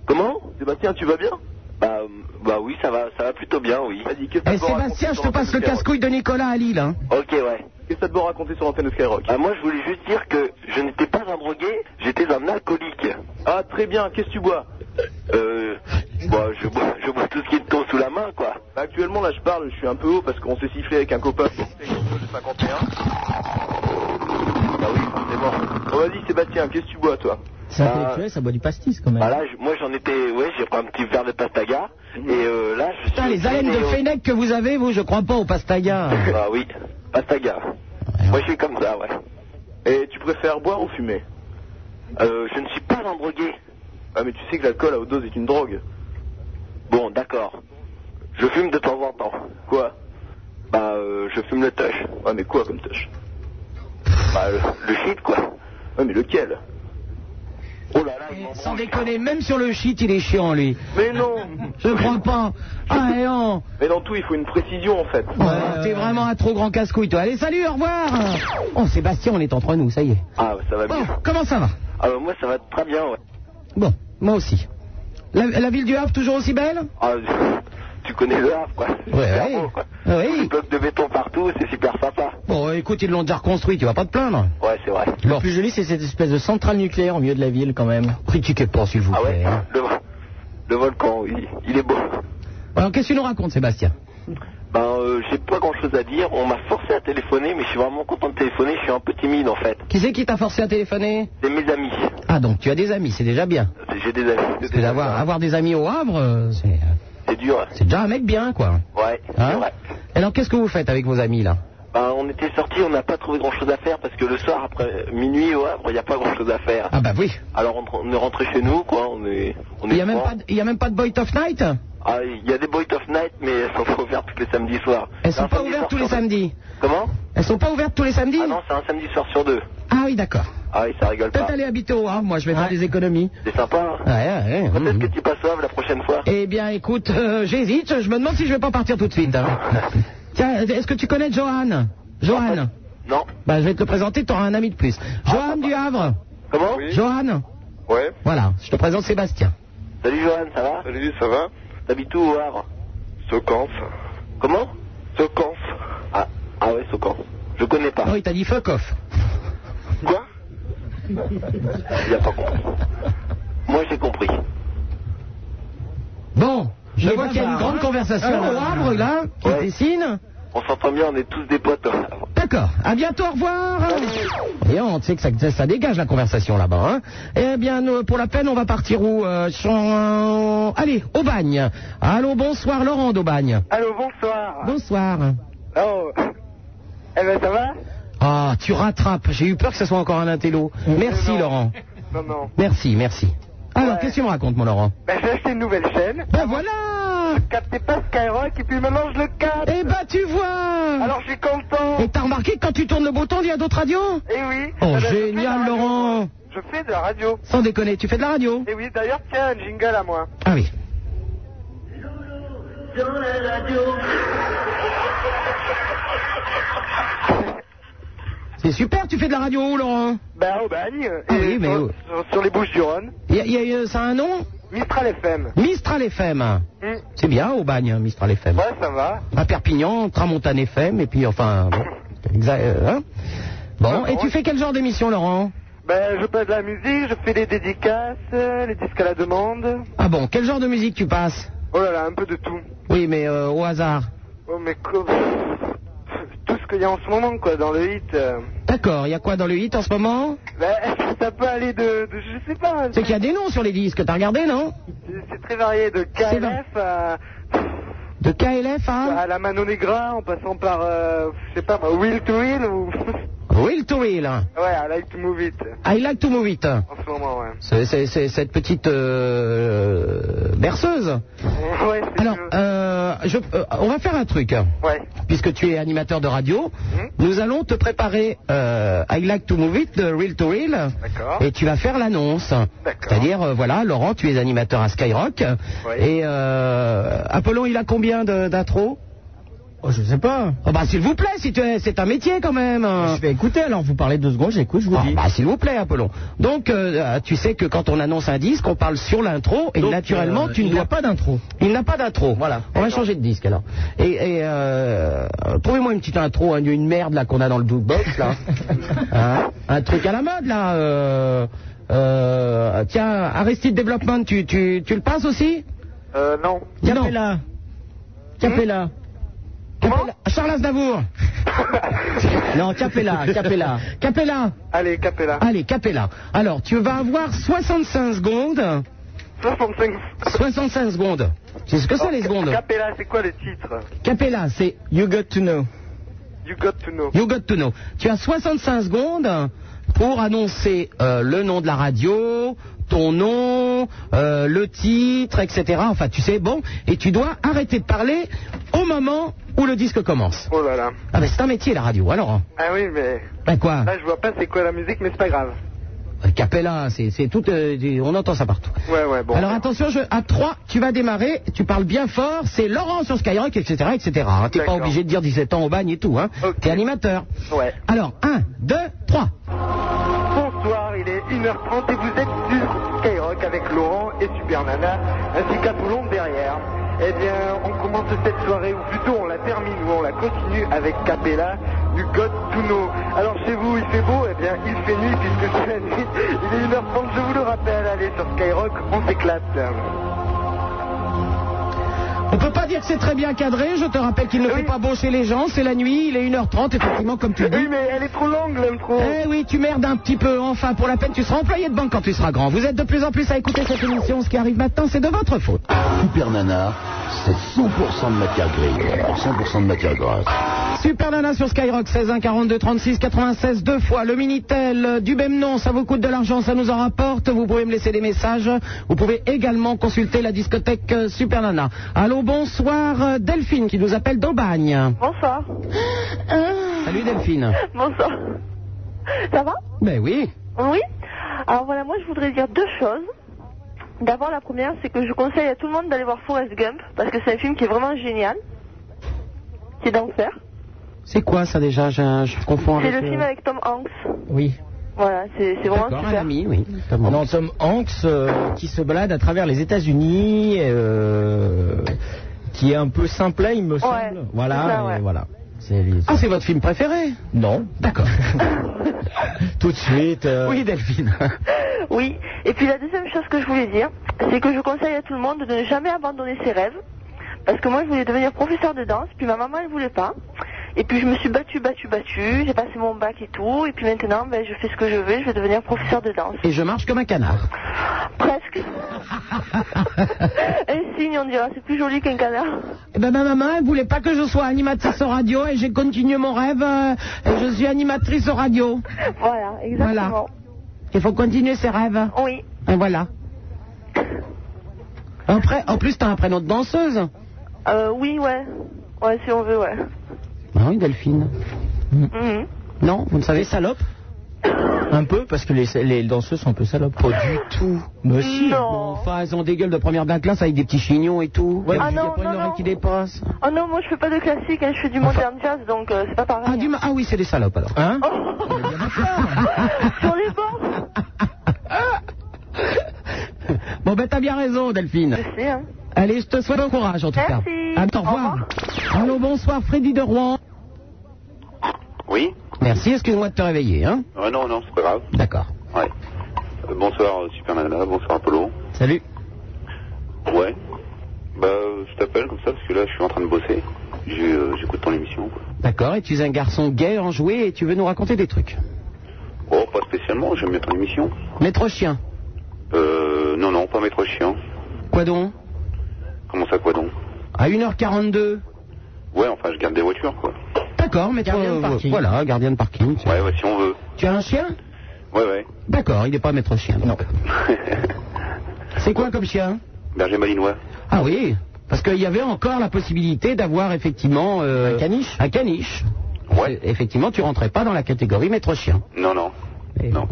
S9: Comment
S7: Sébastien, tu vas bien
S9: Bah, euh, bah oui, ça va, ça va plutôt bien, oui.
S7: Vas-y, qu'est-ce que
S4: Eh
S7: t'as de beau à
S4: Sébastien,
S7: raconter
S4: je
S7: sur
S4: te
S7: l'antenne
S4: passe
S7: de
S4: le
S7: Skyrock
S4: casse-couille de Nicolas à Lille. Hein.
S9: Ok, ouais.
S7: Qu'est-ce que t'as de beau à raconter sur l'antenne de Skyrock
S9: Bah, moi, je voulais juste dire que je n'étais pas un drogué, j'étais un alcoolique.
S7: Ah, très bien, qu'est-ce que tu bois
S9: Euh, bah, je bois, je bois tout ce qui me tombe sous la main, quoi.
S7: Bah, Actuellement, là, je parle, je suis un peu haut parce qu'on s'est sifflé avec un copain. C'est une chose de 51. Bah oui, forcément. Bon, Oh, vas-y, Sébastien, qu'est-ce que tu bois, toi
S45: C'est intellectuel, ça boit du pastis quand même.
S9: Bah là, je- moi, j'en étais, ouais, j'ai pris un petit verre de pastaga,
S7: Mmh.
S9: et euh, là, je suis...
S4: Putain, les haleines de Fennec que vous avez, vous, je crois pas au pastaga.
S7: Bah
S9: Ah oui, pastaga. Moi, je suis comme ça, ouais.
S7: Et tu préfères boire ou fumer
S9: Euh, je ne suis pas un drogué.
S7: Ah, mais tu sais que l'alcool à haute dose est une drogue.
S9: Bon, d'accord. Je fume de temps en temps.
S7: Quoi
S9: Bah, euh, je fume le tush.
S7: Ouais, mais quoi comme touche
S9: Bah, le, le shit, quoi.
S7: Ouais, Ah, mais lequel
S9: Oh là là, il m'en
S4: Sans déconner, même sur le shit, il est chiant, lui.
S7: Mais non
S4: Je crois pas. Ah, et non.
S7: Mais dans tout, il faut une précision, en fait.
S4: Ouais, Oh, T'es vraiment un trop grand casse-couille, toi. Allez, salut, au revoir. Oh, Sébastien, on est entre nous, ça y est.
S9: Ah, ça va
S4: Bon,
S9: bien.
S7: Oh.
S4: comment ça va
S9: Ah, bah, moi, ça va très bien, ouais.
S4: Bon, moi aussi. La, la ville du Havre, toujours aussi belle
S9: Ah, tu connais le Havre, quoi. C'est
S4: Ouais,
S9: super
S4: ouais.
S9: beau, quoi.
S4: Oui.
S9: Des blocs de béton partout, c'est super sympa.
S4: Bon, écoute, ils l'ont déjà reconstruit, tu vas pas te plaindre.
S9: Ouais, c'est vrai.
S4: Bon,
S45: Le plus joli, c'est cette espèce de centrale nucléaire au milieu de la ville quand même.
S4: critiquez pas, s'il vous
S9: Ah ouais,
S4: plaît. hein.
S9: le, le volcan, il, il est beau.
S4: Alors, qu'est-ce que tu nous racontes, Sébastien
S9: Ben, euh, j'ai pas grand chose à dire. On m'a forcé à téléphoner, mais je suis vraiment content de téléphoner. Je suis un peu timide, en fait.
S4: Qui c'est qui t'a forcé à téléphoner
S9: C'est mes amis.
S4: Ah, donc tu as des amis, c'est déjà bien.
S9: J'ai des amis.
S4: Parce que d'avoir avoir des amis au Havre, euh, c'est
S9: C'est dur. hein.
S4: c'est déjà un mec bien, quoi.
S9: Ouais, c'est
S4: Hein
S9: vrai.
S4: Et Alors, qu'est-ce que vous faites avec vos amis, là
S9: Ben, on était sortis, on n'a pas trouvé grand chose à faire parce que le soir après minuit au Havre, il n'y a pas grand chose à faire.
S4: Ah, bah oui.
S9: Alors on, on est rentré chez nous, quoi. On est. On
S4: Il
S9: est
S4: n'y a, même
S9: froid.
S4: pas de- il y a même pas de Boy of Night
S9: Ah, il y a des Boys of Night, mais elles sont pas ouvertes tous les samedis soirs.
S4: Elles
S9: C'est un
S4: sont pas
S9: samedi
S4: ouvertes
S9: soir
S4: tous les
S9: sur deux.
S4: samedis.
S9: Comment
S4: Elles sont pas ouvertes tous les samedis
S9: Ah non, c'est un samedi soir sur deux.
S4: Ah oui, d'accord.
S9: Ah oui, ça rigole pas.
S4: Peut-être aller habiter au Havre, moi, je vais faire des économies.
S9: C'est sympa.
S4: Ouais,
S9: Hein
S4: ouais, ouais.
S9: Peut-être que tu passes au Havre la prochaine fois.
S4: Eh bien, écoute, euh, j'hésite. Je me demande si je vais pas partir tout de suite.
S9: *laughs*
S4: hein. Tiens, est-ce que tu connais Johan Johan
S9: Non. Ah,
S4: Bah, je vais te le présenter, tu auras un ami de plus. Johan du Havre
S9: Comment
S4: Johan
S46: Ouais.
S4: Voilà, je te présente Sébastien.
S9: Salut Johan, ça va
S46: Salut, ça va
S9: T'habites où au Havre
S46: Socance.
S9: Comment
S46: Socance.
S9: ah, ah ouais, Socan. Je connais pas.
S4: Oh, il t'a dit fuck off.
S46: Quoi
S9: Il a pas compris. Moi j'ai compris.
S4: Bon, je
S45: Il est
S4: vois qu'il y a une
S45: bavard,
S4: grande
S45: hein.
S4: conversation
S45: Ah,
S4: au Havre, là, qui se
S9: Ouais.
S4: dessine.
S9: On s'entend bien, on est tous des potes. au Havre.
S4: D'accord, à bientôt, au revoir. Et on sait que ça, ça dégage la conversation là-bas. Hein. Eh bien, nous, pour la peine, on va partir où euh, sur- Allez, au bagne. Allô, bonsoir, Laurent d'Aubagne.
S5: Allô, bonsoir.
S4: Bonsoir.
S5: Oh. Eh ben, ça va
S4: Ah, tu rattrapes. J'ai eu peur que ce soit encore un intello. Merci, Laurent.
S5: Non, non.
S4: Merci, merci. Alors, qu'est-ce que tu me racontes, mon Laurent
S5: Ben, j'ai acheté une nouvelle chaîne.
S4: Ben voilà
S5: Je captais pas Skyrock et puis maintenant je le capte.
S4: Eh ben, tu vois
S5: Alors, je suis content.
S4: Et t'as remarqué que quand tu tournes le bouton, il y a d'autres radios
S5: Eh oui.
S4: Oh,
S5: Eh ben, je fais de la
S4: génial,
S5: radio.
S4: Laurent
S5: Je fais de la radio.
S4: Sans déconner, tu fais de la radio
S5: Eh oui, d'ailleurs, tiens, un jingle à moi.
S4: Ah oui.
S5: Dans la radio.
S4: C'est super, tu fais de la radio où, Laurent
S5: Ben, à Aubagne.
S4: Ah
S5: et
S4: oui, mais
S5: sur,
S4: où
S5: sur- sur les Bouches-du-Rhône.
S4: Il y a- il y a- Ça a un nom
S5: Mistral FM.
S4: Mistral FM.
S5: Hmm.
S4: C'est bien, au bagne, hein, Mistral FM.
S5: Ouais, ça va.
S4: À Perpignan, Tramontane FM, et puis enfin, bon. exa- euh, hein. Bon, et tu fais quel genre d'émission, Laurent
S5: Ben, je passe de la musique, je fais des dédicaces, euh, les disques à la demande.
S4: Ah bon, quel genre de musique tu passes
S5: Oh là là, un peu de tout.
S4: Oui, mais euh, au hasard.
S5: Oh, mais quoi Tout ce qu'il y a en ce moment, quoi, dans le hit. euh,
S4: D'accord, il y a quoi dans le hit en ce moment
S9: *laughs*
S5: Ben, ça peut aller de, de- je sais pas,
S4: C'est qu'il y a des noms sur les disques, t'as regardé, non
S5: c'est très varié, de KLF à,
S4: De KLF à...
S5: euh, à la Mano Negra, en passant par, euh, je sais pas, moi, Will to Will ou... *laughs*
S4: Will to Will.
S5: ouais, I like to move it,
S4: I like to move it.
S5: en ce moment, ouais.
S4: C'est- C'est c'est cette petite euh, berceuse.
S5: Ouais, c'est
S4: Alors, euh, je- euh, on va faire un truc.
S5: Ouais.
S4: Puisque tu es animateur de radio, nous allons te préparer euh, I Like to Move It de Real to Real.
S5: D'accord.
S4: Et tu vas faire l'annonce. C'est-à-dire, euh, voilà, Laurent, tu es animateur à Skyrock. Et euh, Apollon, il a combien de- d'intro
S11: Oh, je sais pas.
S4: Oh, bah, s'il vous plaît, si tu es- c'est un métier quand même.
S11: Je vais écouter alors, vous parlez deux secondes, j'écoute, je vous
S4: Ah,
S11: dis.
S4: bah, s'il vous plaît, Apollon. Donc, euh, tu sais que quand on annonce un disque, on parle sur l'intro et
S11: Donc,
S4: naturellement,
S11: euh,
S4: tu ne
S11: il
S4: dois
S11: n'a pas d'intro.
S4: Il n'a pas d'intro. Voilà. On va changer de disque alors. Et, et, euh, trouvez-moi une petite intro, hein, une merde là qu'on a dans le jukebox
S11: *laughs*
S4: là. Hein un truc à la mode là. euh, euh, tiens, Aristide Development, tu, tu, tu le passes aussi
S5: Euh, non.
S11: Capella. Capella.
S4: Capella. Charles Aznavour.
S11: *laughs* Non, Capella, Capella.
S4: Capella.
S5: Allez, Capella.
S4: Allez, Capella. Alors, tu vas avoir 65 secondes.
S5: 65.
S4: 65 secondes. C'est ce que c'est
S5: Oh,
S4: les
S5: Ca-
S4: secondes.
S5: Capella, c'est quoi le titre
S4: Capella, c'est You Got to Know.
S5: You got to know.
S4: You Got to Know. Tu as 65 secondes pour annoncer euh, le nom de la radio, ton nom, euh, le titre, etc. Enfin, tu sais, bon, et tu dois arrêter de parler au moment où le disque commence.
S5: Oh là là.
S4: Ah ben c'est un métier la radio, alors.
S5: Ah oui, mais...
S4: Ben quoi
S5: Là, je vois pas c'est quoi la musique, mais c'est pas grave.
S4: Capella, c'est c'est tout, euh, du- on entend ça partout.
S5: Ouais, ouais, bon.
S4: Alors attention, je, à 3, tu vas démarrer, tu parles bien fort, c'est Laurent sur Skyrock, etc. etc. hein. T'es pas
S5: D'accord.
S4: obligé de dire 17 ans au bagne et tout, hein. T'es animateur.
S5: Ouais.
S4: Alors, 1, 2, 3.
S5: Bonsoir, il est 1h30 et vous êtes sur Skyrock avec Laurent et Super Nana, ainsi qu'Apollon derrière. Eh bien, on commence cette soirée, ou plutôt on la termine, ou on la continue avec Capella du God to Know. Alors chez vous, il fait beau, eh bien il fait nuit puisque *laughs* c'est la nuit. Il est 1h30, je vous le rappelle, allez sur Skyrock, on s'éclate.
S4: On peut pas dire que c'est très bien cadré, je te rappelle qu'il ne fait pas beau chez les gens, c'est la nuit, il est 1h30, effectivement, comme tu le dis.
S5: Oui, mais elle est trop longue, l'aime trop.
S4: Eh oui, tu merdes un petit peu, enfin, pour la peine, tu seras employé de banque quand tu seras grand. Vous êtes de plus en plus à écouter cette émission, ce qui arrive maintenant, c'est de votre faute.
S1: Super Nana, c'est 100% de matière grise pour 100% de matière grasse.
S4: Super Nana sur Skyrock, 16 1 42 36 96 deux fois. Le Minitel euh, du même nom, ça vous coûte de l'argent, ça nous en rapporte. Vous pouvez me laisser des messages. Vous pouvez également consulter la discothèque euh, Super Nana. Allô, bonsoir euh, Delphine qui nous appelle d'Aubagne.
S8: Bonsoir.
S4: Salut
S8: *laughs*
S4: Delphine.
S8: Bonsoir. Ça va
S4: Ben oui.
S8: Oui. Alors voilà, moi je voudrais dire deux choses. D'abord, la première, c'est que je conseille à tout le monde d'aller voir Forrest Gump parce que c'est un film qui est vraiment génial. C'est d'enfer.
S4: C'est quoi ça déjà Je, je confonds
S8: C'est
S4: avec.
S8: le film
S4: euh,
S8: avec Tom Hanks.
S11: Oui.
S8: Voilà, c'est c'est vraiment
S11: D'accord,
S8: super.
S4: oui.
S11: Non, Tom Hanks euh, qui se balade à travers les États-Unis, euh, qui est un peu simplet, il me semble. Voilà,
S4: c'est ça, ouais.
S11: et voilà. C'est les-
S4: Ah, c'est votre film préféré
S11: Non.
S4: *laughs* D'accord.
S11: Tout de suite. euh,
S4: Oui, Delphine.
S8: Oui. Et puis la deuxième chose que je voulais dire, c'est que je conseille à tout le monde de ne jamais abandonner ses rêves. Parce que moi, je voulais devenir professeur de danse, puis ma maman, elle voulait pas. Et puis je me suis battue, battue, battue, j'ai passé mon bac et tout, et puis maintenant, ben, je fais ce que je veux, je vais devenir professeur de danse.
S4: Et je marche comme un canard.
S8: Presque. un signe, on dira, c'est plus joli qu'un canard.
S4: Eh ben, ma maman, elle voulait pas que je sois animatrice au radio et j'ai continué mon rêve. euh, et je suis animatrice au radio.
S8: Voilà,
S4: Voilà.
S8: exactement.
S4: Il faut continuer ses rêves.
S8: Oui.
S4: Et voilà. Un pré- En plus, t'as un prénom de danseuse
S8: Euh, oui, ouais. Ouais, si on veut, ouais.
S4: Ah oui, Delphine.
S8: Mhm.
S4: Non, vous ne savez, salope
S3: Un peu, parce que les, les danseuses sont un peu salopes. Pas du tout.
S4: Mais si, bon, enfin, elles ont des gueules de première de classe avec des petits chignons et tout.
S8: Ouais,
S4: Et
S8: ah
S4: puis,
S8: non,
S4: y a pas une
S8: non,
S4: oreille
S8: non.
S4: qui dépasse.
S8: Oh non, moi je fais pas de classique, hein, je fais du moderne jazz, donc euh, c'est pas pareil.
S47: hein,
S4: Ah, du ma- ah oui, c'est des salopes alors. Oh. Hein
S8: *laughs* Sur les bancs
S4: *laughs* Bon, ben t'as bien raison, Delphine.
S8: Je sais, hein.
S4: Allez, je te souhaite bon courage en tout
S8: Merci.
S4: cas. À bientôt, au revoir. Allô, bonsoir, Freddy de Rouen.
S9: Oui
S4: Merci, excuse-moi de te réveiller. Hein
S9: Ah Non, non, c'est pas grave.
S4: D'accord.
S9: Ouais. Euh, bonsoir euh, Super Nana, bonsoir Apollo.
S4: Salut.
S9: Ouais. Bah, euh, je t'appelle comme ça parce que là, je suis en train de bosser. J'ai, euh, J'écoute ton émission. Quoi.
S4: D'accord, et tu es un garçon gay, enjoué, et tu veux nous raconter des trucs.
S9: Oh, pas spécialement, j'aime bien ton émission.
S4: Maître chien.
S9: Euh, non, non, pas Maître Chien.
S4: Quoi donc
S9: Comment ça, quoi donc
S4: À 1h42.
S9: Ouais, enfin, je garde des voitures, quoi.
S4: D'accord, maître. euh, voilà, gardien de parking.
S9: Ouais, ouais, si on veut.
S4: Tu as un chien
S9: Ouais, ouais.
S4: D'accord, il n'est pas maître chien. Donc. C'est quoi comme chien
S9: Berger malinois.
S4: Ah oui, parce qu'il y avait encore la possibilité d'avoir effectivement euh, un caniche. Un caniche.
S9: Ouais.
S4: Effectivement, tu rentrais pas dans la catégorie maître chien.
S9: Non, non. Non.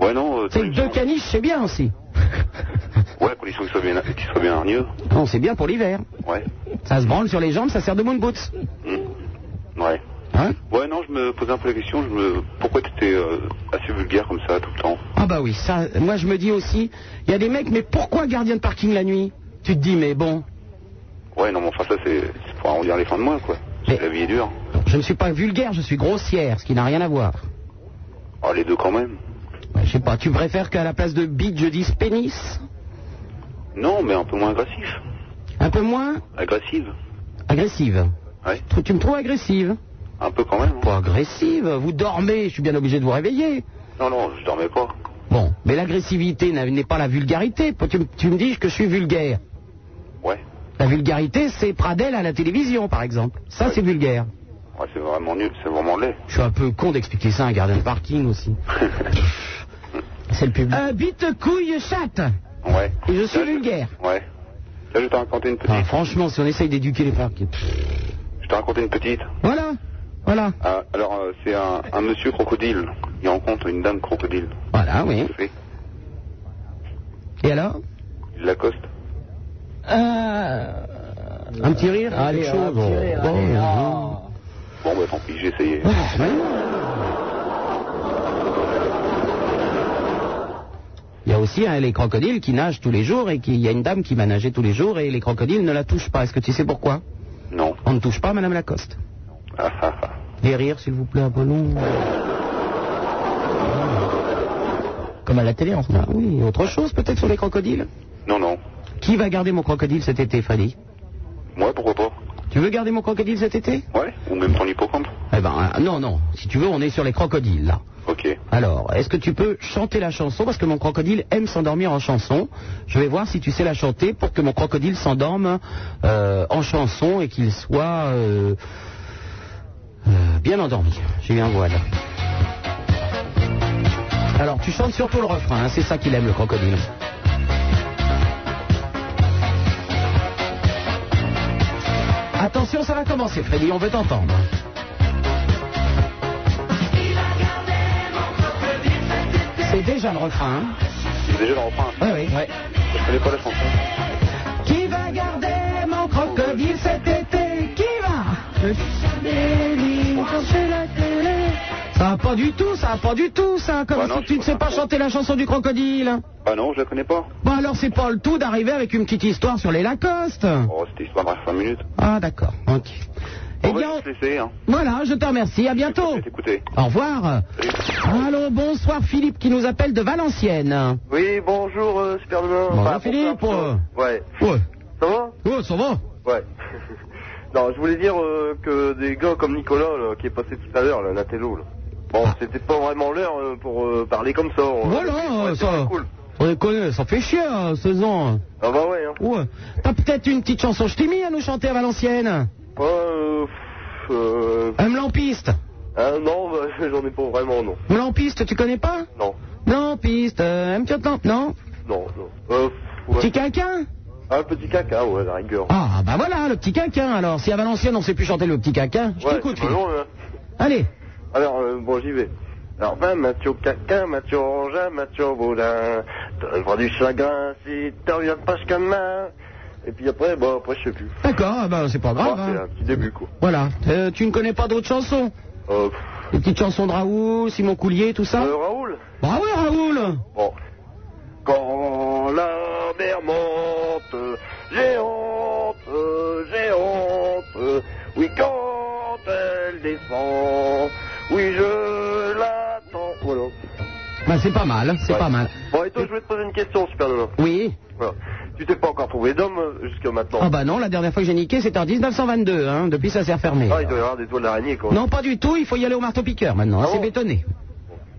S9: Ouais, non, euh, ton
S4: C'est que deux caniches, c'est bien aussi.
S9: émission- Ouais, condition que tu sois bien, que tu sois bien hargneux.
S4: Non, c'est bien pour l'hiver.
S9: Ouais.
S4: Ça se branle sur les jambes, ça sert de moon boots.
S9: Ouais.
S4: Hein
S9: Ouais, non, je me posais un peu la question, je me... pourquoi t'étais euh, assez vulgaire comme ça tout le temps
S4: Ah bah oui, ça, moi je me dis aussi, il y a des mecs, mais pourquoi gardien de parking la nuit Tu te dis, mais bon,
S9: Ouais, non, mais enfin, ça, c'est c'est pour arrondir les fins de mois, quoi. La vie est dure.
S4: je ne suis pas vulgaire, je suis grossière, ce qui n'a rien à voir.
S9: Oh, les deux quand même.
S4: Ouais, je sais pas, tu préfères qu'à la place de bite, je dise pénis
S9: Non, mais un peu moins agressif.
S4: Un peu moins
S9: Agressive
S4: agressive.
S9: Ouais.
S4: Tu- Tu me trouves agressive
S9: Un peu quand même. hein.
S4: Pas agressive, vous dormez, je suis bien obligé de vous réveiller.
S9: Non, non, je dormais pas.
S4: Bon, mais l'agressivité n'a- n'est pas la vulgarité. Tu, me- tu me dis que je suis vulgaire.
S9: Ouais.
S4: La vulgarité, c'est Pradel à la télévision, par exemple. Ça, c'est vulgaire.
S9: Ouais, c'est vraiment nul, c'est vraiment laid.
S4: Je suis un peu con d'expliquer ça à un gardien de parking aussi. c'est le public. Euh, bite, couille, chatte.
S9: Ouais.
S4: Et je suis vulgaire.
S9: Ouais. Là, je t'ai raconté une petite.
S4: Ah, franchement, si on essaye d'éduquer les parkings.
S9: Je t'ai raconté une petite.
S4: Voilà, voilà.
S9: Ah, alors, euh, c'est un, un monsieur crocodile. Il rencontre une dame crocodile.
S4: Voilà, Ah oui.
S9: Oui.
S4: Et alors
S9: Il l'accoste.
S4: Un petit rire
S9: Allez,
S4: Euh, quelque chose
S9: un petit rire, allez,
S4: bon. Ah.
S9: Bon, bah, tant pis, j'ai essayé.
S4: Il y a aussi hein, les crocodiles qui nagent tous les jours et qui- il y a une dame qui va nager tous les jours et les crocodiles ne la touchent pas. Est-ce que tu sais pourquoi
S9: Non. Ah,
S4: On ne touche pas Madame Lacoste. Des rires, s'il vous plaît, Apollon. Comme à la télé, en ce moment. oui, autre chose peut-être sur les crocodiles
S9: Non, non.
S4: Qui va garder mon crocodile cet été, Freddy
S9: Moi, pourquoi pas
S4: Tu veux garder mon crocodile cet été
S9: Ouais, ou même ton hippocampe.
S4: Eh ben, euh, non, non. Si tu veux, on est sur les crocodiles, là.
S9: Ok.
S4: Alors, est-ce que tu peux chanter la chanson Parce que mon crocodile aime s'endormir en chanson. Je vais voir si tu sais la chanter pour que mon crocodile s'endorme euh, en chanson et qu'il soit euh, euh, bien endormi. J'ai eu un voile. Alors, tu chantes surtout le refrain, hein, c'est ça qu'il aime, le crocodile. Attention, ça va commencer, Freddy, on veut t'entendre. C'est déjà le refrain. hein.
S9: C'est déjà le refrain.
S4: Ouais, oui. Ouais.
S9: Je connais pas la chanson.
S4: Qui va garder mon crocodile cet été Qui va Ça va pas du tout, ça va pas du tout, ça. Comme
S9: Bah
S4: si
S9: non,
S4: tu ne sais pas chanter la chanson du crocodile.
S9: Bah non, je la connais pas.
S4: Bon alors c'est pas le tout d'arriver avec une petite histoire sur les Lacoste.
S9: Oh, c'était histoire de 5 minutes.
S4: Ah d'accord, ok. Eh
S9: On va juste laisser, hein.
S4: Voilà, je te remercie, à bientôt.
S9: Écoutez.
S4: Au revoir. Allô, bonsoir Philippe qui nous appelle de Valenciennes.
S7: Oui, bonjour, euh, Super Nana.
S4: Bonjour,
S7: Enfin,
S4: Philippe.
S7: bonsoir,
S4: euh,
S7: Ouais.
S4: Ouais.
S7: Ça va
S4: Ouais, ça va.
S7: Ouais. *laughs* non, je voulais dire euh, que des gars comme Nicolas, là, qui est passé tout à l'heure, là, Natello, là. Bon, c'était pas vraiment l'heure euh, pour euh, parler comme ça. on-
S4: Ah. Voilà,
S7: Ouais,
S4: euh,
S7: c'est
S4: ça.
S7: pas cool.
S4: On les connaît, ça fait chier, hein, 16 ans.
S7: Ah bah ouais, hein.
S4: Ouais. T'as peut-être une petite chanson ch'timi à nous chanter à Valenciennes
S7: Ouais, euh, pff, euh,
S4: Un lampiste.
S7: ah, non, *laughs* bah, j'en ai pas vraiment, non.
S4: Un lampiste, tu connais pas
S7: Non,
S4: Lampiste, euh, un petit temps. Non
S7: non, non. Euh, pff,
S4: Petit quinquin
S7: Un petit caca, ouais, la rigueur.
S4: Ah, bah voilà, le petit quinquin. Alors, si à Valenciennes, on sait plus chanter le petit quinquin, je
S7: Ouais,
S4: t'écoute,
S7: c'est pas
S4: Philippe.
S7: long, hein.
S4: Allez.
S7: Alors, euh, bon, j'y vais. Alors, ben, Mathieu Caquin, Mathieu Rangin, Mathieu Baudin, t'as le droit du chagrin si t'en reviens pas jusqu'à demain. Et puis après, bon, après, je sais plus.
S4: D'accord, ah bah, c'est pas grave.
S7: Bon,
S4: hein.
S7: C'est un petit début, quoi.
S4: Voilà. Euh, tu ne connais pas d'autres chansons
S7: Euh,
S4: Les petites chansons de Raoul, Simon Coulier, tout ça
S7: Euh, Raoul
S4: Bravo Raoul
S7: Bon. Quand la mer monte, j'ai honte, euh, j'ai honte. euh, Oui, quand elle descend, oui, je l'attends. Voilà.
S4: Bah, c'est pas mal, c'est
S7: Ouais.
S4: pas mal.
S7: Bon, et toi, je vais te poser une question, Super Nana.
S4: Oui
S7: Voilà. Tu t'es pas encore trouvé d'homme euh, jusqu'à maintenant.
S4: Ah bah non, la dernière fois que j'ai niqué, c'était en 1922, hein. Depuis, ça s'est refermé.
S7: Ah, il doit Ah y avoir des toiles d'araignée, quoi.
S4: Non, pas du tout, il faut y aller au marteau-piqueur maintenant, hein, c'est bétonné.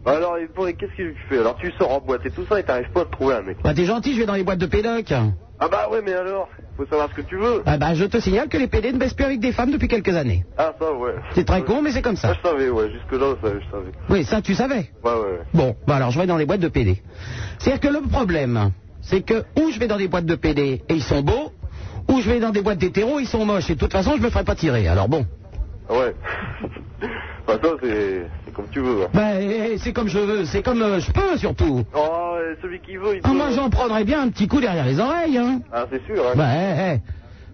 S7: Bah, Alors, et bon, et qu'est-ce que tu fais Alors, tu sors en boîte et tout ça, et t'arrives pas à trouver un mec.
S4: Bah t'es gentil, je vais dans les boîtes de pédoc. hein.
S7: Ah bah ouais, mais alors, faut savoir ce que tu veux.
S4: Ah bah je te signale que les PD ne baissent plus avec des femmes depuis quelques années.
S7: Ah, ça, ouais.
S4: C'est très con, mais c'est comme ça.
S7: Ah, je savais, ouais, jusque-là, ça, je savais.
S4: Oui, ça tu savais.
S7: Ouais, ouais, ouais.
S4: Bon, bah alors je vais dans les boîtes de PD. C'est-à-dire que le problème, c'est que ou je vais dans des boîtes de PD et ils sont beaux, ou je vais dans des boîtes d'hétéros, ils sont moches. Et de toute façon, je me ferai pas tirer. Alors bon.
S7: Ah Ouais. *laughs* bah, ça, c'est c'est comme tu veux. hein.
S4: Bah, eh, eh, c'est comme je veux, c'est comme euh, je peux surtout.
S7: Oh, et celui qui veut, il
S4: Ah,
S7: peut.
S4: moi j'en prendrais bien un petit coup derrière les oreilles, hein.
S7: Ah, c'est sûr, hein.
S4: Bah, eh, eh.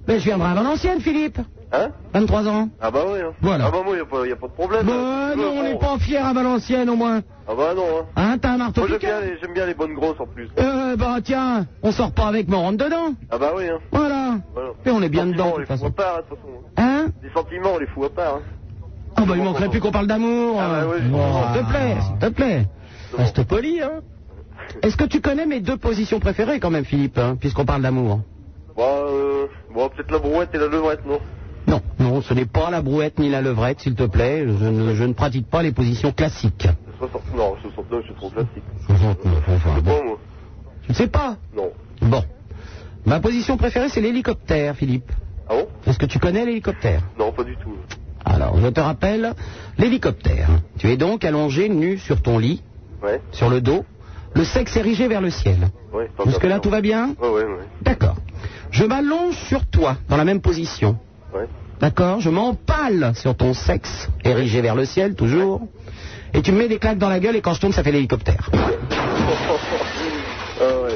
S4: Ben, je viendrai à Valenciennes, Philippe.
S7: Hein
S4: 23 ans.
S7: Ah bah ouais, hein.
S4: Voilà.
S7: Ah bah moi, y a pas, y a pas de problème. hein.
S4: Bah,
S7: Tu veux,
S4: non, on
S7: bon.
S4: n'est pas fiers à Valenciennes au moins.
S7: Ah bah non, hein.
S4: Hein, t'as un marteau
S7: Moi, j'aime bien,
S4: piqueur
S7: les- j'aime bien les bonnes grosses, en plus.
S4: Euh, bah tiens, on sort pas avec, mais on rentre dedans.
S7: Ah bah oui, hein.
S4: Voilà.
S7: Voilà.
S4: Et on est bien
S7: Sentiments,
S4: dedans,
S7: on
S4: de
S7: les
S4: toute façon.
S7: fout à part, hein, de toute façon.
S4: Hein
S7: Les sentiments, on les fout à part, hein.
S4: Ah bah il manquerait plus qu'on parle d'amour.
S7: Ah bah ouais, je
S4: Oh,
S7: comprends.
S4: S'il te plaît, s'il te plaît. Reste poli, hein. Est-ce que tu connais mes deux positions préférées quand même, Philippe, hein, puisqu'on parle d'amour
S7: Bah, euh, bon, peut-être la brouette et la levrette, non
S4: Non, non, ce n'est pas la brouette ni la levrette, s'il te plaît. Je ne, je ne pratique pas les positions classiques.
S7: 60... Non, 69, je suis trop classique.
S4: Enfin, bon.
S7: Bon, moi.
S4: Tu ne sais pas
S7: Non.
S4: Bon. Ma position préférée, c'est l'hélicoptère, Philippe.
S7: Ah bon
S4: Est-ce que tu connais l'hélicoptère
S7: Non, pas du tout.
S4: Alors, je te rappelle, l'hélicoptère. Tu es donc allongé nu sur ton lit,
S7: Ouais.
S4: sur le dos, le sexe érigé vers le ciel.
S7: Ouais, pas
S4: Jusque-là,
S7: bien.
S4: tout va bien
S7: Ah Ouais, ouais, ouais.
S4: D'accord. Je m'allonge sur toi, dans la même position.
S7: Ouais.
S4: D'accord Je m'empale sur ton sexe, érigé vers le ciel, toujours. Et tu me mets des claques dans la gueule et quand je tombe, ça fait l'hélicoptère.
S7: Ah ouais.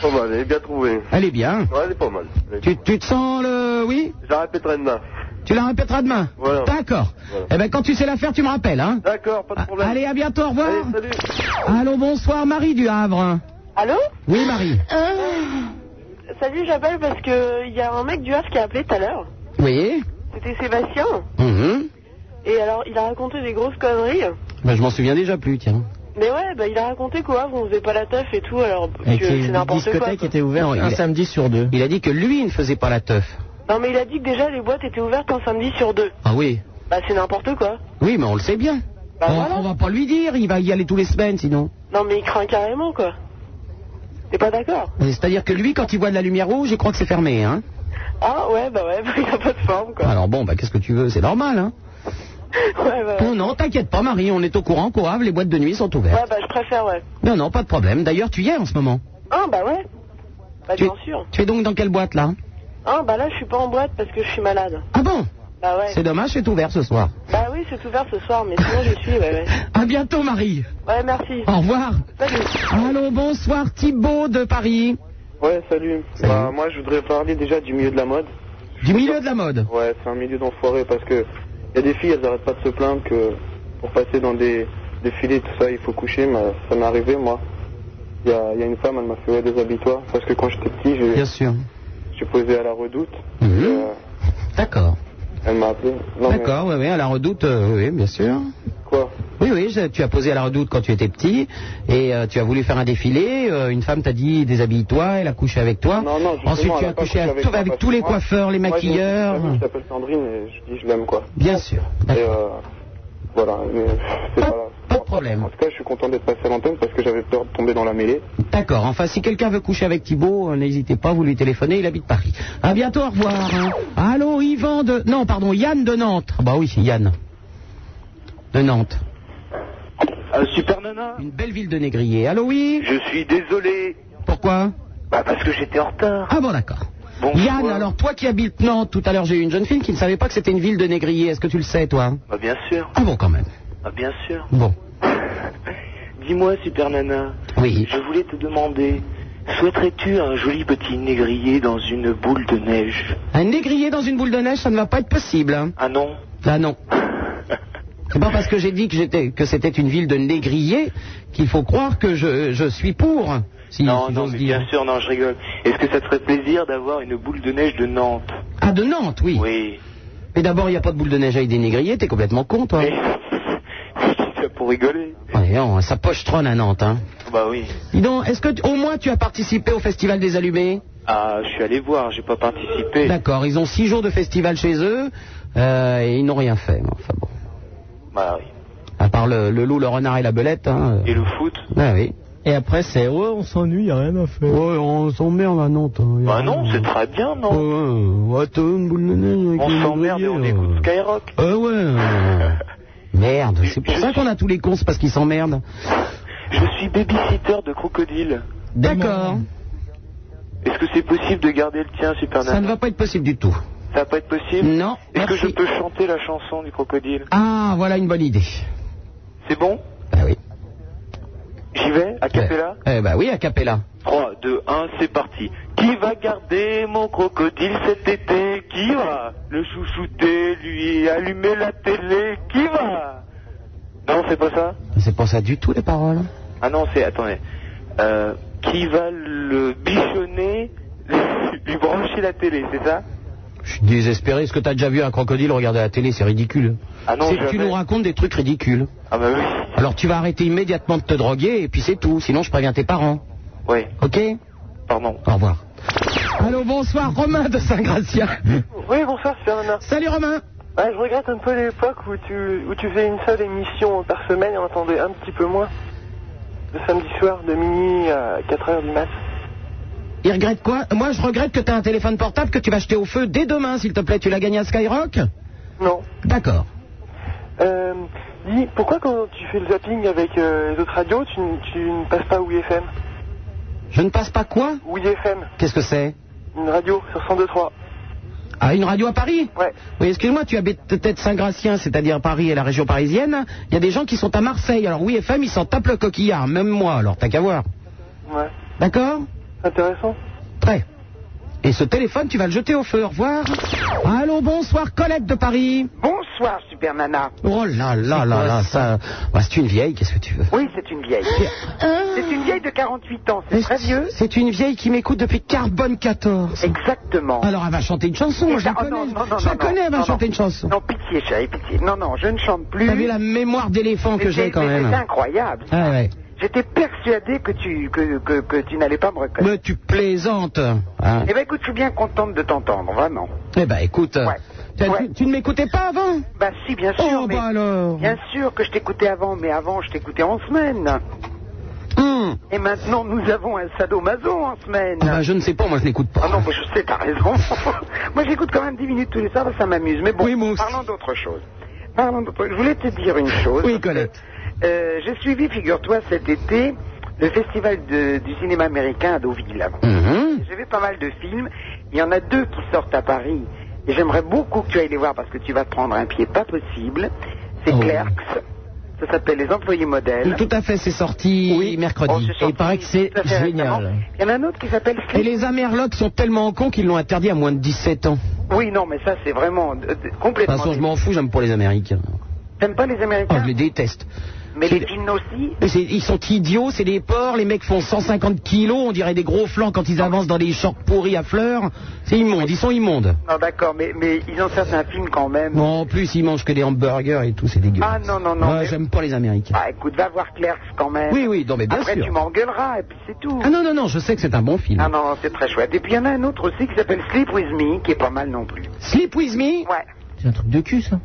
S7: Pas mal, elle est bien trouvée.
S4: Elle est bien.
S7: Ouais, elle est pas mal. Elle est-
S4: Tu, tu te sens le... Oui
S7: Je la répéterai demain.
S4: Tu la répéteras demain
S7: Voilà.
S4: D'accord.
S7: Voilà.
S4: Eh ben quand tu sais la faire, tu me rappelles, hein
S7: D'accord, pas de problème.
S4: Allez, à bientôt, au revoir.
S7: Allez, salut.
S4: Allô, bonsoir, Marie du Havre.
S8: Allô
S4: Oui, Marie.
S8: Salut, j'appelle parce que il y a un mec du Havre qui a appelé tout à l'heure.
S4: Oui.
S8: C'était Sébastien.
S4: Mhm.
S8: Et alors, il a raconté des grosses conneries.
S4: Ben, je m'en souviens déjà plus, tiens.
S8: Mais ouais, bah, il a raconté qu'au Havre, on faisait pas la teuf et tout, alors que
S2: Et qu'il y
S8: c'est
S2: a une
S8: n'importe quoi.
S2: discothèque qui était ouverte
S4: Non, il
S2: un
S4: est-
S2: samedi sur deux.
S4: Il a dit que lui, il ne faisait pas la teuf.
S8: Non, mais il a dit que déjà, les boîtes étaient ouvertes un samedi sur deux.
S4: Ah oui
S8: Bah, c'est n'importe quoi.
S4: Oui, mais on le sait bien.
S7: Bah,
S4: on, on va pas lui dire, il va y aller tous les semaines, sinon.
S8: Non, mais il craint carrément, quoi. T'es pas d'accord
S4: C'est-à-dire que lui, quand il voit de la lumière rouge, il croit que c'est fermé, hein
S8: Ah, ouais, bah ouais, bah, il a pas de forme, quoi.
S4: Alors bon, bah qu'est-ce que tu veux, c'est normal, hein
S8: *laughs* Ouais, bah,
S4: Non, non, t'inquiète pas, Marie, on est au courant qu'au Havre, les boîtes de nuit sont ouvertes.
S8: ouais, bah, je préfère, ouais.
S4: Non, non, pas de problème. D'ailleurs, tu y es en ce moment.
S8: Ah, bah ouais. Bah,
S4: tu,
S8: bien sûr.
S4: tu es donc dans quelle boîte, là
S8: Ah, bah là, je suis pas en boîte parce que je suis malade.
S4: Ah bon
S8: Bah ouais.
S4: C'est dommage, c'est ouvert ce soir.
S8: Bah oui, c'est ouvert ce soir, mais sinon, je suis, ouais, ouais.
S4: À bientôt, Marie.
S8: Ouais, merci.
S4: Au revoir.
S8: Salut.
S4: Allô, bonsoir, Thibaut de Paris.
S48: Ouais, salut. Bah, moi, je voudrais parler déjà du milieu de la mode.
S4: Du milieu de la mode.
S48: Ouais, c'est un milieu d'enfoirés parce que y a des filles, elles arrêtent pas de se plaindre que pour passer dans des défilés, tout ça, il faut coucher. Mais ça m'est arrivé, moi. Il y a, y a une femme, elle m'a fait ouais, déshabille-toi parce que quand j'étais petit, j'ai-
S4: Bien sûr.
S48: j'ai posé à la redoute.
S5: Mhm.
S48: Euh,
S4: D'accord.
S48: elle m'a appelé. Non, mais
S4: D'accord, oui, oui, à la redoute, euh, oui, oui, bien sûr.
S48: quoi
S4: Oui, oui, je- tu as posé à la redoute quand tu étais petit et euh, tu as voulu faire un défilé. euh, une femme t'a dit déshabille-toi, elle a couché avec toi.
S48: Non, non, justement,
S4: Ensuite,
S48: elle
S4: tu
S48: a
S4: as
S48: pas
S4: couché avec,
S48: moi
S4: avec
S48: parce
S4: tous
S48: que
S4: les
S48: moi-
S4: coiffeurs, les
S48: moi, j'ai une petite
S4: maquilleurs.
S48: amie, Je l'appelle Sandrine et je dis je l'aime quoi.
S4: Bien sûr.
S48: Et euh, voilà, mais euh, c'est pas là.
S4: Pas de problème.
S48: En tout cas, je suis content d'être passé à l'antenne parce que j'avais peur de tomber dans la mêlée.
S4: D'accord. Enfin, si quelqu'un veut coucher avec Thibault, euh, n'hésitez pas, vous lui téléphonez, il habite Paris. À bientôt, au revoir. hein. Allô, Yvan de... Non, pardon, Yann de Nantes. Ah Bah oui, c'est Yann. De Nantes.
S47: Euh, super Nana,
S4: Une belle ville de Négrier. Allô, oui
S47: je suis désolé.
S4: Pourquoi
S7: Bah parce que j'étais en retard.
S4: Ah bon, d'accord. Yann, alors toi qui habites Nantes, tout à l'heure j'ai eu une jeune fille qui ne savait pas que c'était une ville de négriers. Est-ce que tu le sais, toi
S7: Bah bien sûr.
S4: Ah bon, quand même.
S7: Ah bien sûr.
S4: Bon.
S7: Dis-moi, super nana.
S4: Oui.
S7: Je voulais te demander, souhaiterais-tu un joli petit négrier dans une boule de neige
S4: Un négrier dans une boule de neige, ça ne va pas être possible. hein.
S7: Ah non.
S4: Ah non. C'est pas parce que j'ai dit que j'étais que c'était une ville de négriers qu'il faut croire que je, je suis pour. Si,
S7: non,
S4: si
S7: non,
S4: j'ose
S7: mais
S4: dire.
S7: bien sûr, non, je rigole. Est-ce que ça te ferait plaisir d'avoir une boule de neige de Nantes
S4: Ah, de Nantes, oui.
S7: Oui.
S4: Mais d'abord, il n'y a pas de boule de neige avec des négriers, t'es complètement con, toi.
S7: *laughs* Ça pour rigoler.
S4: Ouais, non, ça pochetronne à Nantes, hein.
S7: Bah oui.
S4: Dis donc, est-ce que tu- au moins tu as participé au Festival des Allumés
S7: Ah, je suis allé voir, j'ai pas participé.
S4: D'accord, ils ont six jours de festival chez eux euh, et ils n'ont rien fait. mais Enfin bon,
S7: Bah oui.
S4: à part le, le loup, le renard et la belette. Hein,
S7: Et le foot
S4: Ah oui.
S2: Et après, c'est ouais, on s'ennuie, y a rien à faire.
S4: Ouais, on s'emmerde à Nantes. hein,
S7: Bah non, c'est très bien, non
S4: Ouais, t'as une boule de neige avec
S7: On
S4: les
S7: s'emmerde et on
S4: négriers,
S7: écoute Skyrock.
S4: Euh, ouais.
S7: *laughs*
S4: euh, Merde, c'est pour ça qu'on a tous les cons, c'est parce qu'ils s'emmerdent.
S7: Je suis babysitter de crocodile.
S4: D'accord,
S7: Est-ce que c'est possible de garder le tien, Super
S4: ça ne
S7: Nana
S4: va pas être possible du tout.
S7: Ça va pas être possible
S4: Non,
S7: Est-ce que
S4: merci.
S7: je peux chanter la chanson du crocodile
S4: Ah, voilà une bonne idée.
S7: C'est bon
S4: Bah oui.
S7: J'y vais À Capella
S4: Eh bah oui, à Capella.
S7: 3, 2, 1, c'est parti. Qui va garder mon crocodile cet été Qui va le chouchouter, lui, allumer la télé Qui va Non, c'est pas ça
S4: C'est pas ça du tout les paroles.
S7: Ah non, c'est. Attendez. Euh, qui va le bichonner, *laughs* lui brancher la télé, c'est ça
S4: Je suis désespéré. Est-ce que t'as déjà vu un crocodile regarder la télé C'est ridicule.
S7: Ah non,
S4: C'est que tu
S7: jamais.
S4: nous racontes des trucs ridicules.
S7: Ah bah oui.
S4: Alors tu vas arrêter immédiatement de te droguer et puis c'est tout. Sinon je préviens tes parents.
S7: Oui,
S4: Ok
S7: pardon.
S4: Au revoir. Mmh. Allô, bonsoir, Romain de Saint-Gratien.
S40: Oui, bonsoir, c'est Nana.
S4: Salut Romain.
S40: Ouais, Ah, je regrette un peu l'époque où tu, où tu faisais une seule émission par semaine et on entendait un petit peu moins. Le samedi soir, de minuit à 4h du mat.
S4: Il regrette quoi Moi je regrette que t'as un téléphone portable que tu vas jeter au feu dès demain, s'il te plaît. Tu l'as gagné à Skyrock
S40: Non.
S4: D'accord.
S40: Euh, dis, pourquoi quand tu fais le zapping avec euh, les autres radios, tu, n- tu ne passes pas oui FM
S4: Je ne passe pas quoi
S40: Oui FM,
S4: Qu'est-ce que c'est
S40: une radio sur 102.3.
S4: Ah, une radio à Paris
S40: Ouais.
S4: Oui, excuse-moi, tu habites peut-être Saint-Gratien, c'est-à-dire Paris et la région parisienne. Il y a des gens qui sont à Marseille. Alors oui, FM, ils s'en tapent le coquillard, même moi, alors t'as qu'à voir.
S40: Ouais,
S4: D'accord
S40: intéressant.
S4: Prêt. Et ce téléphone, tu vas le jeter au feu. Au revoir. Allô, bonsoir, Colette de Paris.
S47: Bonsoir, Super Nana.
S4: Oh là là là là, ça... Bah, c'est une vieille, qu'est-ce que tu veux
S47: Oui, c'est une vieille. C'est une vieille de 48 ans, c'est
S4: Est-ce
S47: très
S4: que-
S47: vieux.
S4: C'est une vieille qui m'écoute depuis Carbone 14.
S47: Exactement.
S4: Alors elle va chanter une chanson,
S47: Et
S4: je la
S47: ça- oh,
S4: connais.
S47: non, non, non,
S4: je la
S47: non,
S4: connais, elle va
S47: non,
S4: chanter
S47: non.
S4: une chanson.
S47: Non, pitié, chérie, pitié. Non, non, je ne chante plus.
S4: T'as vu la mémoire d'éléphant
S47: Hmm. Mais
S4: que j'ai
S47: c'est-
S4: quand
S47: mais
S4: même.
S47: C'est incroyable.
S4: Ah ouais.
S47: J'étais persuadé que tu, que, que, que tu n'allais pas me reconnaître.
S4: Mais tu plaisantes. hein.
S47: Eh ben écoute, je suis bien contente de t'entendre, vraiment.
S4: Eh ben écoute, euh, tu,
S47: Ouais.
S4: tu- tu ne m'écoutais pas avant
S47: Bah si, bien sûr.
S4: Oh
S47: mais-
S4: bah alors.
S47: Bien sûr que je t'écoutais avant, mais avant je t'écoutais en semaine.
S4: Hum.
S47: Et maintenant nous avons un sadomaso en semaine.
S4: Ah bah, je ne sais pas, moi je n'écoute pas.
S47: Ah non, mais je sais, t'as raison. *laughs* moi, j'écoute quand même 10 minutes tous les soirs, ça m'amuse. Mais bon,
S4: Oui, moi aussi.
S47: parlons d'autre chose. Parlons d'autre Je voulais te dire une chose.
S4: Oui, Colette.
S47: Euh, J'ai suivi, figure-toi, cet été, le festival de- du cinéma américain à Deauville.
S4: Mhm.
S47: J'ai vu pas mal de films. Il y en a deux qui sortent à Paris. Et j'aimerais beaucoup que tu ailles les voir parce que tu vas te prendre un pied pas possible. C'est
S4: Oh.
S47: Clerks. Ça s'appelle Les employés modèles.
S4: Tout à fait, c'est sorti mercredi.
S47: Oh, c'est
S4: Et
S47: sorti
S4: il paraît que c'est
S47: tout à fait récemment.
S4: génial.
S47: Il y en a un autre qui s'appelle
S4: Et les Amerlocs sont tellement cons qu'ils l'ont interdit à moins de 17 ans.
S47: Oui, non, mais ça, c'est vraiment euh, euh,
S4: De toute
S47: complètement.
S4: façon, je m'en fous, j'aime pas les Américains.
S47: T'aimes pas les
S4: Oh,
S47: Américains
S4: je les déteste.
S47: Mais
S4: c'est-
S47: les films aussi
S4: Mais c'est- Ils sont idiots, c'est des porcs, les mecs font 150 kilos, on dirait des gros flancs quand ils avancent dans des shorts pourris à fleurs. C'est immonde, ils sont immondes.
S47: Non, d'accord, mais, mais ils ont certains films quand même.
S4: Non, en plus, ils mangent que des hamburgers et tout, c'est
S47: Ah
S4: dégueulasse.
S47: non, non, non.
S4: Ouais,
S47: mais-
S4: J'aime pas les Américains.
S47: Ah, écoute, va voir Clerks quand même.
S4: Oui, oui, non, mais bien
S47: Après,
S4: sûr.
S47: tu m'engueuleras et puis c'est tout.
S4: Ah non, non, non, je sais que c'est un bon film.
S47: Ah non, c'est très chouette. Et puis il y en a un autre aussi qui s'appelle Sleep With Me, qui est pas mal non plus.
S4: Sleep With Me
S47: Ouais.
S2: C'est un truc de cul, ça.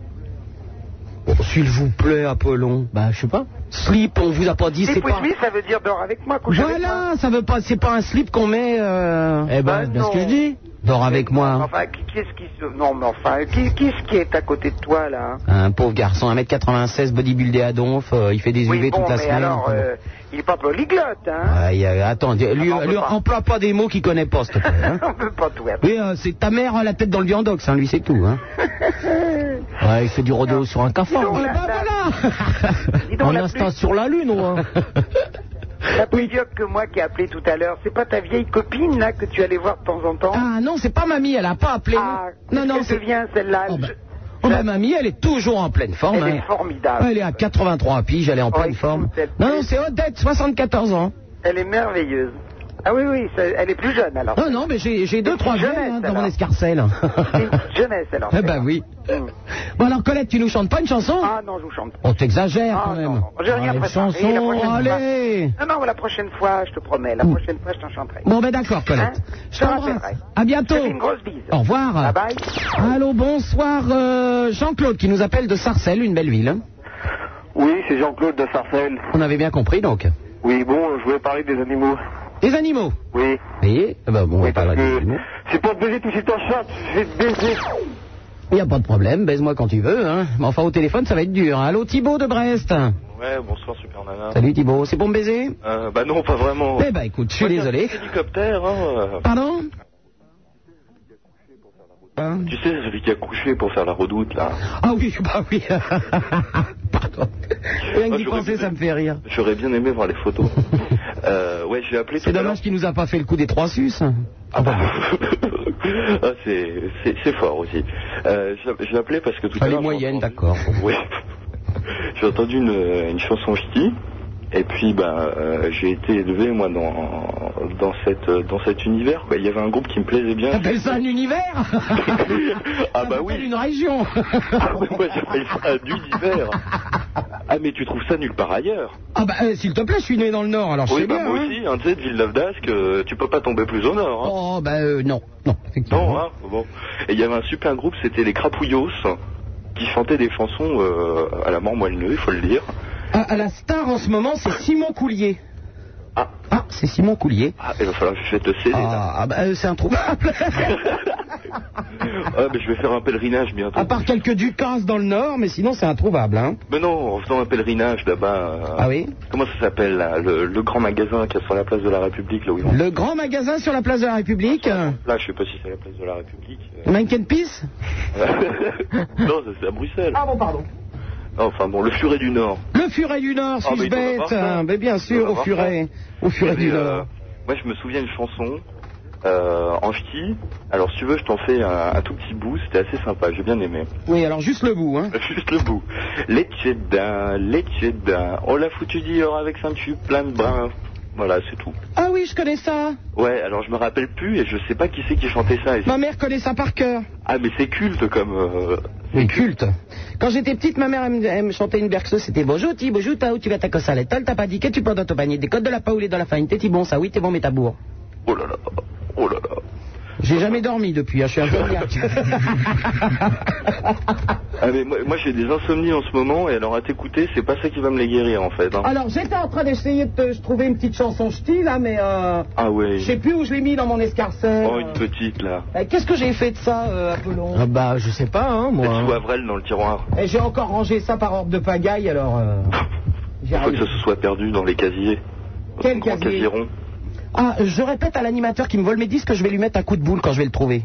S4: Oh, S'il vous plaît, Apollon.
S2: Bah, je sais pas.
S4: Sleep, on vous a pas dit, c'est
S47: Sleep With
S4: pas...
S47: Me, ça veut dire dors avec moi, couche avec moi.
S4: Voilà, ça veut pas, c'est pas un slip qu'on met. Euh...
S2: Eh ben,
S47: Ah
S2: c'est bien ce que
S47: non.
S2: je dis.
S4: Dors avec moi.
S47: Enfin, qui, qui est-ce qui se... Non, mais enfin, qui, qui est-ce qui est à côté de toi, là hein
S4: Un pauvre garçon, 1m96, bodybuildé à donf, euh, il fait des UV
S47: Oui, bon,
S4: toute la
S47: mais
S4: semaine.
S47: alors,
S4: enfin bon.
S47: euh, Il est pas polyglotte, hein.
S4: Aïe, aïe, attends, dis- lui,
S47: Ah, on peut
S4: lui,
S47: pas.
S4: emploie pas des mots qu'il connaît pas, s'il te plaît.
S47: *laughs*
S4: hein.
S47: On peut pas tout être.
S4: Oui, euh, c'est ta mère à la tête dans le viandox, hein, lui c'est tout.
S47: *laughs*
S4: Hein.
S2: Ouais, il fait du rodéo sur un cafard.
S4: Eh
S47: La-
S4: ben,
S47: la-
S2: En instant sur la lune, ou hein
S47: *laughs* La plus vieux que moi qui a appelé tout à l'heure, c'est pas ta vieille copine là que tu allais voir de temps en temps
S4: Ah non, c'est pas mamie, elle a pas appelé.
S47: Ah,
S4: non, non,
S47: elle
S4: c'est-
S47: devient celle-là.
S4: Oh, ben- oh, ben, mamie, elle est toujours en pleine forme.
S47: Elle est
S4: hein.
S47: formidable.
S4: Elle est à 83 piges, elle est en
S47: Oh,
S4: pleine
S47: écoute,
S4: forme.
S47: elle-
S4: Non, non, c'est Odette, 74 ans.
S47: Elle est merveilleuse. Ah oui, oui, ça- elle est plus jeune alors.
S4: Non, non, mais j'ai j'ai deux, trois
S47: jeunesse,
S4: vieilles hein, dans
S47: alors.
S4: mon escarcelle.
S47: C'est une jeunesse alors.
S4: *laughs*
S47: Mm.
S4: eh ben oui. Bon alors Colette, tu nous chantes pas une chanson
S47: Ah non, je vous chante.
S4: On t'exagère
S47: Ah,
S4: quand même.
S47: non, j'ai rien
S4: Ah, une
S47: préparé.
S4: chanson,
S47: La prochaine fois- Ah,
S4: allez
S47: Non, non, la prochaine fois, je te promets, la prochaine fois, je t'en chanterai.
S4: Bon ben d'accord Colette.
S47: Hein
S4: je
S47: Je te
S4: t'embrasse.
S47: rappellerai.
S4: À bientôt.
S47: Je te fais une grosse bise.
S4: Au revoir.
S2: Ah,
S47: Bye bye.
S4: Allô, bonsoir euh, Jean-Claude qui nous appelle de Sarcelles, une belle ville. hein.
S1: Oui, c'est Jean-Claude de Sarcelles.
S4: On avait bien compris donc.
S1: Oui, bon, euh, je voulais parler des animaux.
S4: Des animaux.
S1: Oui.
S4: Voyez Eh ben, bon, on parlera des animaux.
S1: Euh, C'est pour te baiser tout de suite en chat, je vais te baiser.
S4: Il n'y a pas de problème, baise-moi quand tu veux. Hein. Mais enfin, au téléphone, ça va être dur. hein. Allô, Thibaut de Brest.
S7: Ouais, bonsoir Super Nana.
S4: Salut Thibaut, c'est bon me baiser
S7: Euh, bah non, pas vraiment.
S4: Eh ben écoute, je suis désolé.
S7: Hélicoptère, hein.
S4: Pardon Hein?
S7: Tu sais, celui qui a couché pour faire la redoute, là.
S4: Ah oui, bah oui. *laughs* Pardon. Rien que
S7: Ah,
S4: d'y
S7: j'aurais
S4: penser,
S7: bien-
S4: ça me fait rire.
S7: J'aurais bien aimé voir les
S4: *laughs*
S7: photos. euh, ouais, j'ai appelé tout
S4: C'est
S7: à l'heure.
S4: dommage qu'il nous a pas fait le coup des trois sus.
S7: *laughs* Ah, c'est, c'est, c'est fort aussi. Euh, j'ai- j'ai appelé parce que tout à l'heure. moyenne,
S4: Ah,
S7: *laughs*
S4: d'accord.
S7: Oui. J'ai entendu une, une chanson ch'ti. Et puis, ben, euh, j'ai été élevé, moi, dans, dans, cette, dans cet univers. Quoi. Il y avait un groupe qui me plaisait bien.
S4: T'appelles ça un *laughs* univers
S7: Ah, bah oui.
S4: Une région
S7: *laughs* Ah, ouais, moi, j'appelle ça un univers. Ah, mais tu trouves ça nulle part ailleurs.
S4: Ah bah euh, s'il te plaît, je suis né dans le Nord, alors je
S7: oui,
S4: sais
S7: bah,
S4: bien.
S7: moi
S4: hein.
S7: aussi, hein, tu sais, de Villeneuve d'Ascq, euh, tu peux pas tomber plus au nord. hein.
S4: Oh bah euh, non, non, effectivement.
S7: Non, hein, bon. Et il y avait un super groupe, c'était les Crapouillos, qui chantaient des chansons euh, à la mort moelle il faut le dire.
S4: Ah, à la star en ce moment, c'est Simon Coulier. Ah, c'est Simon Coulier.
S7: Ah, il va falloir que je fasse le CD. là.
S4: Ah, ah, bah euh, c'est
S7: *laughs*
S4: introuvable.
S7: Ah, mais je vais faire un pèlerinage bientôt.
S4: à part quelques ducasses dans le Nord, mais sinon c'est introuvable. Hein.
S7: Mais non, en faisant un pèlerinage là-bas. euh,
S4: Ah oui
S7: Comment ça s'appelle, là le, le grand magasin qui est sur la place de la République, là où ils vont.
S4: Le grand magasin sur la place de la République, euh,
S7: Là, je sais pas si c'est la place de la République. euh.
S4: Mannequin Peace
S7: *laughs* non, ça, c'est à Bruxelles.
S4: Ah bon, pardon.
S7: Enfin bon, le furet du Nord.
S4: Le Furet du Nord,
S7: Ah, mais
S4: Suisse
S7: il doit y en avoir
S4: bête.
S7: plein.
S4: hein, mais bien
S7: Il doit
S4: sûr,
S7: y en
S4: au
S7: avoir
S4: Furet. Au Furet
S7: Et,
S4: du
S7: euh,
S4: Nord.
S7: Moi, je me souviens d'une chanson euh, en ch'ti. Alors, si tu veux, je t'en fais un, un tout petit bout. C'était assez sympa. J'ai bien aimé.
S4: Oui, alors juste le bout. Hein.
S7: *laughs* Juste le bout. Les tchédins, les tchédins. On l'a foutu d'hier avec saint tube plein de brins. Voilà, c'est tout.
S4: Ah oui, je connais ça.
S7: Ouais, alors je me rappelle plus et je sais pas qui c'est qui chantait ça. Et c'est-
S4: Ma mère connaît ça par cœur.
S7: Ah, mais c'est culte comme. euh,
S4: Oui, culte. Quand j'étais petite, ma mère, elle me, elle me chantait une berceuse, c'était Bonjour, ti, bonjour, tao, tu vas ta cosa l'étole, t'as pas dit, que tu prends dans ton panier, des côtes de la paoule et dans la farine, t'es bon, ça oui, t'es bon, mais t'as bourre.
S7: Oh là là, oh là là.
S4: J'ai jamais dormi depuis, hein, je suis un peu
S2: *laughs*
S7: Ah, mais moi, moi, j'ai des insomnies en ce moment et alors à t'écouter, c'est pas ça qui va me les guérir en fait. hein.
S4: Ah,
S49: Alors, j'étais en train d'essayer de te- trouver une petite chanson ch'ti,
S4: hein,
S49: là, mais euh,
S7: Ah ouais.
S49: je sais plus où je l'ai mis dans mon escarcelle.
S7: Oh, une petite là.
S4: Eh,
S49: Euh, Qu'est-ce que j'ai fait de ça, euh, Apollon
S2: Ah bah, je sais pas, hein, moi.
S7: Sous Avrel dans le tiroir.
S4: Eh,
S49: Et J'ai encore rangé ça par ordre de pagaille, alors... euh, j'ai
S7: Il faut que
S49: rien.
S7: ça se soit perdu dans les casiers.
S49: Quel
S7: Dans le grand
S49: casier
S7: rond.
S4: Ah, je répète à l'animateur qui me vole mes disques que je vais lui mettre un coup de boule quand je vais le trouver.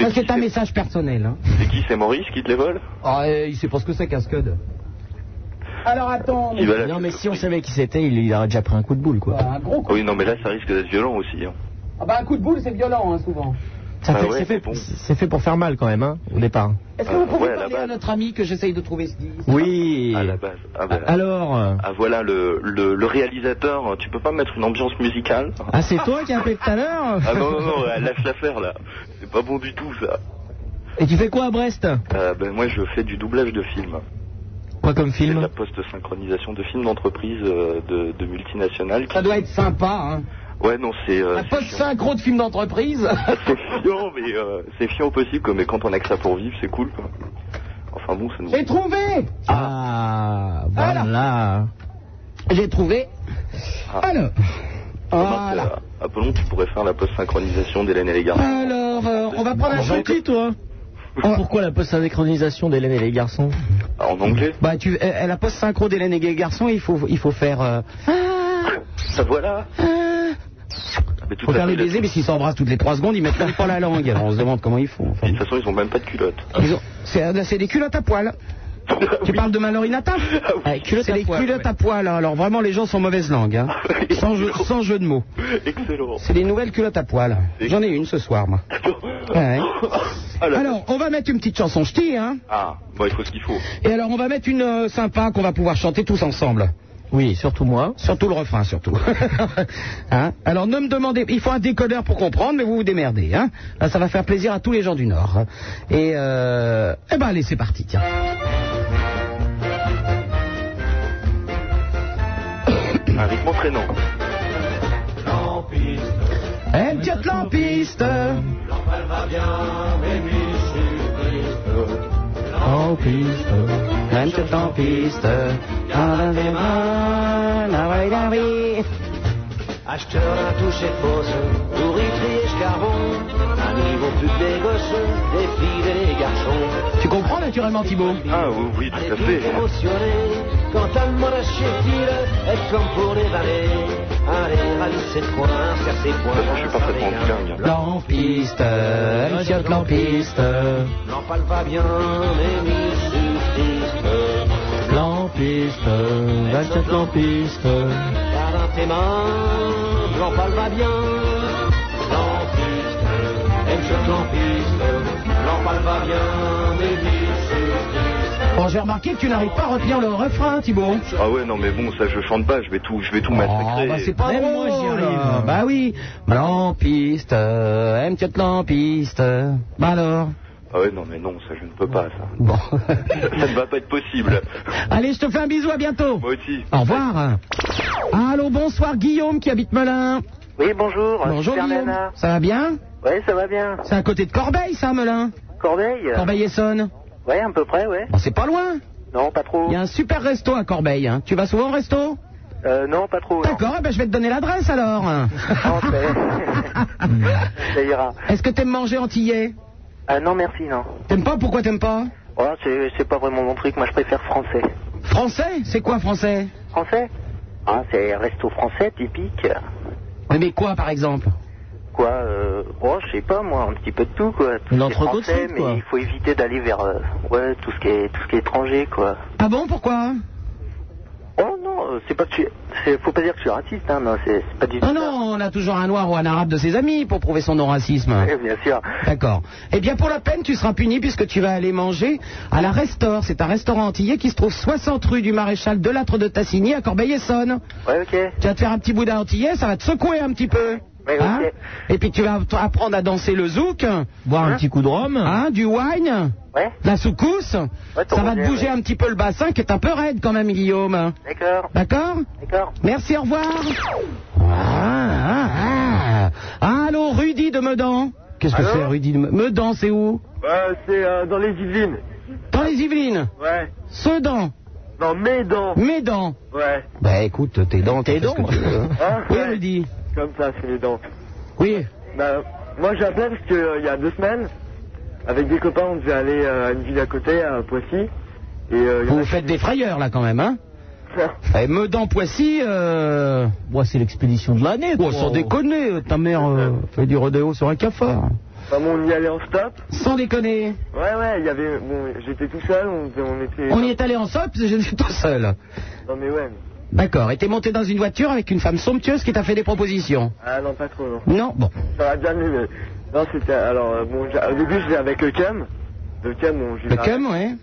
S4: Ça, c'est un message personnel. Hein.
S7: C'est qui C'est Maurice qui te les vole
S4: Ah,
S2: eh,
S4: il sait pas ce que c'est, Cascode. Alors, attends...
S7: Il va la-
S2: Non, mais si on savait qui c'était, il, il aurait déjà pris un coup de boule, quoi.
S49: Un gros
S7: Ah Oui, non, mais là, ça risque d'être violent aussi. hein.
S49: Ah bah un coup de boule, c'est violent, hein, souvent.
S2: Ça
S7: Ah
S2: fait-
S7: ouais,
S2: c'est fait,
S7: bon.
S2: c'est fait pour faire mal, quand même, hein, au départ.
S49: Est-ce que vous
S7: Euh,
S49: pouvez
S7: ouais, à la
S49: parler
S7: base.
S49: à notre ami que j'essaye de trouver ce disque
S2: Oui.
S7: À la base. Ah, voilà.
S2: Alors euh,
S7: Ah, voilà, le, le, le réalisateur, hein, tu peux pas mettre une ambiance musicale
S2: Ah, c'est toi qui as appelé tout à l'heure
S7: Ah non, non, non, euh, lâche l'affaire là. C'est pas bon du tout ça.
S2: Et tu fais quoi à Brest
S7: Euh, ben, moi, je fais du doublage de films.
S2: Quoi comme
S7: C'est de
S2: film
S7: la post-synchronisation de films d'entreprises euh, de, de multinationales. qui-
S49: Ça doit être sympa, hein.
S7: Ouais, non, c'est. euh,
S49: Un
S7: c'est
S49: poste
S7: chiant. Ah,
S49: synchro de film d'entreprise.
S7: *laughs* C'est chiant, mais euh, c'est chiant au possible, quoi, mais quand on a que ça pour vivre, c'est cool. quoi. Enfin bon, ça nous.
S49: J'ai trouvé
S2: Ah, voilà. Ah.
S4: J'ai trouvé... Alors...
S2: bah,
S7: Comment
S4: Voilà.
S7: t'as- Apollon, tu pourrais faire la post-synchronisation d'Hélène et les garçons.
S4: Alors, euh, on va prendre un
S2: Jean-Claude,
S4: chantier.
S2: toi Pourquoi la post-synchronisation d'Hélène et les garçons
S7: En anglais
S2: Ah.
S4: Bah, tu, elle, elle a post synchro d'Hélène et Garçon, il faut, il faut faire. euh, Ah.
S7: Voilà.
S4: Mais Faut faire les baisers, mais s'ils s'embrassent toutes les 3 secondes, ils mettent même pas la
S7: *laughs*
S4: langue. Alors on se demande comment ils font. enfin.
S7: De toute façon, ils ont même pas de culotte.
S4: Ils ont- C'est c'est des culottes à
S7: *laughs*
S4: poil. Tu parles de Malorina
S7: Ah
S4: Taf C'est des culottes à poil. hein. Alors vraiment, les gens sont mauvaise langue.
S7: *laughs*
S4: hein. Sans, jeu, sans jeu de mots.
S7: Excellent.
S4: C'est des nouvelles culottes à poil. J'en ai une ce soir, moi. Ouais. Alors, on va mettre une petite chanson ch'ti, hein.
S7: Ah, bon, il faut ce qu'il faut.
S4: Et alors, on va mettre une euh, sympa qu'on va pouvoir chanter tous ensemble. Oui, surtout moi. Surtout le refrain, *laughs* surtout. Hein alors, ne me demandez... Il faut un décodeur pour comprendre, mais vous vous démerdez. Hein Là, ça va faire plaisir à tous les gens du Nord. Et, euh... eh ben, allez, c'est parti, tiens.
S7: Un rythme entraînant.
S4: Elle tient lampiste En piste, même tout en piste, dans la démarche, la vraie la vie.
S2: Acheteur à toucher de fausse, pourri trier charbon, un niveau plus dégosseux, des filles et des garçons.
S4: Tu comprends naturellement Thibaut
S7: Ah oui, oui, tout à fait.
S2: Émotionné, quand un monachie-t-il, est comme pour les vallées. Allez, rallye ses points, serre ses points. je suis parfaitement dingue.
S4: Lampiste, elle tient lampiste,
S2: L'empale va bien, mais mise sur piste.
S4: lampiste, elle tient lampiste.
S2: Car dans tes mains, l'empale va bien. Lampiste, elle tient lampiste, l'empale va bien, mais mise sur piste.
S4: Bon, Oh, j'ai remarqué que tu n'arrives pas à retenir le refrain, Thibaut.
S7: Ah ouais, non, mais bon, ça, je chante pas, je vais tout, je vais tout massacrer.
S4: bah, c'est pas drôle. là. Bah oui. Lampiste, elle tient lampiste. Bah alors
S7: Ah ouais, non, mais non, ça, je ne peux pas, ça.
S4: Bon.
S7: ça ne va pas être possible.
S4: Allez, je te fais un bisou, à bientôt.
S7: Moi aussi.
S4: Au revoir. Allô, bonsoir Guillaume qui habite Melun.
S9: Oui, bonjour.
S4: Bonjour
S9: Super
S4: Guillaume.
S9: Nana.
S4: Ça va bien
S9: Ouais, ça va bien.
S4: C'est à côté de Corbeil, ça, Melun
S9: Corbeil euh,
S4: Corbeil-Essonne.
S9: Ouais, à peu près, ouais.
S4: Bon, c'est pas loin.
S9: Non, pas trop.
S4: Il y a un super resto à Corbeil. hein. Tu vas souvent au resto
S9: Euh, non, pas trop. non. Ah,
S4: D'accord, eh ben, je vais te donner l'adresse alors.
S9: Non,
S4: *laughs*
S9: ça- ça ira.
S4: Est-ce que t'aimes manger antillais
S9: Ah non, merci, non.
S4: T'aimes pas Pourquoi t'aimes pas
S9: Oh, c'est c'est pas vraiment mon truc. Moi, je préfère français.
S4: Français C'est quoi français
S9: Français Ah, c'est resto français typique.
S4: Mais, mais quoi par exemple
S9: Quoi euh, Oh, je sais pas, moi, un petit peu de tout, quoi. Tout ce qui est
S4: L'entrecôte
S9: français,
S4: sud,
S9: mais
S4: quoi.
S9: il faut éviter d'aller vers euh, ouais tout ce qui est tout ce qui est étranger, quoi.
S4: Ah bon Pourquoi
S9: Oh non, euh, c'est pas que tu, c'est- faut pas dire que je suis raciste, hein. Non, c'est c'est pas du tout.
S4: Ah
S9: *laughs*
S4: non, on a toujours un noir ou un arabe de ses amis pour prouver son non-racisme.
S9: Ouais, bien sûr.
S4: D'accord. Eh bien, pour la peine, tu seras puni puisque tu vas aller manger à la Restaure. C'est un restaurant antillais qui se trouve 60 rue du Maréchal de Lattre de Tassigny à Corbeil-Essonne.
S9: Ouais, ok.
S4: Tu vas te faire un petit boudin antillais, ça va te secouer un petit peu. Hein Et puis tu vas t- apprendre à danser le zouk, boire un petit coup de rhum, hein, du wine,
S9: Ouais.
S4: de la soukous. ça
S9: ton
S4: va te
S9: modèle,
S4: bouger
S9: ouais.
S4: un petit peu le bassin qui est un peu raide quand même, Guillaume.
S9: D'accord.
S4: D'accord
S9: D'accord.
S4: Merci, au revoir. Ah, ah, ah. Allô, Rudy de Medan. Qu'est-ce que
S5: Allô
S4: c'est, Rudy de Me- Medan C'est où
S5: Bah, c'est euh, dans les Yvelines.
S4: Dans les Yvelines.
S5: Ouais.
S4: Sedan.
S5: Dans Médan.
S4: Médan.
S5: Ouais.
S4: Bah écoute, tes dents, tes dents.
S5: Hein
S4: Oui,
S5: Ouais.
S4: Rudy.
S5: Comme ça, c'est les dents.
S4: Oui.
S5: Bah, moi j'appelais parce que euh, il y a deux semaines, avec des copains, on devait aller euh, à une ville à côté, à Poissy. Et euh, il y en
S4: Vous
S5: a-
S4: vous faites des frayeurs là quand même, hein
S5: *laughs*
S4: Eh, Medan-Poissy, euh... Moi, c'est l'expédition de l'année. Oh, sans déconner, euh, ta mère euh, fait du rodéo sur un cafard.
S5: Enfin, Ah bon, on y allait en stop.
S4: Sans déconner.
S5: Ouais, ouais, il y avait. Bon, j'étais tout seul, on, on était.
S4: On y est allé en sop, j'étais tout seul.
S5: Non, mais ouais. mais-
S4: D'accord, et t'es monté dans une voiture avec une femme somptueuse qui t'a fait des propositions.
S5: Ah non, pas trop, non.
S4: Non, bon.
S5: Ça va bien mieux, mais- Non, c'était. Alors, euh, bon, j'a- au début, j'étais avec le Cam. Le Cam, on.
S4: Le cum, ouais.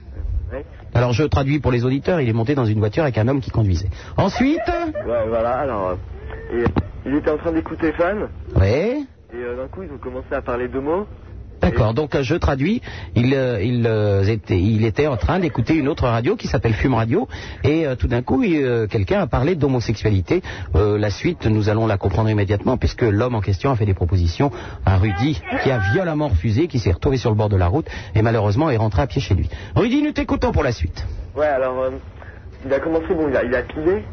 S5: Ouais.
S4: Alors je traduis pour les auditeurs, il est monté dans une voiture avec un homme qui conduisait. Ensuite
S5: Ouais, voilà, alors. euh, et, euh, il était en train d'écouter Fan,
S4: Ouais.
S5: et euh, d'un coup, ils ont commencé à parler de mots.
S4: D'accord, donc euh, je traduis, il, euh, il, euh, était, il était en train d'écouter une autre radio qui s'appelle Fume Radio, et euh, tout d'un coup, il, euh, quelqu'un a parlé d'homosexualité. Euh, la suite, nous allons la comprendre immédiatement, puisque l'homme en question a fait des propositions à Rudy, qui a violemment refusé, qui s'est retrouvé sur le bord de la route, et malheureusement est rentré à pied chez lui. Rudy, nous t'écoutons pour la suite.
S5: Ouais, alors. euh, il a commencé, bon, il a, il a pilé.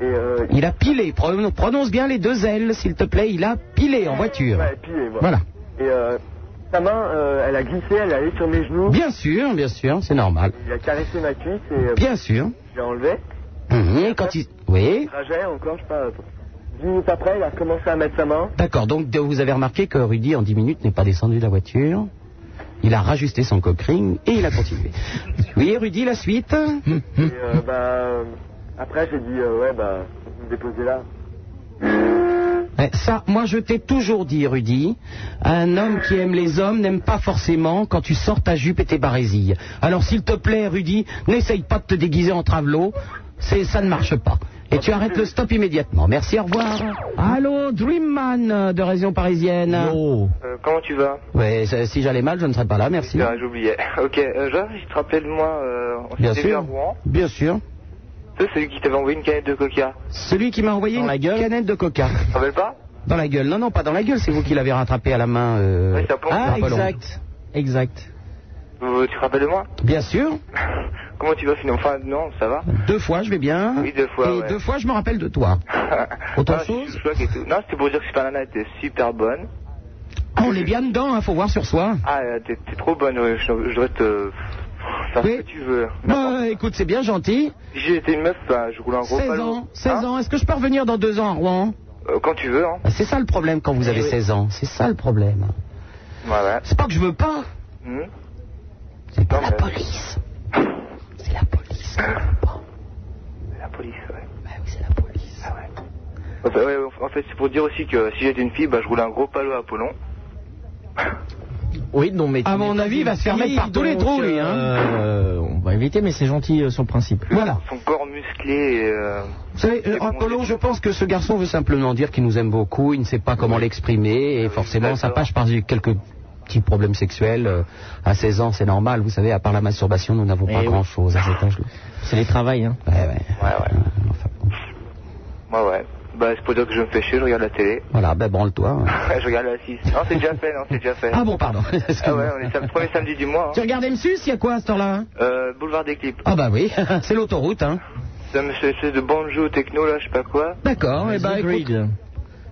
S5: Et euh,
S4: Il a pilé, Pro- prononce bien les deux L, s'il te plaît, il a pilé en voiture.
S5: Ouais, pilé, voilà.
S4: Voilà.
S5: Et euh, sa main, euh, elle a glissé, elle est allée sur mes genoux.
S4: Bien sûr, bien sûr, c'est normal.
S5: Il a caressé ma cuisse et euh,
S4: Bien sûr.
S5: je l'ai enlevé.
S4: Mhm, quand il... Oui.
S5: Trajet encore, je sais pas. euh,
S50: Dix minutes après, il a commencé à mettre sa main.
S4: D'accord, donc de- vous avez remarqué que Rudy, en 10 minutes, n'est pas descendu de la voiture. Il a rajusté son cockring et il a
S5: *laughs*
S4: continué. Oui, Rudy, la suite
S50: Et euh, bah, euh, après, j'ai dit, euh, ouais, bah, vous me déposez là.
S4: Eh, Ça, moi je t'ai toujours dit, Rudy, un homme qui aime les hommes n'aime pas forcément quand tu sors ta jupe et tes barésilles. Alors s'il te plaît, Rudy, n'essaye pas de te déguiser en travelot, c'est, ça ne marche pas. Et tu arrêtes le stop immédiatement. Merci, au revoir. Allô, Dreamman euh, de région parisienne.
S7: Euh, comment tu vas
S4: Ouais, ça- si j'allais mal, je ne serais pas là, merci.
S7: Ah, J'oubliais. *laughs* Ok, euh, Jacques, tu te rappelles de moi euh, On
S4: Bien
S7: s'était vu à
S4: sûr.
S7: Rouen.
S4: Bien sûr.
S7: C'est celui qui t'avait envoyé une canette de coca.
S4: Celui qui m'a envoyé une canette de coca.
S7: Tu te rappelles pas
S4: Dans la gueule. Non, non, pas dans la gueule, c'est vous qui l'avez rattrapé à la main. euh,
S7: Ah,
S4: Apollon.
S7: exact.
S4: Exact.
S7: Euh, Tu te rappelles de moi *laughs*
S4: Bien sûr.
S7: Comment tu vas finalement Enfin, non, ça va
S4: Deux fois, je vais bien.
S7: Oui, deux fois,
S4: Et
S7: ouais.
S4: deux fois, je me rappelle de toi. *laughs* Autre
S7: Ah,
S4: chose
S7: c'est chouette et tout. Non, c'était pour dire que Super Nana était super bonne.
S4: Ah, On est bien dedans, hein, faut voir sur soi.
S7: Ah, euh, t'es t'es trop bonne, ouais, je, je devrais te. euh, faire
S4: Oui.
S7: ce que tu veux. hein.
S4: Bah, écoute, c'est bien gentil.
S7: J'ai été une meuf, bah, je roulais un gros
S4: 16
S7: ballon. Hein
S4: ans, 16 ans. Est-ce que je peux revenir dans deux ans à Rouen
S7: Euh, quand tu veux, hein.
S4: Bah, C'est ça le problème quand vous avez
S7: Eh oui.
S4: 16 ans. C'est ça le problème.
S7: Voilà.
S4: C'est pas que je veux pas.
S7: Hmm
S4: C'est pas
S7: la
S4: police.
S7: C'est la police, La police, ouais. Bah oui, c'est la police. Ah ouais. En fait, ouais, en fait, c'est pour dire aussi que si j'étais une fille, bah, je roulais un gros palo à Apollon.
S1: Oui, non, mais.
S7: À mon avis, il va se faire mettre par tous les trous, lui, hein.
S1: euh, on va éviter, mais c'est gentil euh, sur le principe.
S4: Voilà.
S7: Son corps musclé et. euh,
S4: Vous savez, euh, Apollon, je pense que ce garçon veut simplement dire qu'il nous aime beaucoup, il ne sait pas comment l'exprimer, et forcément, ça passe par quelques petits problèmes sexuels. euh, À 16 ans, c'est normal, vous savez, à part la masturbation, nous n'avons pas
S1: oui.
S4: grand-chose à cet âge-là.
S1: C'est les travails, hein.
S4: Ouais, ouais.
S7: Ouais, ouais. Bah, c'est pour dire que je me fais chier, je regarde la télé. *laughs*
S4: Voilà, ben branle-toi. hein.
S7: je regarde la 6. Non, c'est déjà fait, non, c'est déjà fait.
S4: Ah bon, pardon. *laughs*
S7: Ah ouais, on est sam- premier samedi du mois.
S4: Tu
S7: hein.
S4: regardes M6, il y a quoi à cette heure-là hein
S7: Euh, boulevard des clips.
S4: Ah bah oui, *laughs* c'est l'autoroute, hein.
S7: C'est un espèce de banjo techno, là, je sais pas quoi.
S4: D'accord, et bah écoute,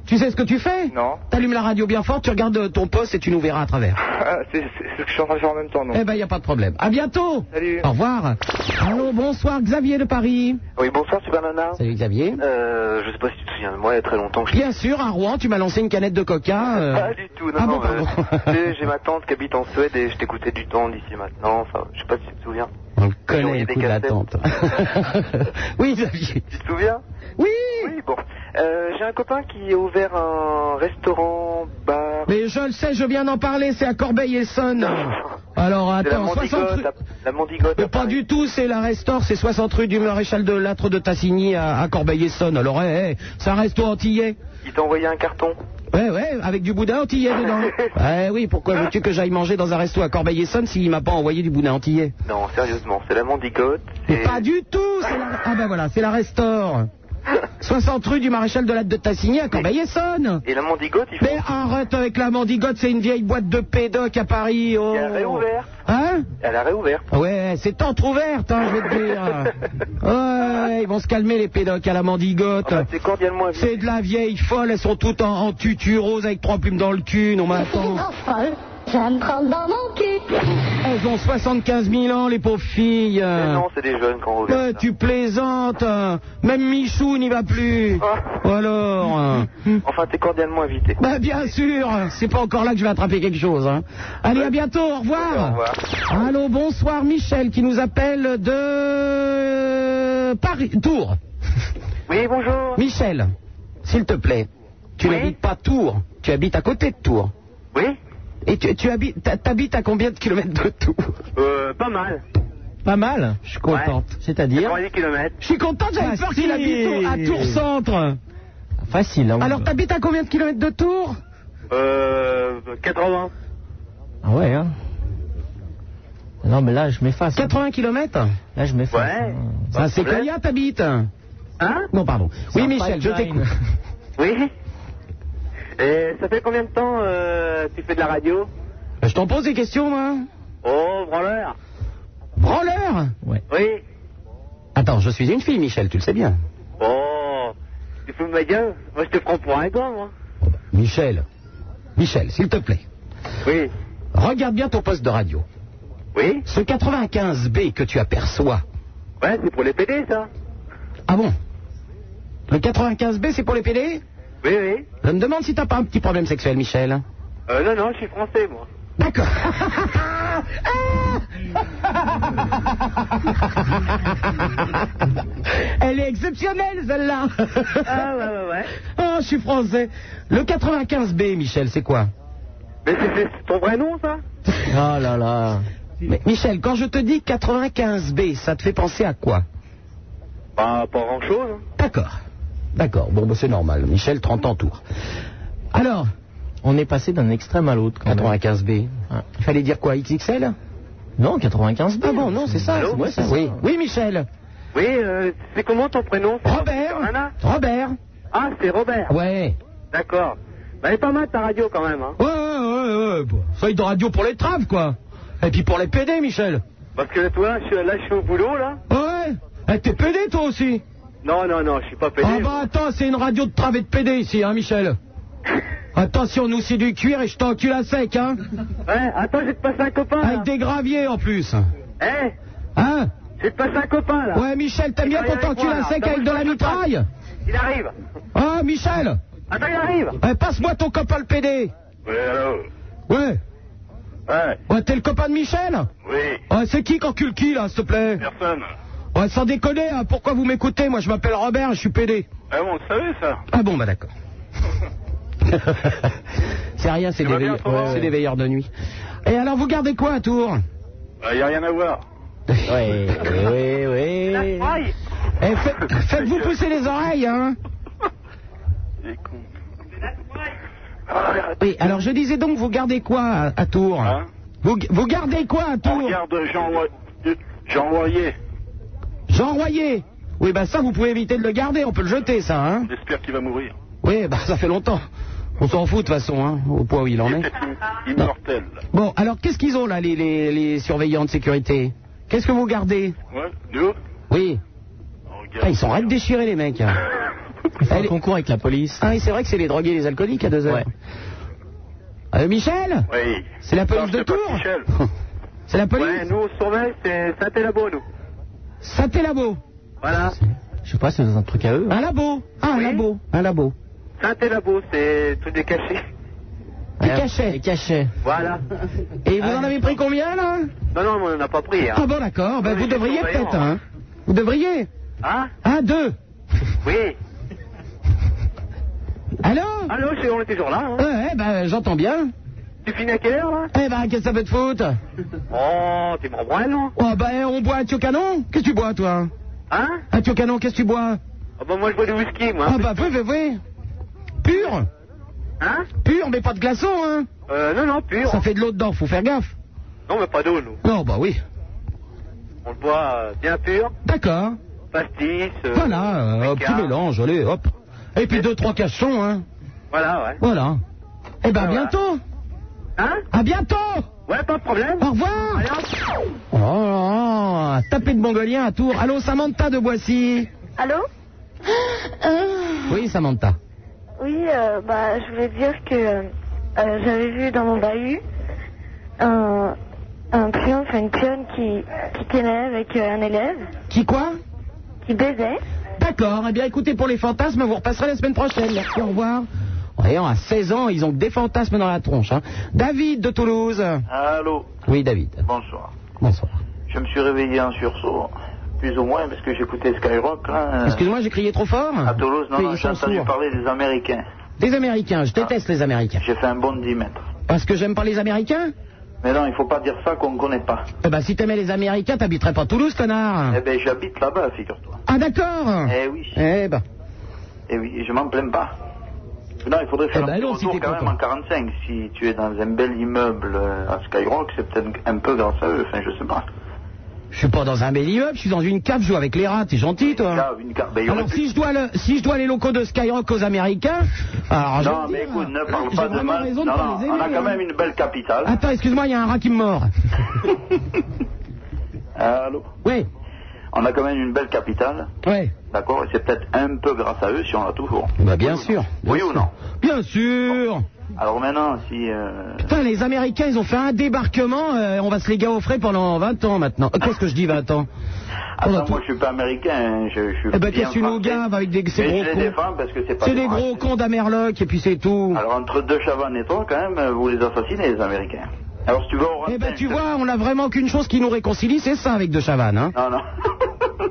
S4: tu sais ce que tu fais
S7: Non.
S4: T'allumes la radio bien fort, tu regardes euh, ton poste et tu nous verras à travers.
S7: Ah, c'est c'est ce que je suis en train de faire en même temps, non
S4: Eh ben, il n'y a pas de problème. À bientôt
S7: Salut.
S4: Au revoir Allô, bonsoir, Xavier de Paris.
S9: Oui, bonsoir, Super Nana.
S4: Salut Xavier.
S9: Euh, je sais pas si tu te souviens de moi, il y a très longtemps que je
S4: Bien sûr, à Rouen, tu m'as lancé une canette de coca. euh.
S9: Pas du tout, non,
S4: Ah
S9: non.
S4: bon, pardon. *laughs*
S9: euh, tu sais, J'ai ma tante qui habite en Suède et je t'écoutais du temps d'ici maintenant. Enfin, je sais pas si tu te souviens.
S4: On le
S9: J'ai
S4: connaît,
S9: envoyé
S4: le
S9: des
S4: coup de la
S9: cassettes.
S4: tente. *laughs*
S9: *laughs*
S4: oui, Xavier.
S9: Tu te souviens
S4: Oui
S9: Oui, bon. Euh, J'ai un copain qui a ouvert un restaurant bar.
S4: Mais je le sais, je viens d'en parler, c'est à Corbeil-Essonne. Alors,
S9: C'est la
S4: attends, 60
S9: Mandigote.
S4: rue-
S9: à- La Mandigote.
S4: Mais pas du tout, c'est la Restaure, c'est 60 rue du Maréchal de Lattre de Tassigny à, à Corbeil-Essonne. Alors, eh, hé, hé, c'est un resto antillais.
S9: Il t'a envoyé un carton.
S4: Ouais, ouais, avec du boudin antillais
S9: *laughs*
S4: dedans. ouais, oui, pourquoi veux-tu que j'aille manger dans un resto à Corbeil-Essonne s'il m'a pas envoyé du boudin antillais
S9: Non, sérieusement, c'est la Mandigote.
S4: Mais pas du tout c'est la- Ah ben voilà, c'est la
S9: *laughs*
S4: Restaure. 60 rue du Maréchal de Lattre de Tassigny à Corbeil-Essonne.
S9: Et la Mandigote, il
S4: Mais arrête avec la Mandigote, c'est une vieille boîte de pédoc à Paris. Oh.
S9: Elle a réouvert.
S4: Hein
S9: Elle a réouvert.
S4: Ouais, c'est entrouverte, hein, je vais te
S9: *laughs*
S4: dire. Ouais, ils vont se calmer les pédocs à la mandigote.
S9: C'est cordialement invité.
S4: C'est de la vieille folle, elles sont toutes en, en tutu rose avec trois plumes dans le cul, non mais attends.
S2: folle, je vais me prendre dans mon cul.
S4: Elles ont 75 000 ans, les pauvres filles.
S7: Eh
S9: Mais non, c'est des jeunes qu'on revient.
S4: Ah. Ouais, tu plaisantes. hein. Même Michou n'y va plus. Ou alors. hein.
S9: Enfin, t'es cordialement invité.
S4: Bah bien sûr, c'est pas encore là que je vais attraper quelque chose. hein. Allez, à bientôt, au revoir. Allô, bonsoir Michel qui nous appelle de Paris, Tours.
S9: Oui, bonjour.
S4: Michel, s'il te plaît, tu n'habites pas Tours, tu habites à côté de Tours.
S9: Oui.
S4: Et tu, tu habites, t'ha- t'habites à combien de kilomètres de Tours
S9: Euh, pas mal.
S4: Pas mal. Je suis contente. C'est-à-dire
S9: 90 km.
S4: Je suis contente, j'avais peur qu'il habite au- à Tours Centre.
S1: Facile, hein.
S4: Alors t'habites à combien de kilomètres de Tours
S9: Euh, 80.
S1: Ah ouais, hein. Non, mais là, je m'efface.
S4: 80 kilomètres
S1: Là, je m'efface. Hein. Ouais.
S4: Ah, c'est combien t'habites Hein Non, pardon. Oui, Michel, je t'écoute.
S9: Oui. Et ça fait combien de temps euh, tu fais de la radio
S4: *laughs* Je t'en pose des questions, moi.
S9: Oh, branleur.
S4: Branleur
S9: Oui.
S4: Attends, je suis une fille, Michel, tu le sais bien.
S9: Oh, tu fous ma gueule Moi, je te prends pour un gars, moi.
S4: Michel, Michel, s'il te plaît.
S9: Oui.
S4: Regarde bien ton poste de radio.
S9: Oui.
S4: Ce 95B que tu aperçois.
S9: Ouais, c'est pour les PD, ça.
S4: Ah bon Le 95B, c'est pour les PD
S7: Oui, oui.
S4: Je me demande si t'as pas un petit problème sexuel, Michel.
S7: Euh, non, non, je suis français, moi.
S4: D'accord. Elle est exceptionnelle, celle-là.
S7: Ah, ouais, ouais, ouais.
S4: Ah, je suis français. Le 95B, Michel, c'est quoi
S7: Mais c'est- c'est ton vrai nom, ça
S4: Oh là là. Mais Michel, quand je te dis 95B, ça te fait penser à quoi
S7: Bah, pas grand-chose. hein.
S4: D'accord. D'accord. Bon, bah, c'est normal. Michel, 30 ans tour. Alors,
S51: On est passé d'un extrême à l'autre.
S4: 95B. Il fallait dire quoi XXL
S51: Non, 95
S4: Ah bon, non, c'est ça.
S51: Allô
S4: c'est- ouais, c'est ça.
S51: Oui.
S4: oui. Michel.
S7: Oui, euh, c'est comment ton prénom
S4: Robert. Robert.
S7: Ah, c'est Robert.
S4: Ouais.
S7: D'accord. Bah, elle est pas mal ta radio quand même. Hein.
S4: Ouais, ouais, ouais, ouais. bon, Ça, il de radio pour les traves, quoi. Et puis pour les PD, Michel.
S7: Parce que toi, je, suis- là, je suis au boulot, là.
S4: Ouais. Eh, T'es PD, toi aussi
S7: Non, non, non, je suis pas pédé.
S4: Ah bah attends, c'est une radio de travée de PD ici, hein, Michel Attention, nous c'est du cuir et je t'encule à sec, hein
S7: Ouais, attends, je vais te passer un copain. là.
S4: Avec des graviers en plus
S7: Eh
S4: Hein
S7: Je vais te passer un copain, là.
S4: Ouais, Michel, t'aimes bien qu'on
S7: Avec moi,
S4: t'encule à
S7: là.
S4: sec
S7: Attends,
S4: avec de la mitraille
S7: Il arrive.
S4: Ah, Michel
S7: Attends, il arrive.
S4: Eh, Passe-moi ton copain le PD
S52: Oui, allô
S4: Ouais
S52: Ouais,
S4: Ouais, t'es le copain de Michel
S52: oui,
S4: Ouais, c'est qui qu'encule qui, là, s'il te plaît
S52: personne.
S4: Ouais, sans déconner, hein, pourquoi vous m'écoutez Moi, je m'appelle Robert, je suis PD.
S52: Ah bon, vous savez ça
S4: Ah bon, bah d'accord. *laughs* c'est rien, c'est
S52: Tu
S4: des,
S52: vas bien,
S4: veille-
S52: Thomas
S4: ouais, c'est des veilleurs de nuit. Et alors, vous gardez quoi à Tours
S7: Bah,
S52: Il n'y a rien à voir.
S4: Oui, oui, oui. Eh, faites- Faites-vous pousser les oreilles, hein Oui, alors je disais donc, vous gardez quoi à, à Tours vous, vous gardez quoi à Tours
S52: Regarde Jean, Roy- Jean Royer.
S4: Jean Royer Oui, bah ça, vous pouvez éviter de le garder, on peut le jeter, ça, hein
S52: J'espère qu'il va mourir.
S4: Oui, bah ça fait longtemps. On s'en fout de toute façon, hein, au point où il en est.
S52: Immortel.
S4: Bon, alors qu'est-ce qu'ils ont là, les, les, les surveillants de sécurité Qu'est-ce que vous gardez
S52: Ouais, nous
S4: Oui. Ah, ils sont raides déchirés, les mecs. hein.
S51: Ils font un concours avec la police.
S4: Ah, et c'est vrai que c'est les drogués et les alcooliques à deux heures. Euh, Michel
S52: *laughs* Oui.
S4: C'est la police de Tours
S52: Michel.
S4: *laughs* C'est la police
S7: Ouais, nous, on surveille, c'est Saint-Élabo, nous.
S4: Ça, t'es labo
S7: Voilà.
S51: Je sais pas, c'est un truc à eux.
S4: Un labo Ah, un labo Un labo.
S7: Saint-Élabo, c'est tout des cachets.
S4: Des cachets Des cachets.
S9: Ah,
S7: Voilà.
S4: Et vous en
S7: Ah.
S4: avez pris combien, là
S7: Non, non, mais on n'en a pas pris. Hein.
S4: Ah bon, d'accord. Ben,
S7: Oui,
S4: vous
S7: c'est
S4: devriez
S7: surveillant,
S4: peut-être, hein. Vous devriez
S7: Hein
S4: Un, deux
S7: Oui.
S4: Allô
S9: Ah,
S7: Allô, c'est- on est toujours là. Hein.
S4: Ouais, ouais, ben, j'entends bien.
S7: Tu finis à quelle heure, là
S4: Eh ben, qu'est-ce que ça peut te foutre
S7: Oh, t'es mon bras, non
S4: Oh, ben, on boit un tio canon Qu'est-ce que tu bois, toi
S7: Hein
S4: Un tio canon, qu'est-ce que tu bois
S7: Ah bah moi, je bois du whisky, moi.
S4: Ah, bah, oui, oui, oui. Pur
S7: Hein
S4: Pur, mais pas de glaçon, hein
S7: Euh, non, non, pur.
S4: Ça fait de l'eau dedans, faut faire gaffe.
S7: Non, mais pas d'eau, nous.
S4: Non, bah oui.
S7: On le boit euh, bien pur.
S4: D'accord.
S7: Pastis. euh,
S4: Voilà, euh, un
S7: Ricard.
S4: petit mélange, allez, hop. Et puis deux, trois cachons, hein.
S7: Voilà, ouais.
S4: Voilà. Eh ben, à
S7: Ah, voilà.
S4: bientôt.
S7: Hein
S4: À bientôt.
S7: Ouais, pas de problème.
S4: Au revoir.
S7: Allez, hop.
S4: Oh, là là, tapé de mongolien à Tours. Allô, Samantha de Boissy.
S8: Allô
S4: Oui, Samantha.
S8: Oui, euh, bah, je voulais dire que euh, j'avais vu dans mon bahut un, un pion, enfin une pionne qui, qui tenait avec euh, un élève
S4: Qui quoi
S8: qui baisait.
S4: D'accord. Eh bien, écoutez, pour les fantasmes, vous repasserez la semaine prochaine. Merci, au revoir. Voyons, à 16 ans, ils ont que des fantasmes dans la tronche. Hein. David de Toulouse.
S9: Allô,
S4: Oui, David.
S9: Ah. bonsoir.
S4: Bonsoir.
S9: Je me suis réveillé en sursaut, plus ou moins, parce que j'écoutais Skyrock. hein.
S4: Excuse-moi, j'ai crié trop fort.
S9: À Toulouse, non,
S4: Oui,
S9: non,
S4: ils
S9: j'ai
S4: sont
S9: entendu
S4: sourds.
S9: parler des Américains.
S4: Des Américains, je déteste les Américains.
S9: J'ai fait un bond de 10 mètres.
S4: Parce que j'aime pas les Américains
S9: Mais non, il faut pas dire ça qu'on ne connaît pas.
S4: Eh ben, si t'aimais les Américains, t'habiterais pas Toulouse, connard
S9: Eh ben, j'habite là-bas, figure-toi.
S4: Ah, d'accord
S9: Eh oui.
S4: Eh ben,
S9: Eh oui, je m'en plains pas. Non, il faudrait faire
S4: Eh ben,
S9: un petit
S4: allons, si
S9: retour
S4: t'es
S9: quand
S4: content.
S9: même en 45. Si tu es dans un bel immeuble euh, à Skyrock, c'est peut-être un peu grâce à eux, enfin, je sais pas.
S4: je suis pas dans un bel immeuble, je suis dans une cave, je joue avec les rats, t'es gentil, toi
S9: Là, une carte. Ben, il y aurait
S4: Alors,
S9: pu-
S4: si je, dois le- si je dois les locaux de Skyrock aux Américains, alors je
S9: Non,
S4: veux
S9: mais
S4: dire,
S9: écoute, ne parle
S4: j'ai
S9: pas de
S4: vraiment
S9: mal.
S4: raison de
S9: Non,
S4: pas
S9: non,
S4: les
S9: on a
S4: aimer,
S9: quand
S4: hein.
S9: même une belle capitale.
S4: Attends, excuse-moi, il y a un rat qui me mord.
S9: Euh, Allô
S4: Oui,
S9: On a quand même une belle capitale,
S4: oui.
S9: d'accord Et c'est peut-être un peu grâce à eux si on l'a toujours.
S4: Bah, bien sûr.
S9: Oui ou non
S4: Bien sûr
S9: Alors maintenant, si... euh,
S4: Putain, les Américains, ils ont fait un débarquement, euh, on va se les gaufrer pendant 20 ans maintenant. Euh, Qu'est-ce que je dis 20 ans
S9: Attends, moi je suis pas américain, hein, je, je suis.
S4: Eh ben,
S9: bien
S4: qu'est-ce que tu nous
S9: français.
S4: gaves avec des- ces
S9: Mais
S4: gros
S9: je les
S4: cons
S9: défends parce que c'est pas.
S4: C'est
S9: des
S4: des
S9: Français.
S4: gros cons d'Amerloc et puis c'est tout.
S9: Alors entre deux chavannes et toi, quand même, euh, vous les assassinez les Américains. Alors si tu veux, on
S4: Eh ben tu vois, on a vraiment qu'une chose qui nous réconcilie, c'est ça avec De Chavannes. Hein.
S9: Non, *laughs* non.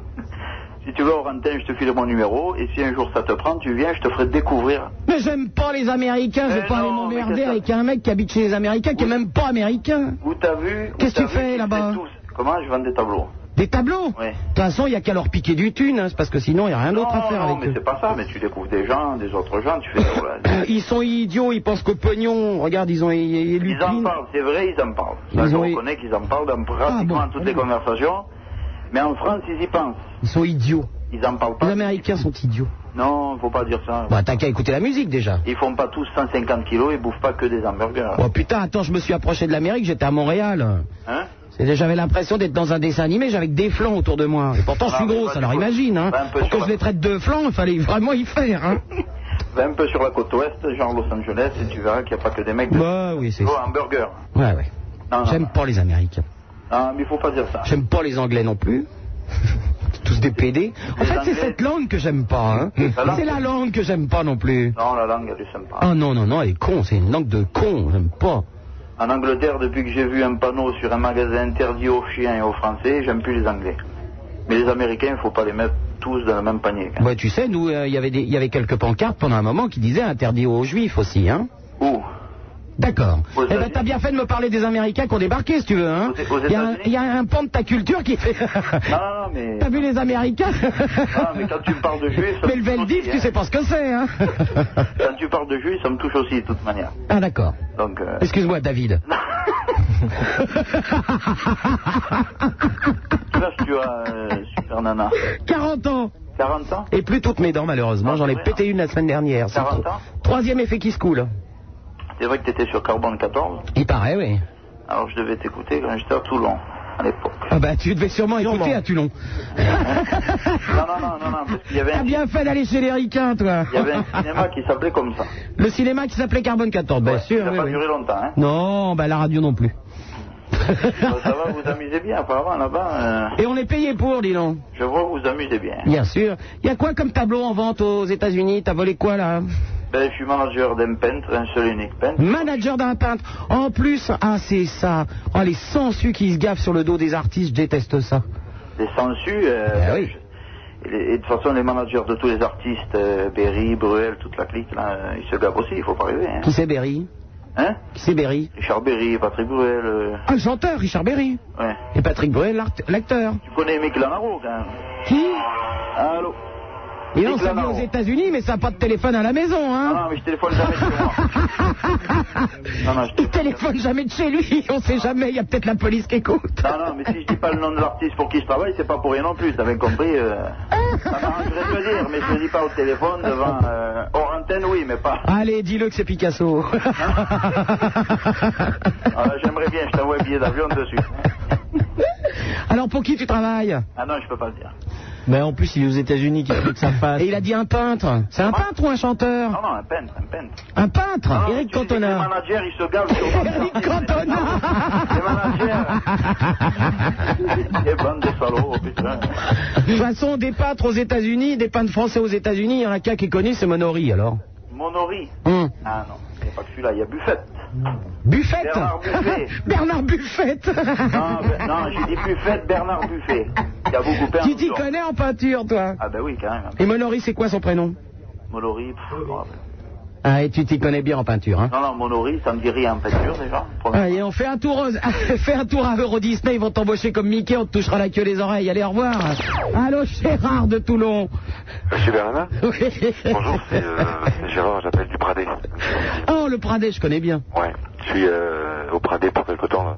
S9: si tu veux, au Rantin, je te file mon numéro et si un jour ça te prend, tu viens, je te ferai découvrir.
S4: Mais j'aime pas les Américains, je vais pas aller m'emmerder avec un mec qui habite chez les Américains, qui est même pas américain.
S9: Où t'as vu où
S4: Qu'est-ce que
S9: t'as
S4: tu
S9: vu
S4: fais là-bas
S9: Comment je vends des tableaux
S4: Des tableaux De
S9: Ouais.
S4: toute façon, il n'y a qu'à leur piquer du thune, hein, c'est parce que sinon, il n'y a rien d'autre à faire
S9: non,
S4: avec
S9: mais c'est pas ça, mais tu découvres des gens, des autres gens, tu
S4: *coughs*
S9: fais. voilà.
S4: eux. *clears throat* Ils sont idiots, ils pensent qu'au pognon, regarde, ils ont ils- ils-
S9: Ils en parlent, c'est vrai, ils en parlent. Ça, je reconnais qu'ils en
S4: Ah,
S9: parlent dans pratiquement toutes les conversations. Mais en France, ils y pensent.
S4: ils sont idiots.
S9: Ils en parlent pas.
S4: Les Américains sont idiots.
S9: Non, faut pas dire ça.
S4: Bah t'as qu'à écouter la musique déjà.
S9: Ils font pas tous 150 kilos, ils bouffent pas que des hamburgers.
S4: Oh putain, attends, je me suis approché de l'Amérique, j'étais à Montréal.
S9: Hein
S4: C'est- J'avais l'impression d'être dans un dessin animé, j'avais que des flancs autour de moi. Et pourtant, je
S9: Ah,
S4: suis grosse, alors imagine, hein. Pour que je les traite de flancs, il fallait vraiment y faire, hein.
S9: Va un peu sur la côte ouest, genre Los Angeles, et tu verras qu'il n'y a pas que des mecs de
S4: Bah oui, c'est
S9: Oh,
S4: ça.
S9: hamburger.
S4: Ouais, ouais.
S9: Non, non,
S4: J'aime pas les Américains.
S9: Non, Ah, mais faut pas dire ça.
S4: J'aime pas les Anglais non plus. *laughs* Tous des PD. En
S9: Les
S4: fait, c'est
S9: Anglais-
S4: cette langue que j'aime pas, hein.
S9: La langue-
S4: C'est la langue que j'aime pas non plus.
S9: Non, la langue, elle est sympa.
S4: Ah non, non, non, elle est con, c'est une langue de con, j'aime pas.
S9: En Angleterre, depuis que j'ai vu un panneau sur un magasin interdit aux chiens et aux Français, j'aime plus les Anglais. Mais les Américains, il faut pas les mettre tous dans le même panier.
S4: Ouais, tu sais, nous, euh, il y avait des- il y avait quelques pancartes pendant un moment qui disaient interdit aux juifs aussi, hein.
S9: Où
S4: D'accord. Eh ben, t'as bien fait de me parler des Américains qui ont débarqué, si tu veux, hein.
S9: aux
S4: Il y a un- il y, a un pan de ta culture qui fait.
S9: Non, Ah, mais.
S4: T'as vu les Américains
S9: Non, mais quand tu me parles
S4: *laughs*
S9: de juifs, ça
S4: Ah, Mais le
S9: me touche
S4: Veldiv,
S9: aussi,
S4: tu
S9: hein.
S4: sais pas ce que c'est,
S9: *laughs*
S4: hein.
S9: Quand tu parles de juifs, ça me touche aussi, de toute manière.
S4: Ah, d'accord. *laughs*
S9: Donc, euh,
S4: Excuse-moi,
S9: *laughs*
S4: David.
S9: quel âge tu as, euh, super nana
S4: 40 ans.
S9: 40 ans
S4: Et plus toutes mes dents, malheureusement. J'en ai pété une la semaine dernière. C'est trop.
S9: 40 Ah, ans
S4: Troisième effet qui se coule.
S9: C'est vrai que t'étais sur Carbone 14,
S4: Il paraît, oui.
S9: alors je devais t'écouter quand j'étais à Toulon.
S4: Ah bah, tu devais sûrement écouter à Toulon.
S9: Non, non, non, non, non, parce qu'il y avait
S4: T'as
S9: un,
S4: Ah, bien fait d'aller chez les ricains, toi.
S9: Ben il y avait un
S4: *laughs*
S9: cinéma qui s'appelait comme ça.
S4: Le cinéma qui s'appelait Carbone 14, bien sûr.
S9: Ça n'a
S4: oui,
S9: pas
S4: oui.
S9: duré longtemps,
S4: *laughs*
S9: hein.
S4: Non, bah la radio non plus.
S9: Bon, ça va, vous amusez bien, apparemment, là-bas. euh,
S4: Et on est payé pour, dis donc.
S9: je vois que vous amusez bien.
S4: Bien sûr. Il y a quoi comme tableau en vente aux États-Unis T'as volé quoi là
S9: Ben, je suis manager d'un peintre, un seul et unique peintre.
S4: Manager d'un peintre. En plus, ah c'est ça. Oh les sangsues qui se gaffent sur le dos des artistes, je déteste ça.
S9: Des sangsues. euh,
S4: Eh
S9: je- et les- et de toute façon, les managers de tous les artistes, euh, Berry, Bruel, toute la clique, là, euh, ils se gavent aussi, il faut pas rêver. Hein.
S4: Qui c'est Berry
S9: Hein
S4: Qui c'est Berry
S9: Richard Berry, Patrick Bruel. euh,
S4: Ah le chanteur, Richard Berry.
S9: ouais.
S4: Et Patrick Bruel, l'art- l'acteur.
S9: Tu connais Mick Lanaro, quand même.
S4: Qui
S9: Allô
S4: Il en
S9: Mick
S4: s'est mis
S9: Lanaro.
S4: aux États-Unis, mais ça n'a pas de téléphone à la maison, hein
S9: Non, Ah, mais je téléphone jamais chez
S4: *laughs*
S9: moi. Non, non, je-
S4: Il téléphone jamais de chez lui, *laughs* on sait jamais, il y a peut-être la police qui écoute.
S9: Non, non, mais si je dis pas le nom de l'artiste pour qui je travaille, c'est pas pour rien non plus, t'avais compris. euh, Ça m'arrangerait de le dire, mais je le dis pas au téléphone devant. Euh... Hors antenne, oui, mais pas.
S4: Allez, dis-le que c'est Picasso. *laughs*
S9: Ah, J'aimerais bien, je t'envoie un billet d'avion dessus.
S4: Alors pour qui tu travailles
S9: Ah non, je peux pas le dire.
S4: Ben,
S2: Mais en plus, il est aux États-Unis qui fait que ça fasse.
S4: Et il a dit un peintre. C'est un peintre ou un chanteur
S9: Non, non, un peintre, un peintre.
S4: Un peintre
S9: Non,
S4: Ah, Eric
S9: tu dis que Les
S4: Cantona.
S9: managers, ils se gavent sur Eric Cantona Les managers Les bandes de salauds, putain.
S4: De toute façon, des peintres aux États-Unis, des peintres français aux États-Unis, il y en a qu'un qui est connu, c'est Monori alors.
S9: Monori
S4: Hum.
S9: Ah non, il n'y a pas que celui-là, il y a Buffett.
S4: Buffett
S9: Bernard Buffet.
S4: *laughs* Bernard Buffette
S9: Non, ben- non j'ai dit Buffett, Bernard Buffet. Il y a beaucoup peintre.
S4: Tu t'y connais en peinture, toi
S9: Ah ben oui, quand même.
S4: Et Monori, c'est quoi son prénom
S9: Monori, pff, je me rappelle.
S4: Ah, et tu t'y connais bien en peinture, hein
S9: Non, non, Monori, ça me dit rien en peinture déjà.
S4: Allez, on fait un tour, aux- *laughs* fait un tour à Euro Disney, ils vont t'embaucher comme Mickey, on te touchera la queue les oreilles. Allez, au revoir. Allô, Gérard de Toulon.
S6: Super Nana
S4: Oui.
S6: Bonjour, c'est euh,
S4: *laughs*
S6: c'est Gérard, j'appelle du Pradé.
S4: Oh, le Pradé, je connais bien.
S6: Ouais, je suis euh, au Pradé pour quelque temps là.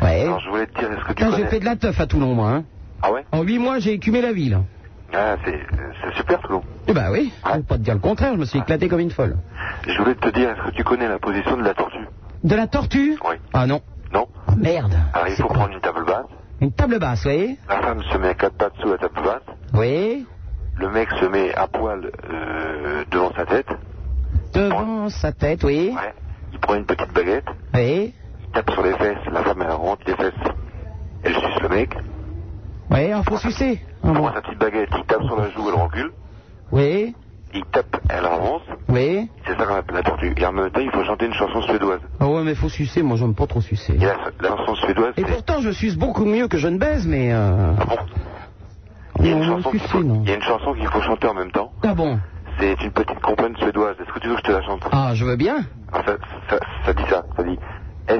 S4: Ouais.
S6: Alors je voulais te dire, est-ce que tu
S4: Eh. Putain, j'ai
S6: connais
S4: fait de la teuf à Toulon, moi. hein.
S6: Ah ouais
S4: En huit mois, j'ai écumé la ville.
S6: Ah, c'est c'est super Toulon.
S4: Eh ben oui, je
S6: Ah.
S4: peux pas te dire le contraire, je me suis éclaté comme une folle.
S6: Je voulais te dire, est-ce que tu connais la position de la tortue
S4: De la tortue
S6: Oui.
S4: Ah non.
S6: Non
S4: Merde.
S6: Alors il faut prendre une table basse.
S4: Une table basse, oui
S6: La femme se met à quatre pattes sous la table basse.
S4: Oui.
S6: Le mec se met à poil euh, devant sa tête.
S4: Devant sa tête, oui.
S6: Il prend une petite baguette.
S4: Oui.
S6: Il tape sur les fesses. La femme elle rentre les fesses. Elle suce le mec.
S4: Oui, il faut sucer.
S6: Il prend sa petite baguette, il tape sur la joue, elle recule.
S4: Oui,
S6: Il tape, elle avance.
S4: oui.
S6: C'est ça qu'on appelle la tortue. Et en même temps, il faut chanter une chanson suédoise.
S4: Ah ouais, mais faut sucer, moi j'aime pas trop sucer.
S6: Et la, la chanson suédoise, Ah
S4: Et pourtant, je suce beaucoup mieux que je ne baise, mais... Euh...
S6: il y, a une
S4: non,
S6: chanson qu'il faut,
S4: sucer, non.
S6: il y a une chanson qu'il faut chanter en même temps.
S4: Ah bon
S6: C'est une petite compagne suédoise. Est-ce que tu veux que je te la chante
S4: Ah, je veux bien.
S6: Enfin, ça, ça dit ça, ça dit. ah,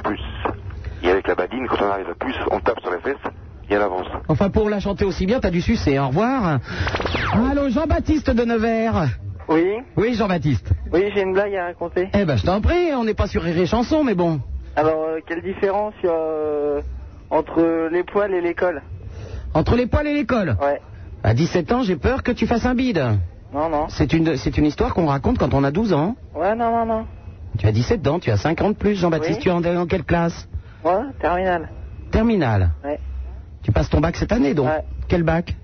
S6: plus. Et avec la badine, quand on arrive à plus, on tape sur les fesses et elle avance.
S4: Enfin, pour la chanter aussi bien, t'as dû sucer. Au revoir. Allô, Jean-Baptiste de Nevers.
S5: Oui
S4: Oui, Jean-Baptiste.
S5: Oui, j'ai une blague à raconter.
S4: Eh ben, je t'en prie, on n'est pas sur Rire et Chanson, mais bon.
S5: Alors, euh, quelle différence il y a euh, entre les poils et l'école
S4: Entre les poils et l'école
S5: Ouais.
S4: À 17 ans, j'ai peur que tu fasses un bide.
S5: Non, non.
S4: C'est une, c'est une histoire qu'on raconte quand on a 12 ans.
S5: Ouais, non, non, non.
S4: Tu as 17 ans, tu as 50 plus, Jean-Baptiste.
S5: Oui.
S4: Tu es en, en quelle classe
S5: Ouais, terminal.
S4: Terminale.
S5: Ouais.
S4: Tu passes ton bac cette année, donc Quel bac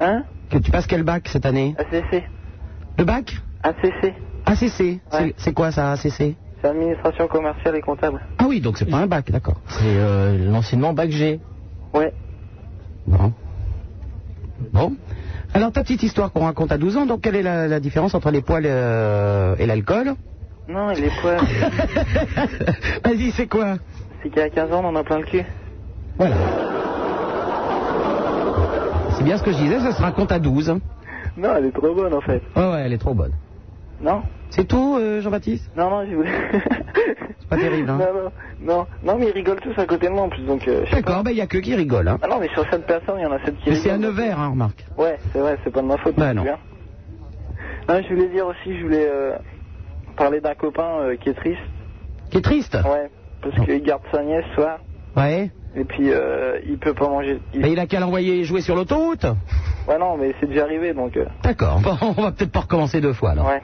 S5: Hein
S4: que Tu passes quel bac cette année
S5: ACC.
S4: Le bac
S5: ACC.
S4: ACC. C'est- C'est quoi ça, ACC
S5: C'est administration commerciale et comptable.
S4: Ah oui, donc c'est pas un bac, d'accord.
S3: C'est euh, l'enseignement bac G.
S5: Ouais.
S4: Bon. Bon. Alors, ta petite histoire qu'on raconte à 12 ans, donc quelle est la, la différence entre les poils euh, et *laughs* l'alcool
S5: Non, et les
S7: *laughs*
S5: poils.
S4: Vas-y, c'est quoi
S5: C'est qu'à 15 ans, on en a plein le cul.
S4: Voilà. C'est bien ce que je disais, ça se raconte à 12. hein.
S5: Non, elle est trop bonne en *laughs* fait.
S4: Ouais, ouais, elle est trop bonne.
S5: Non
S4: C'est tout, euh, Jean-Baptiste
S5: Non, non, je
S11: *laughs*
S5: voulais. c'est
S4: pas terrible, hein.
S5: Non, non, non, non, mais ils rigolent tous à côté de moi en plus, donc. euh, je sais
S4: D'accord,
S5: pas.
S4: ben il n'y a que qui rigole. Hein.
S5: Ah non, mais sur 7 personnes, il y en a 7 qui
S4: Mais c'est à
S5: rigolent.
S4: Nevers, hein, remarque.
S5: Ouais, c'est vrai, c'est pas de ma faute.
S4: Bah
S5: tu
S4: non.
S5: vois. Non, je voulais dire aussi, je voulais euh, parler d'un copain euh, qui est triste.
S4: Qui est triste
S5: Ouais, parce qu'il garde sa nièce ce soir,
S4: Ouais.
S5: et puis euh, il peut pas manger. Il...
S4: Mais il a qu'à l'envoyer jouer sur l'autoroute
S5: Ouais, non, mais c'est déjà arrivé, donc... euh,
S4: D'accord, bon, on va peut-être pas recommencer deux fois, alors.
S5: Ouais.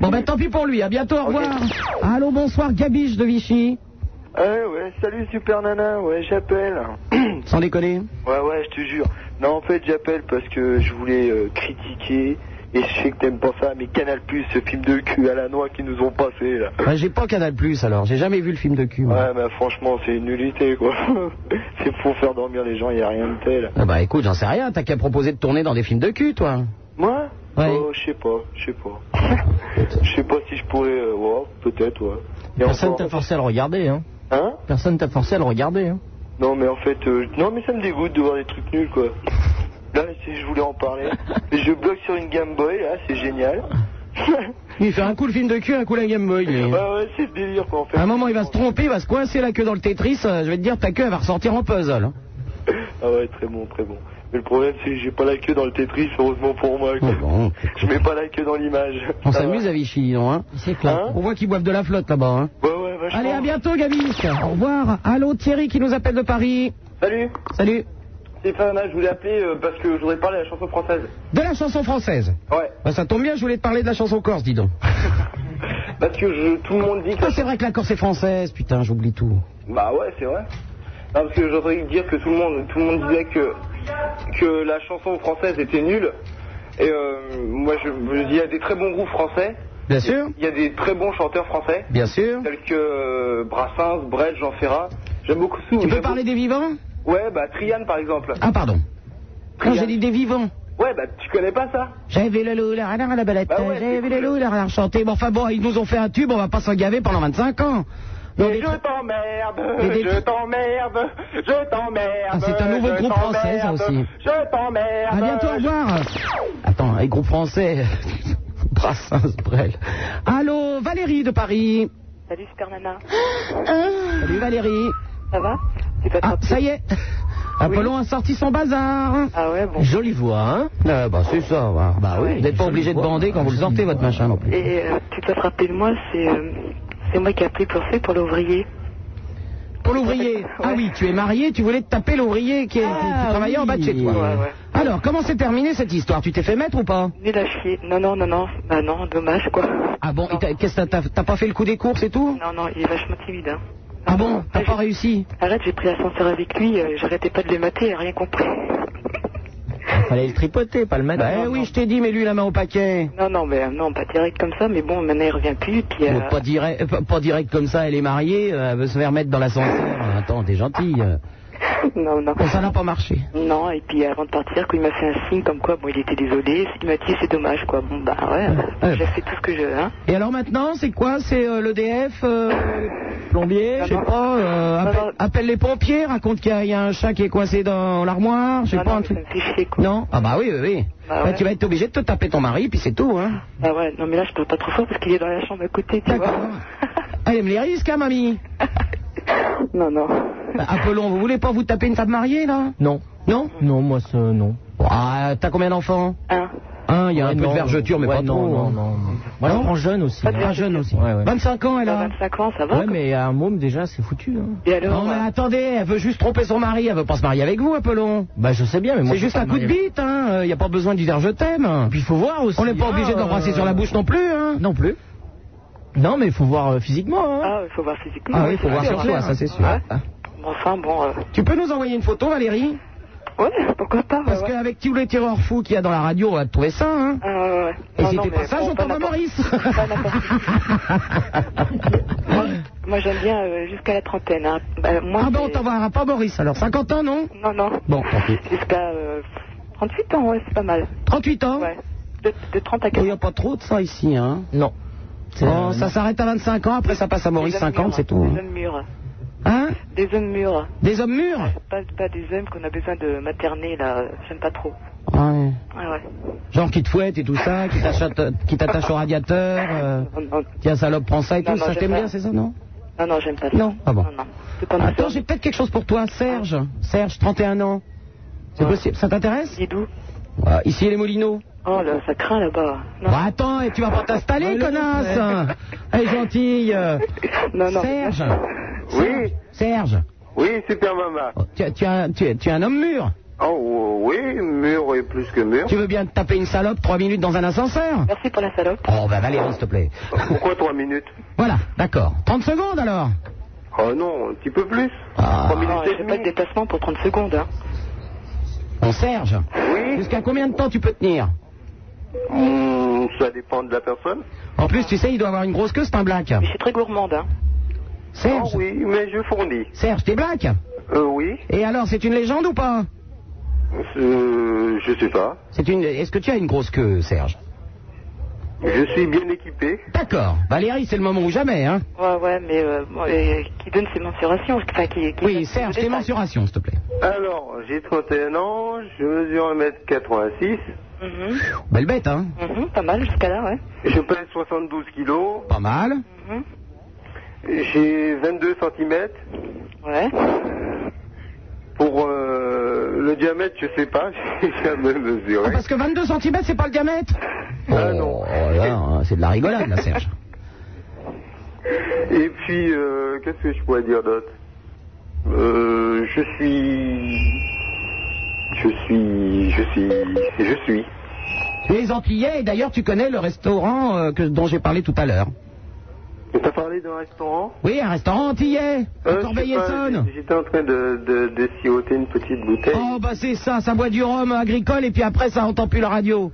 S4: Bon, ben tant pis pour lui, à bientôt, au revoir. Allô, bonsoir, Gabiche de Vichy.
S5: Ah Ouais, ouais, salut Super Nana, ouais, j'appelle.
S4: Sans déconner.
S5: Ouais, ouais, je te jure. Non, en fait, j'appelle parce que je voulais euh, critiquer, et je sais que t'aimes pas ça, mais Canal+, ce film de cul à la noix qu'ils nous ont passé, là.
S4: Ouais, j'ai pas Canal Plus alors, j'ai jamais vu le film de cul. moi.
S5: Ouais, mais franchement, c'est une nullité, quoi. *laughs* c'est pour faire dormir les gens, y a rien de tel.
S4: Ah bah écoute, j'en sais rien, t'as qu'à proposer de tourner dans des films de cul, toi.
S5: Moi
S4: Ouais.
S5: Oh, je sais pas, je sais pas. Je sais pas si je pourrais... euh, ouais, peut-être, ouais. Et
S3: Personne
S5: encore-
S3: t'a forcé à le regarder, hein.
S5: Hein
S3: Personne t'a forcé à le regarder, hein.
S5: Non, mais en fait, euh, non, mais ça me dégoûte de voir des trucs nuls, quoi. Là, c'est- je voulais en parler. Et je bloque sur une Game Boy, là, c'est génial.
S4: Il fait un coup le film de cul, un coup la Game Boy. lui.
S5: Ouais, ouais, c'est le délire, quoi, en fait.
S4: À un moment, il va se tromper, il va se coincer la queue dans le Tetris, euh, je vais te dire, ta queue, elle va ressortir en puzzle. hein.
S5: Ah ouais, très bon, très bon. Mais le problème, c'est que j'ai pas la queue dans le Tetris, heureusement pour moi, quoi. Je mets pas la queue dans l'image.
S4: On s'amuse à Vichy, non hein C'est clair. On voit qu'ils boivent de la flotte là-bas. Hein
S5: Ah Ouais, ouais, vachement.
S4: Allez, à bientôt, Gabiche. Au revoir. Allô, Thierry qui nous appelle de Paris.
S5: Salut
S4: Salut.
S5: Stéphane, je voulais appeler euh, parce que je voudrais parler à la chanson française.
S4: De la chanson française.
S5: Ouais.
S4: Bah, ça tombe bien, je voulais te parler de la chanson corse, dis donc.
S5: Parce que je- tout le monde dit que...
S4: Ah, c'est vrai que la Corse est française, putain, j'oublie tout.
S5: Bah ouais, c'est vrai. Non, parce que j'entendais dire que tout le monde, tout le monde disait que, que la chanson française était nulle. Et euh, moi, je je- il y a des très bons groupes français.
S2: Bien sûr.
S5: Il y a des très bons chanteurs français.
S2: Bien sûr.
S5: Tels que euh, Brassens, Brel, Jean Ferrat. J'aime beaucoup sous.
S4: Tu peux parler des vivants
S5: Ouais, bah Trianne par exemple.
S4: Ah, pardon. Quand j'ai dit des vivants.
S5: Ouais, bah tu connais pas ça
S4: J'avais le loup, la renard, la belette,
S5: Bah ouais,
S4: j'avais le loup, la renard chanté. Bon, enfin bon, ils nous ont fait un tube, on va pas s'en gaver pendant 25 ans. Non,
S5: Mais
S4: des-
S5: je t'emmerde,
S4: Mais des-
S5: je t'emmerde, je t'emmerde.
S4: Ah,
S7: Bah,
S4: c'est un nouveau
S5: je
S4: groupe français,
S7: hein,
S4: ça aussi.
S5: t'emmerde, Je t'emmerde.
S4: À bientôt, au revoir. Attends, les groupes français. *laughs* Brassens, Brel. Allô, Valérie de Paris. Ah.
S27: Salut Super Nana.
S4: Salut Valérie.
S27: Ça va
S4: Ah, ça y est. Apollon a sorti son bazar.
S27: Ah ouais, bon. Ah
S4: Jolie voix, hein
S1: Ah
S4: Bah, c'est ça, bah, bah oui. Vous n'êtes pas obligé de bander quand vous le sortez, votre machin, non plus.
S27: Et euh, tu dois te rappeler de moi, c'est euh, c'est moi qui ai appelé pour faire pour l'ouvrier.
S4: Pour
S27: *laughs*
S4: l'ouvrier. Ah oui, tu es marié, tu voulais te taper l'ouvrier qui, est- qui
S27: Ah
S4: travaillait en bas de chez toi. Alors, comment s'est terminée cette histoire Tu t'es fait mettre ou pas
S27: Nul à chier. Non, non, non, non. Bah non, dommage quoi.
S4: Ah bon, il t'a- qu'est-ce que t'as- t'as t'as pas fait le coup des courses et tout
S27: Non, non, il est vachement timide. Hein.
S4: Ah bon T'as pas réussi
S27: Arrête, j'ai pris l'ascenseur avec lui, euh, j'arrêtais pas de le mater, il a rien compris.
S53: Fallait le tripoter, pas le mettre.
S4: Bah oui, je t'ai dit, mais lui la main au paquet.
S11: Non, non, mais euh, non, pas direct comme ça, mais bon, maintenant il revient plus, puis. euh,
S4: Bon, pas, direct, euh, pas- pas direct comme ça, elle est mariée, euh, elle veut se faire mettre dans l'ascenseur. Attends, t'es gentille. euh.
S11: *laughs* non, non.
S4: Bon, ça n'a pas marché.
S11: Non, et puis avant de partir, quand il m'a fait un signe comme quoi, bon, il était désolé, il m'a dit c'est dommage, quoi. Bon, bah ouais, j'ai fait tout ce que je. Hein.
S4: Et alors maintenant, c'est quoi C'est euh, l'EDF, euh, plombier, je sais pas, euh, appelle, appelle les pompiers, raconte qu'il y, a- il y a un chat qui est coincé dans l'armoire, je sais pas, un truc. Non Ah bah oui, oui, oui. Bah,
S11: Bah ouais.
S4: Tu vas être obligé de te taper ton mari, puis c'est tout, hein.
S11: Ah ouais, non, mais là je parle pas trop fort parce qu'il est dans la chambre à côté, tu *laughs* vois.
S4: Elle aime les risques, hein, mamie
S11: Non, non.
S4: Bah, Apollon, vous voulez pas vous taper une femme mariée, là
S53: Non.
S4: Non
S53: Non, moi, ça, non.
S4: Ah, t'as combien d'enfants
S11: Un.
S4: Un, il y a
S53: Ouais,
S4: un peu
S53: non.
S4: de vergeture, mais
S53: Ouais,
S4: pas
S53: non,
S4: trop.
S53: non,
S4: hein.
S53: non, Moi, je prends jeune aussi. hein.
S4: Ah, jeune aussi. 25 ans, elle a.
S11: 25 ans, ça va
S53: Ouais, mais à un môme, déjà, c'est foutu. hein.
S11: Et alors euh,
S4: non, mais attendez, elle veut juste tromper son mari, elle veut pas se marier avec vous, Apollon.
S53: Bah, je sais bien, mais moi.
S4: C'est juste un coup de bite, hein. Il n'y a pas besoin de dire je t'aime.
S53: Puis il faut voir aussi.
S4: On n'est pas
S53: hein,
S4: obligé de l'embrasser
S53: euh,
S4: sur la bouche non plus, hein.
S53: Non plus. Non, mais il faut voir euh, physiquement. Hein.
S11: Ah, il faut voir physiquement.
S53: Ah oui, faut voir
S4: c'est
S53: sur
S4: clair.
S53: toi, ça c'est sûr.
S11: Ouais. Bon, Enfin, bon. euh,
S4: Tu peux nous envoyer une photo, Valérie
S11: Ouais, pourquoi pas
S4: Parce qu'avec tous les terreurs fous qu'il y a dans la radio, on va te trouver ça, hein.
S11: Ah ouais, ouais.
S4: Et
S11: Non,
S4: si
S11: non,
S4: t'es
S11: mais
S4: pas ça,
S11: bon,
S4: j'entends
S11: pas
S4: ma Maurice. *laughs*
S11: Moi, j'aime bien euh, jusqu'à la trentaine. Hein. Bah, moi,
S4: Ah bon, on
S11: c'est-
S4: t'enverra pas Maurice alors. 50 ans, non
S11: Non, non.
S4: Bon, tant pis.
S11: Jusqu'à euh, 38 ans, ouais, c'est pas mal.
S4: 38 ans Oh,
S11: Ouais. De, de 30 à
S4: Il
S11: 40.
S4: n'y a pas trop de ça ici, hein. Non.
S11: euh,
S4: ça s'arrête à 25 ans, après ça passe à Maurice
S11: Des hommes
S4: 50,
S11: mûrs,
S4: c'est tout.
S11: Des
S4: hein.
S11: hommes mûrs.
S4: Hein
S11: Des hommes mûrs.
S4: Des hommes mûrs
S11: Pas, pas des hommes qu'on a besoin de materner, là. J'aime pas trop.
S4: Ouais.
S11: Ouais, ouais.
S4: Genre qui te fouette et tout ça, qui t'achète- qui t'attache au radiateur, euh, tiens salope, prends ça et
S11: Non,
S4: tout,
S11: non,
S4: ça
S11: j'aime
S4: t'aime
S11: pas.
S4: bien, c'est ça, non
S11: Non, non, j'aime pas ça.
S4: Non Ah bon.
S11: Non, non.
S4: Attends, j'ai peut-être quelque chose pour toi, Serge. Serge, 31 ans. C'est possible, ça t'intéresse Ouais, Ici, les Moulineaux.
S11: Oh là, ça craint là-bas.
S4: Bon, attends, et tu vas pas t'installer, *laughs* connasse Elle est gentille euh.
S11: Non, non.
S4: Serge
S7: Oui
S4: Serge Oh,
S7: Oui, super maman.
S4: tu, tu, es un- tu es- tu es un homme mûr
S7: Oh oui, mur et plus que mur.
S4: Tu veux bien te taper une salope 3 minutes dans un ascenseur
S11: Merci pour la salope.
S4: Oh, bah Valérie, s'il te plaît.
S7: Pourquoi 3 minutes
S4: Voilà, d'accord. 30 secondes alors
S7: Oh non, un petit peu plus.
S4: Ah.
S11: Non, je fais pas de déplacement pour 30 secondes. Hein.
S4: Bon, Serge Jusqu'à combien de temps tu peux tenir
S7: Hum, ça dépend de la personne.
S4: En plus, tu sais, il doit avoir une grosse queue, c'est un black.
S11: Je suis très gourmande. Hein.
S4: Serge
S7: Oh oui, mais je fournis.
S4: Serge, t'es black
S7: Euh, oui.
S4: Et alors, c'est une légende ou pas
S7: Euh, je sais pas.
S4: C'est une. Est-ce que tu as une grosse queue, Serge
S7: Je suis bien équipé.
S4: D'accord. Valérie, c'est le moment ou jamais, hein
S11: Ouais, ouais, mais euh, bon, et qui donne ses mensurations. Enfin, qui, qui
S4: Oui, Serge, tes mensurations, s'il te plaît.
S7: Alors, j'ai 31 ans, je mesure 1m86,
S11: Mhm,
S4: Belle bête, hein
S11: mhm, pas mal jusqu'à là, ouais.
S7: je pèse 72 kilos,
S4: Pas mal.
S11: Mhm.
S7: j'ai 22 cm.
S11: Ouais.
S7: Ah. Pour euh, le diamètre, je sais pas, *laughs* j'ai jamais mesuré.
S4: Oh, Parce que 22 cm, c'est pas le diamètre Ah non. c'est de la rigolade, là, *laughs* Serge.
S7: Et puis, euh, qu'est-ce que je pourrais dire d'autre euh, Je suis... Je suis... Je suis... Je suis...
S4: Tu es antillais, et d'ailleurs, tu connais le restaurant euh, que, dont j'ai parlé tout à l'heure.
S7: T'as parlé d'un restaurant
S4: Oui, un restaurant antillais, à
S7: Euh,
S4: Corbeil-Essonne.
S7: je sais pas, J'étais en train de, de, de siroter une petite bouteille.
S4: Oh, bah c'est ça, ça boit du rhum agricole et puis après, ça entend plus la radio.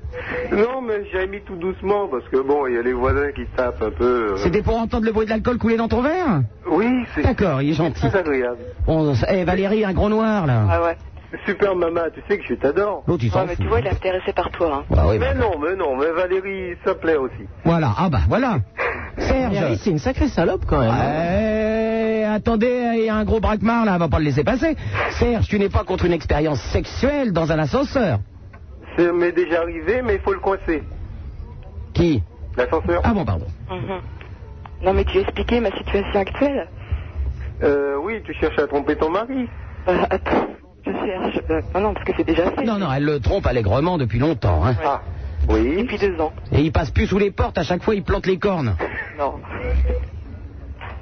S7: Non, mais j'avais mis tout doucement parce que bon, il y a les voisins qui tapent un peu. euh.
S4: C'était pour entendre le bruit de l'alcool couler dans ton verre
S7: Oui, c'est.
S4: D'accord, il est
S7: c'est
S4: gentil.
S7: très agréable.
S4: Bon, eh, Valérie, un gros noir, là.
S11: Ah ouais.
S7: Super maman, tu sais que je t'adore.
S4: L'autre, il s'en
S11: ouais, Ah, mais
S4: fout.
S11: tu vois, il est intéressé par toi. Hein.
S4: Ah oui, bah.
S7: mais non, mais non, mais Valérie, ça plaît aussi.
S4: Voilà, ah bah voilà. Serge.
S53: Valérie, c'est une sacrée salope quand même.
S4: Eh, attendez, il y a un gros braquemar là, on va pas le laisser passer. Serge, tu n'es pas contre une expérience sexuelle dans un ascenseur
S7: Ça m'est déjà arrivé, mais il faut le coincer.
S4: Qui
S7: L'ascenseur
S4: Ah bon, pardon.
S11: Mhm. Non, mais tu as expliqué ma situation actuelle.
S7: Euh, oui, tu cherches à tromper ton mari.
S11: Bah, attends, je cherche. Euh, non, non, parce que c'est déjà fait.
S4: Non, non, elle le trompe allègrement depuis longtemps. Hein.
S7: Ah, oui.
S11: Depuis deux ans.
S4: Et il passe plus sous les portes, à chaque fois il plante les cornes.
S11: Non.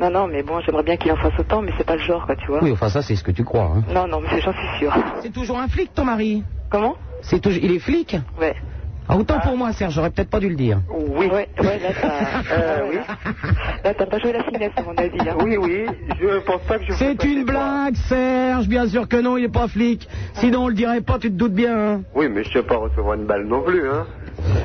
S11: Non, non, mais bon, j'aimerais bien qu'il en fasse autant, mais c'est pas le genre, quoi, tu vois.
S4: Oui, enfin ça c'est ce que tu crois. hein.
S11: Non, non, mais j'en suis sûre.
S4: C'est toujours un flic ton mari
S11: Comment
S4: C'est toujours... Il est flic
S11: Ouais.
S4: Ah, autant pour moi, Serge, j'aurais peut-être pas dû le dire.
S11: Oui. Ouais, ouais, là, t'as euh, oui. Là, t'as pas joué la finesse, à mon avis. hein.
S54: Oui, oui, je pense pas que je...
S4: C'est une blague, Serge, bien sûr que non, il est pas flic. Sinon, on le dirait pas, tu te doutes bien. hein.
S7: Oui, mais je sais pas recevoir une balle non plus, hein.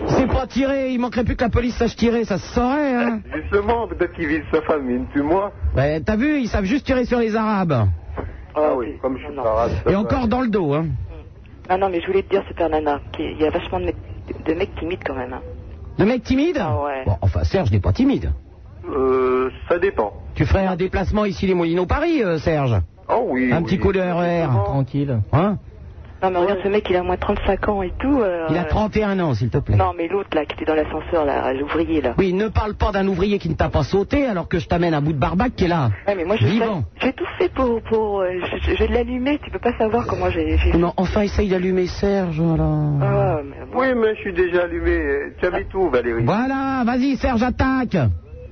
S4: C'est pas tiré, il manquerait plus que la police sache tirer, ça se saurait, hein.
S7: Justement, peut-être qu'il vise sa femme, mais il me tue moi.
S4: Ouais, t'as vu, ils savent juste tirer sur les Arabes.
S7: Ah oui, comme je suis pas arabe, ça
S4: Et
S7: va.
S4: encore dans le dos, hein.
S11: Non, non, mais je voulais te dire, super nana, qu'il- il y a vachement de, mecs- de mecs timides quand même. hein.
S4: Le mec timide
S11: Ah ouais.
S4: Bon, enfin, Serge n'est pas timide.
S7: Euh, ça dépend.
S4: Tu ferais un déplacement ici les Moulineaux-Paris, euh, Serge
S7: Oh oui.
S4: Un petit coup de RER. Tranquille. Hein
S11: Non, mais regarde, ce mec, il a au moins 35 ans et tout. euh,
S4: Il a 31 ans, s'il te plaît.
S11: Non, mais l'autre, là, qui était dans l'ascenseur, là, l'ouvrier, là.
S4: Oui, ne parle pas d'un ouvrier qui ne t'a pas sauté alors que je t'amène un bout de barbac qui est là.
S11: Ouais, mais moi, je-
S4: Vivant.
S11: j'ai tout fait pour. pour euh, je- je je vais l'allumer, tu peux pas savoir comment j'ai. j'ai-
S4: Non, enfin, essaye d'allumer Serge,
S11: Ah
S4: alors.
S7: Oui, mais je suis déjà allumé. Tu habites où, Valérie
S4: Voilà, vas-y, Serge, attaque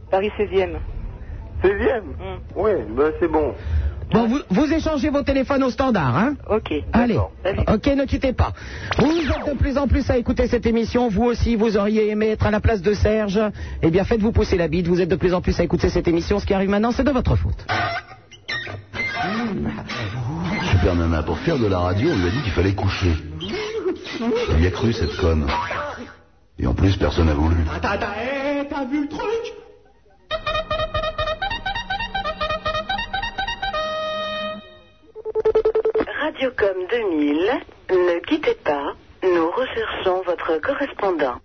S11: Paris 16e.
S7: 16e
S4: Mm.
S7: Oui, ben c'est bon.
S4: Bon, vous, vous échangez vos téléphones au standard, hein
S11: Ok.
S4: Allez. Ok, ne quittez pas. Vous êtes de plus en plus à écouter cette émission. Vous aussi, vous auriez aimé être à la place de Serge. Eh bien, faites-vous pousser la bite. Vous êtes de plus en plus à écouter cette émission. Ce qui arrive maintenant, c'est de votre faute.
S1: Super Nana, pour faire de la radio, on lui a dit qu'il fallait coucher. Il y a cru, cette conne. Et en plus, personne n'a voulu.
S55: Attends, attends, hé, t'as vu le truc
S8: Radiocom 2000, ne quittez pas, nous recherchons votre correspondant.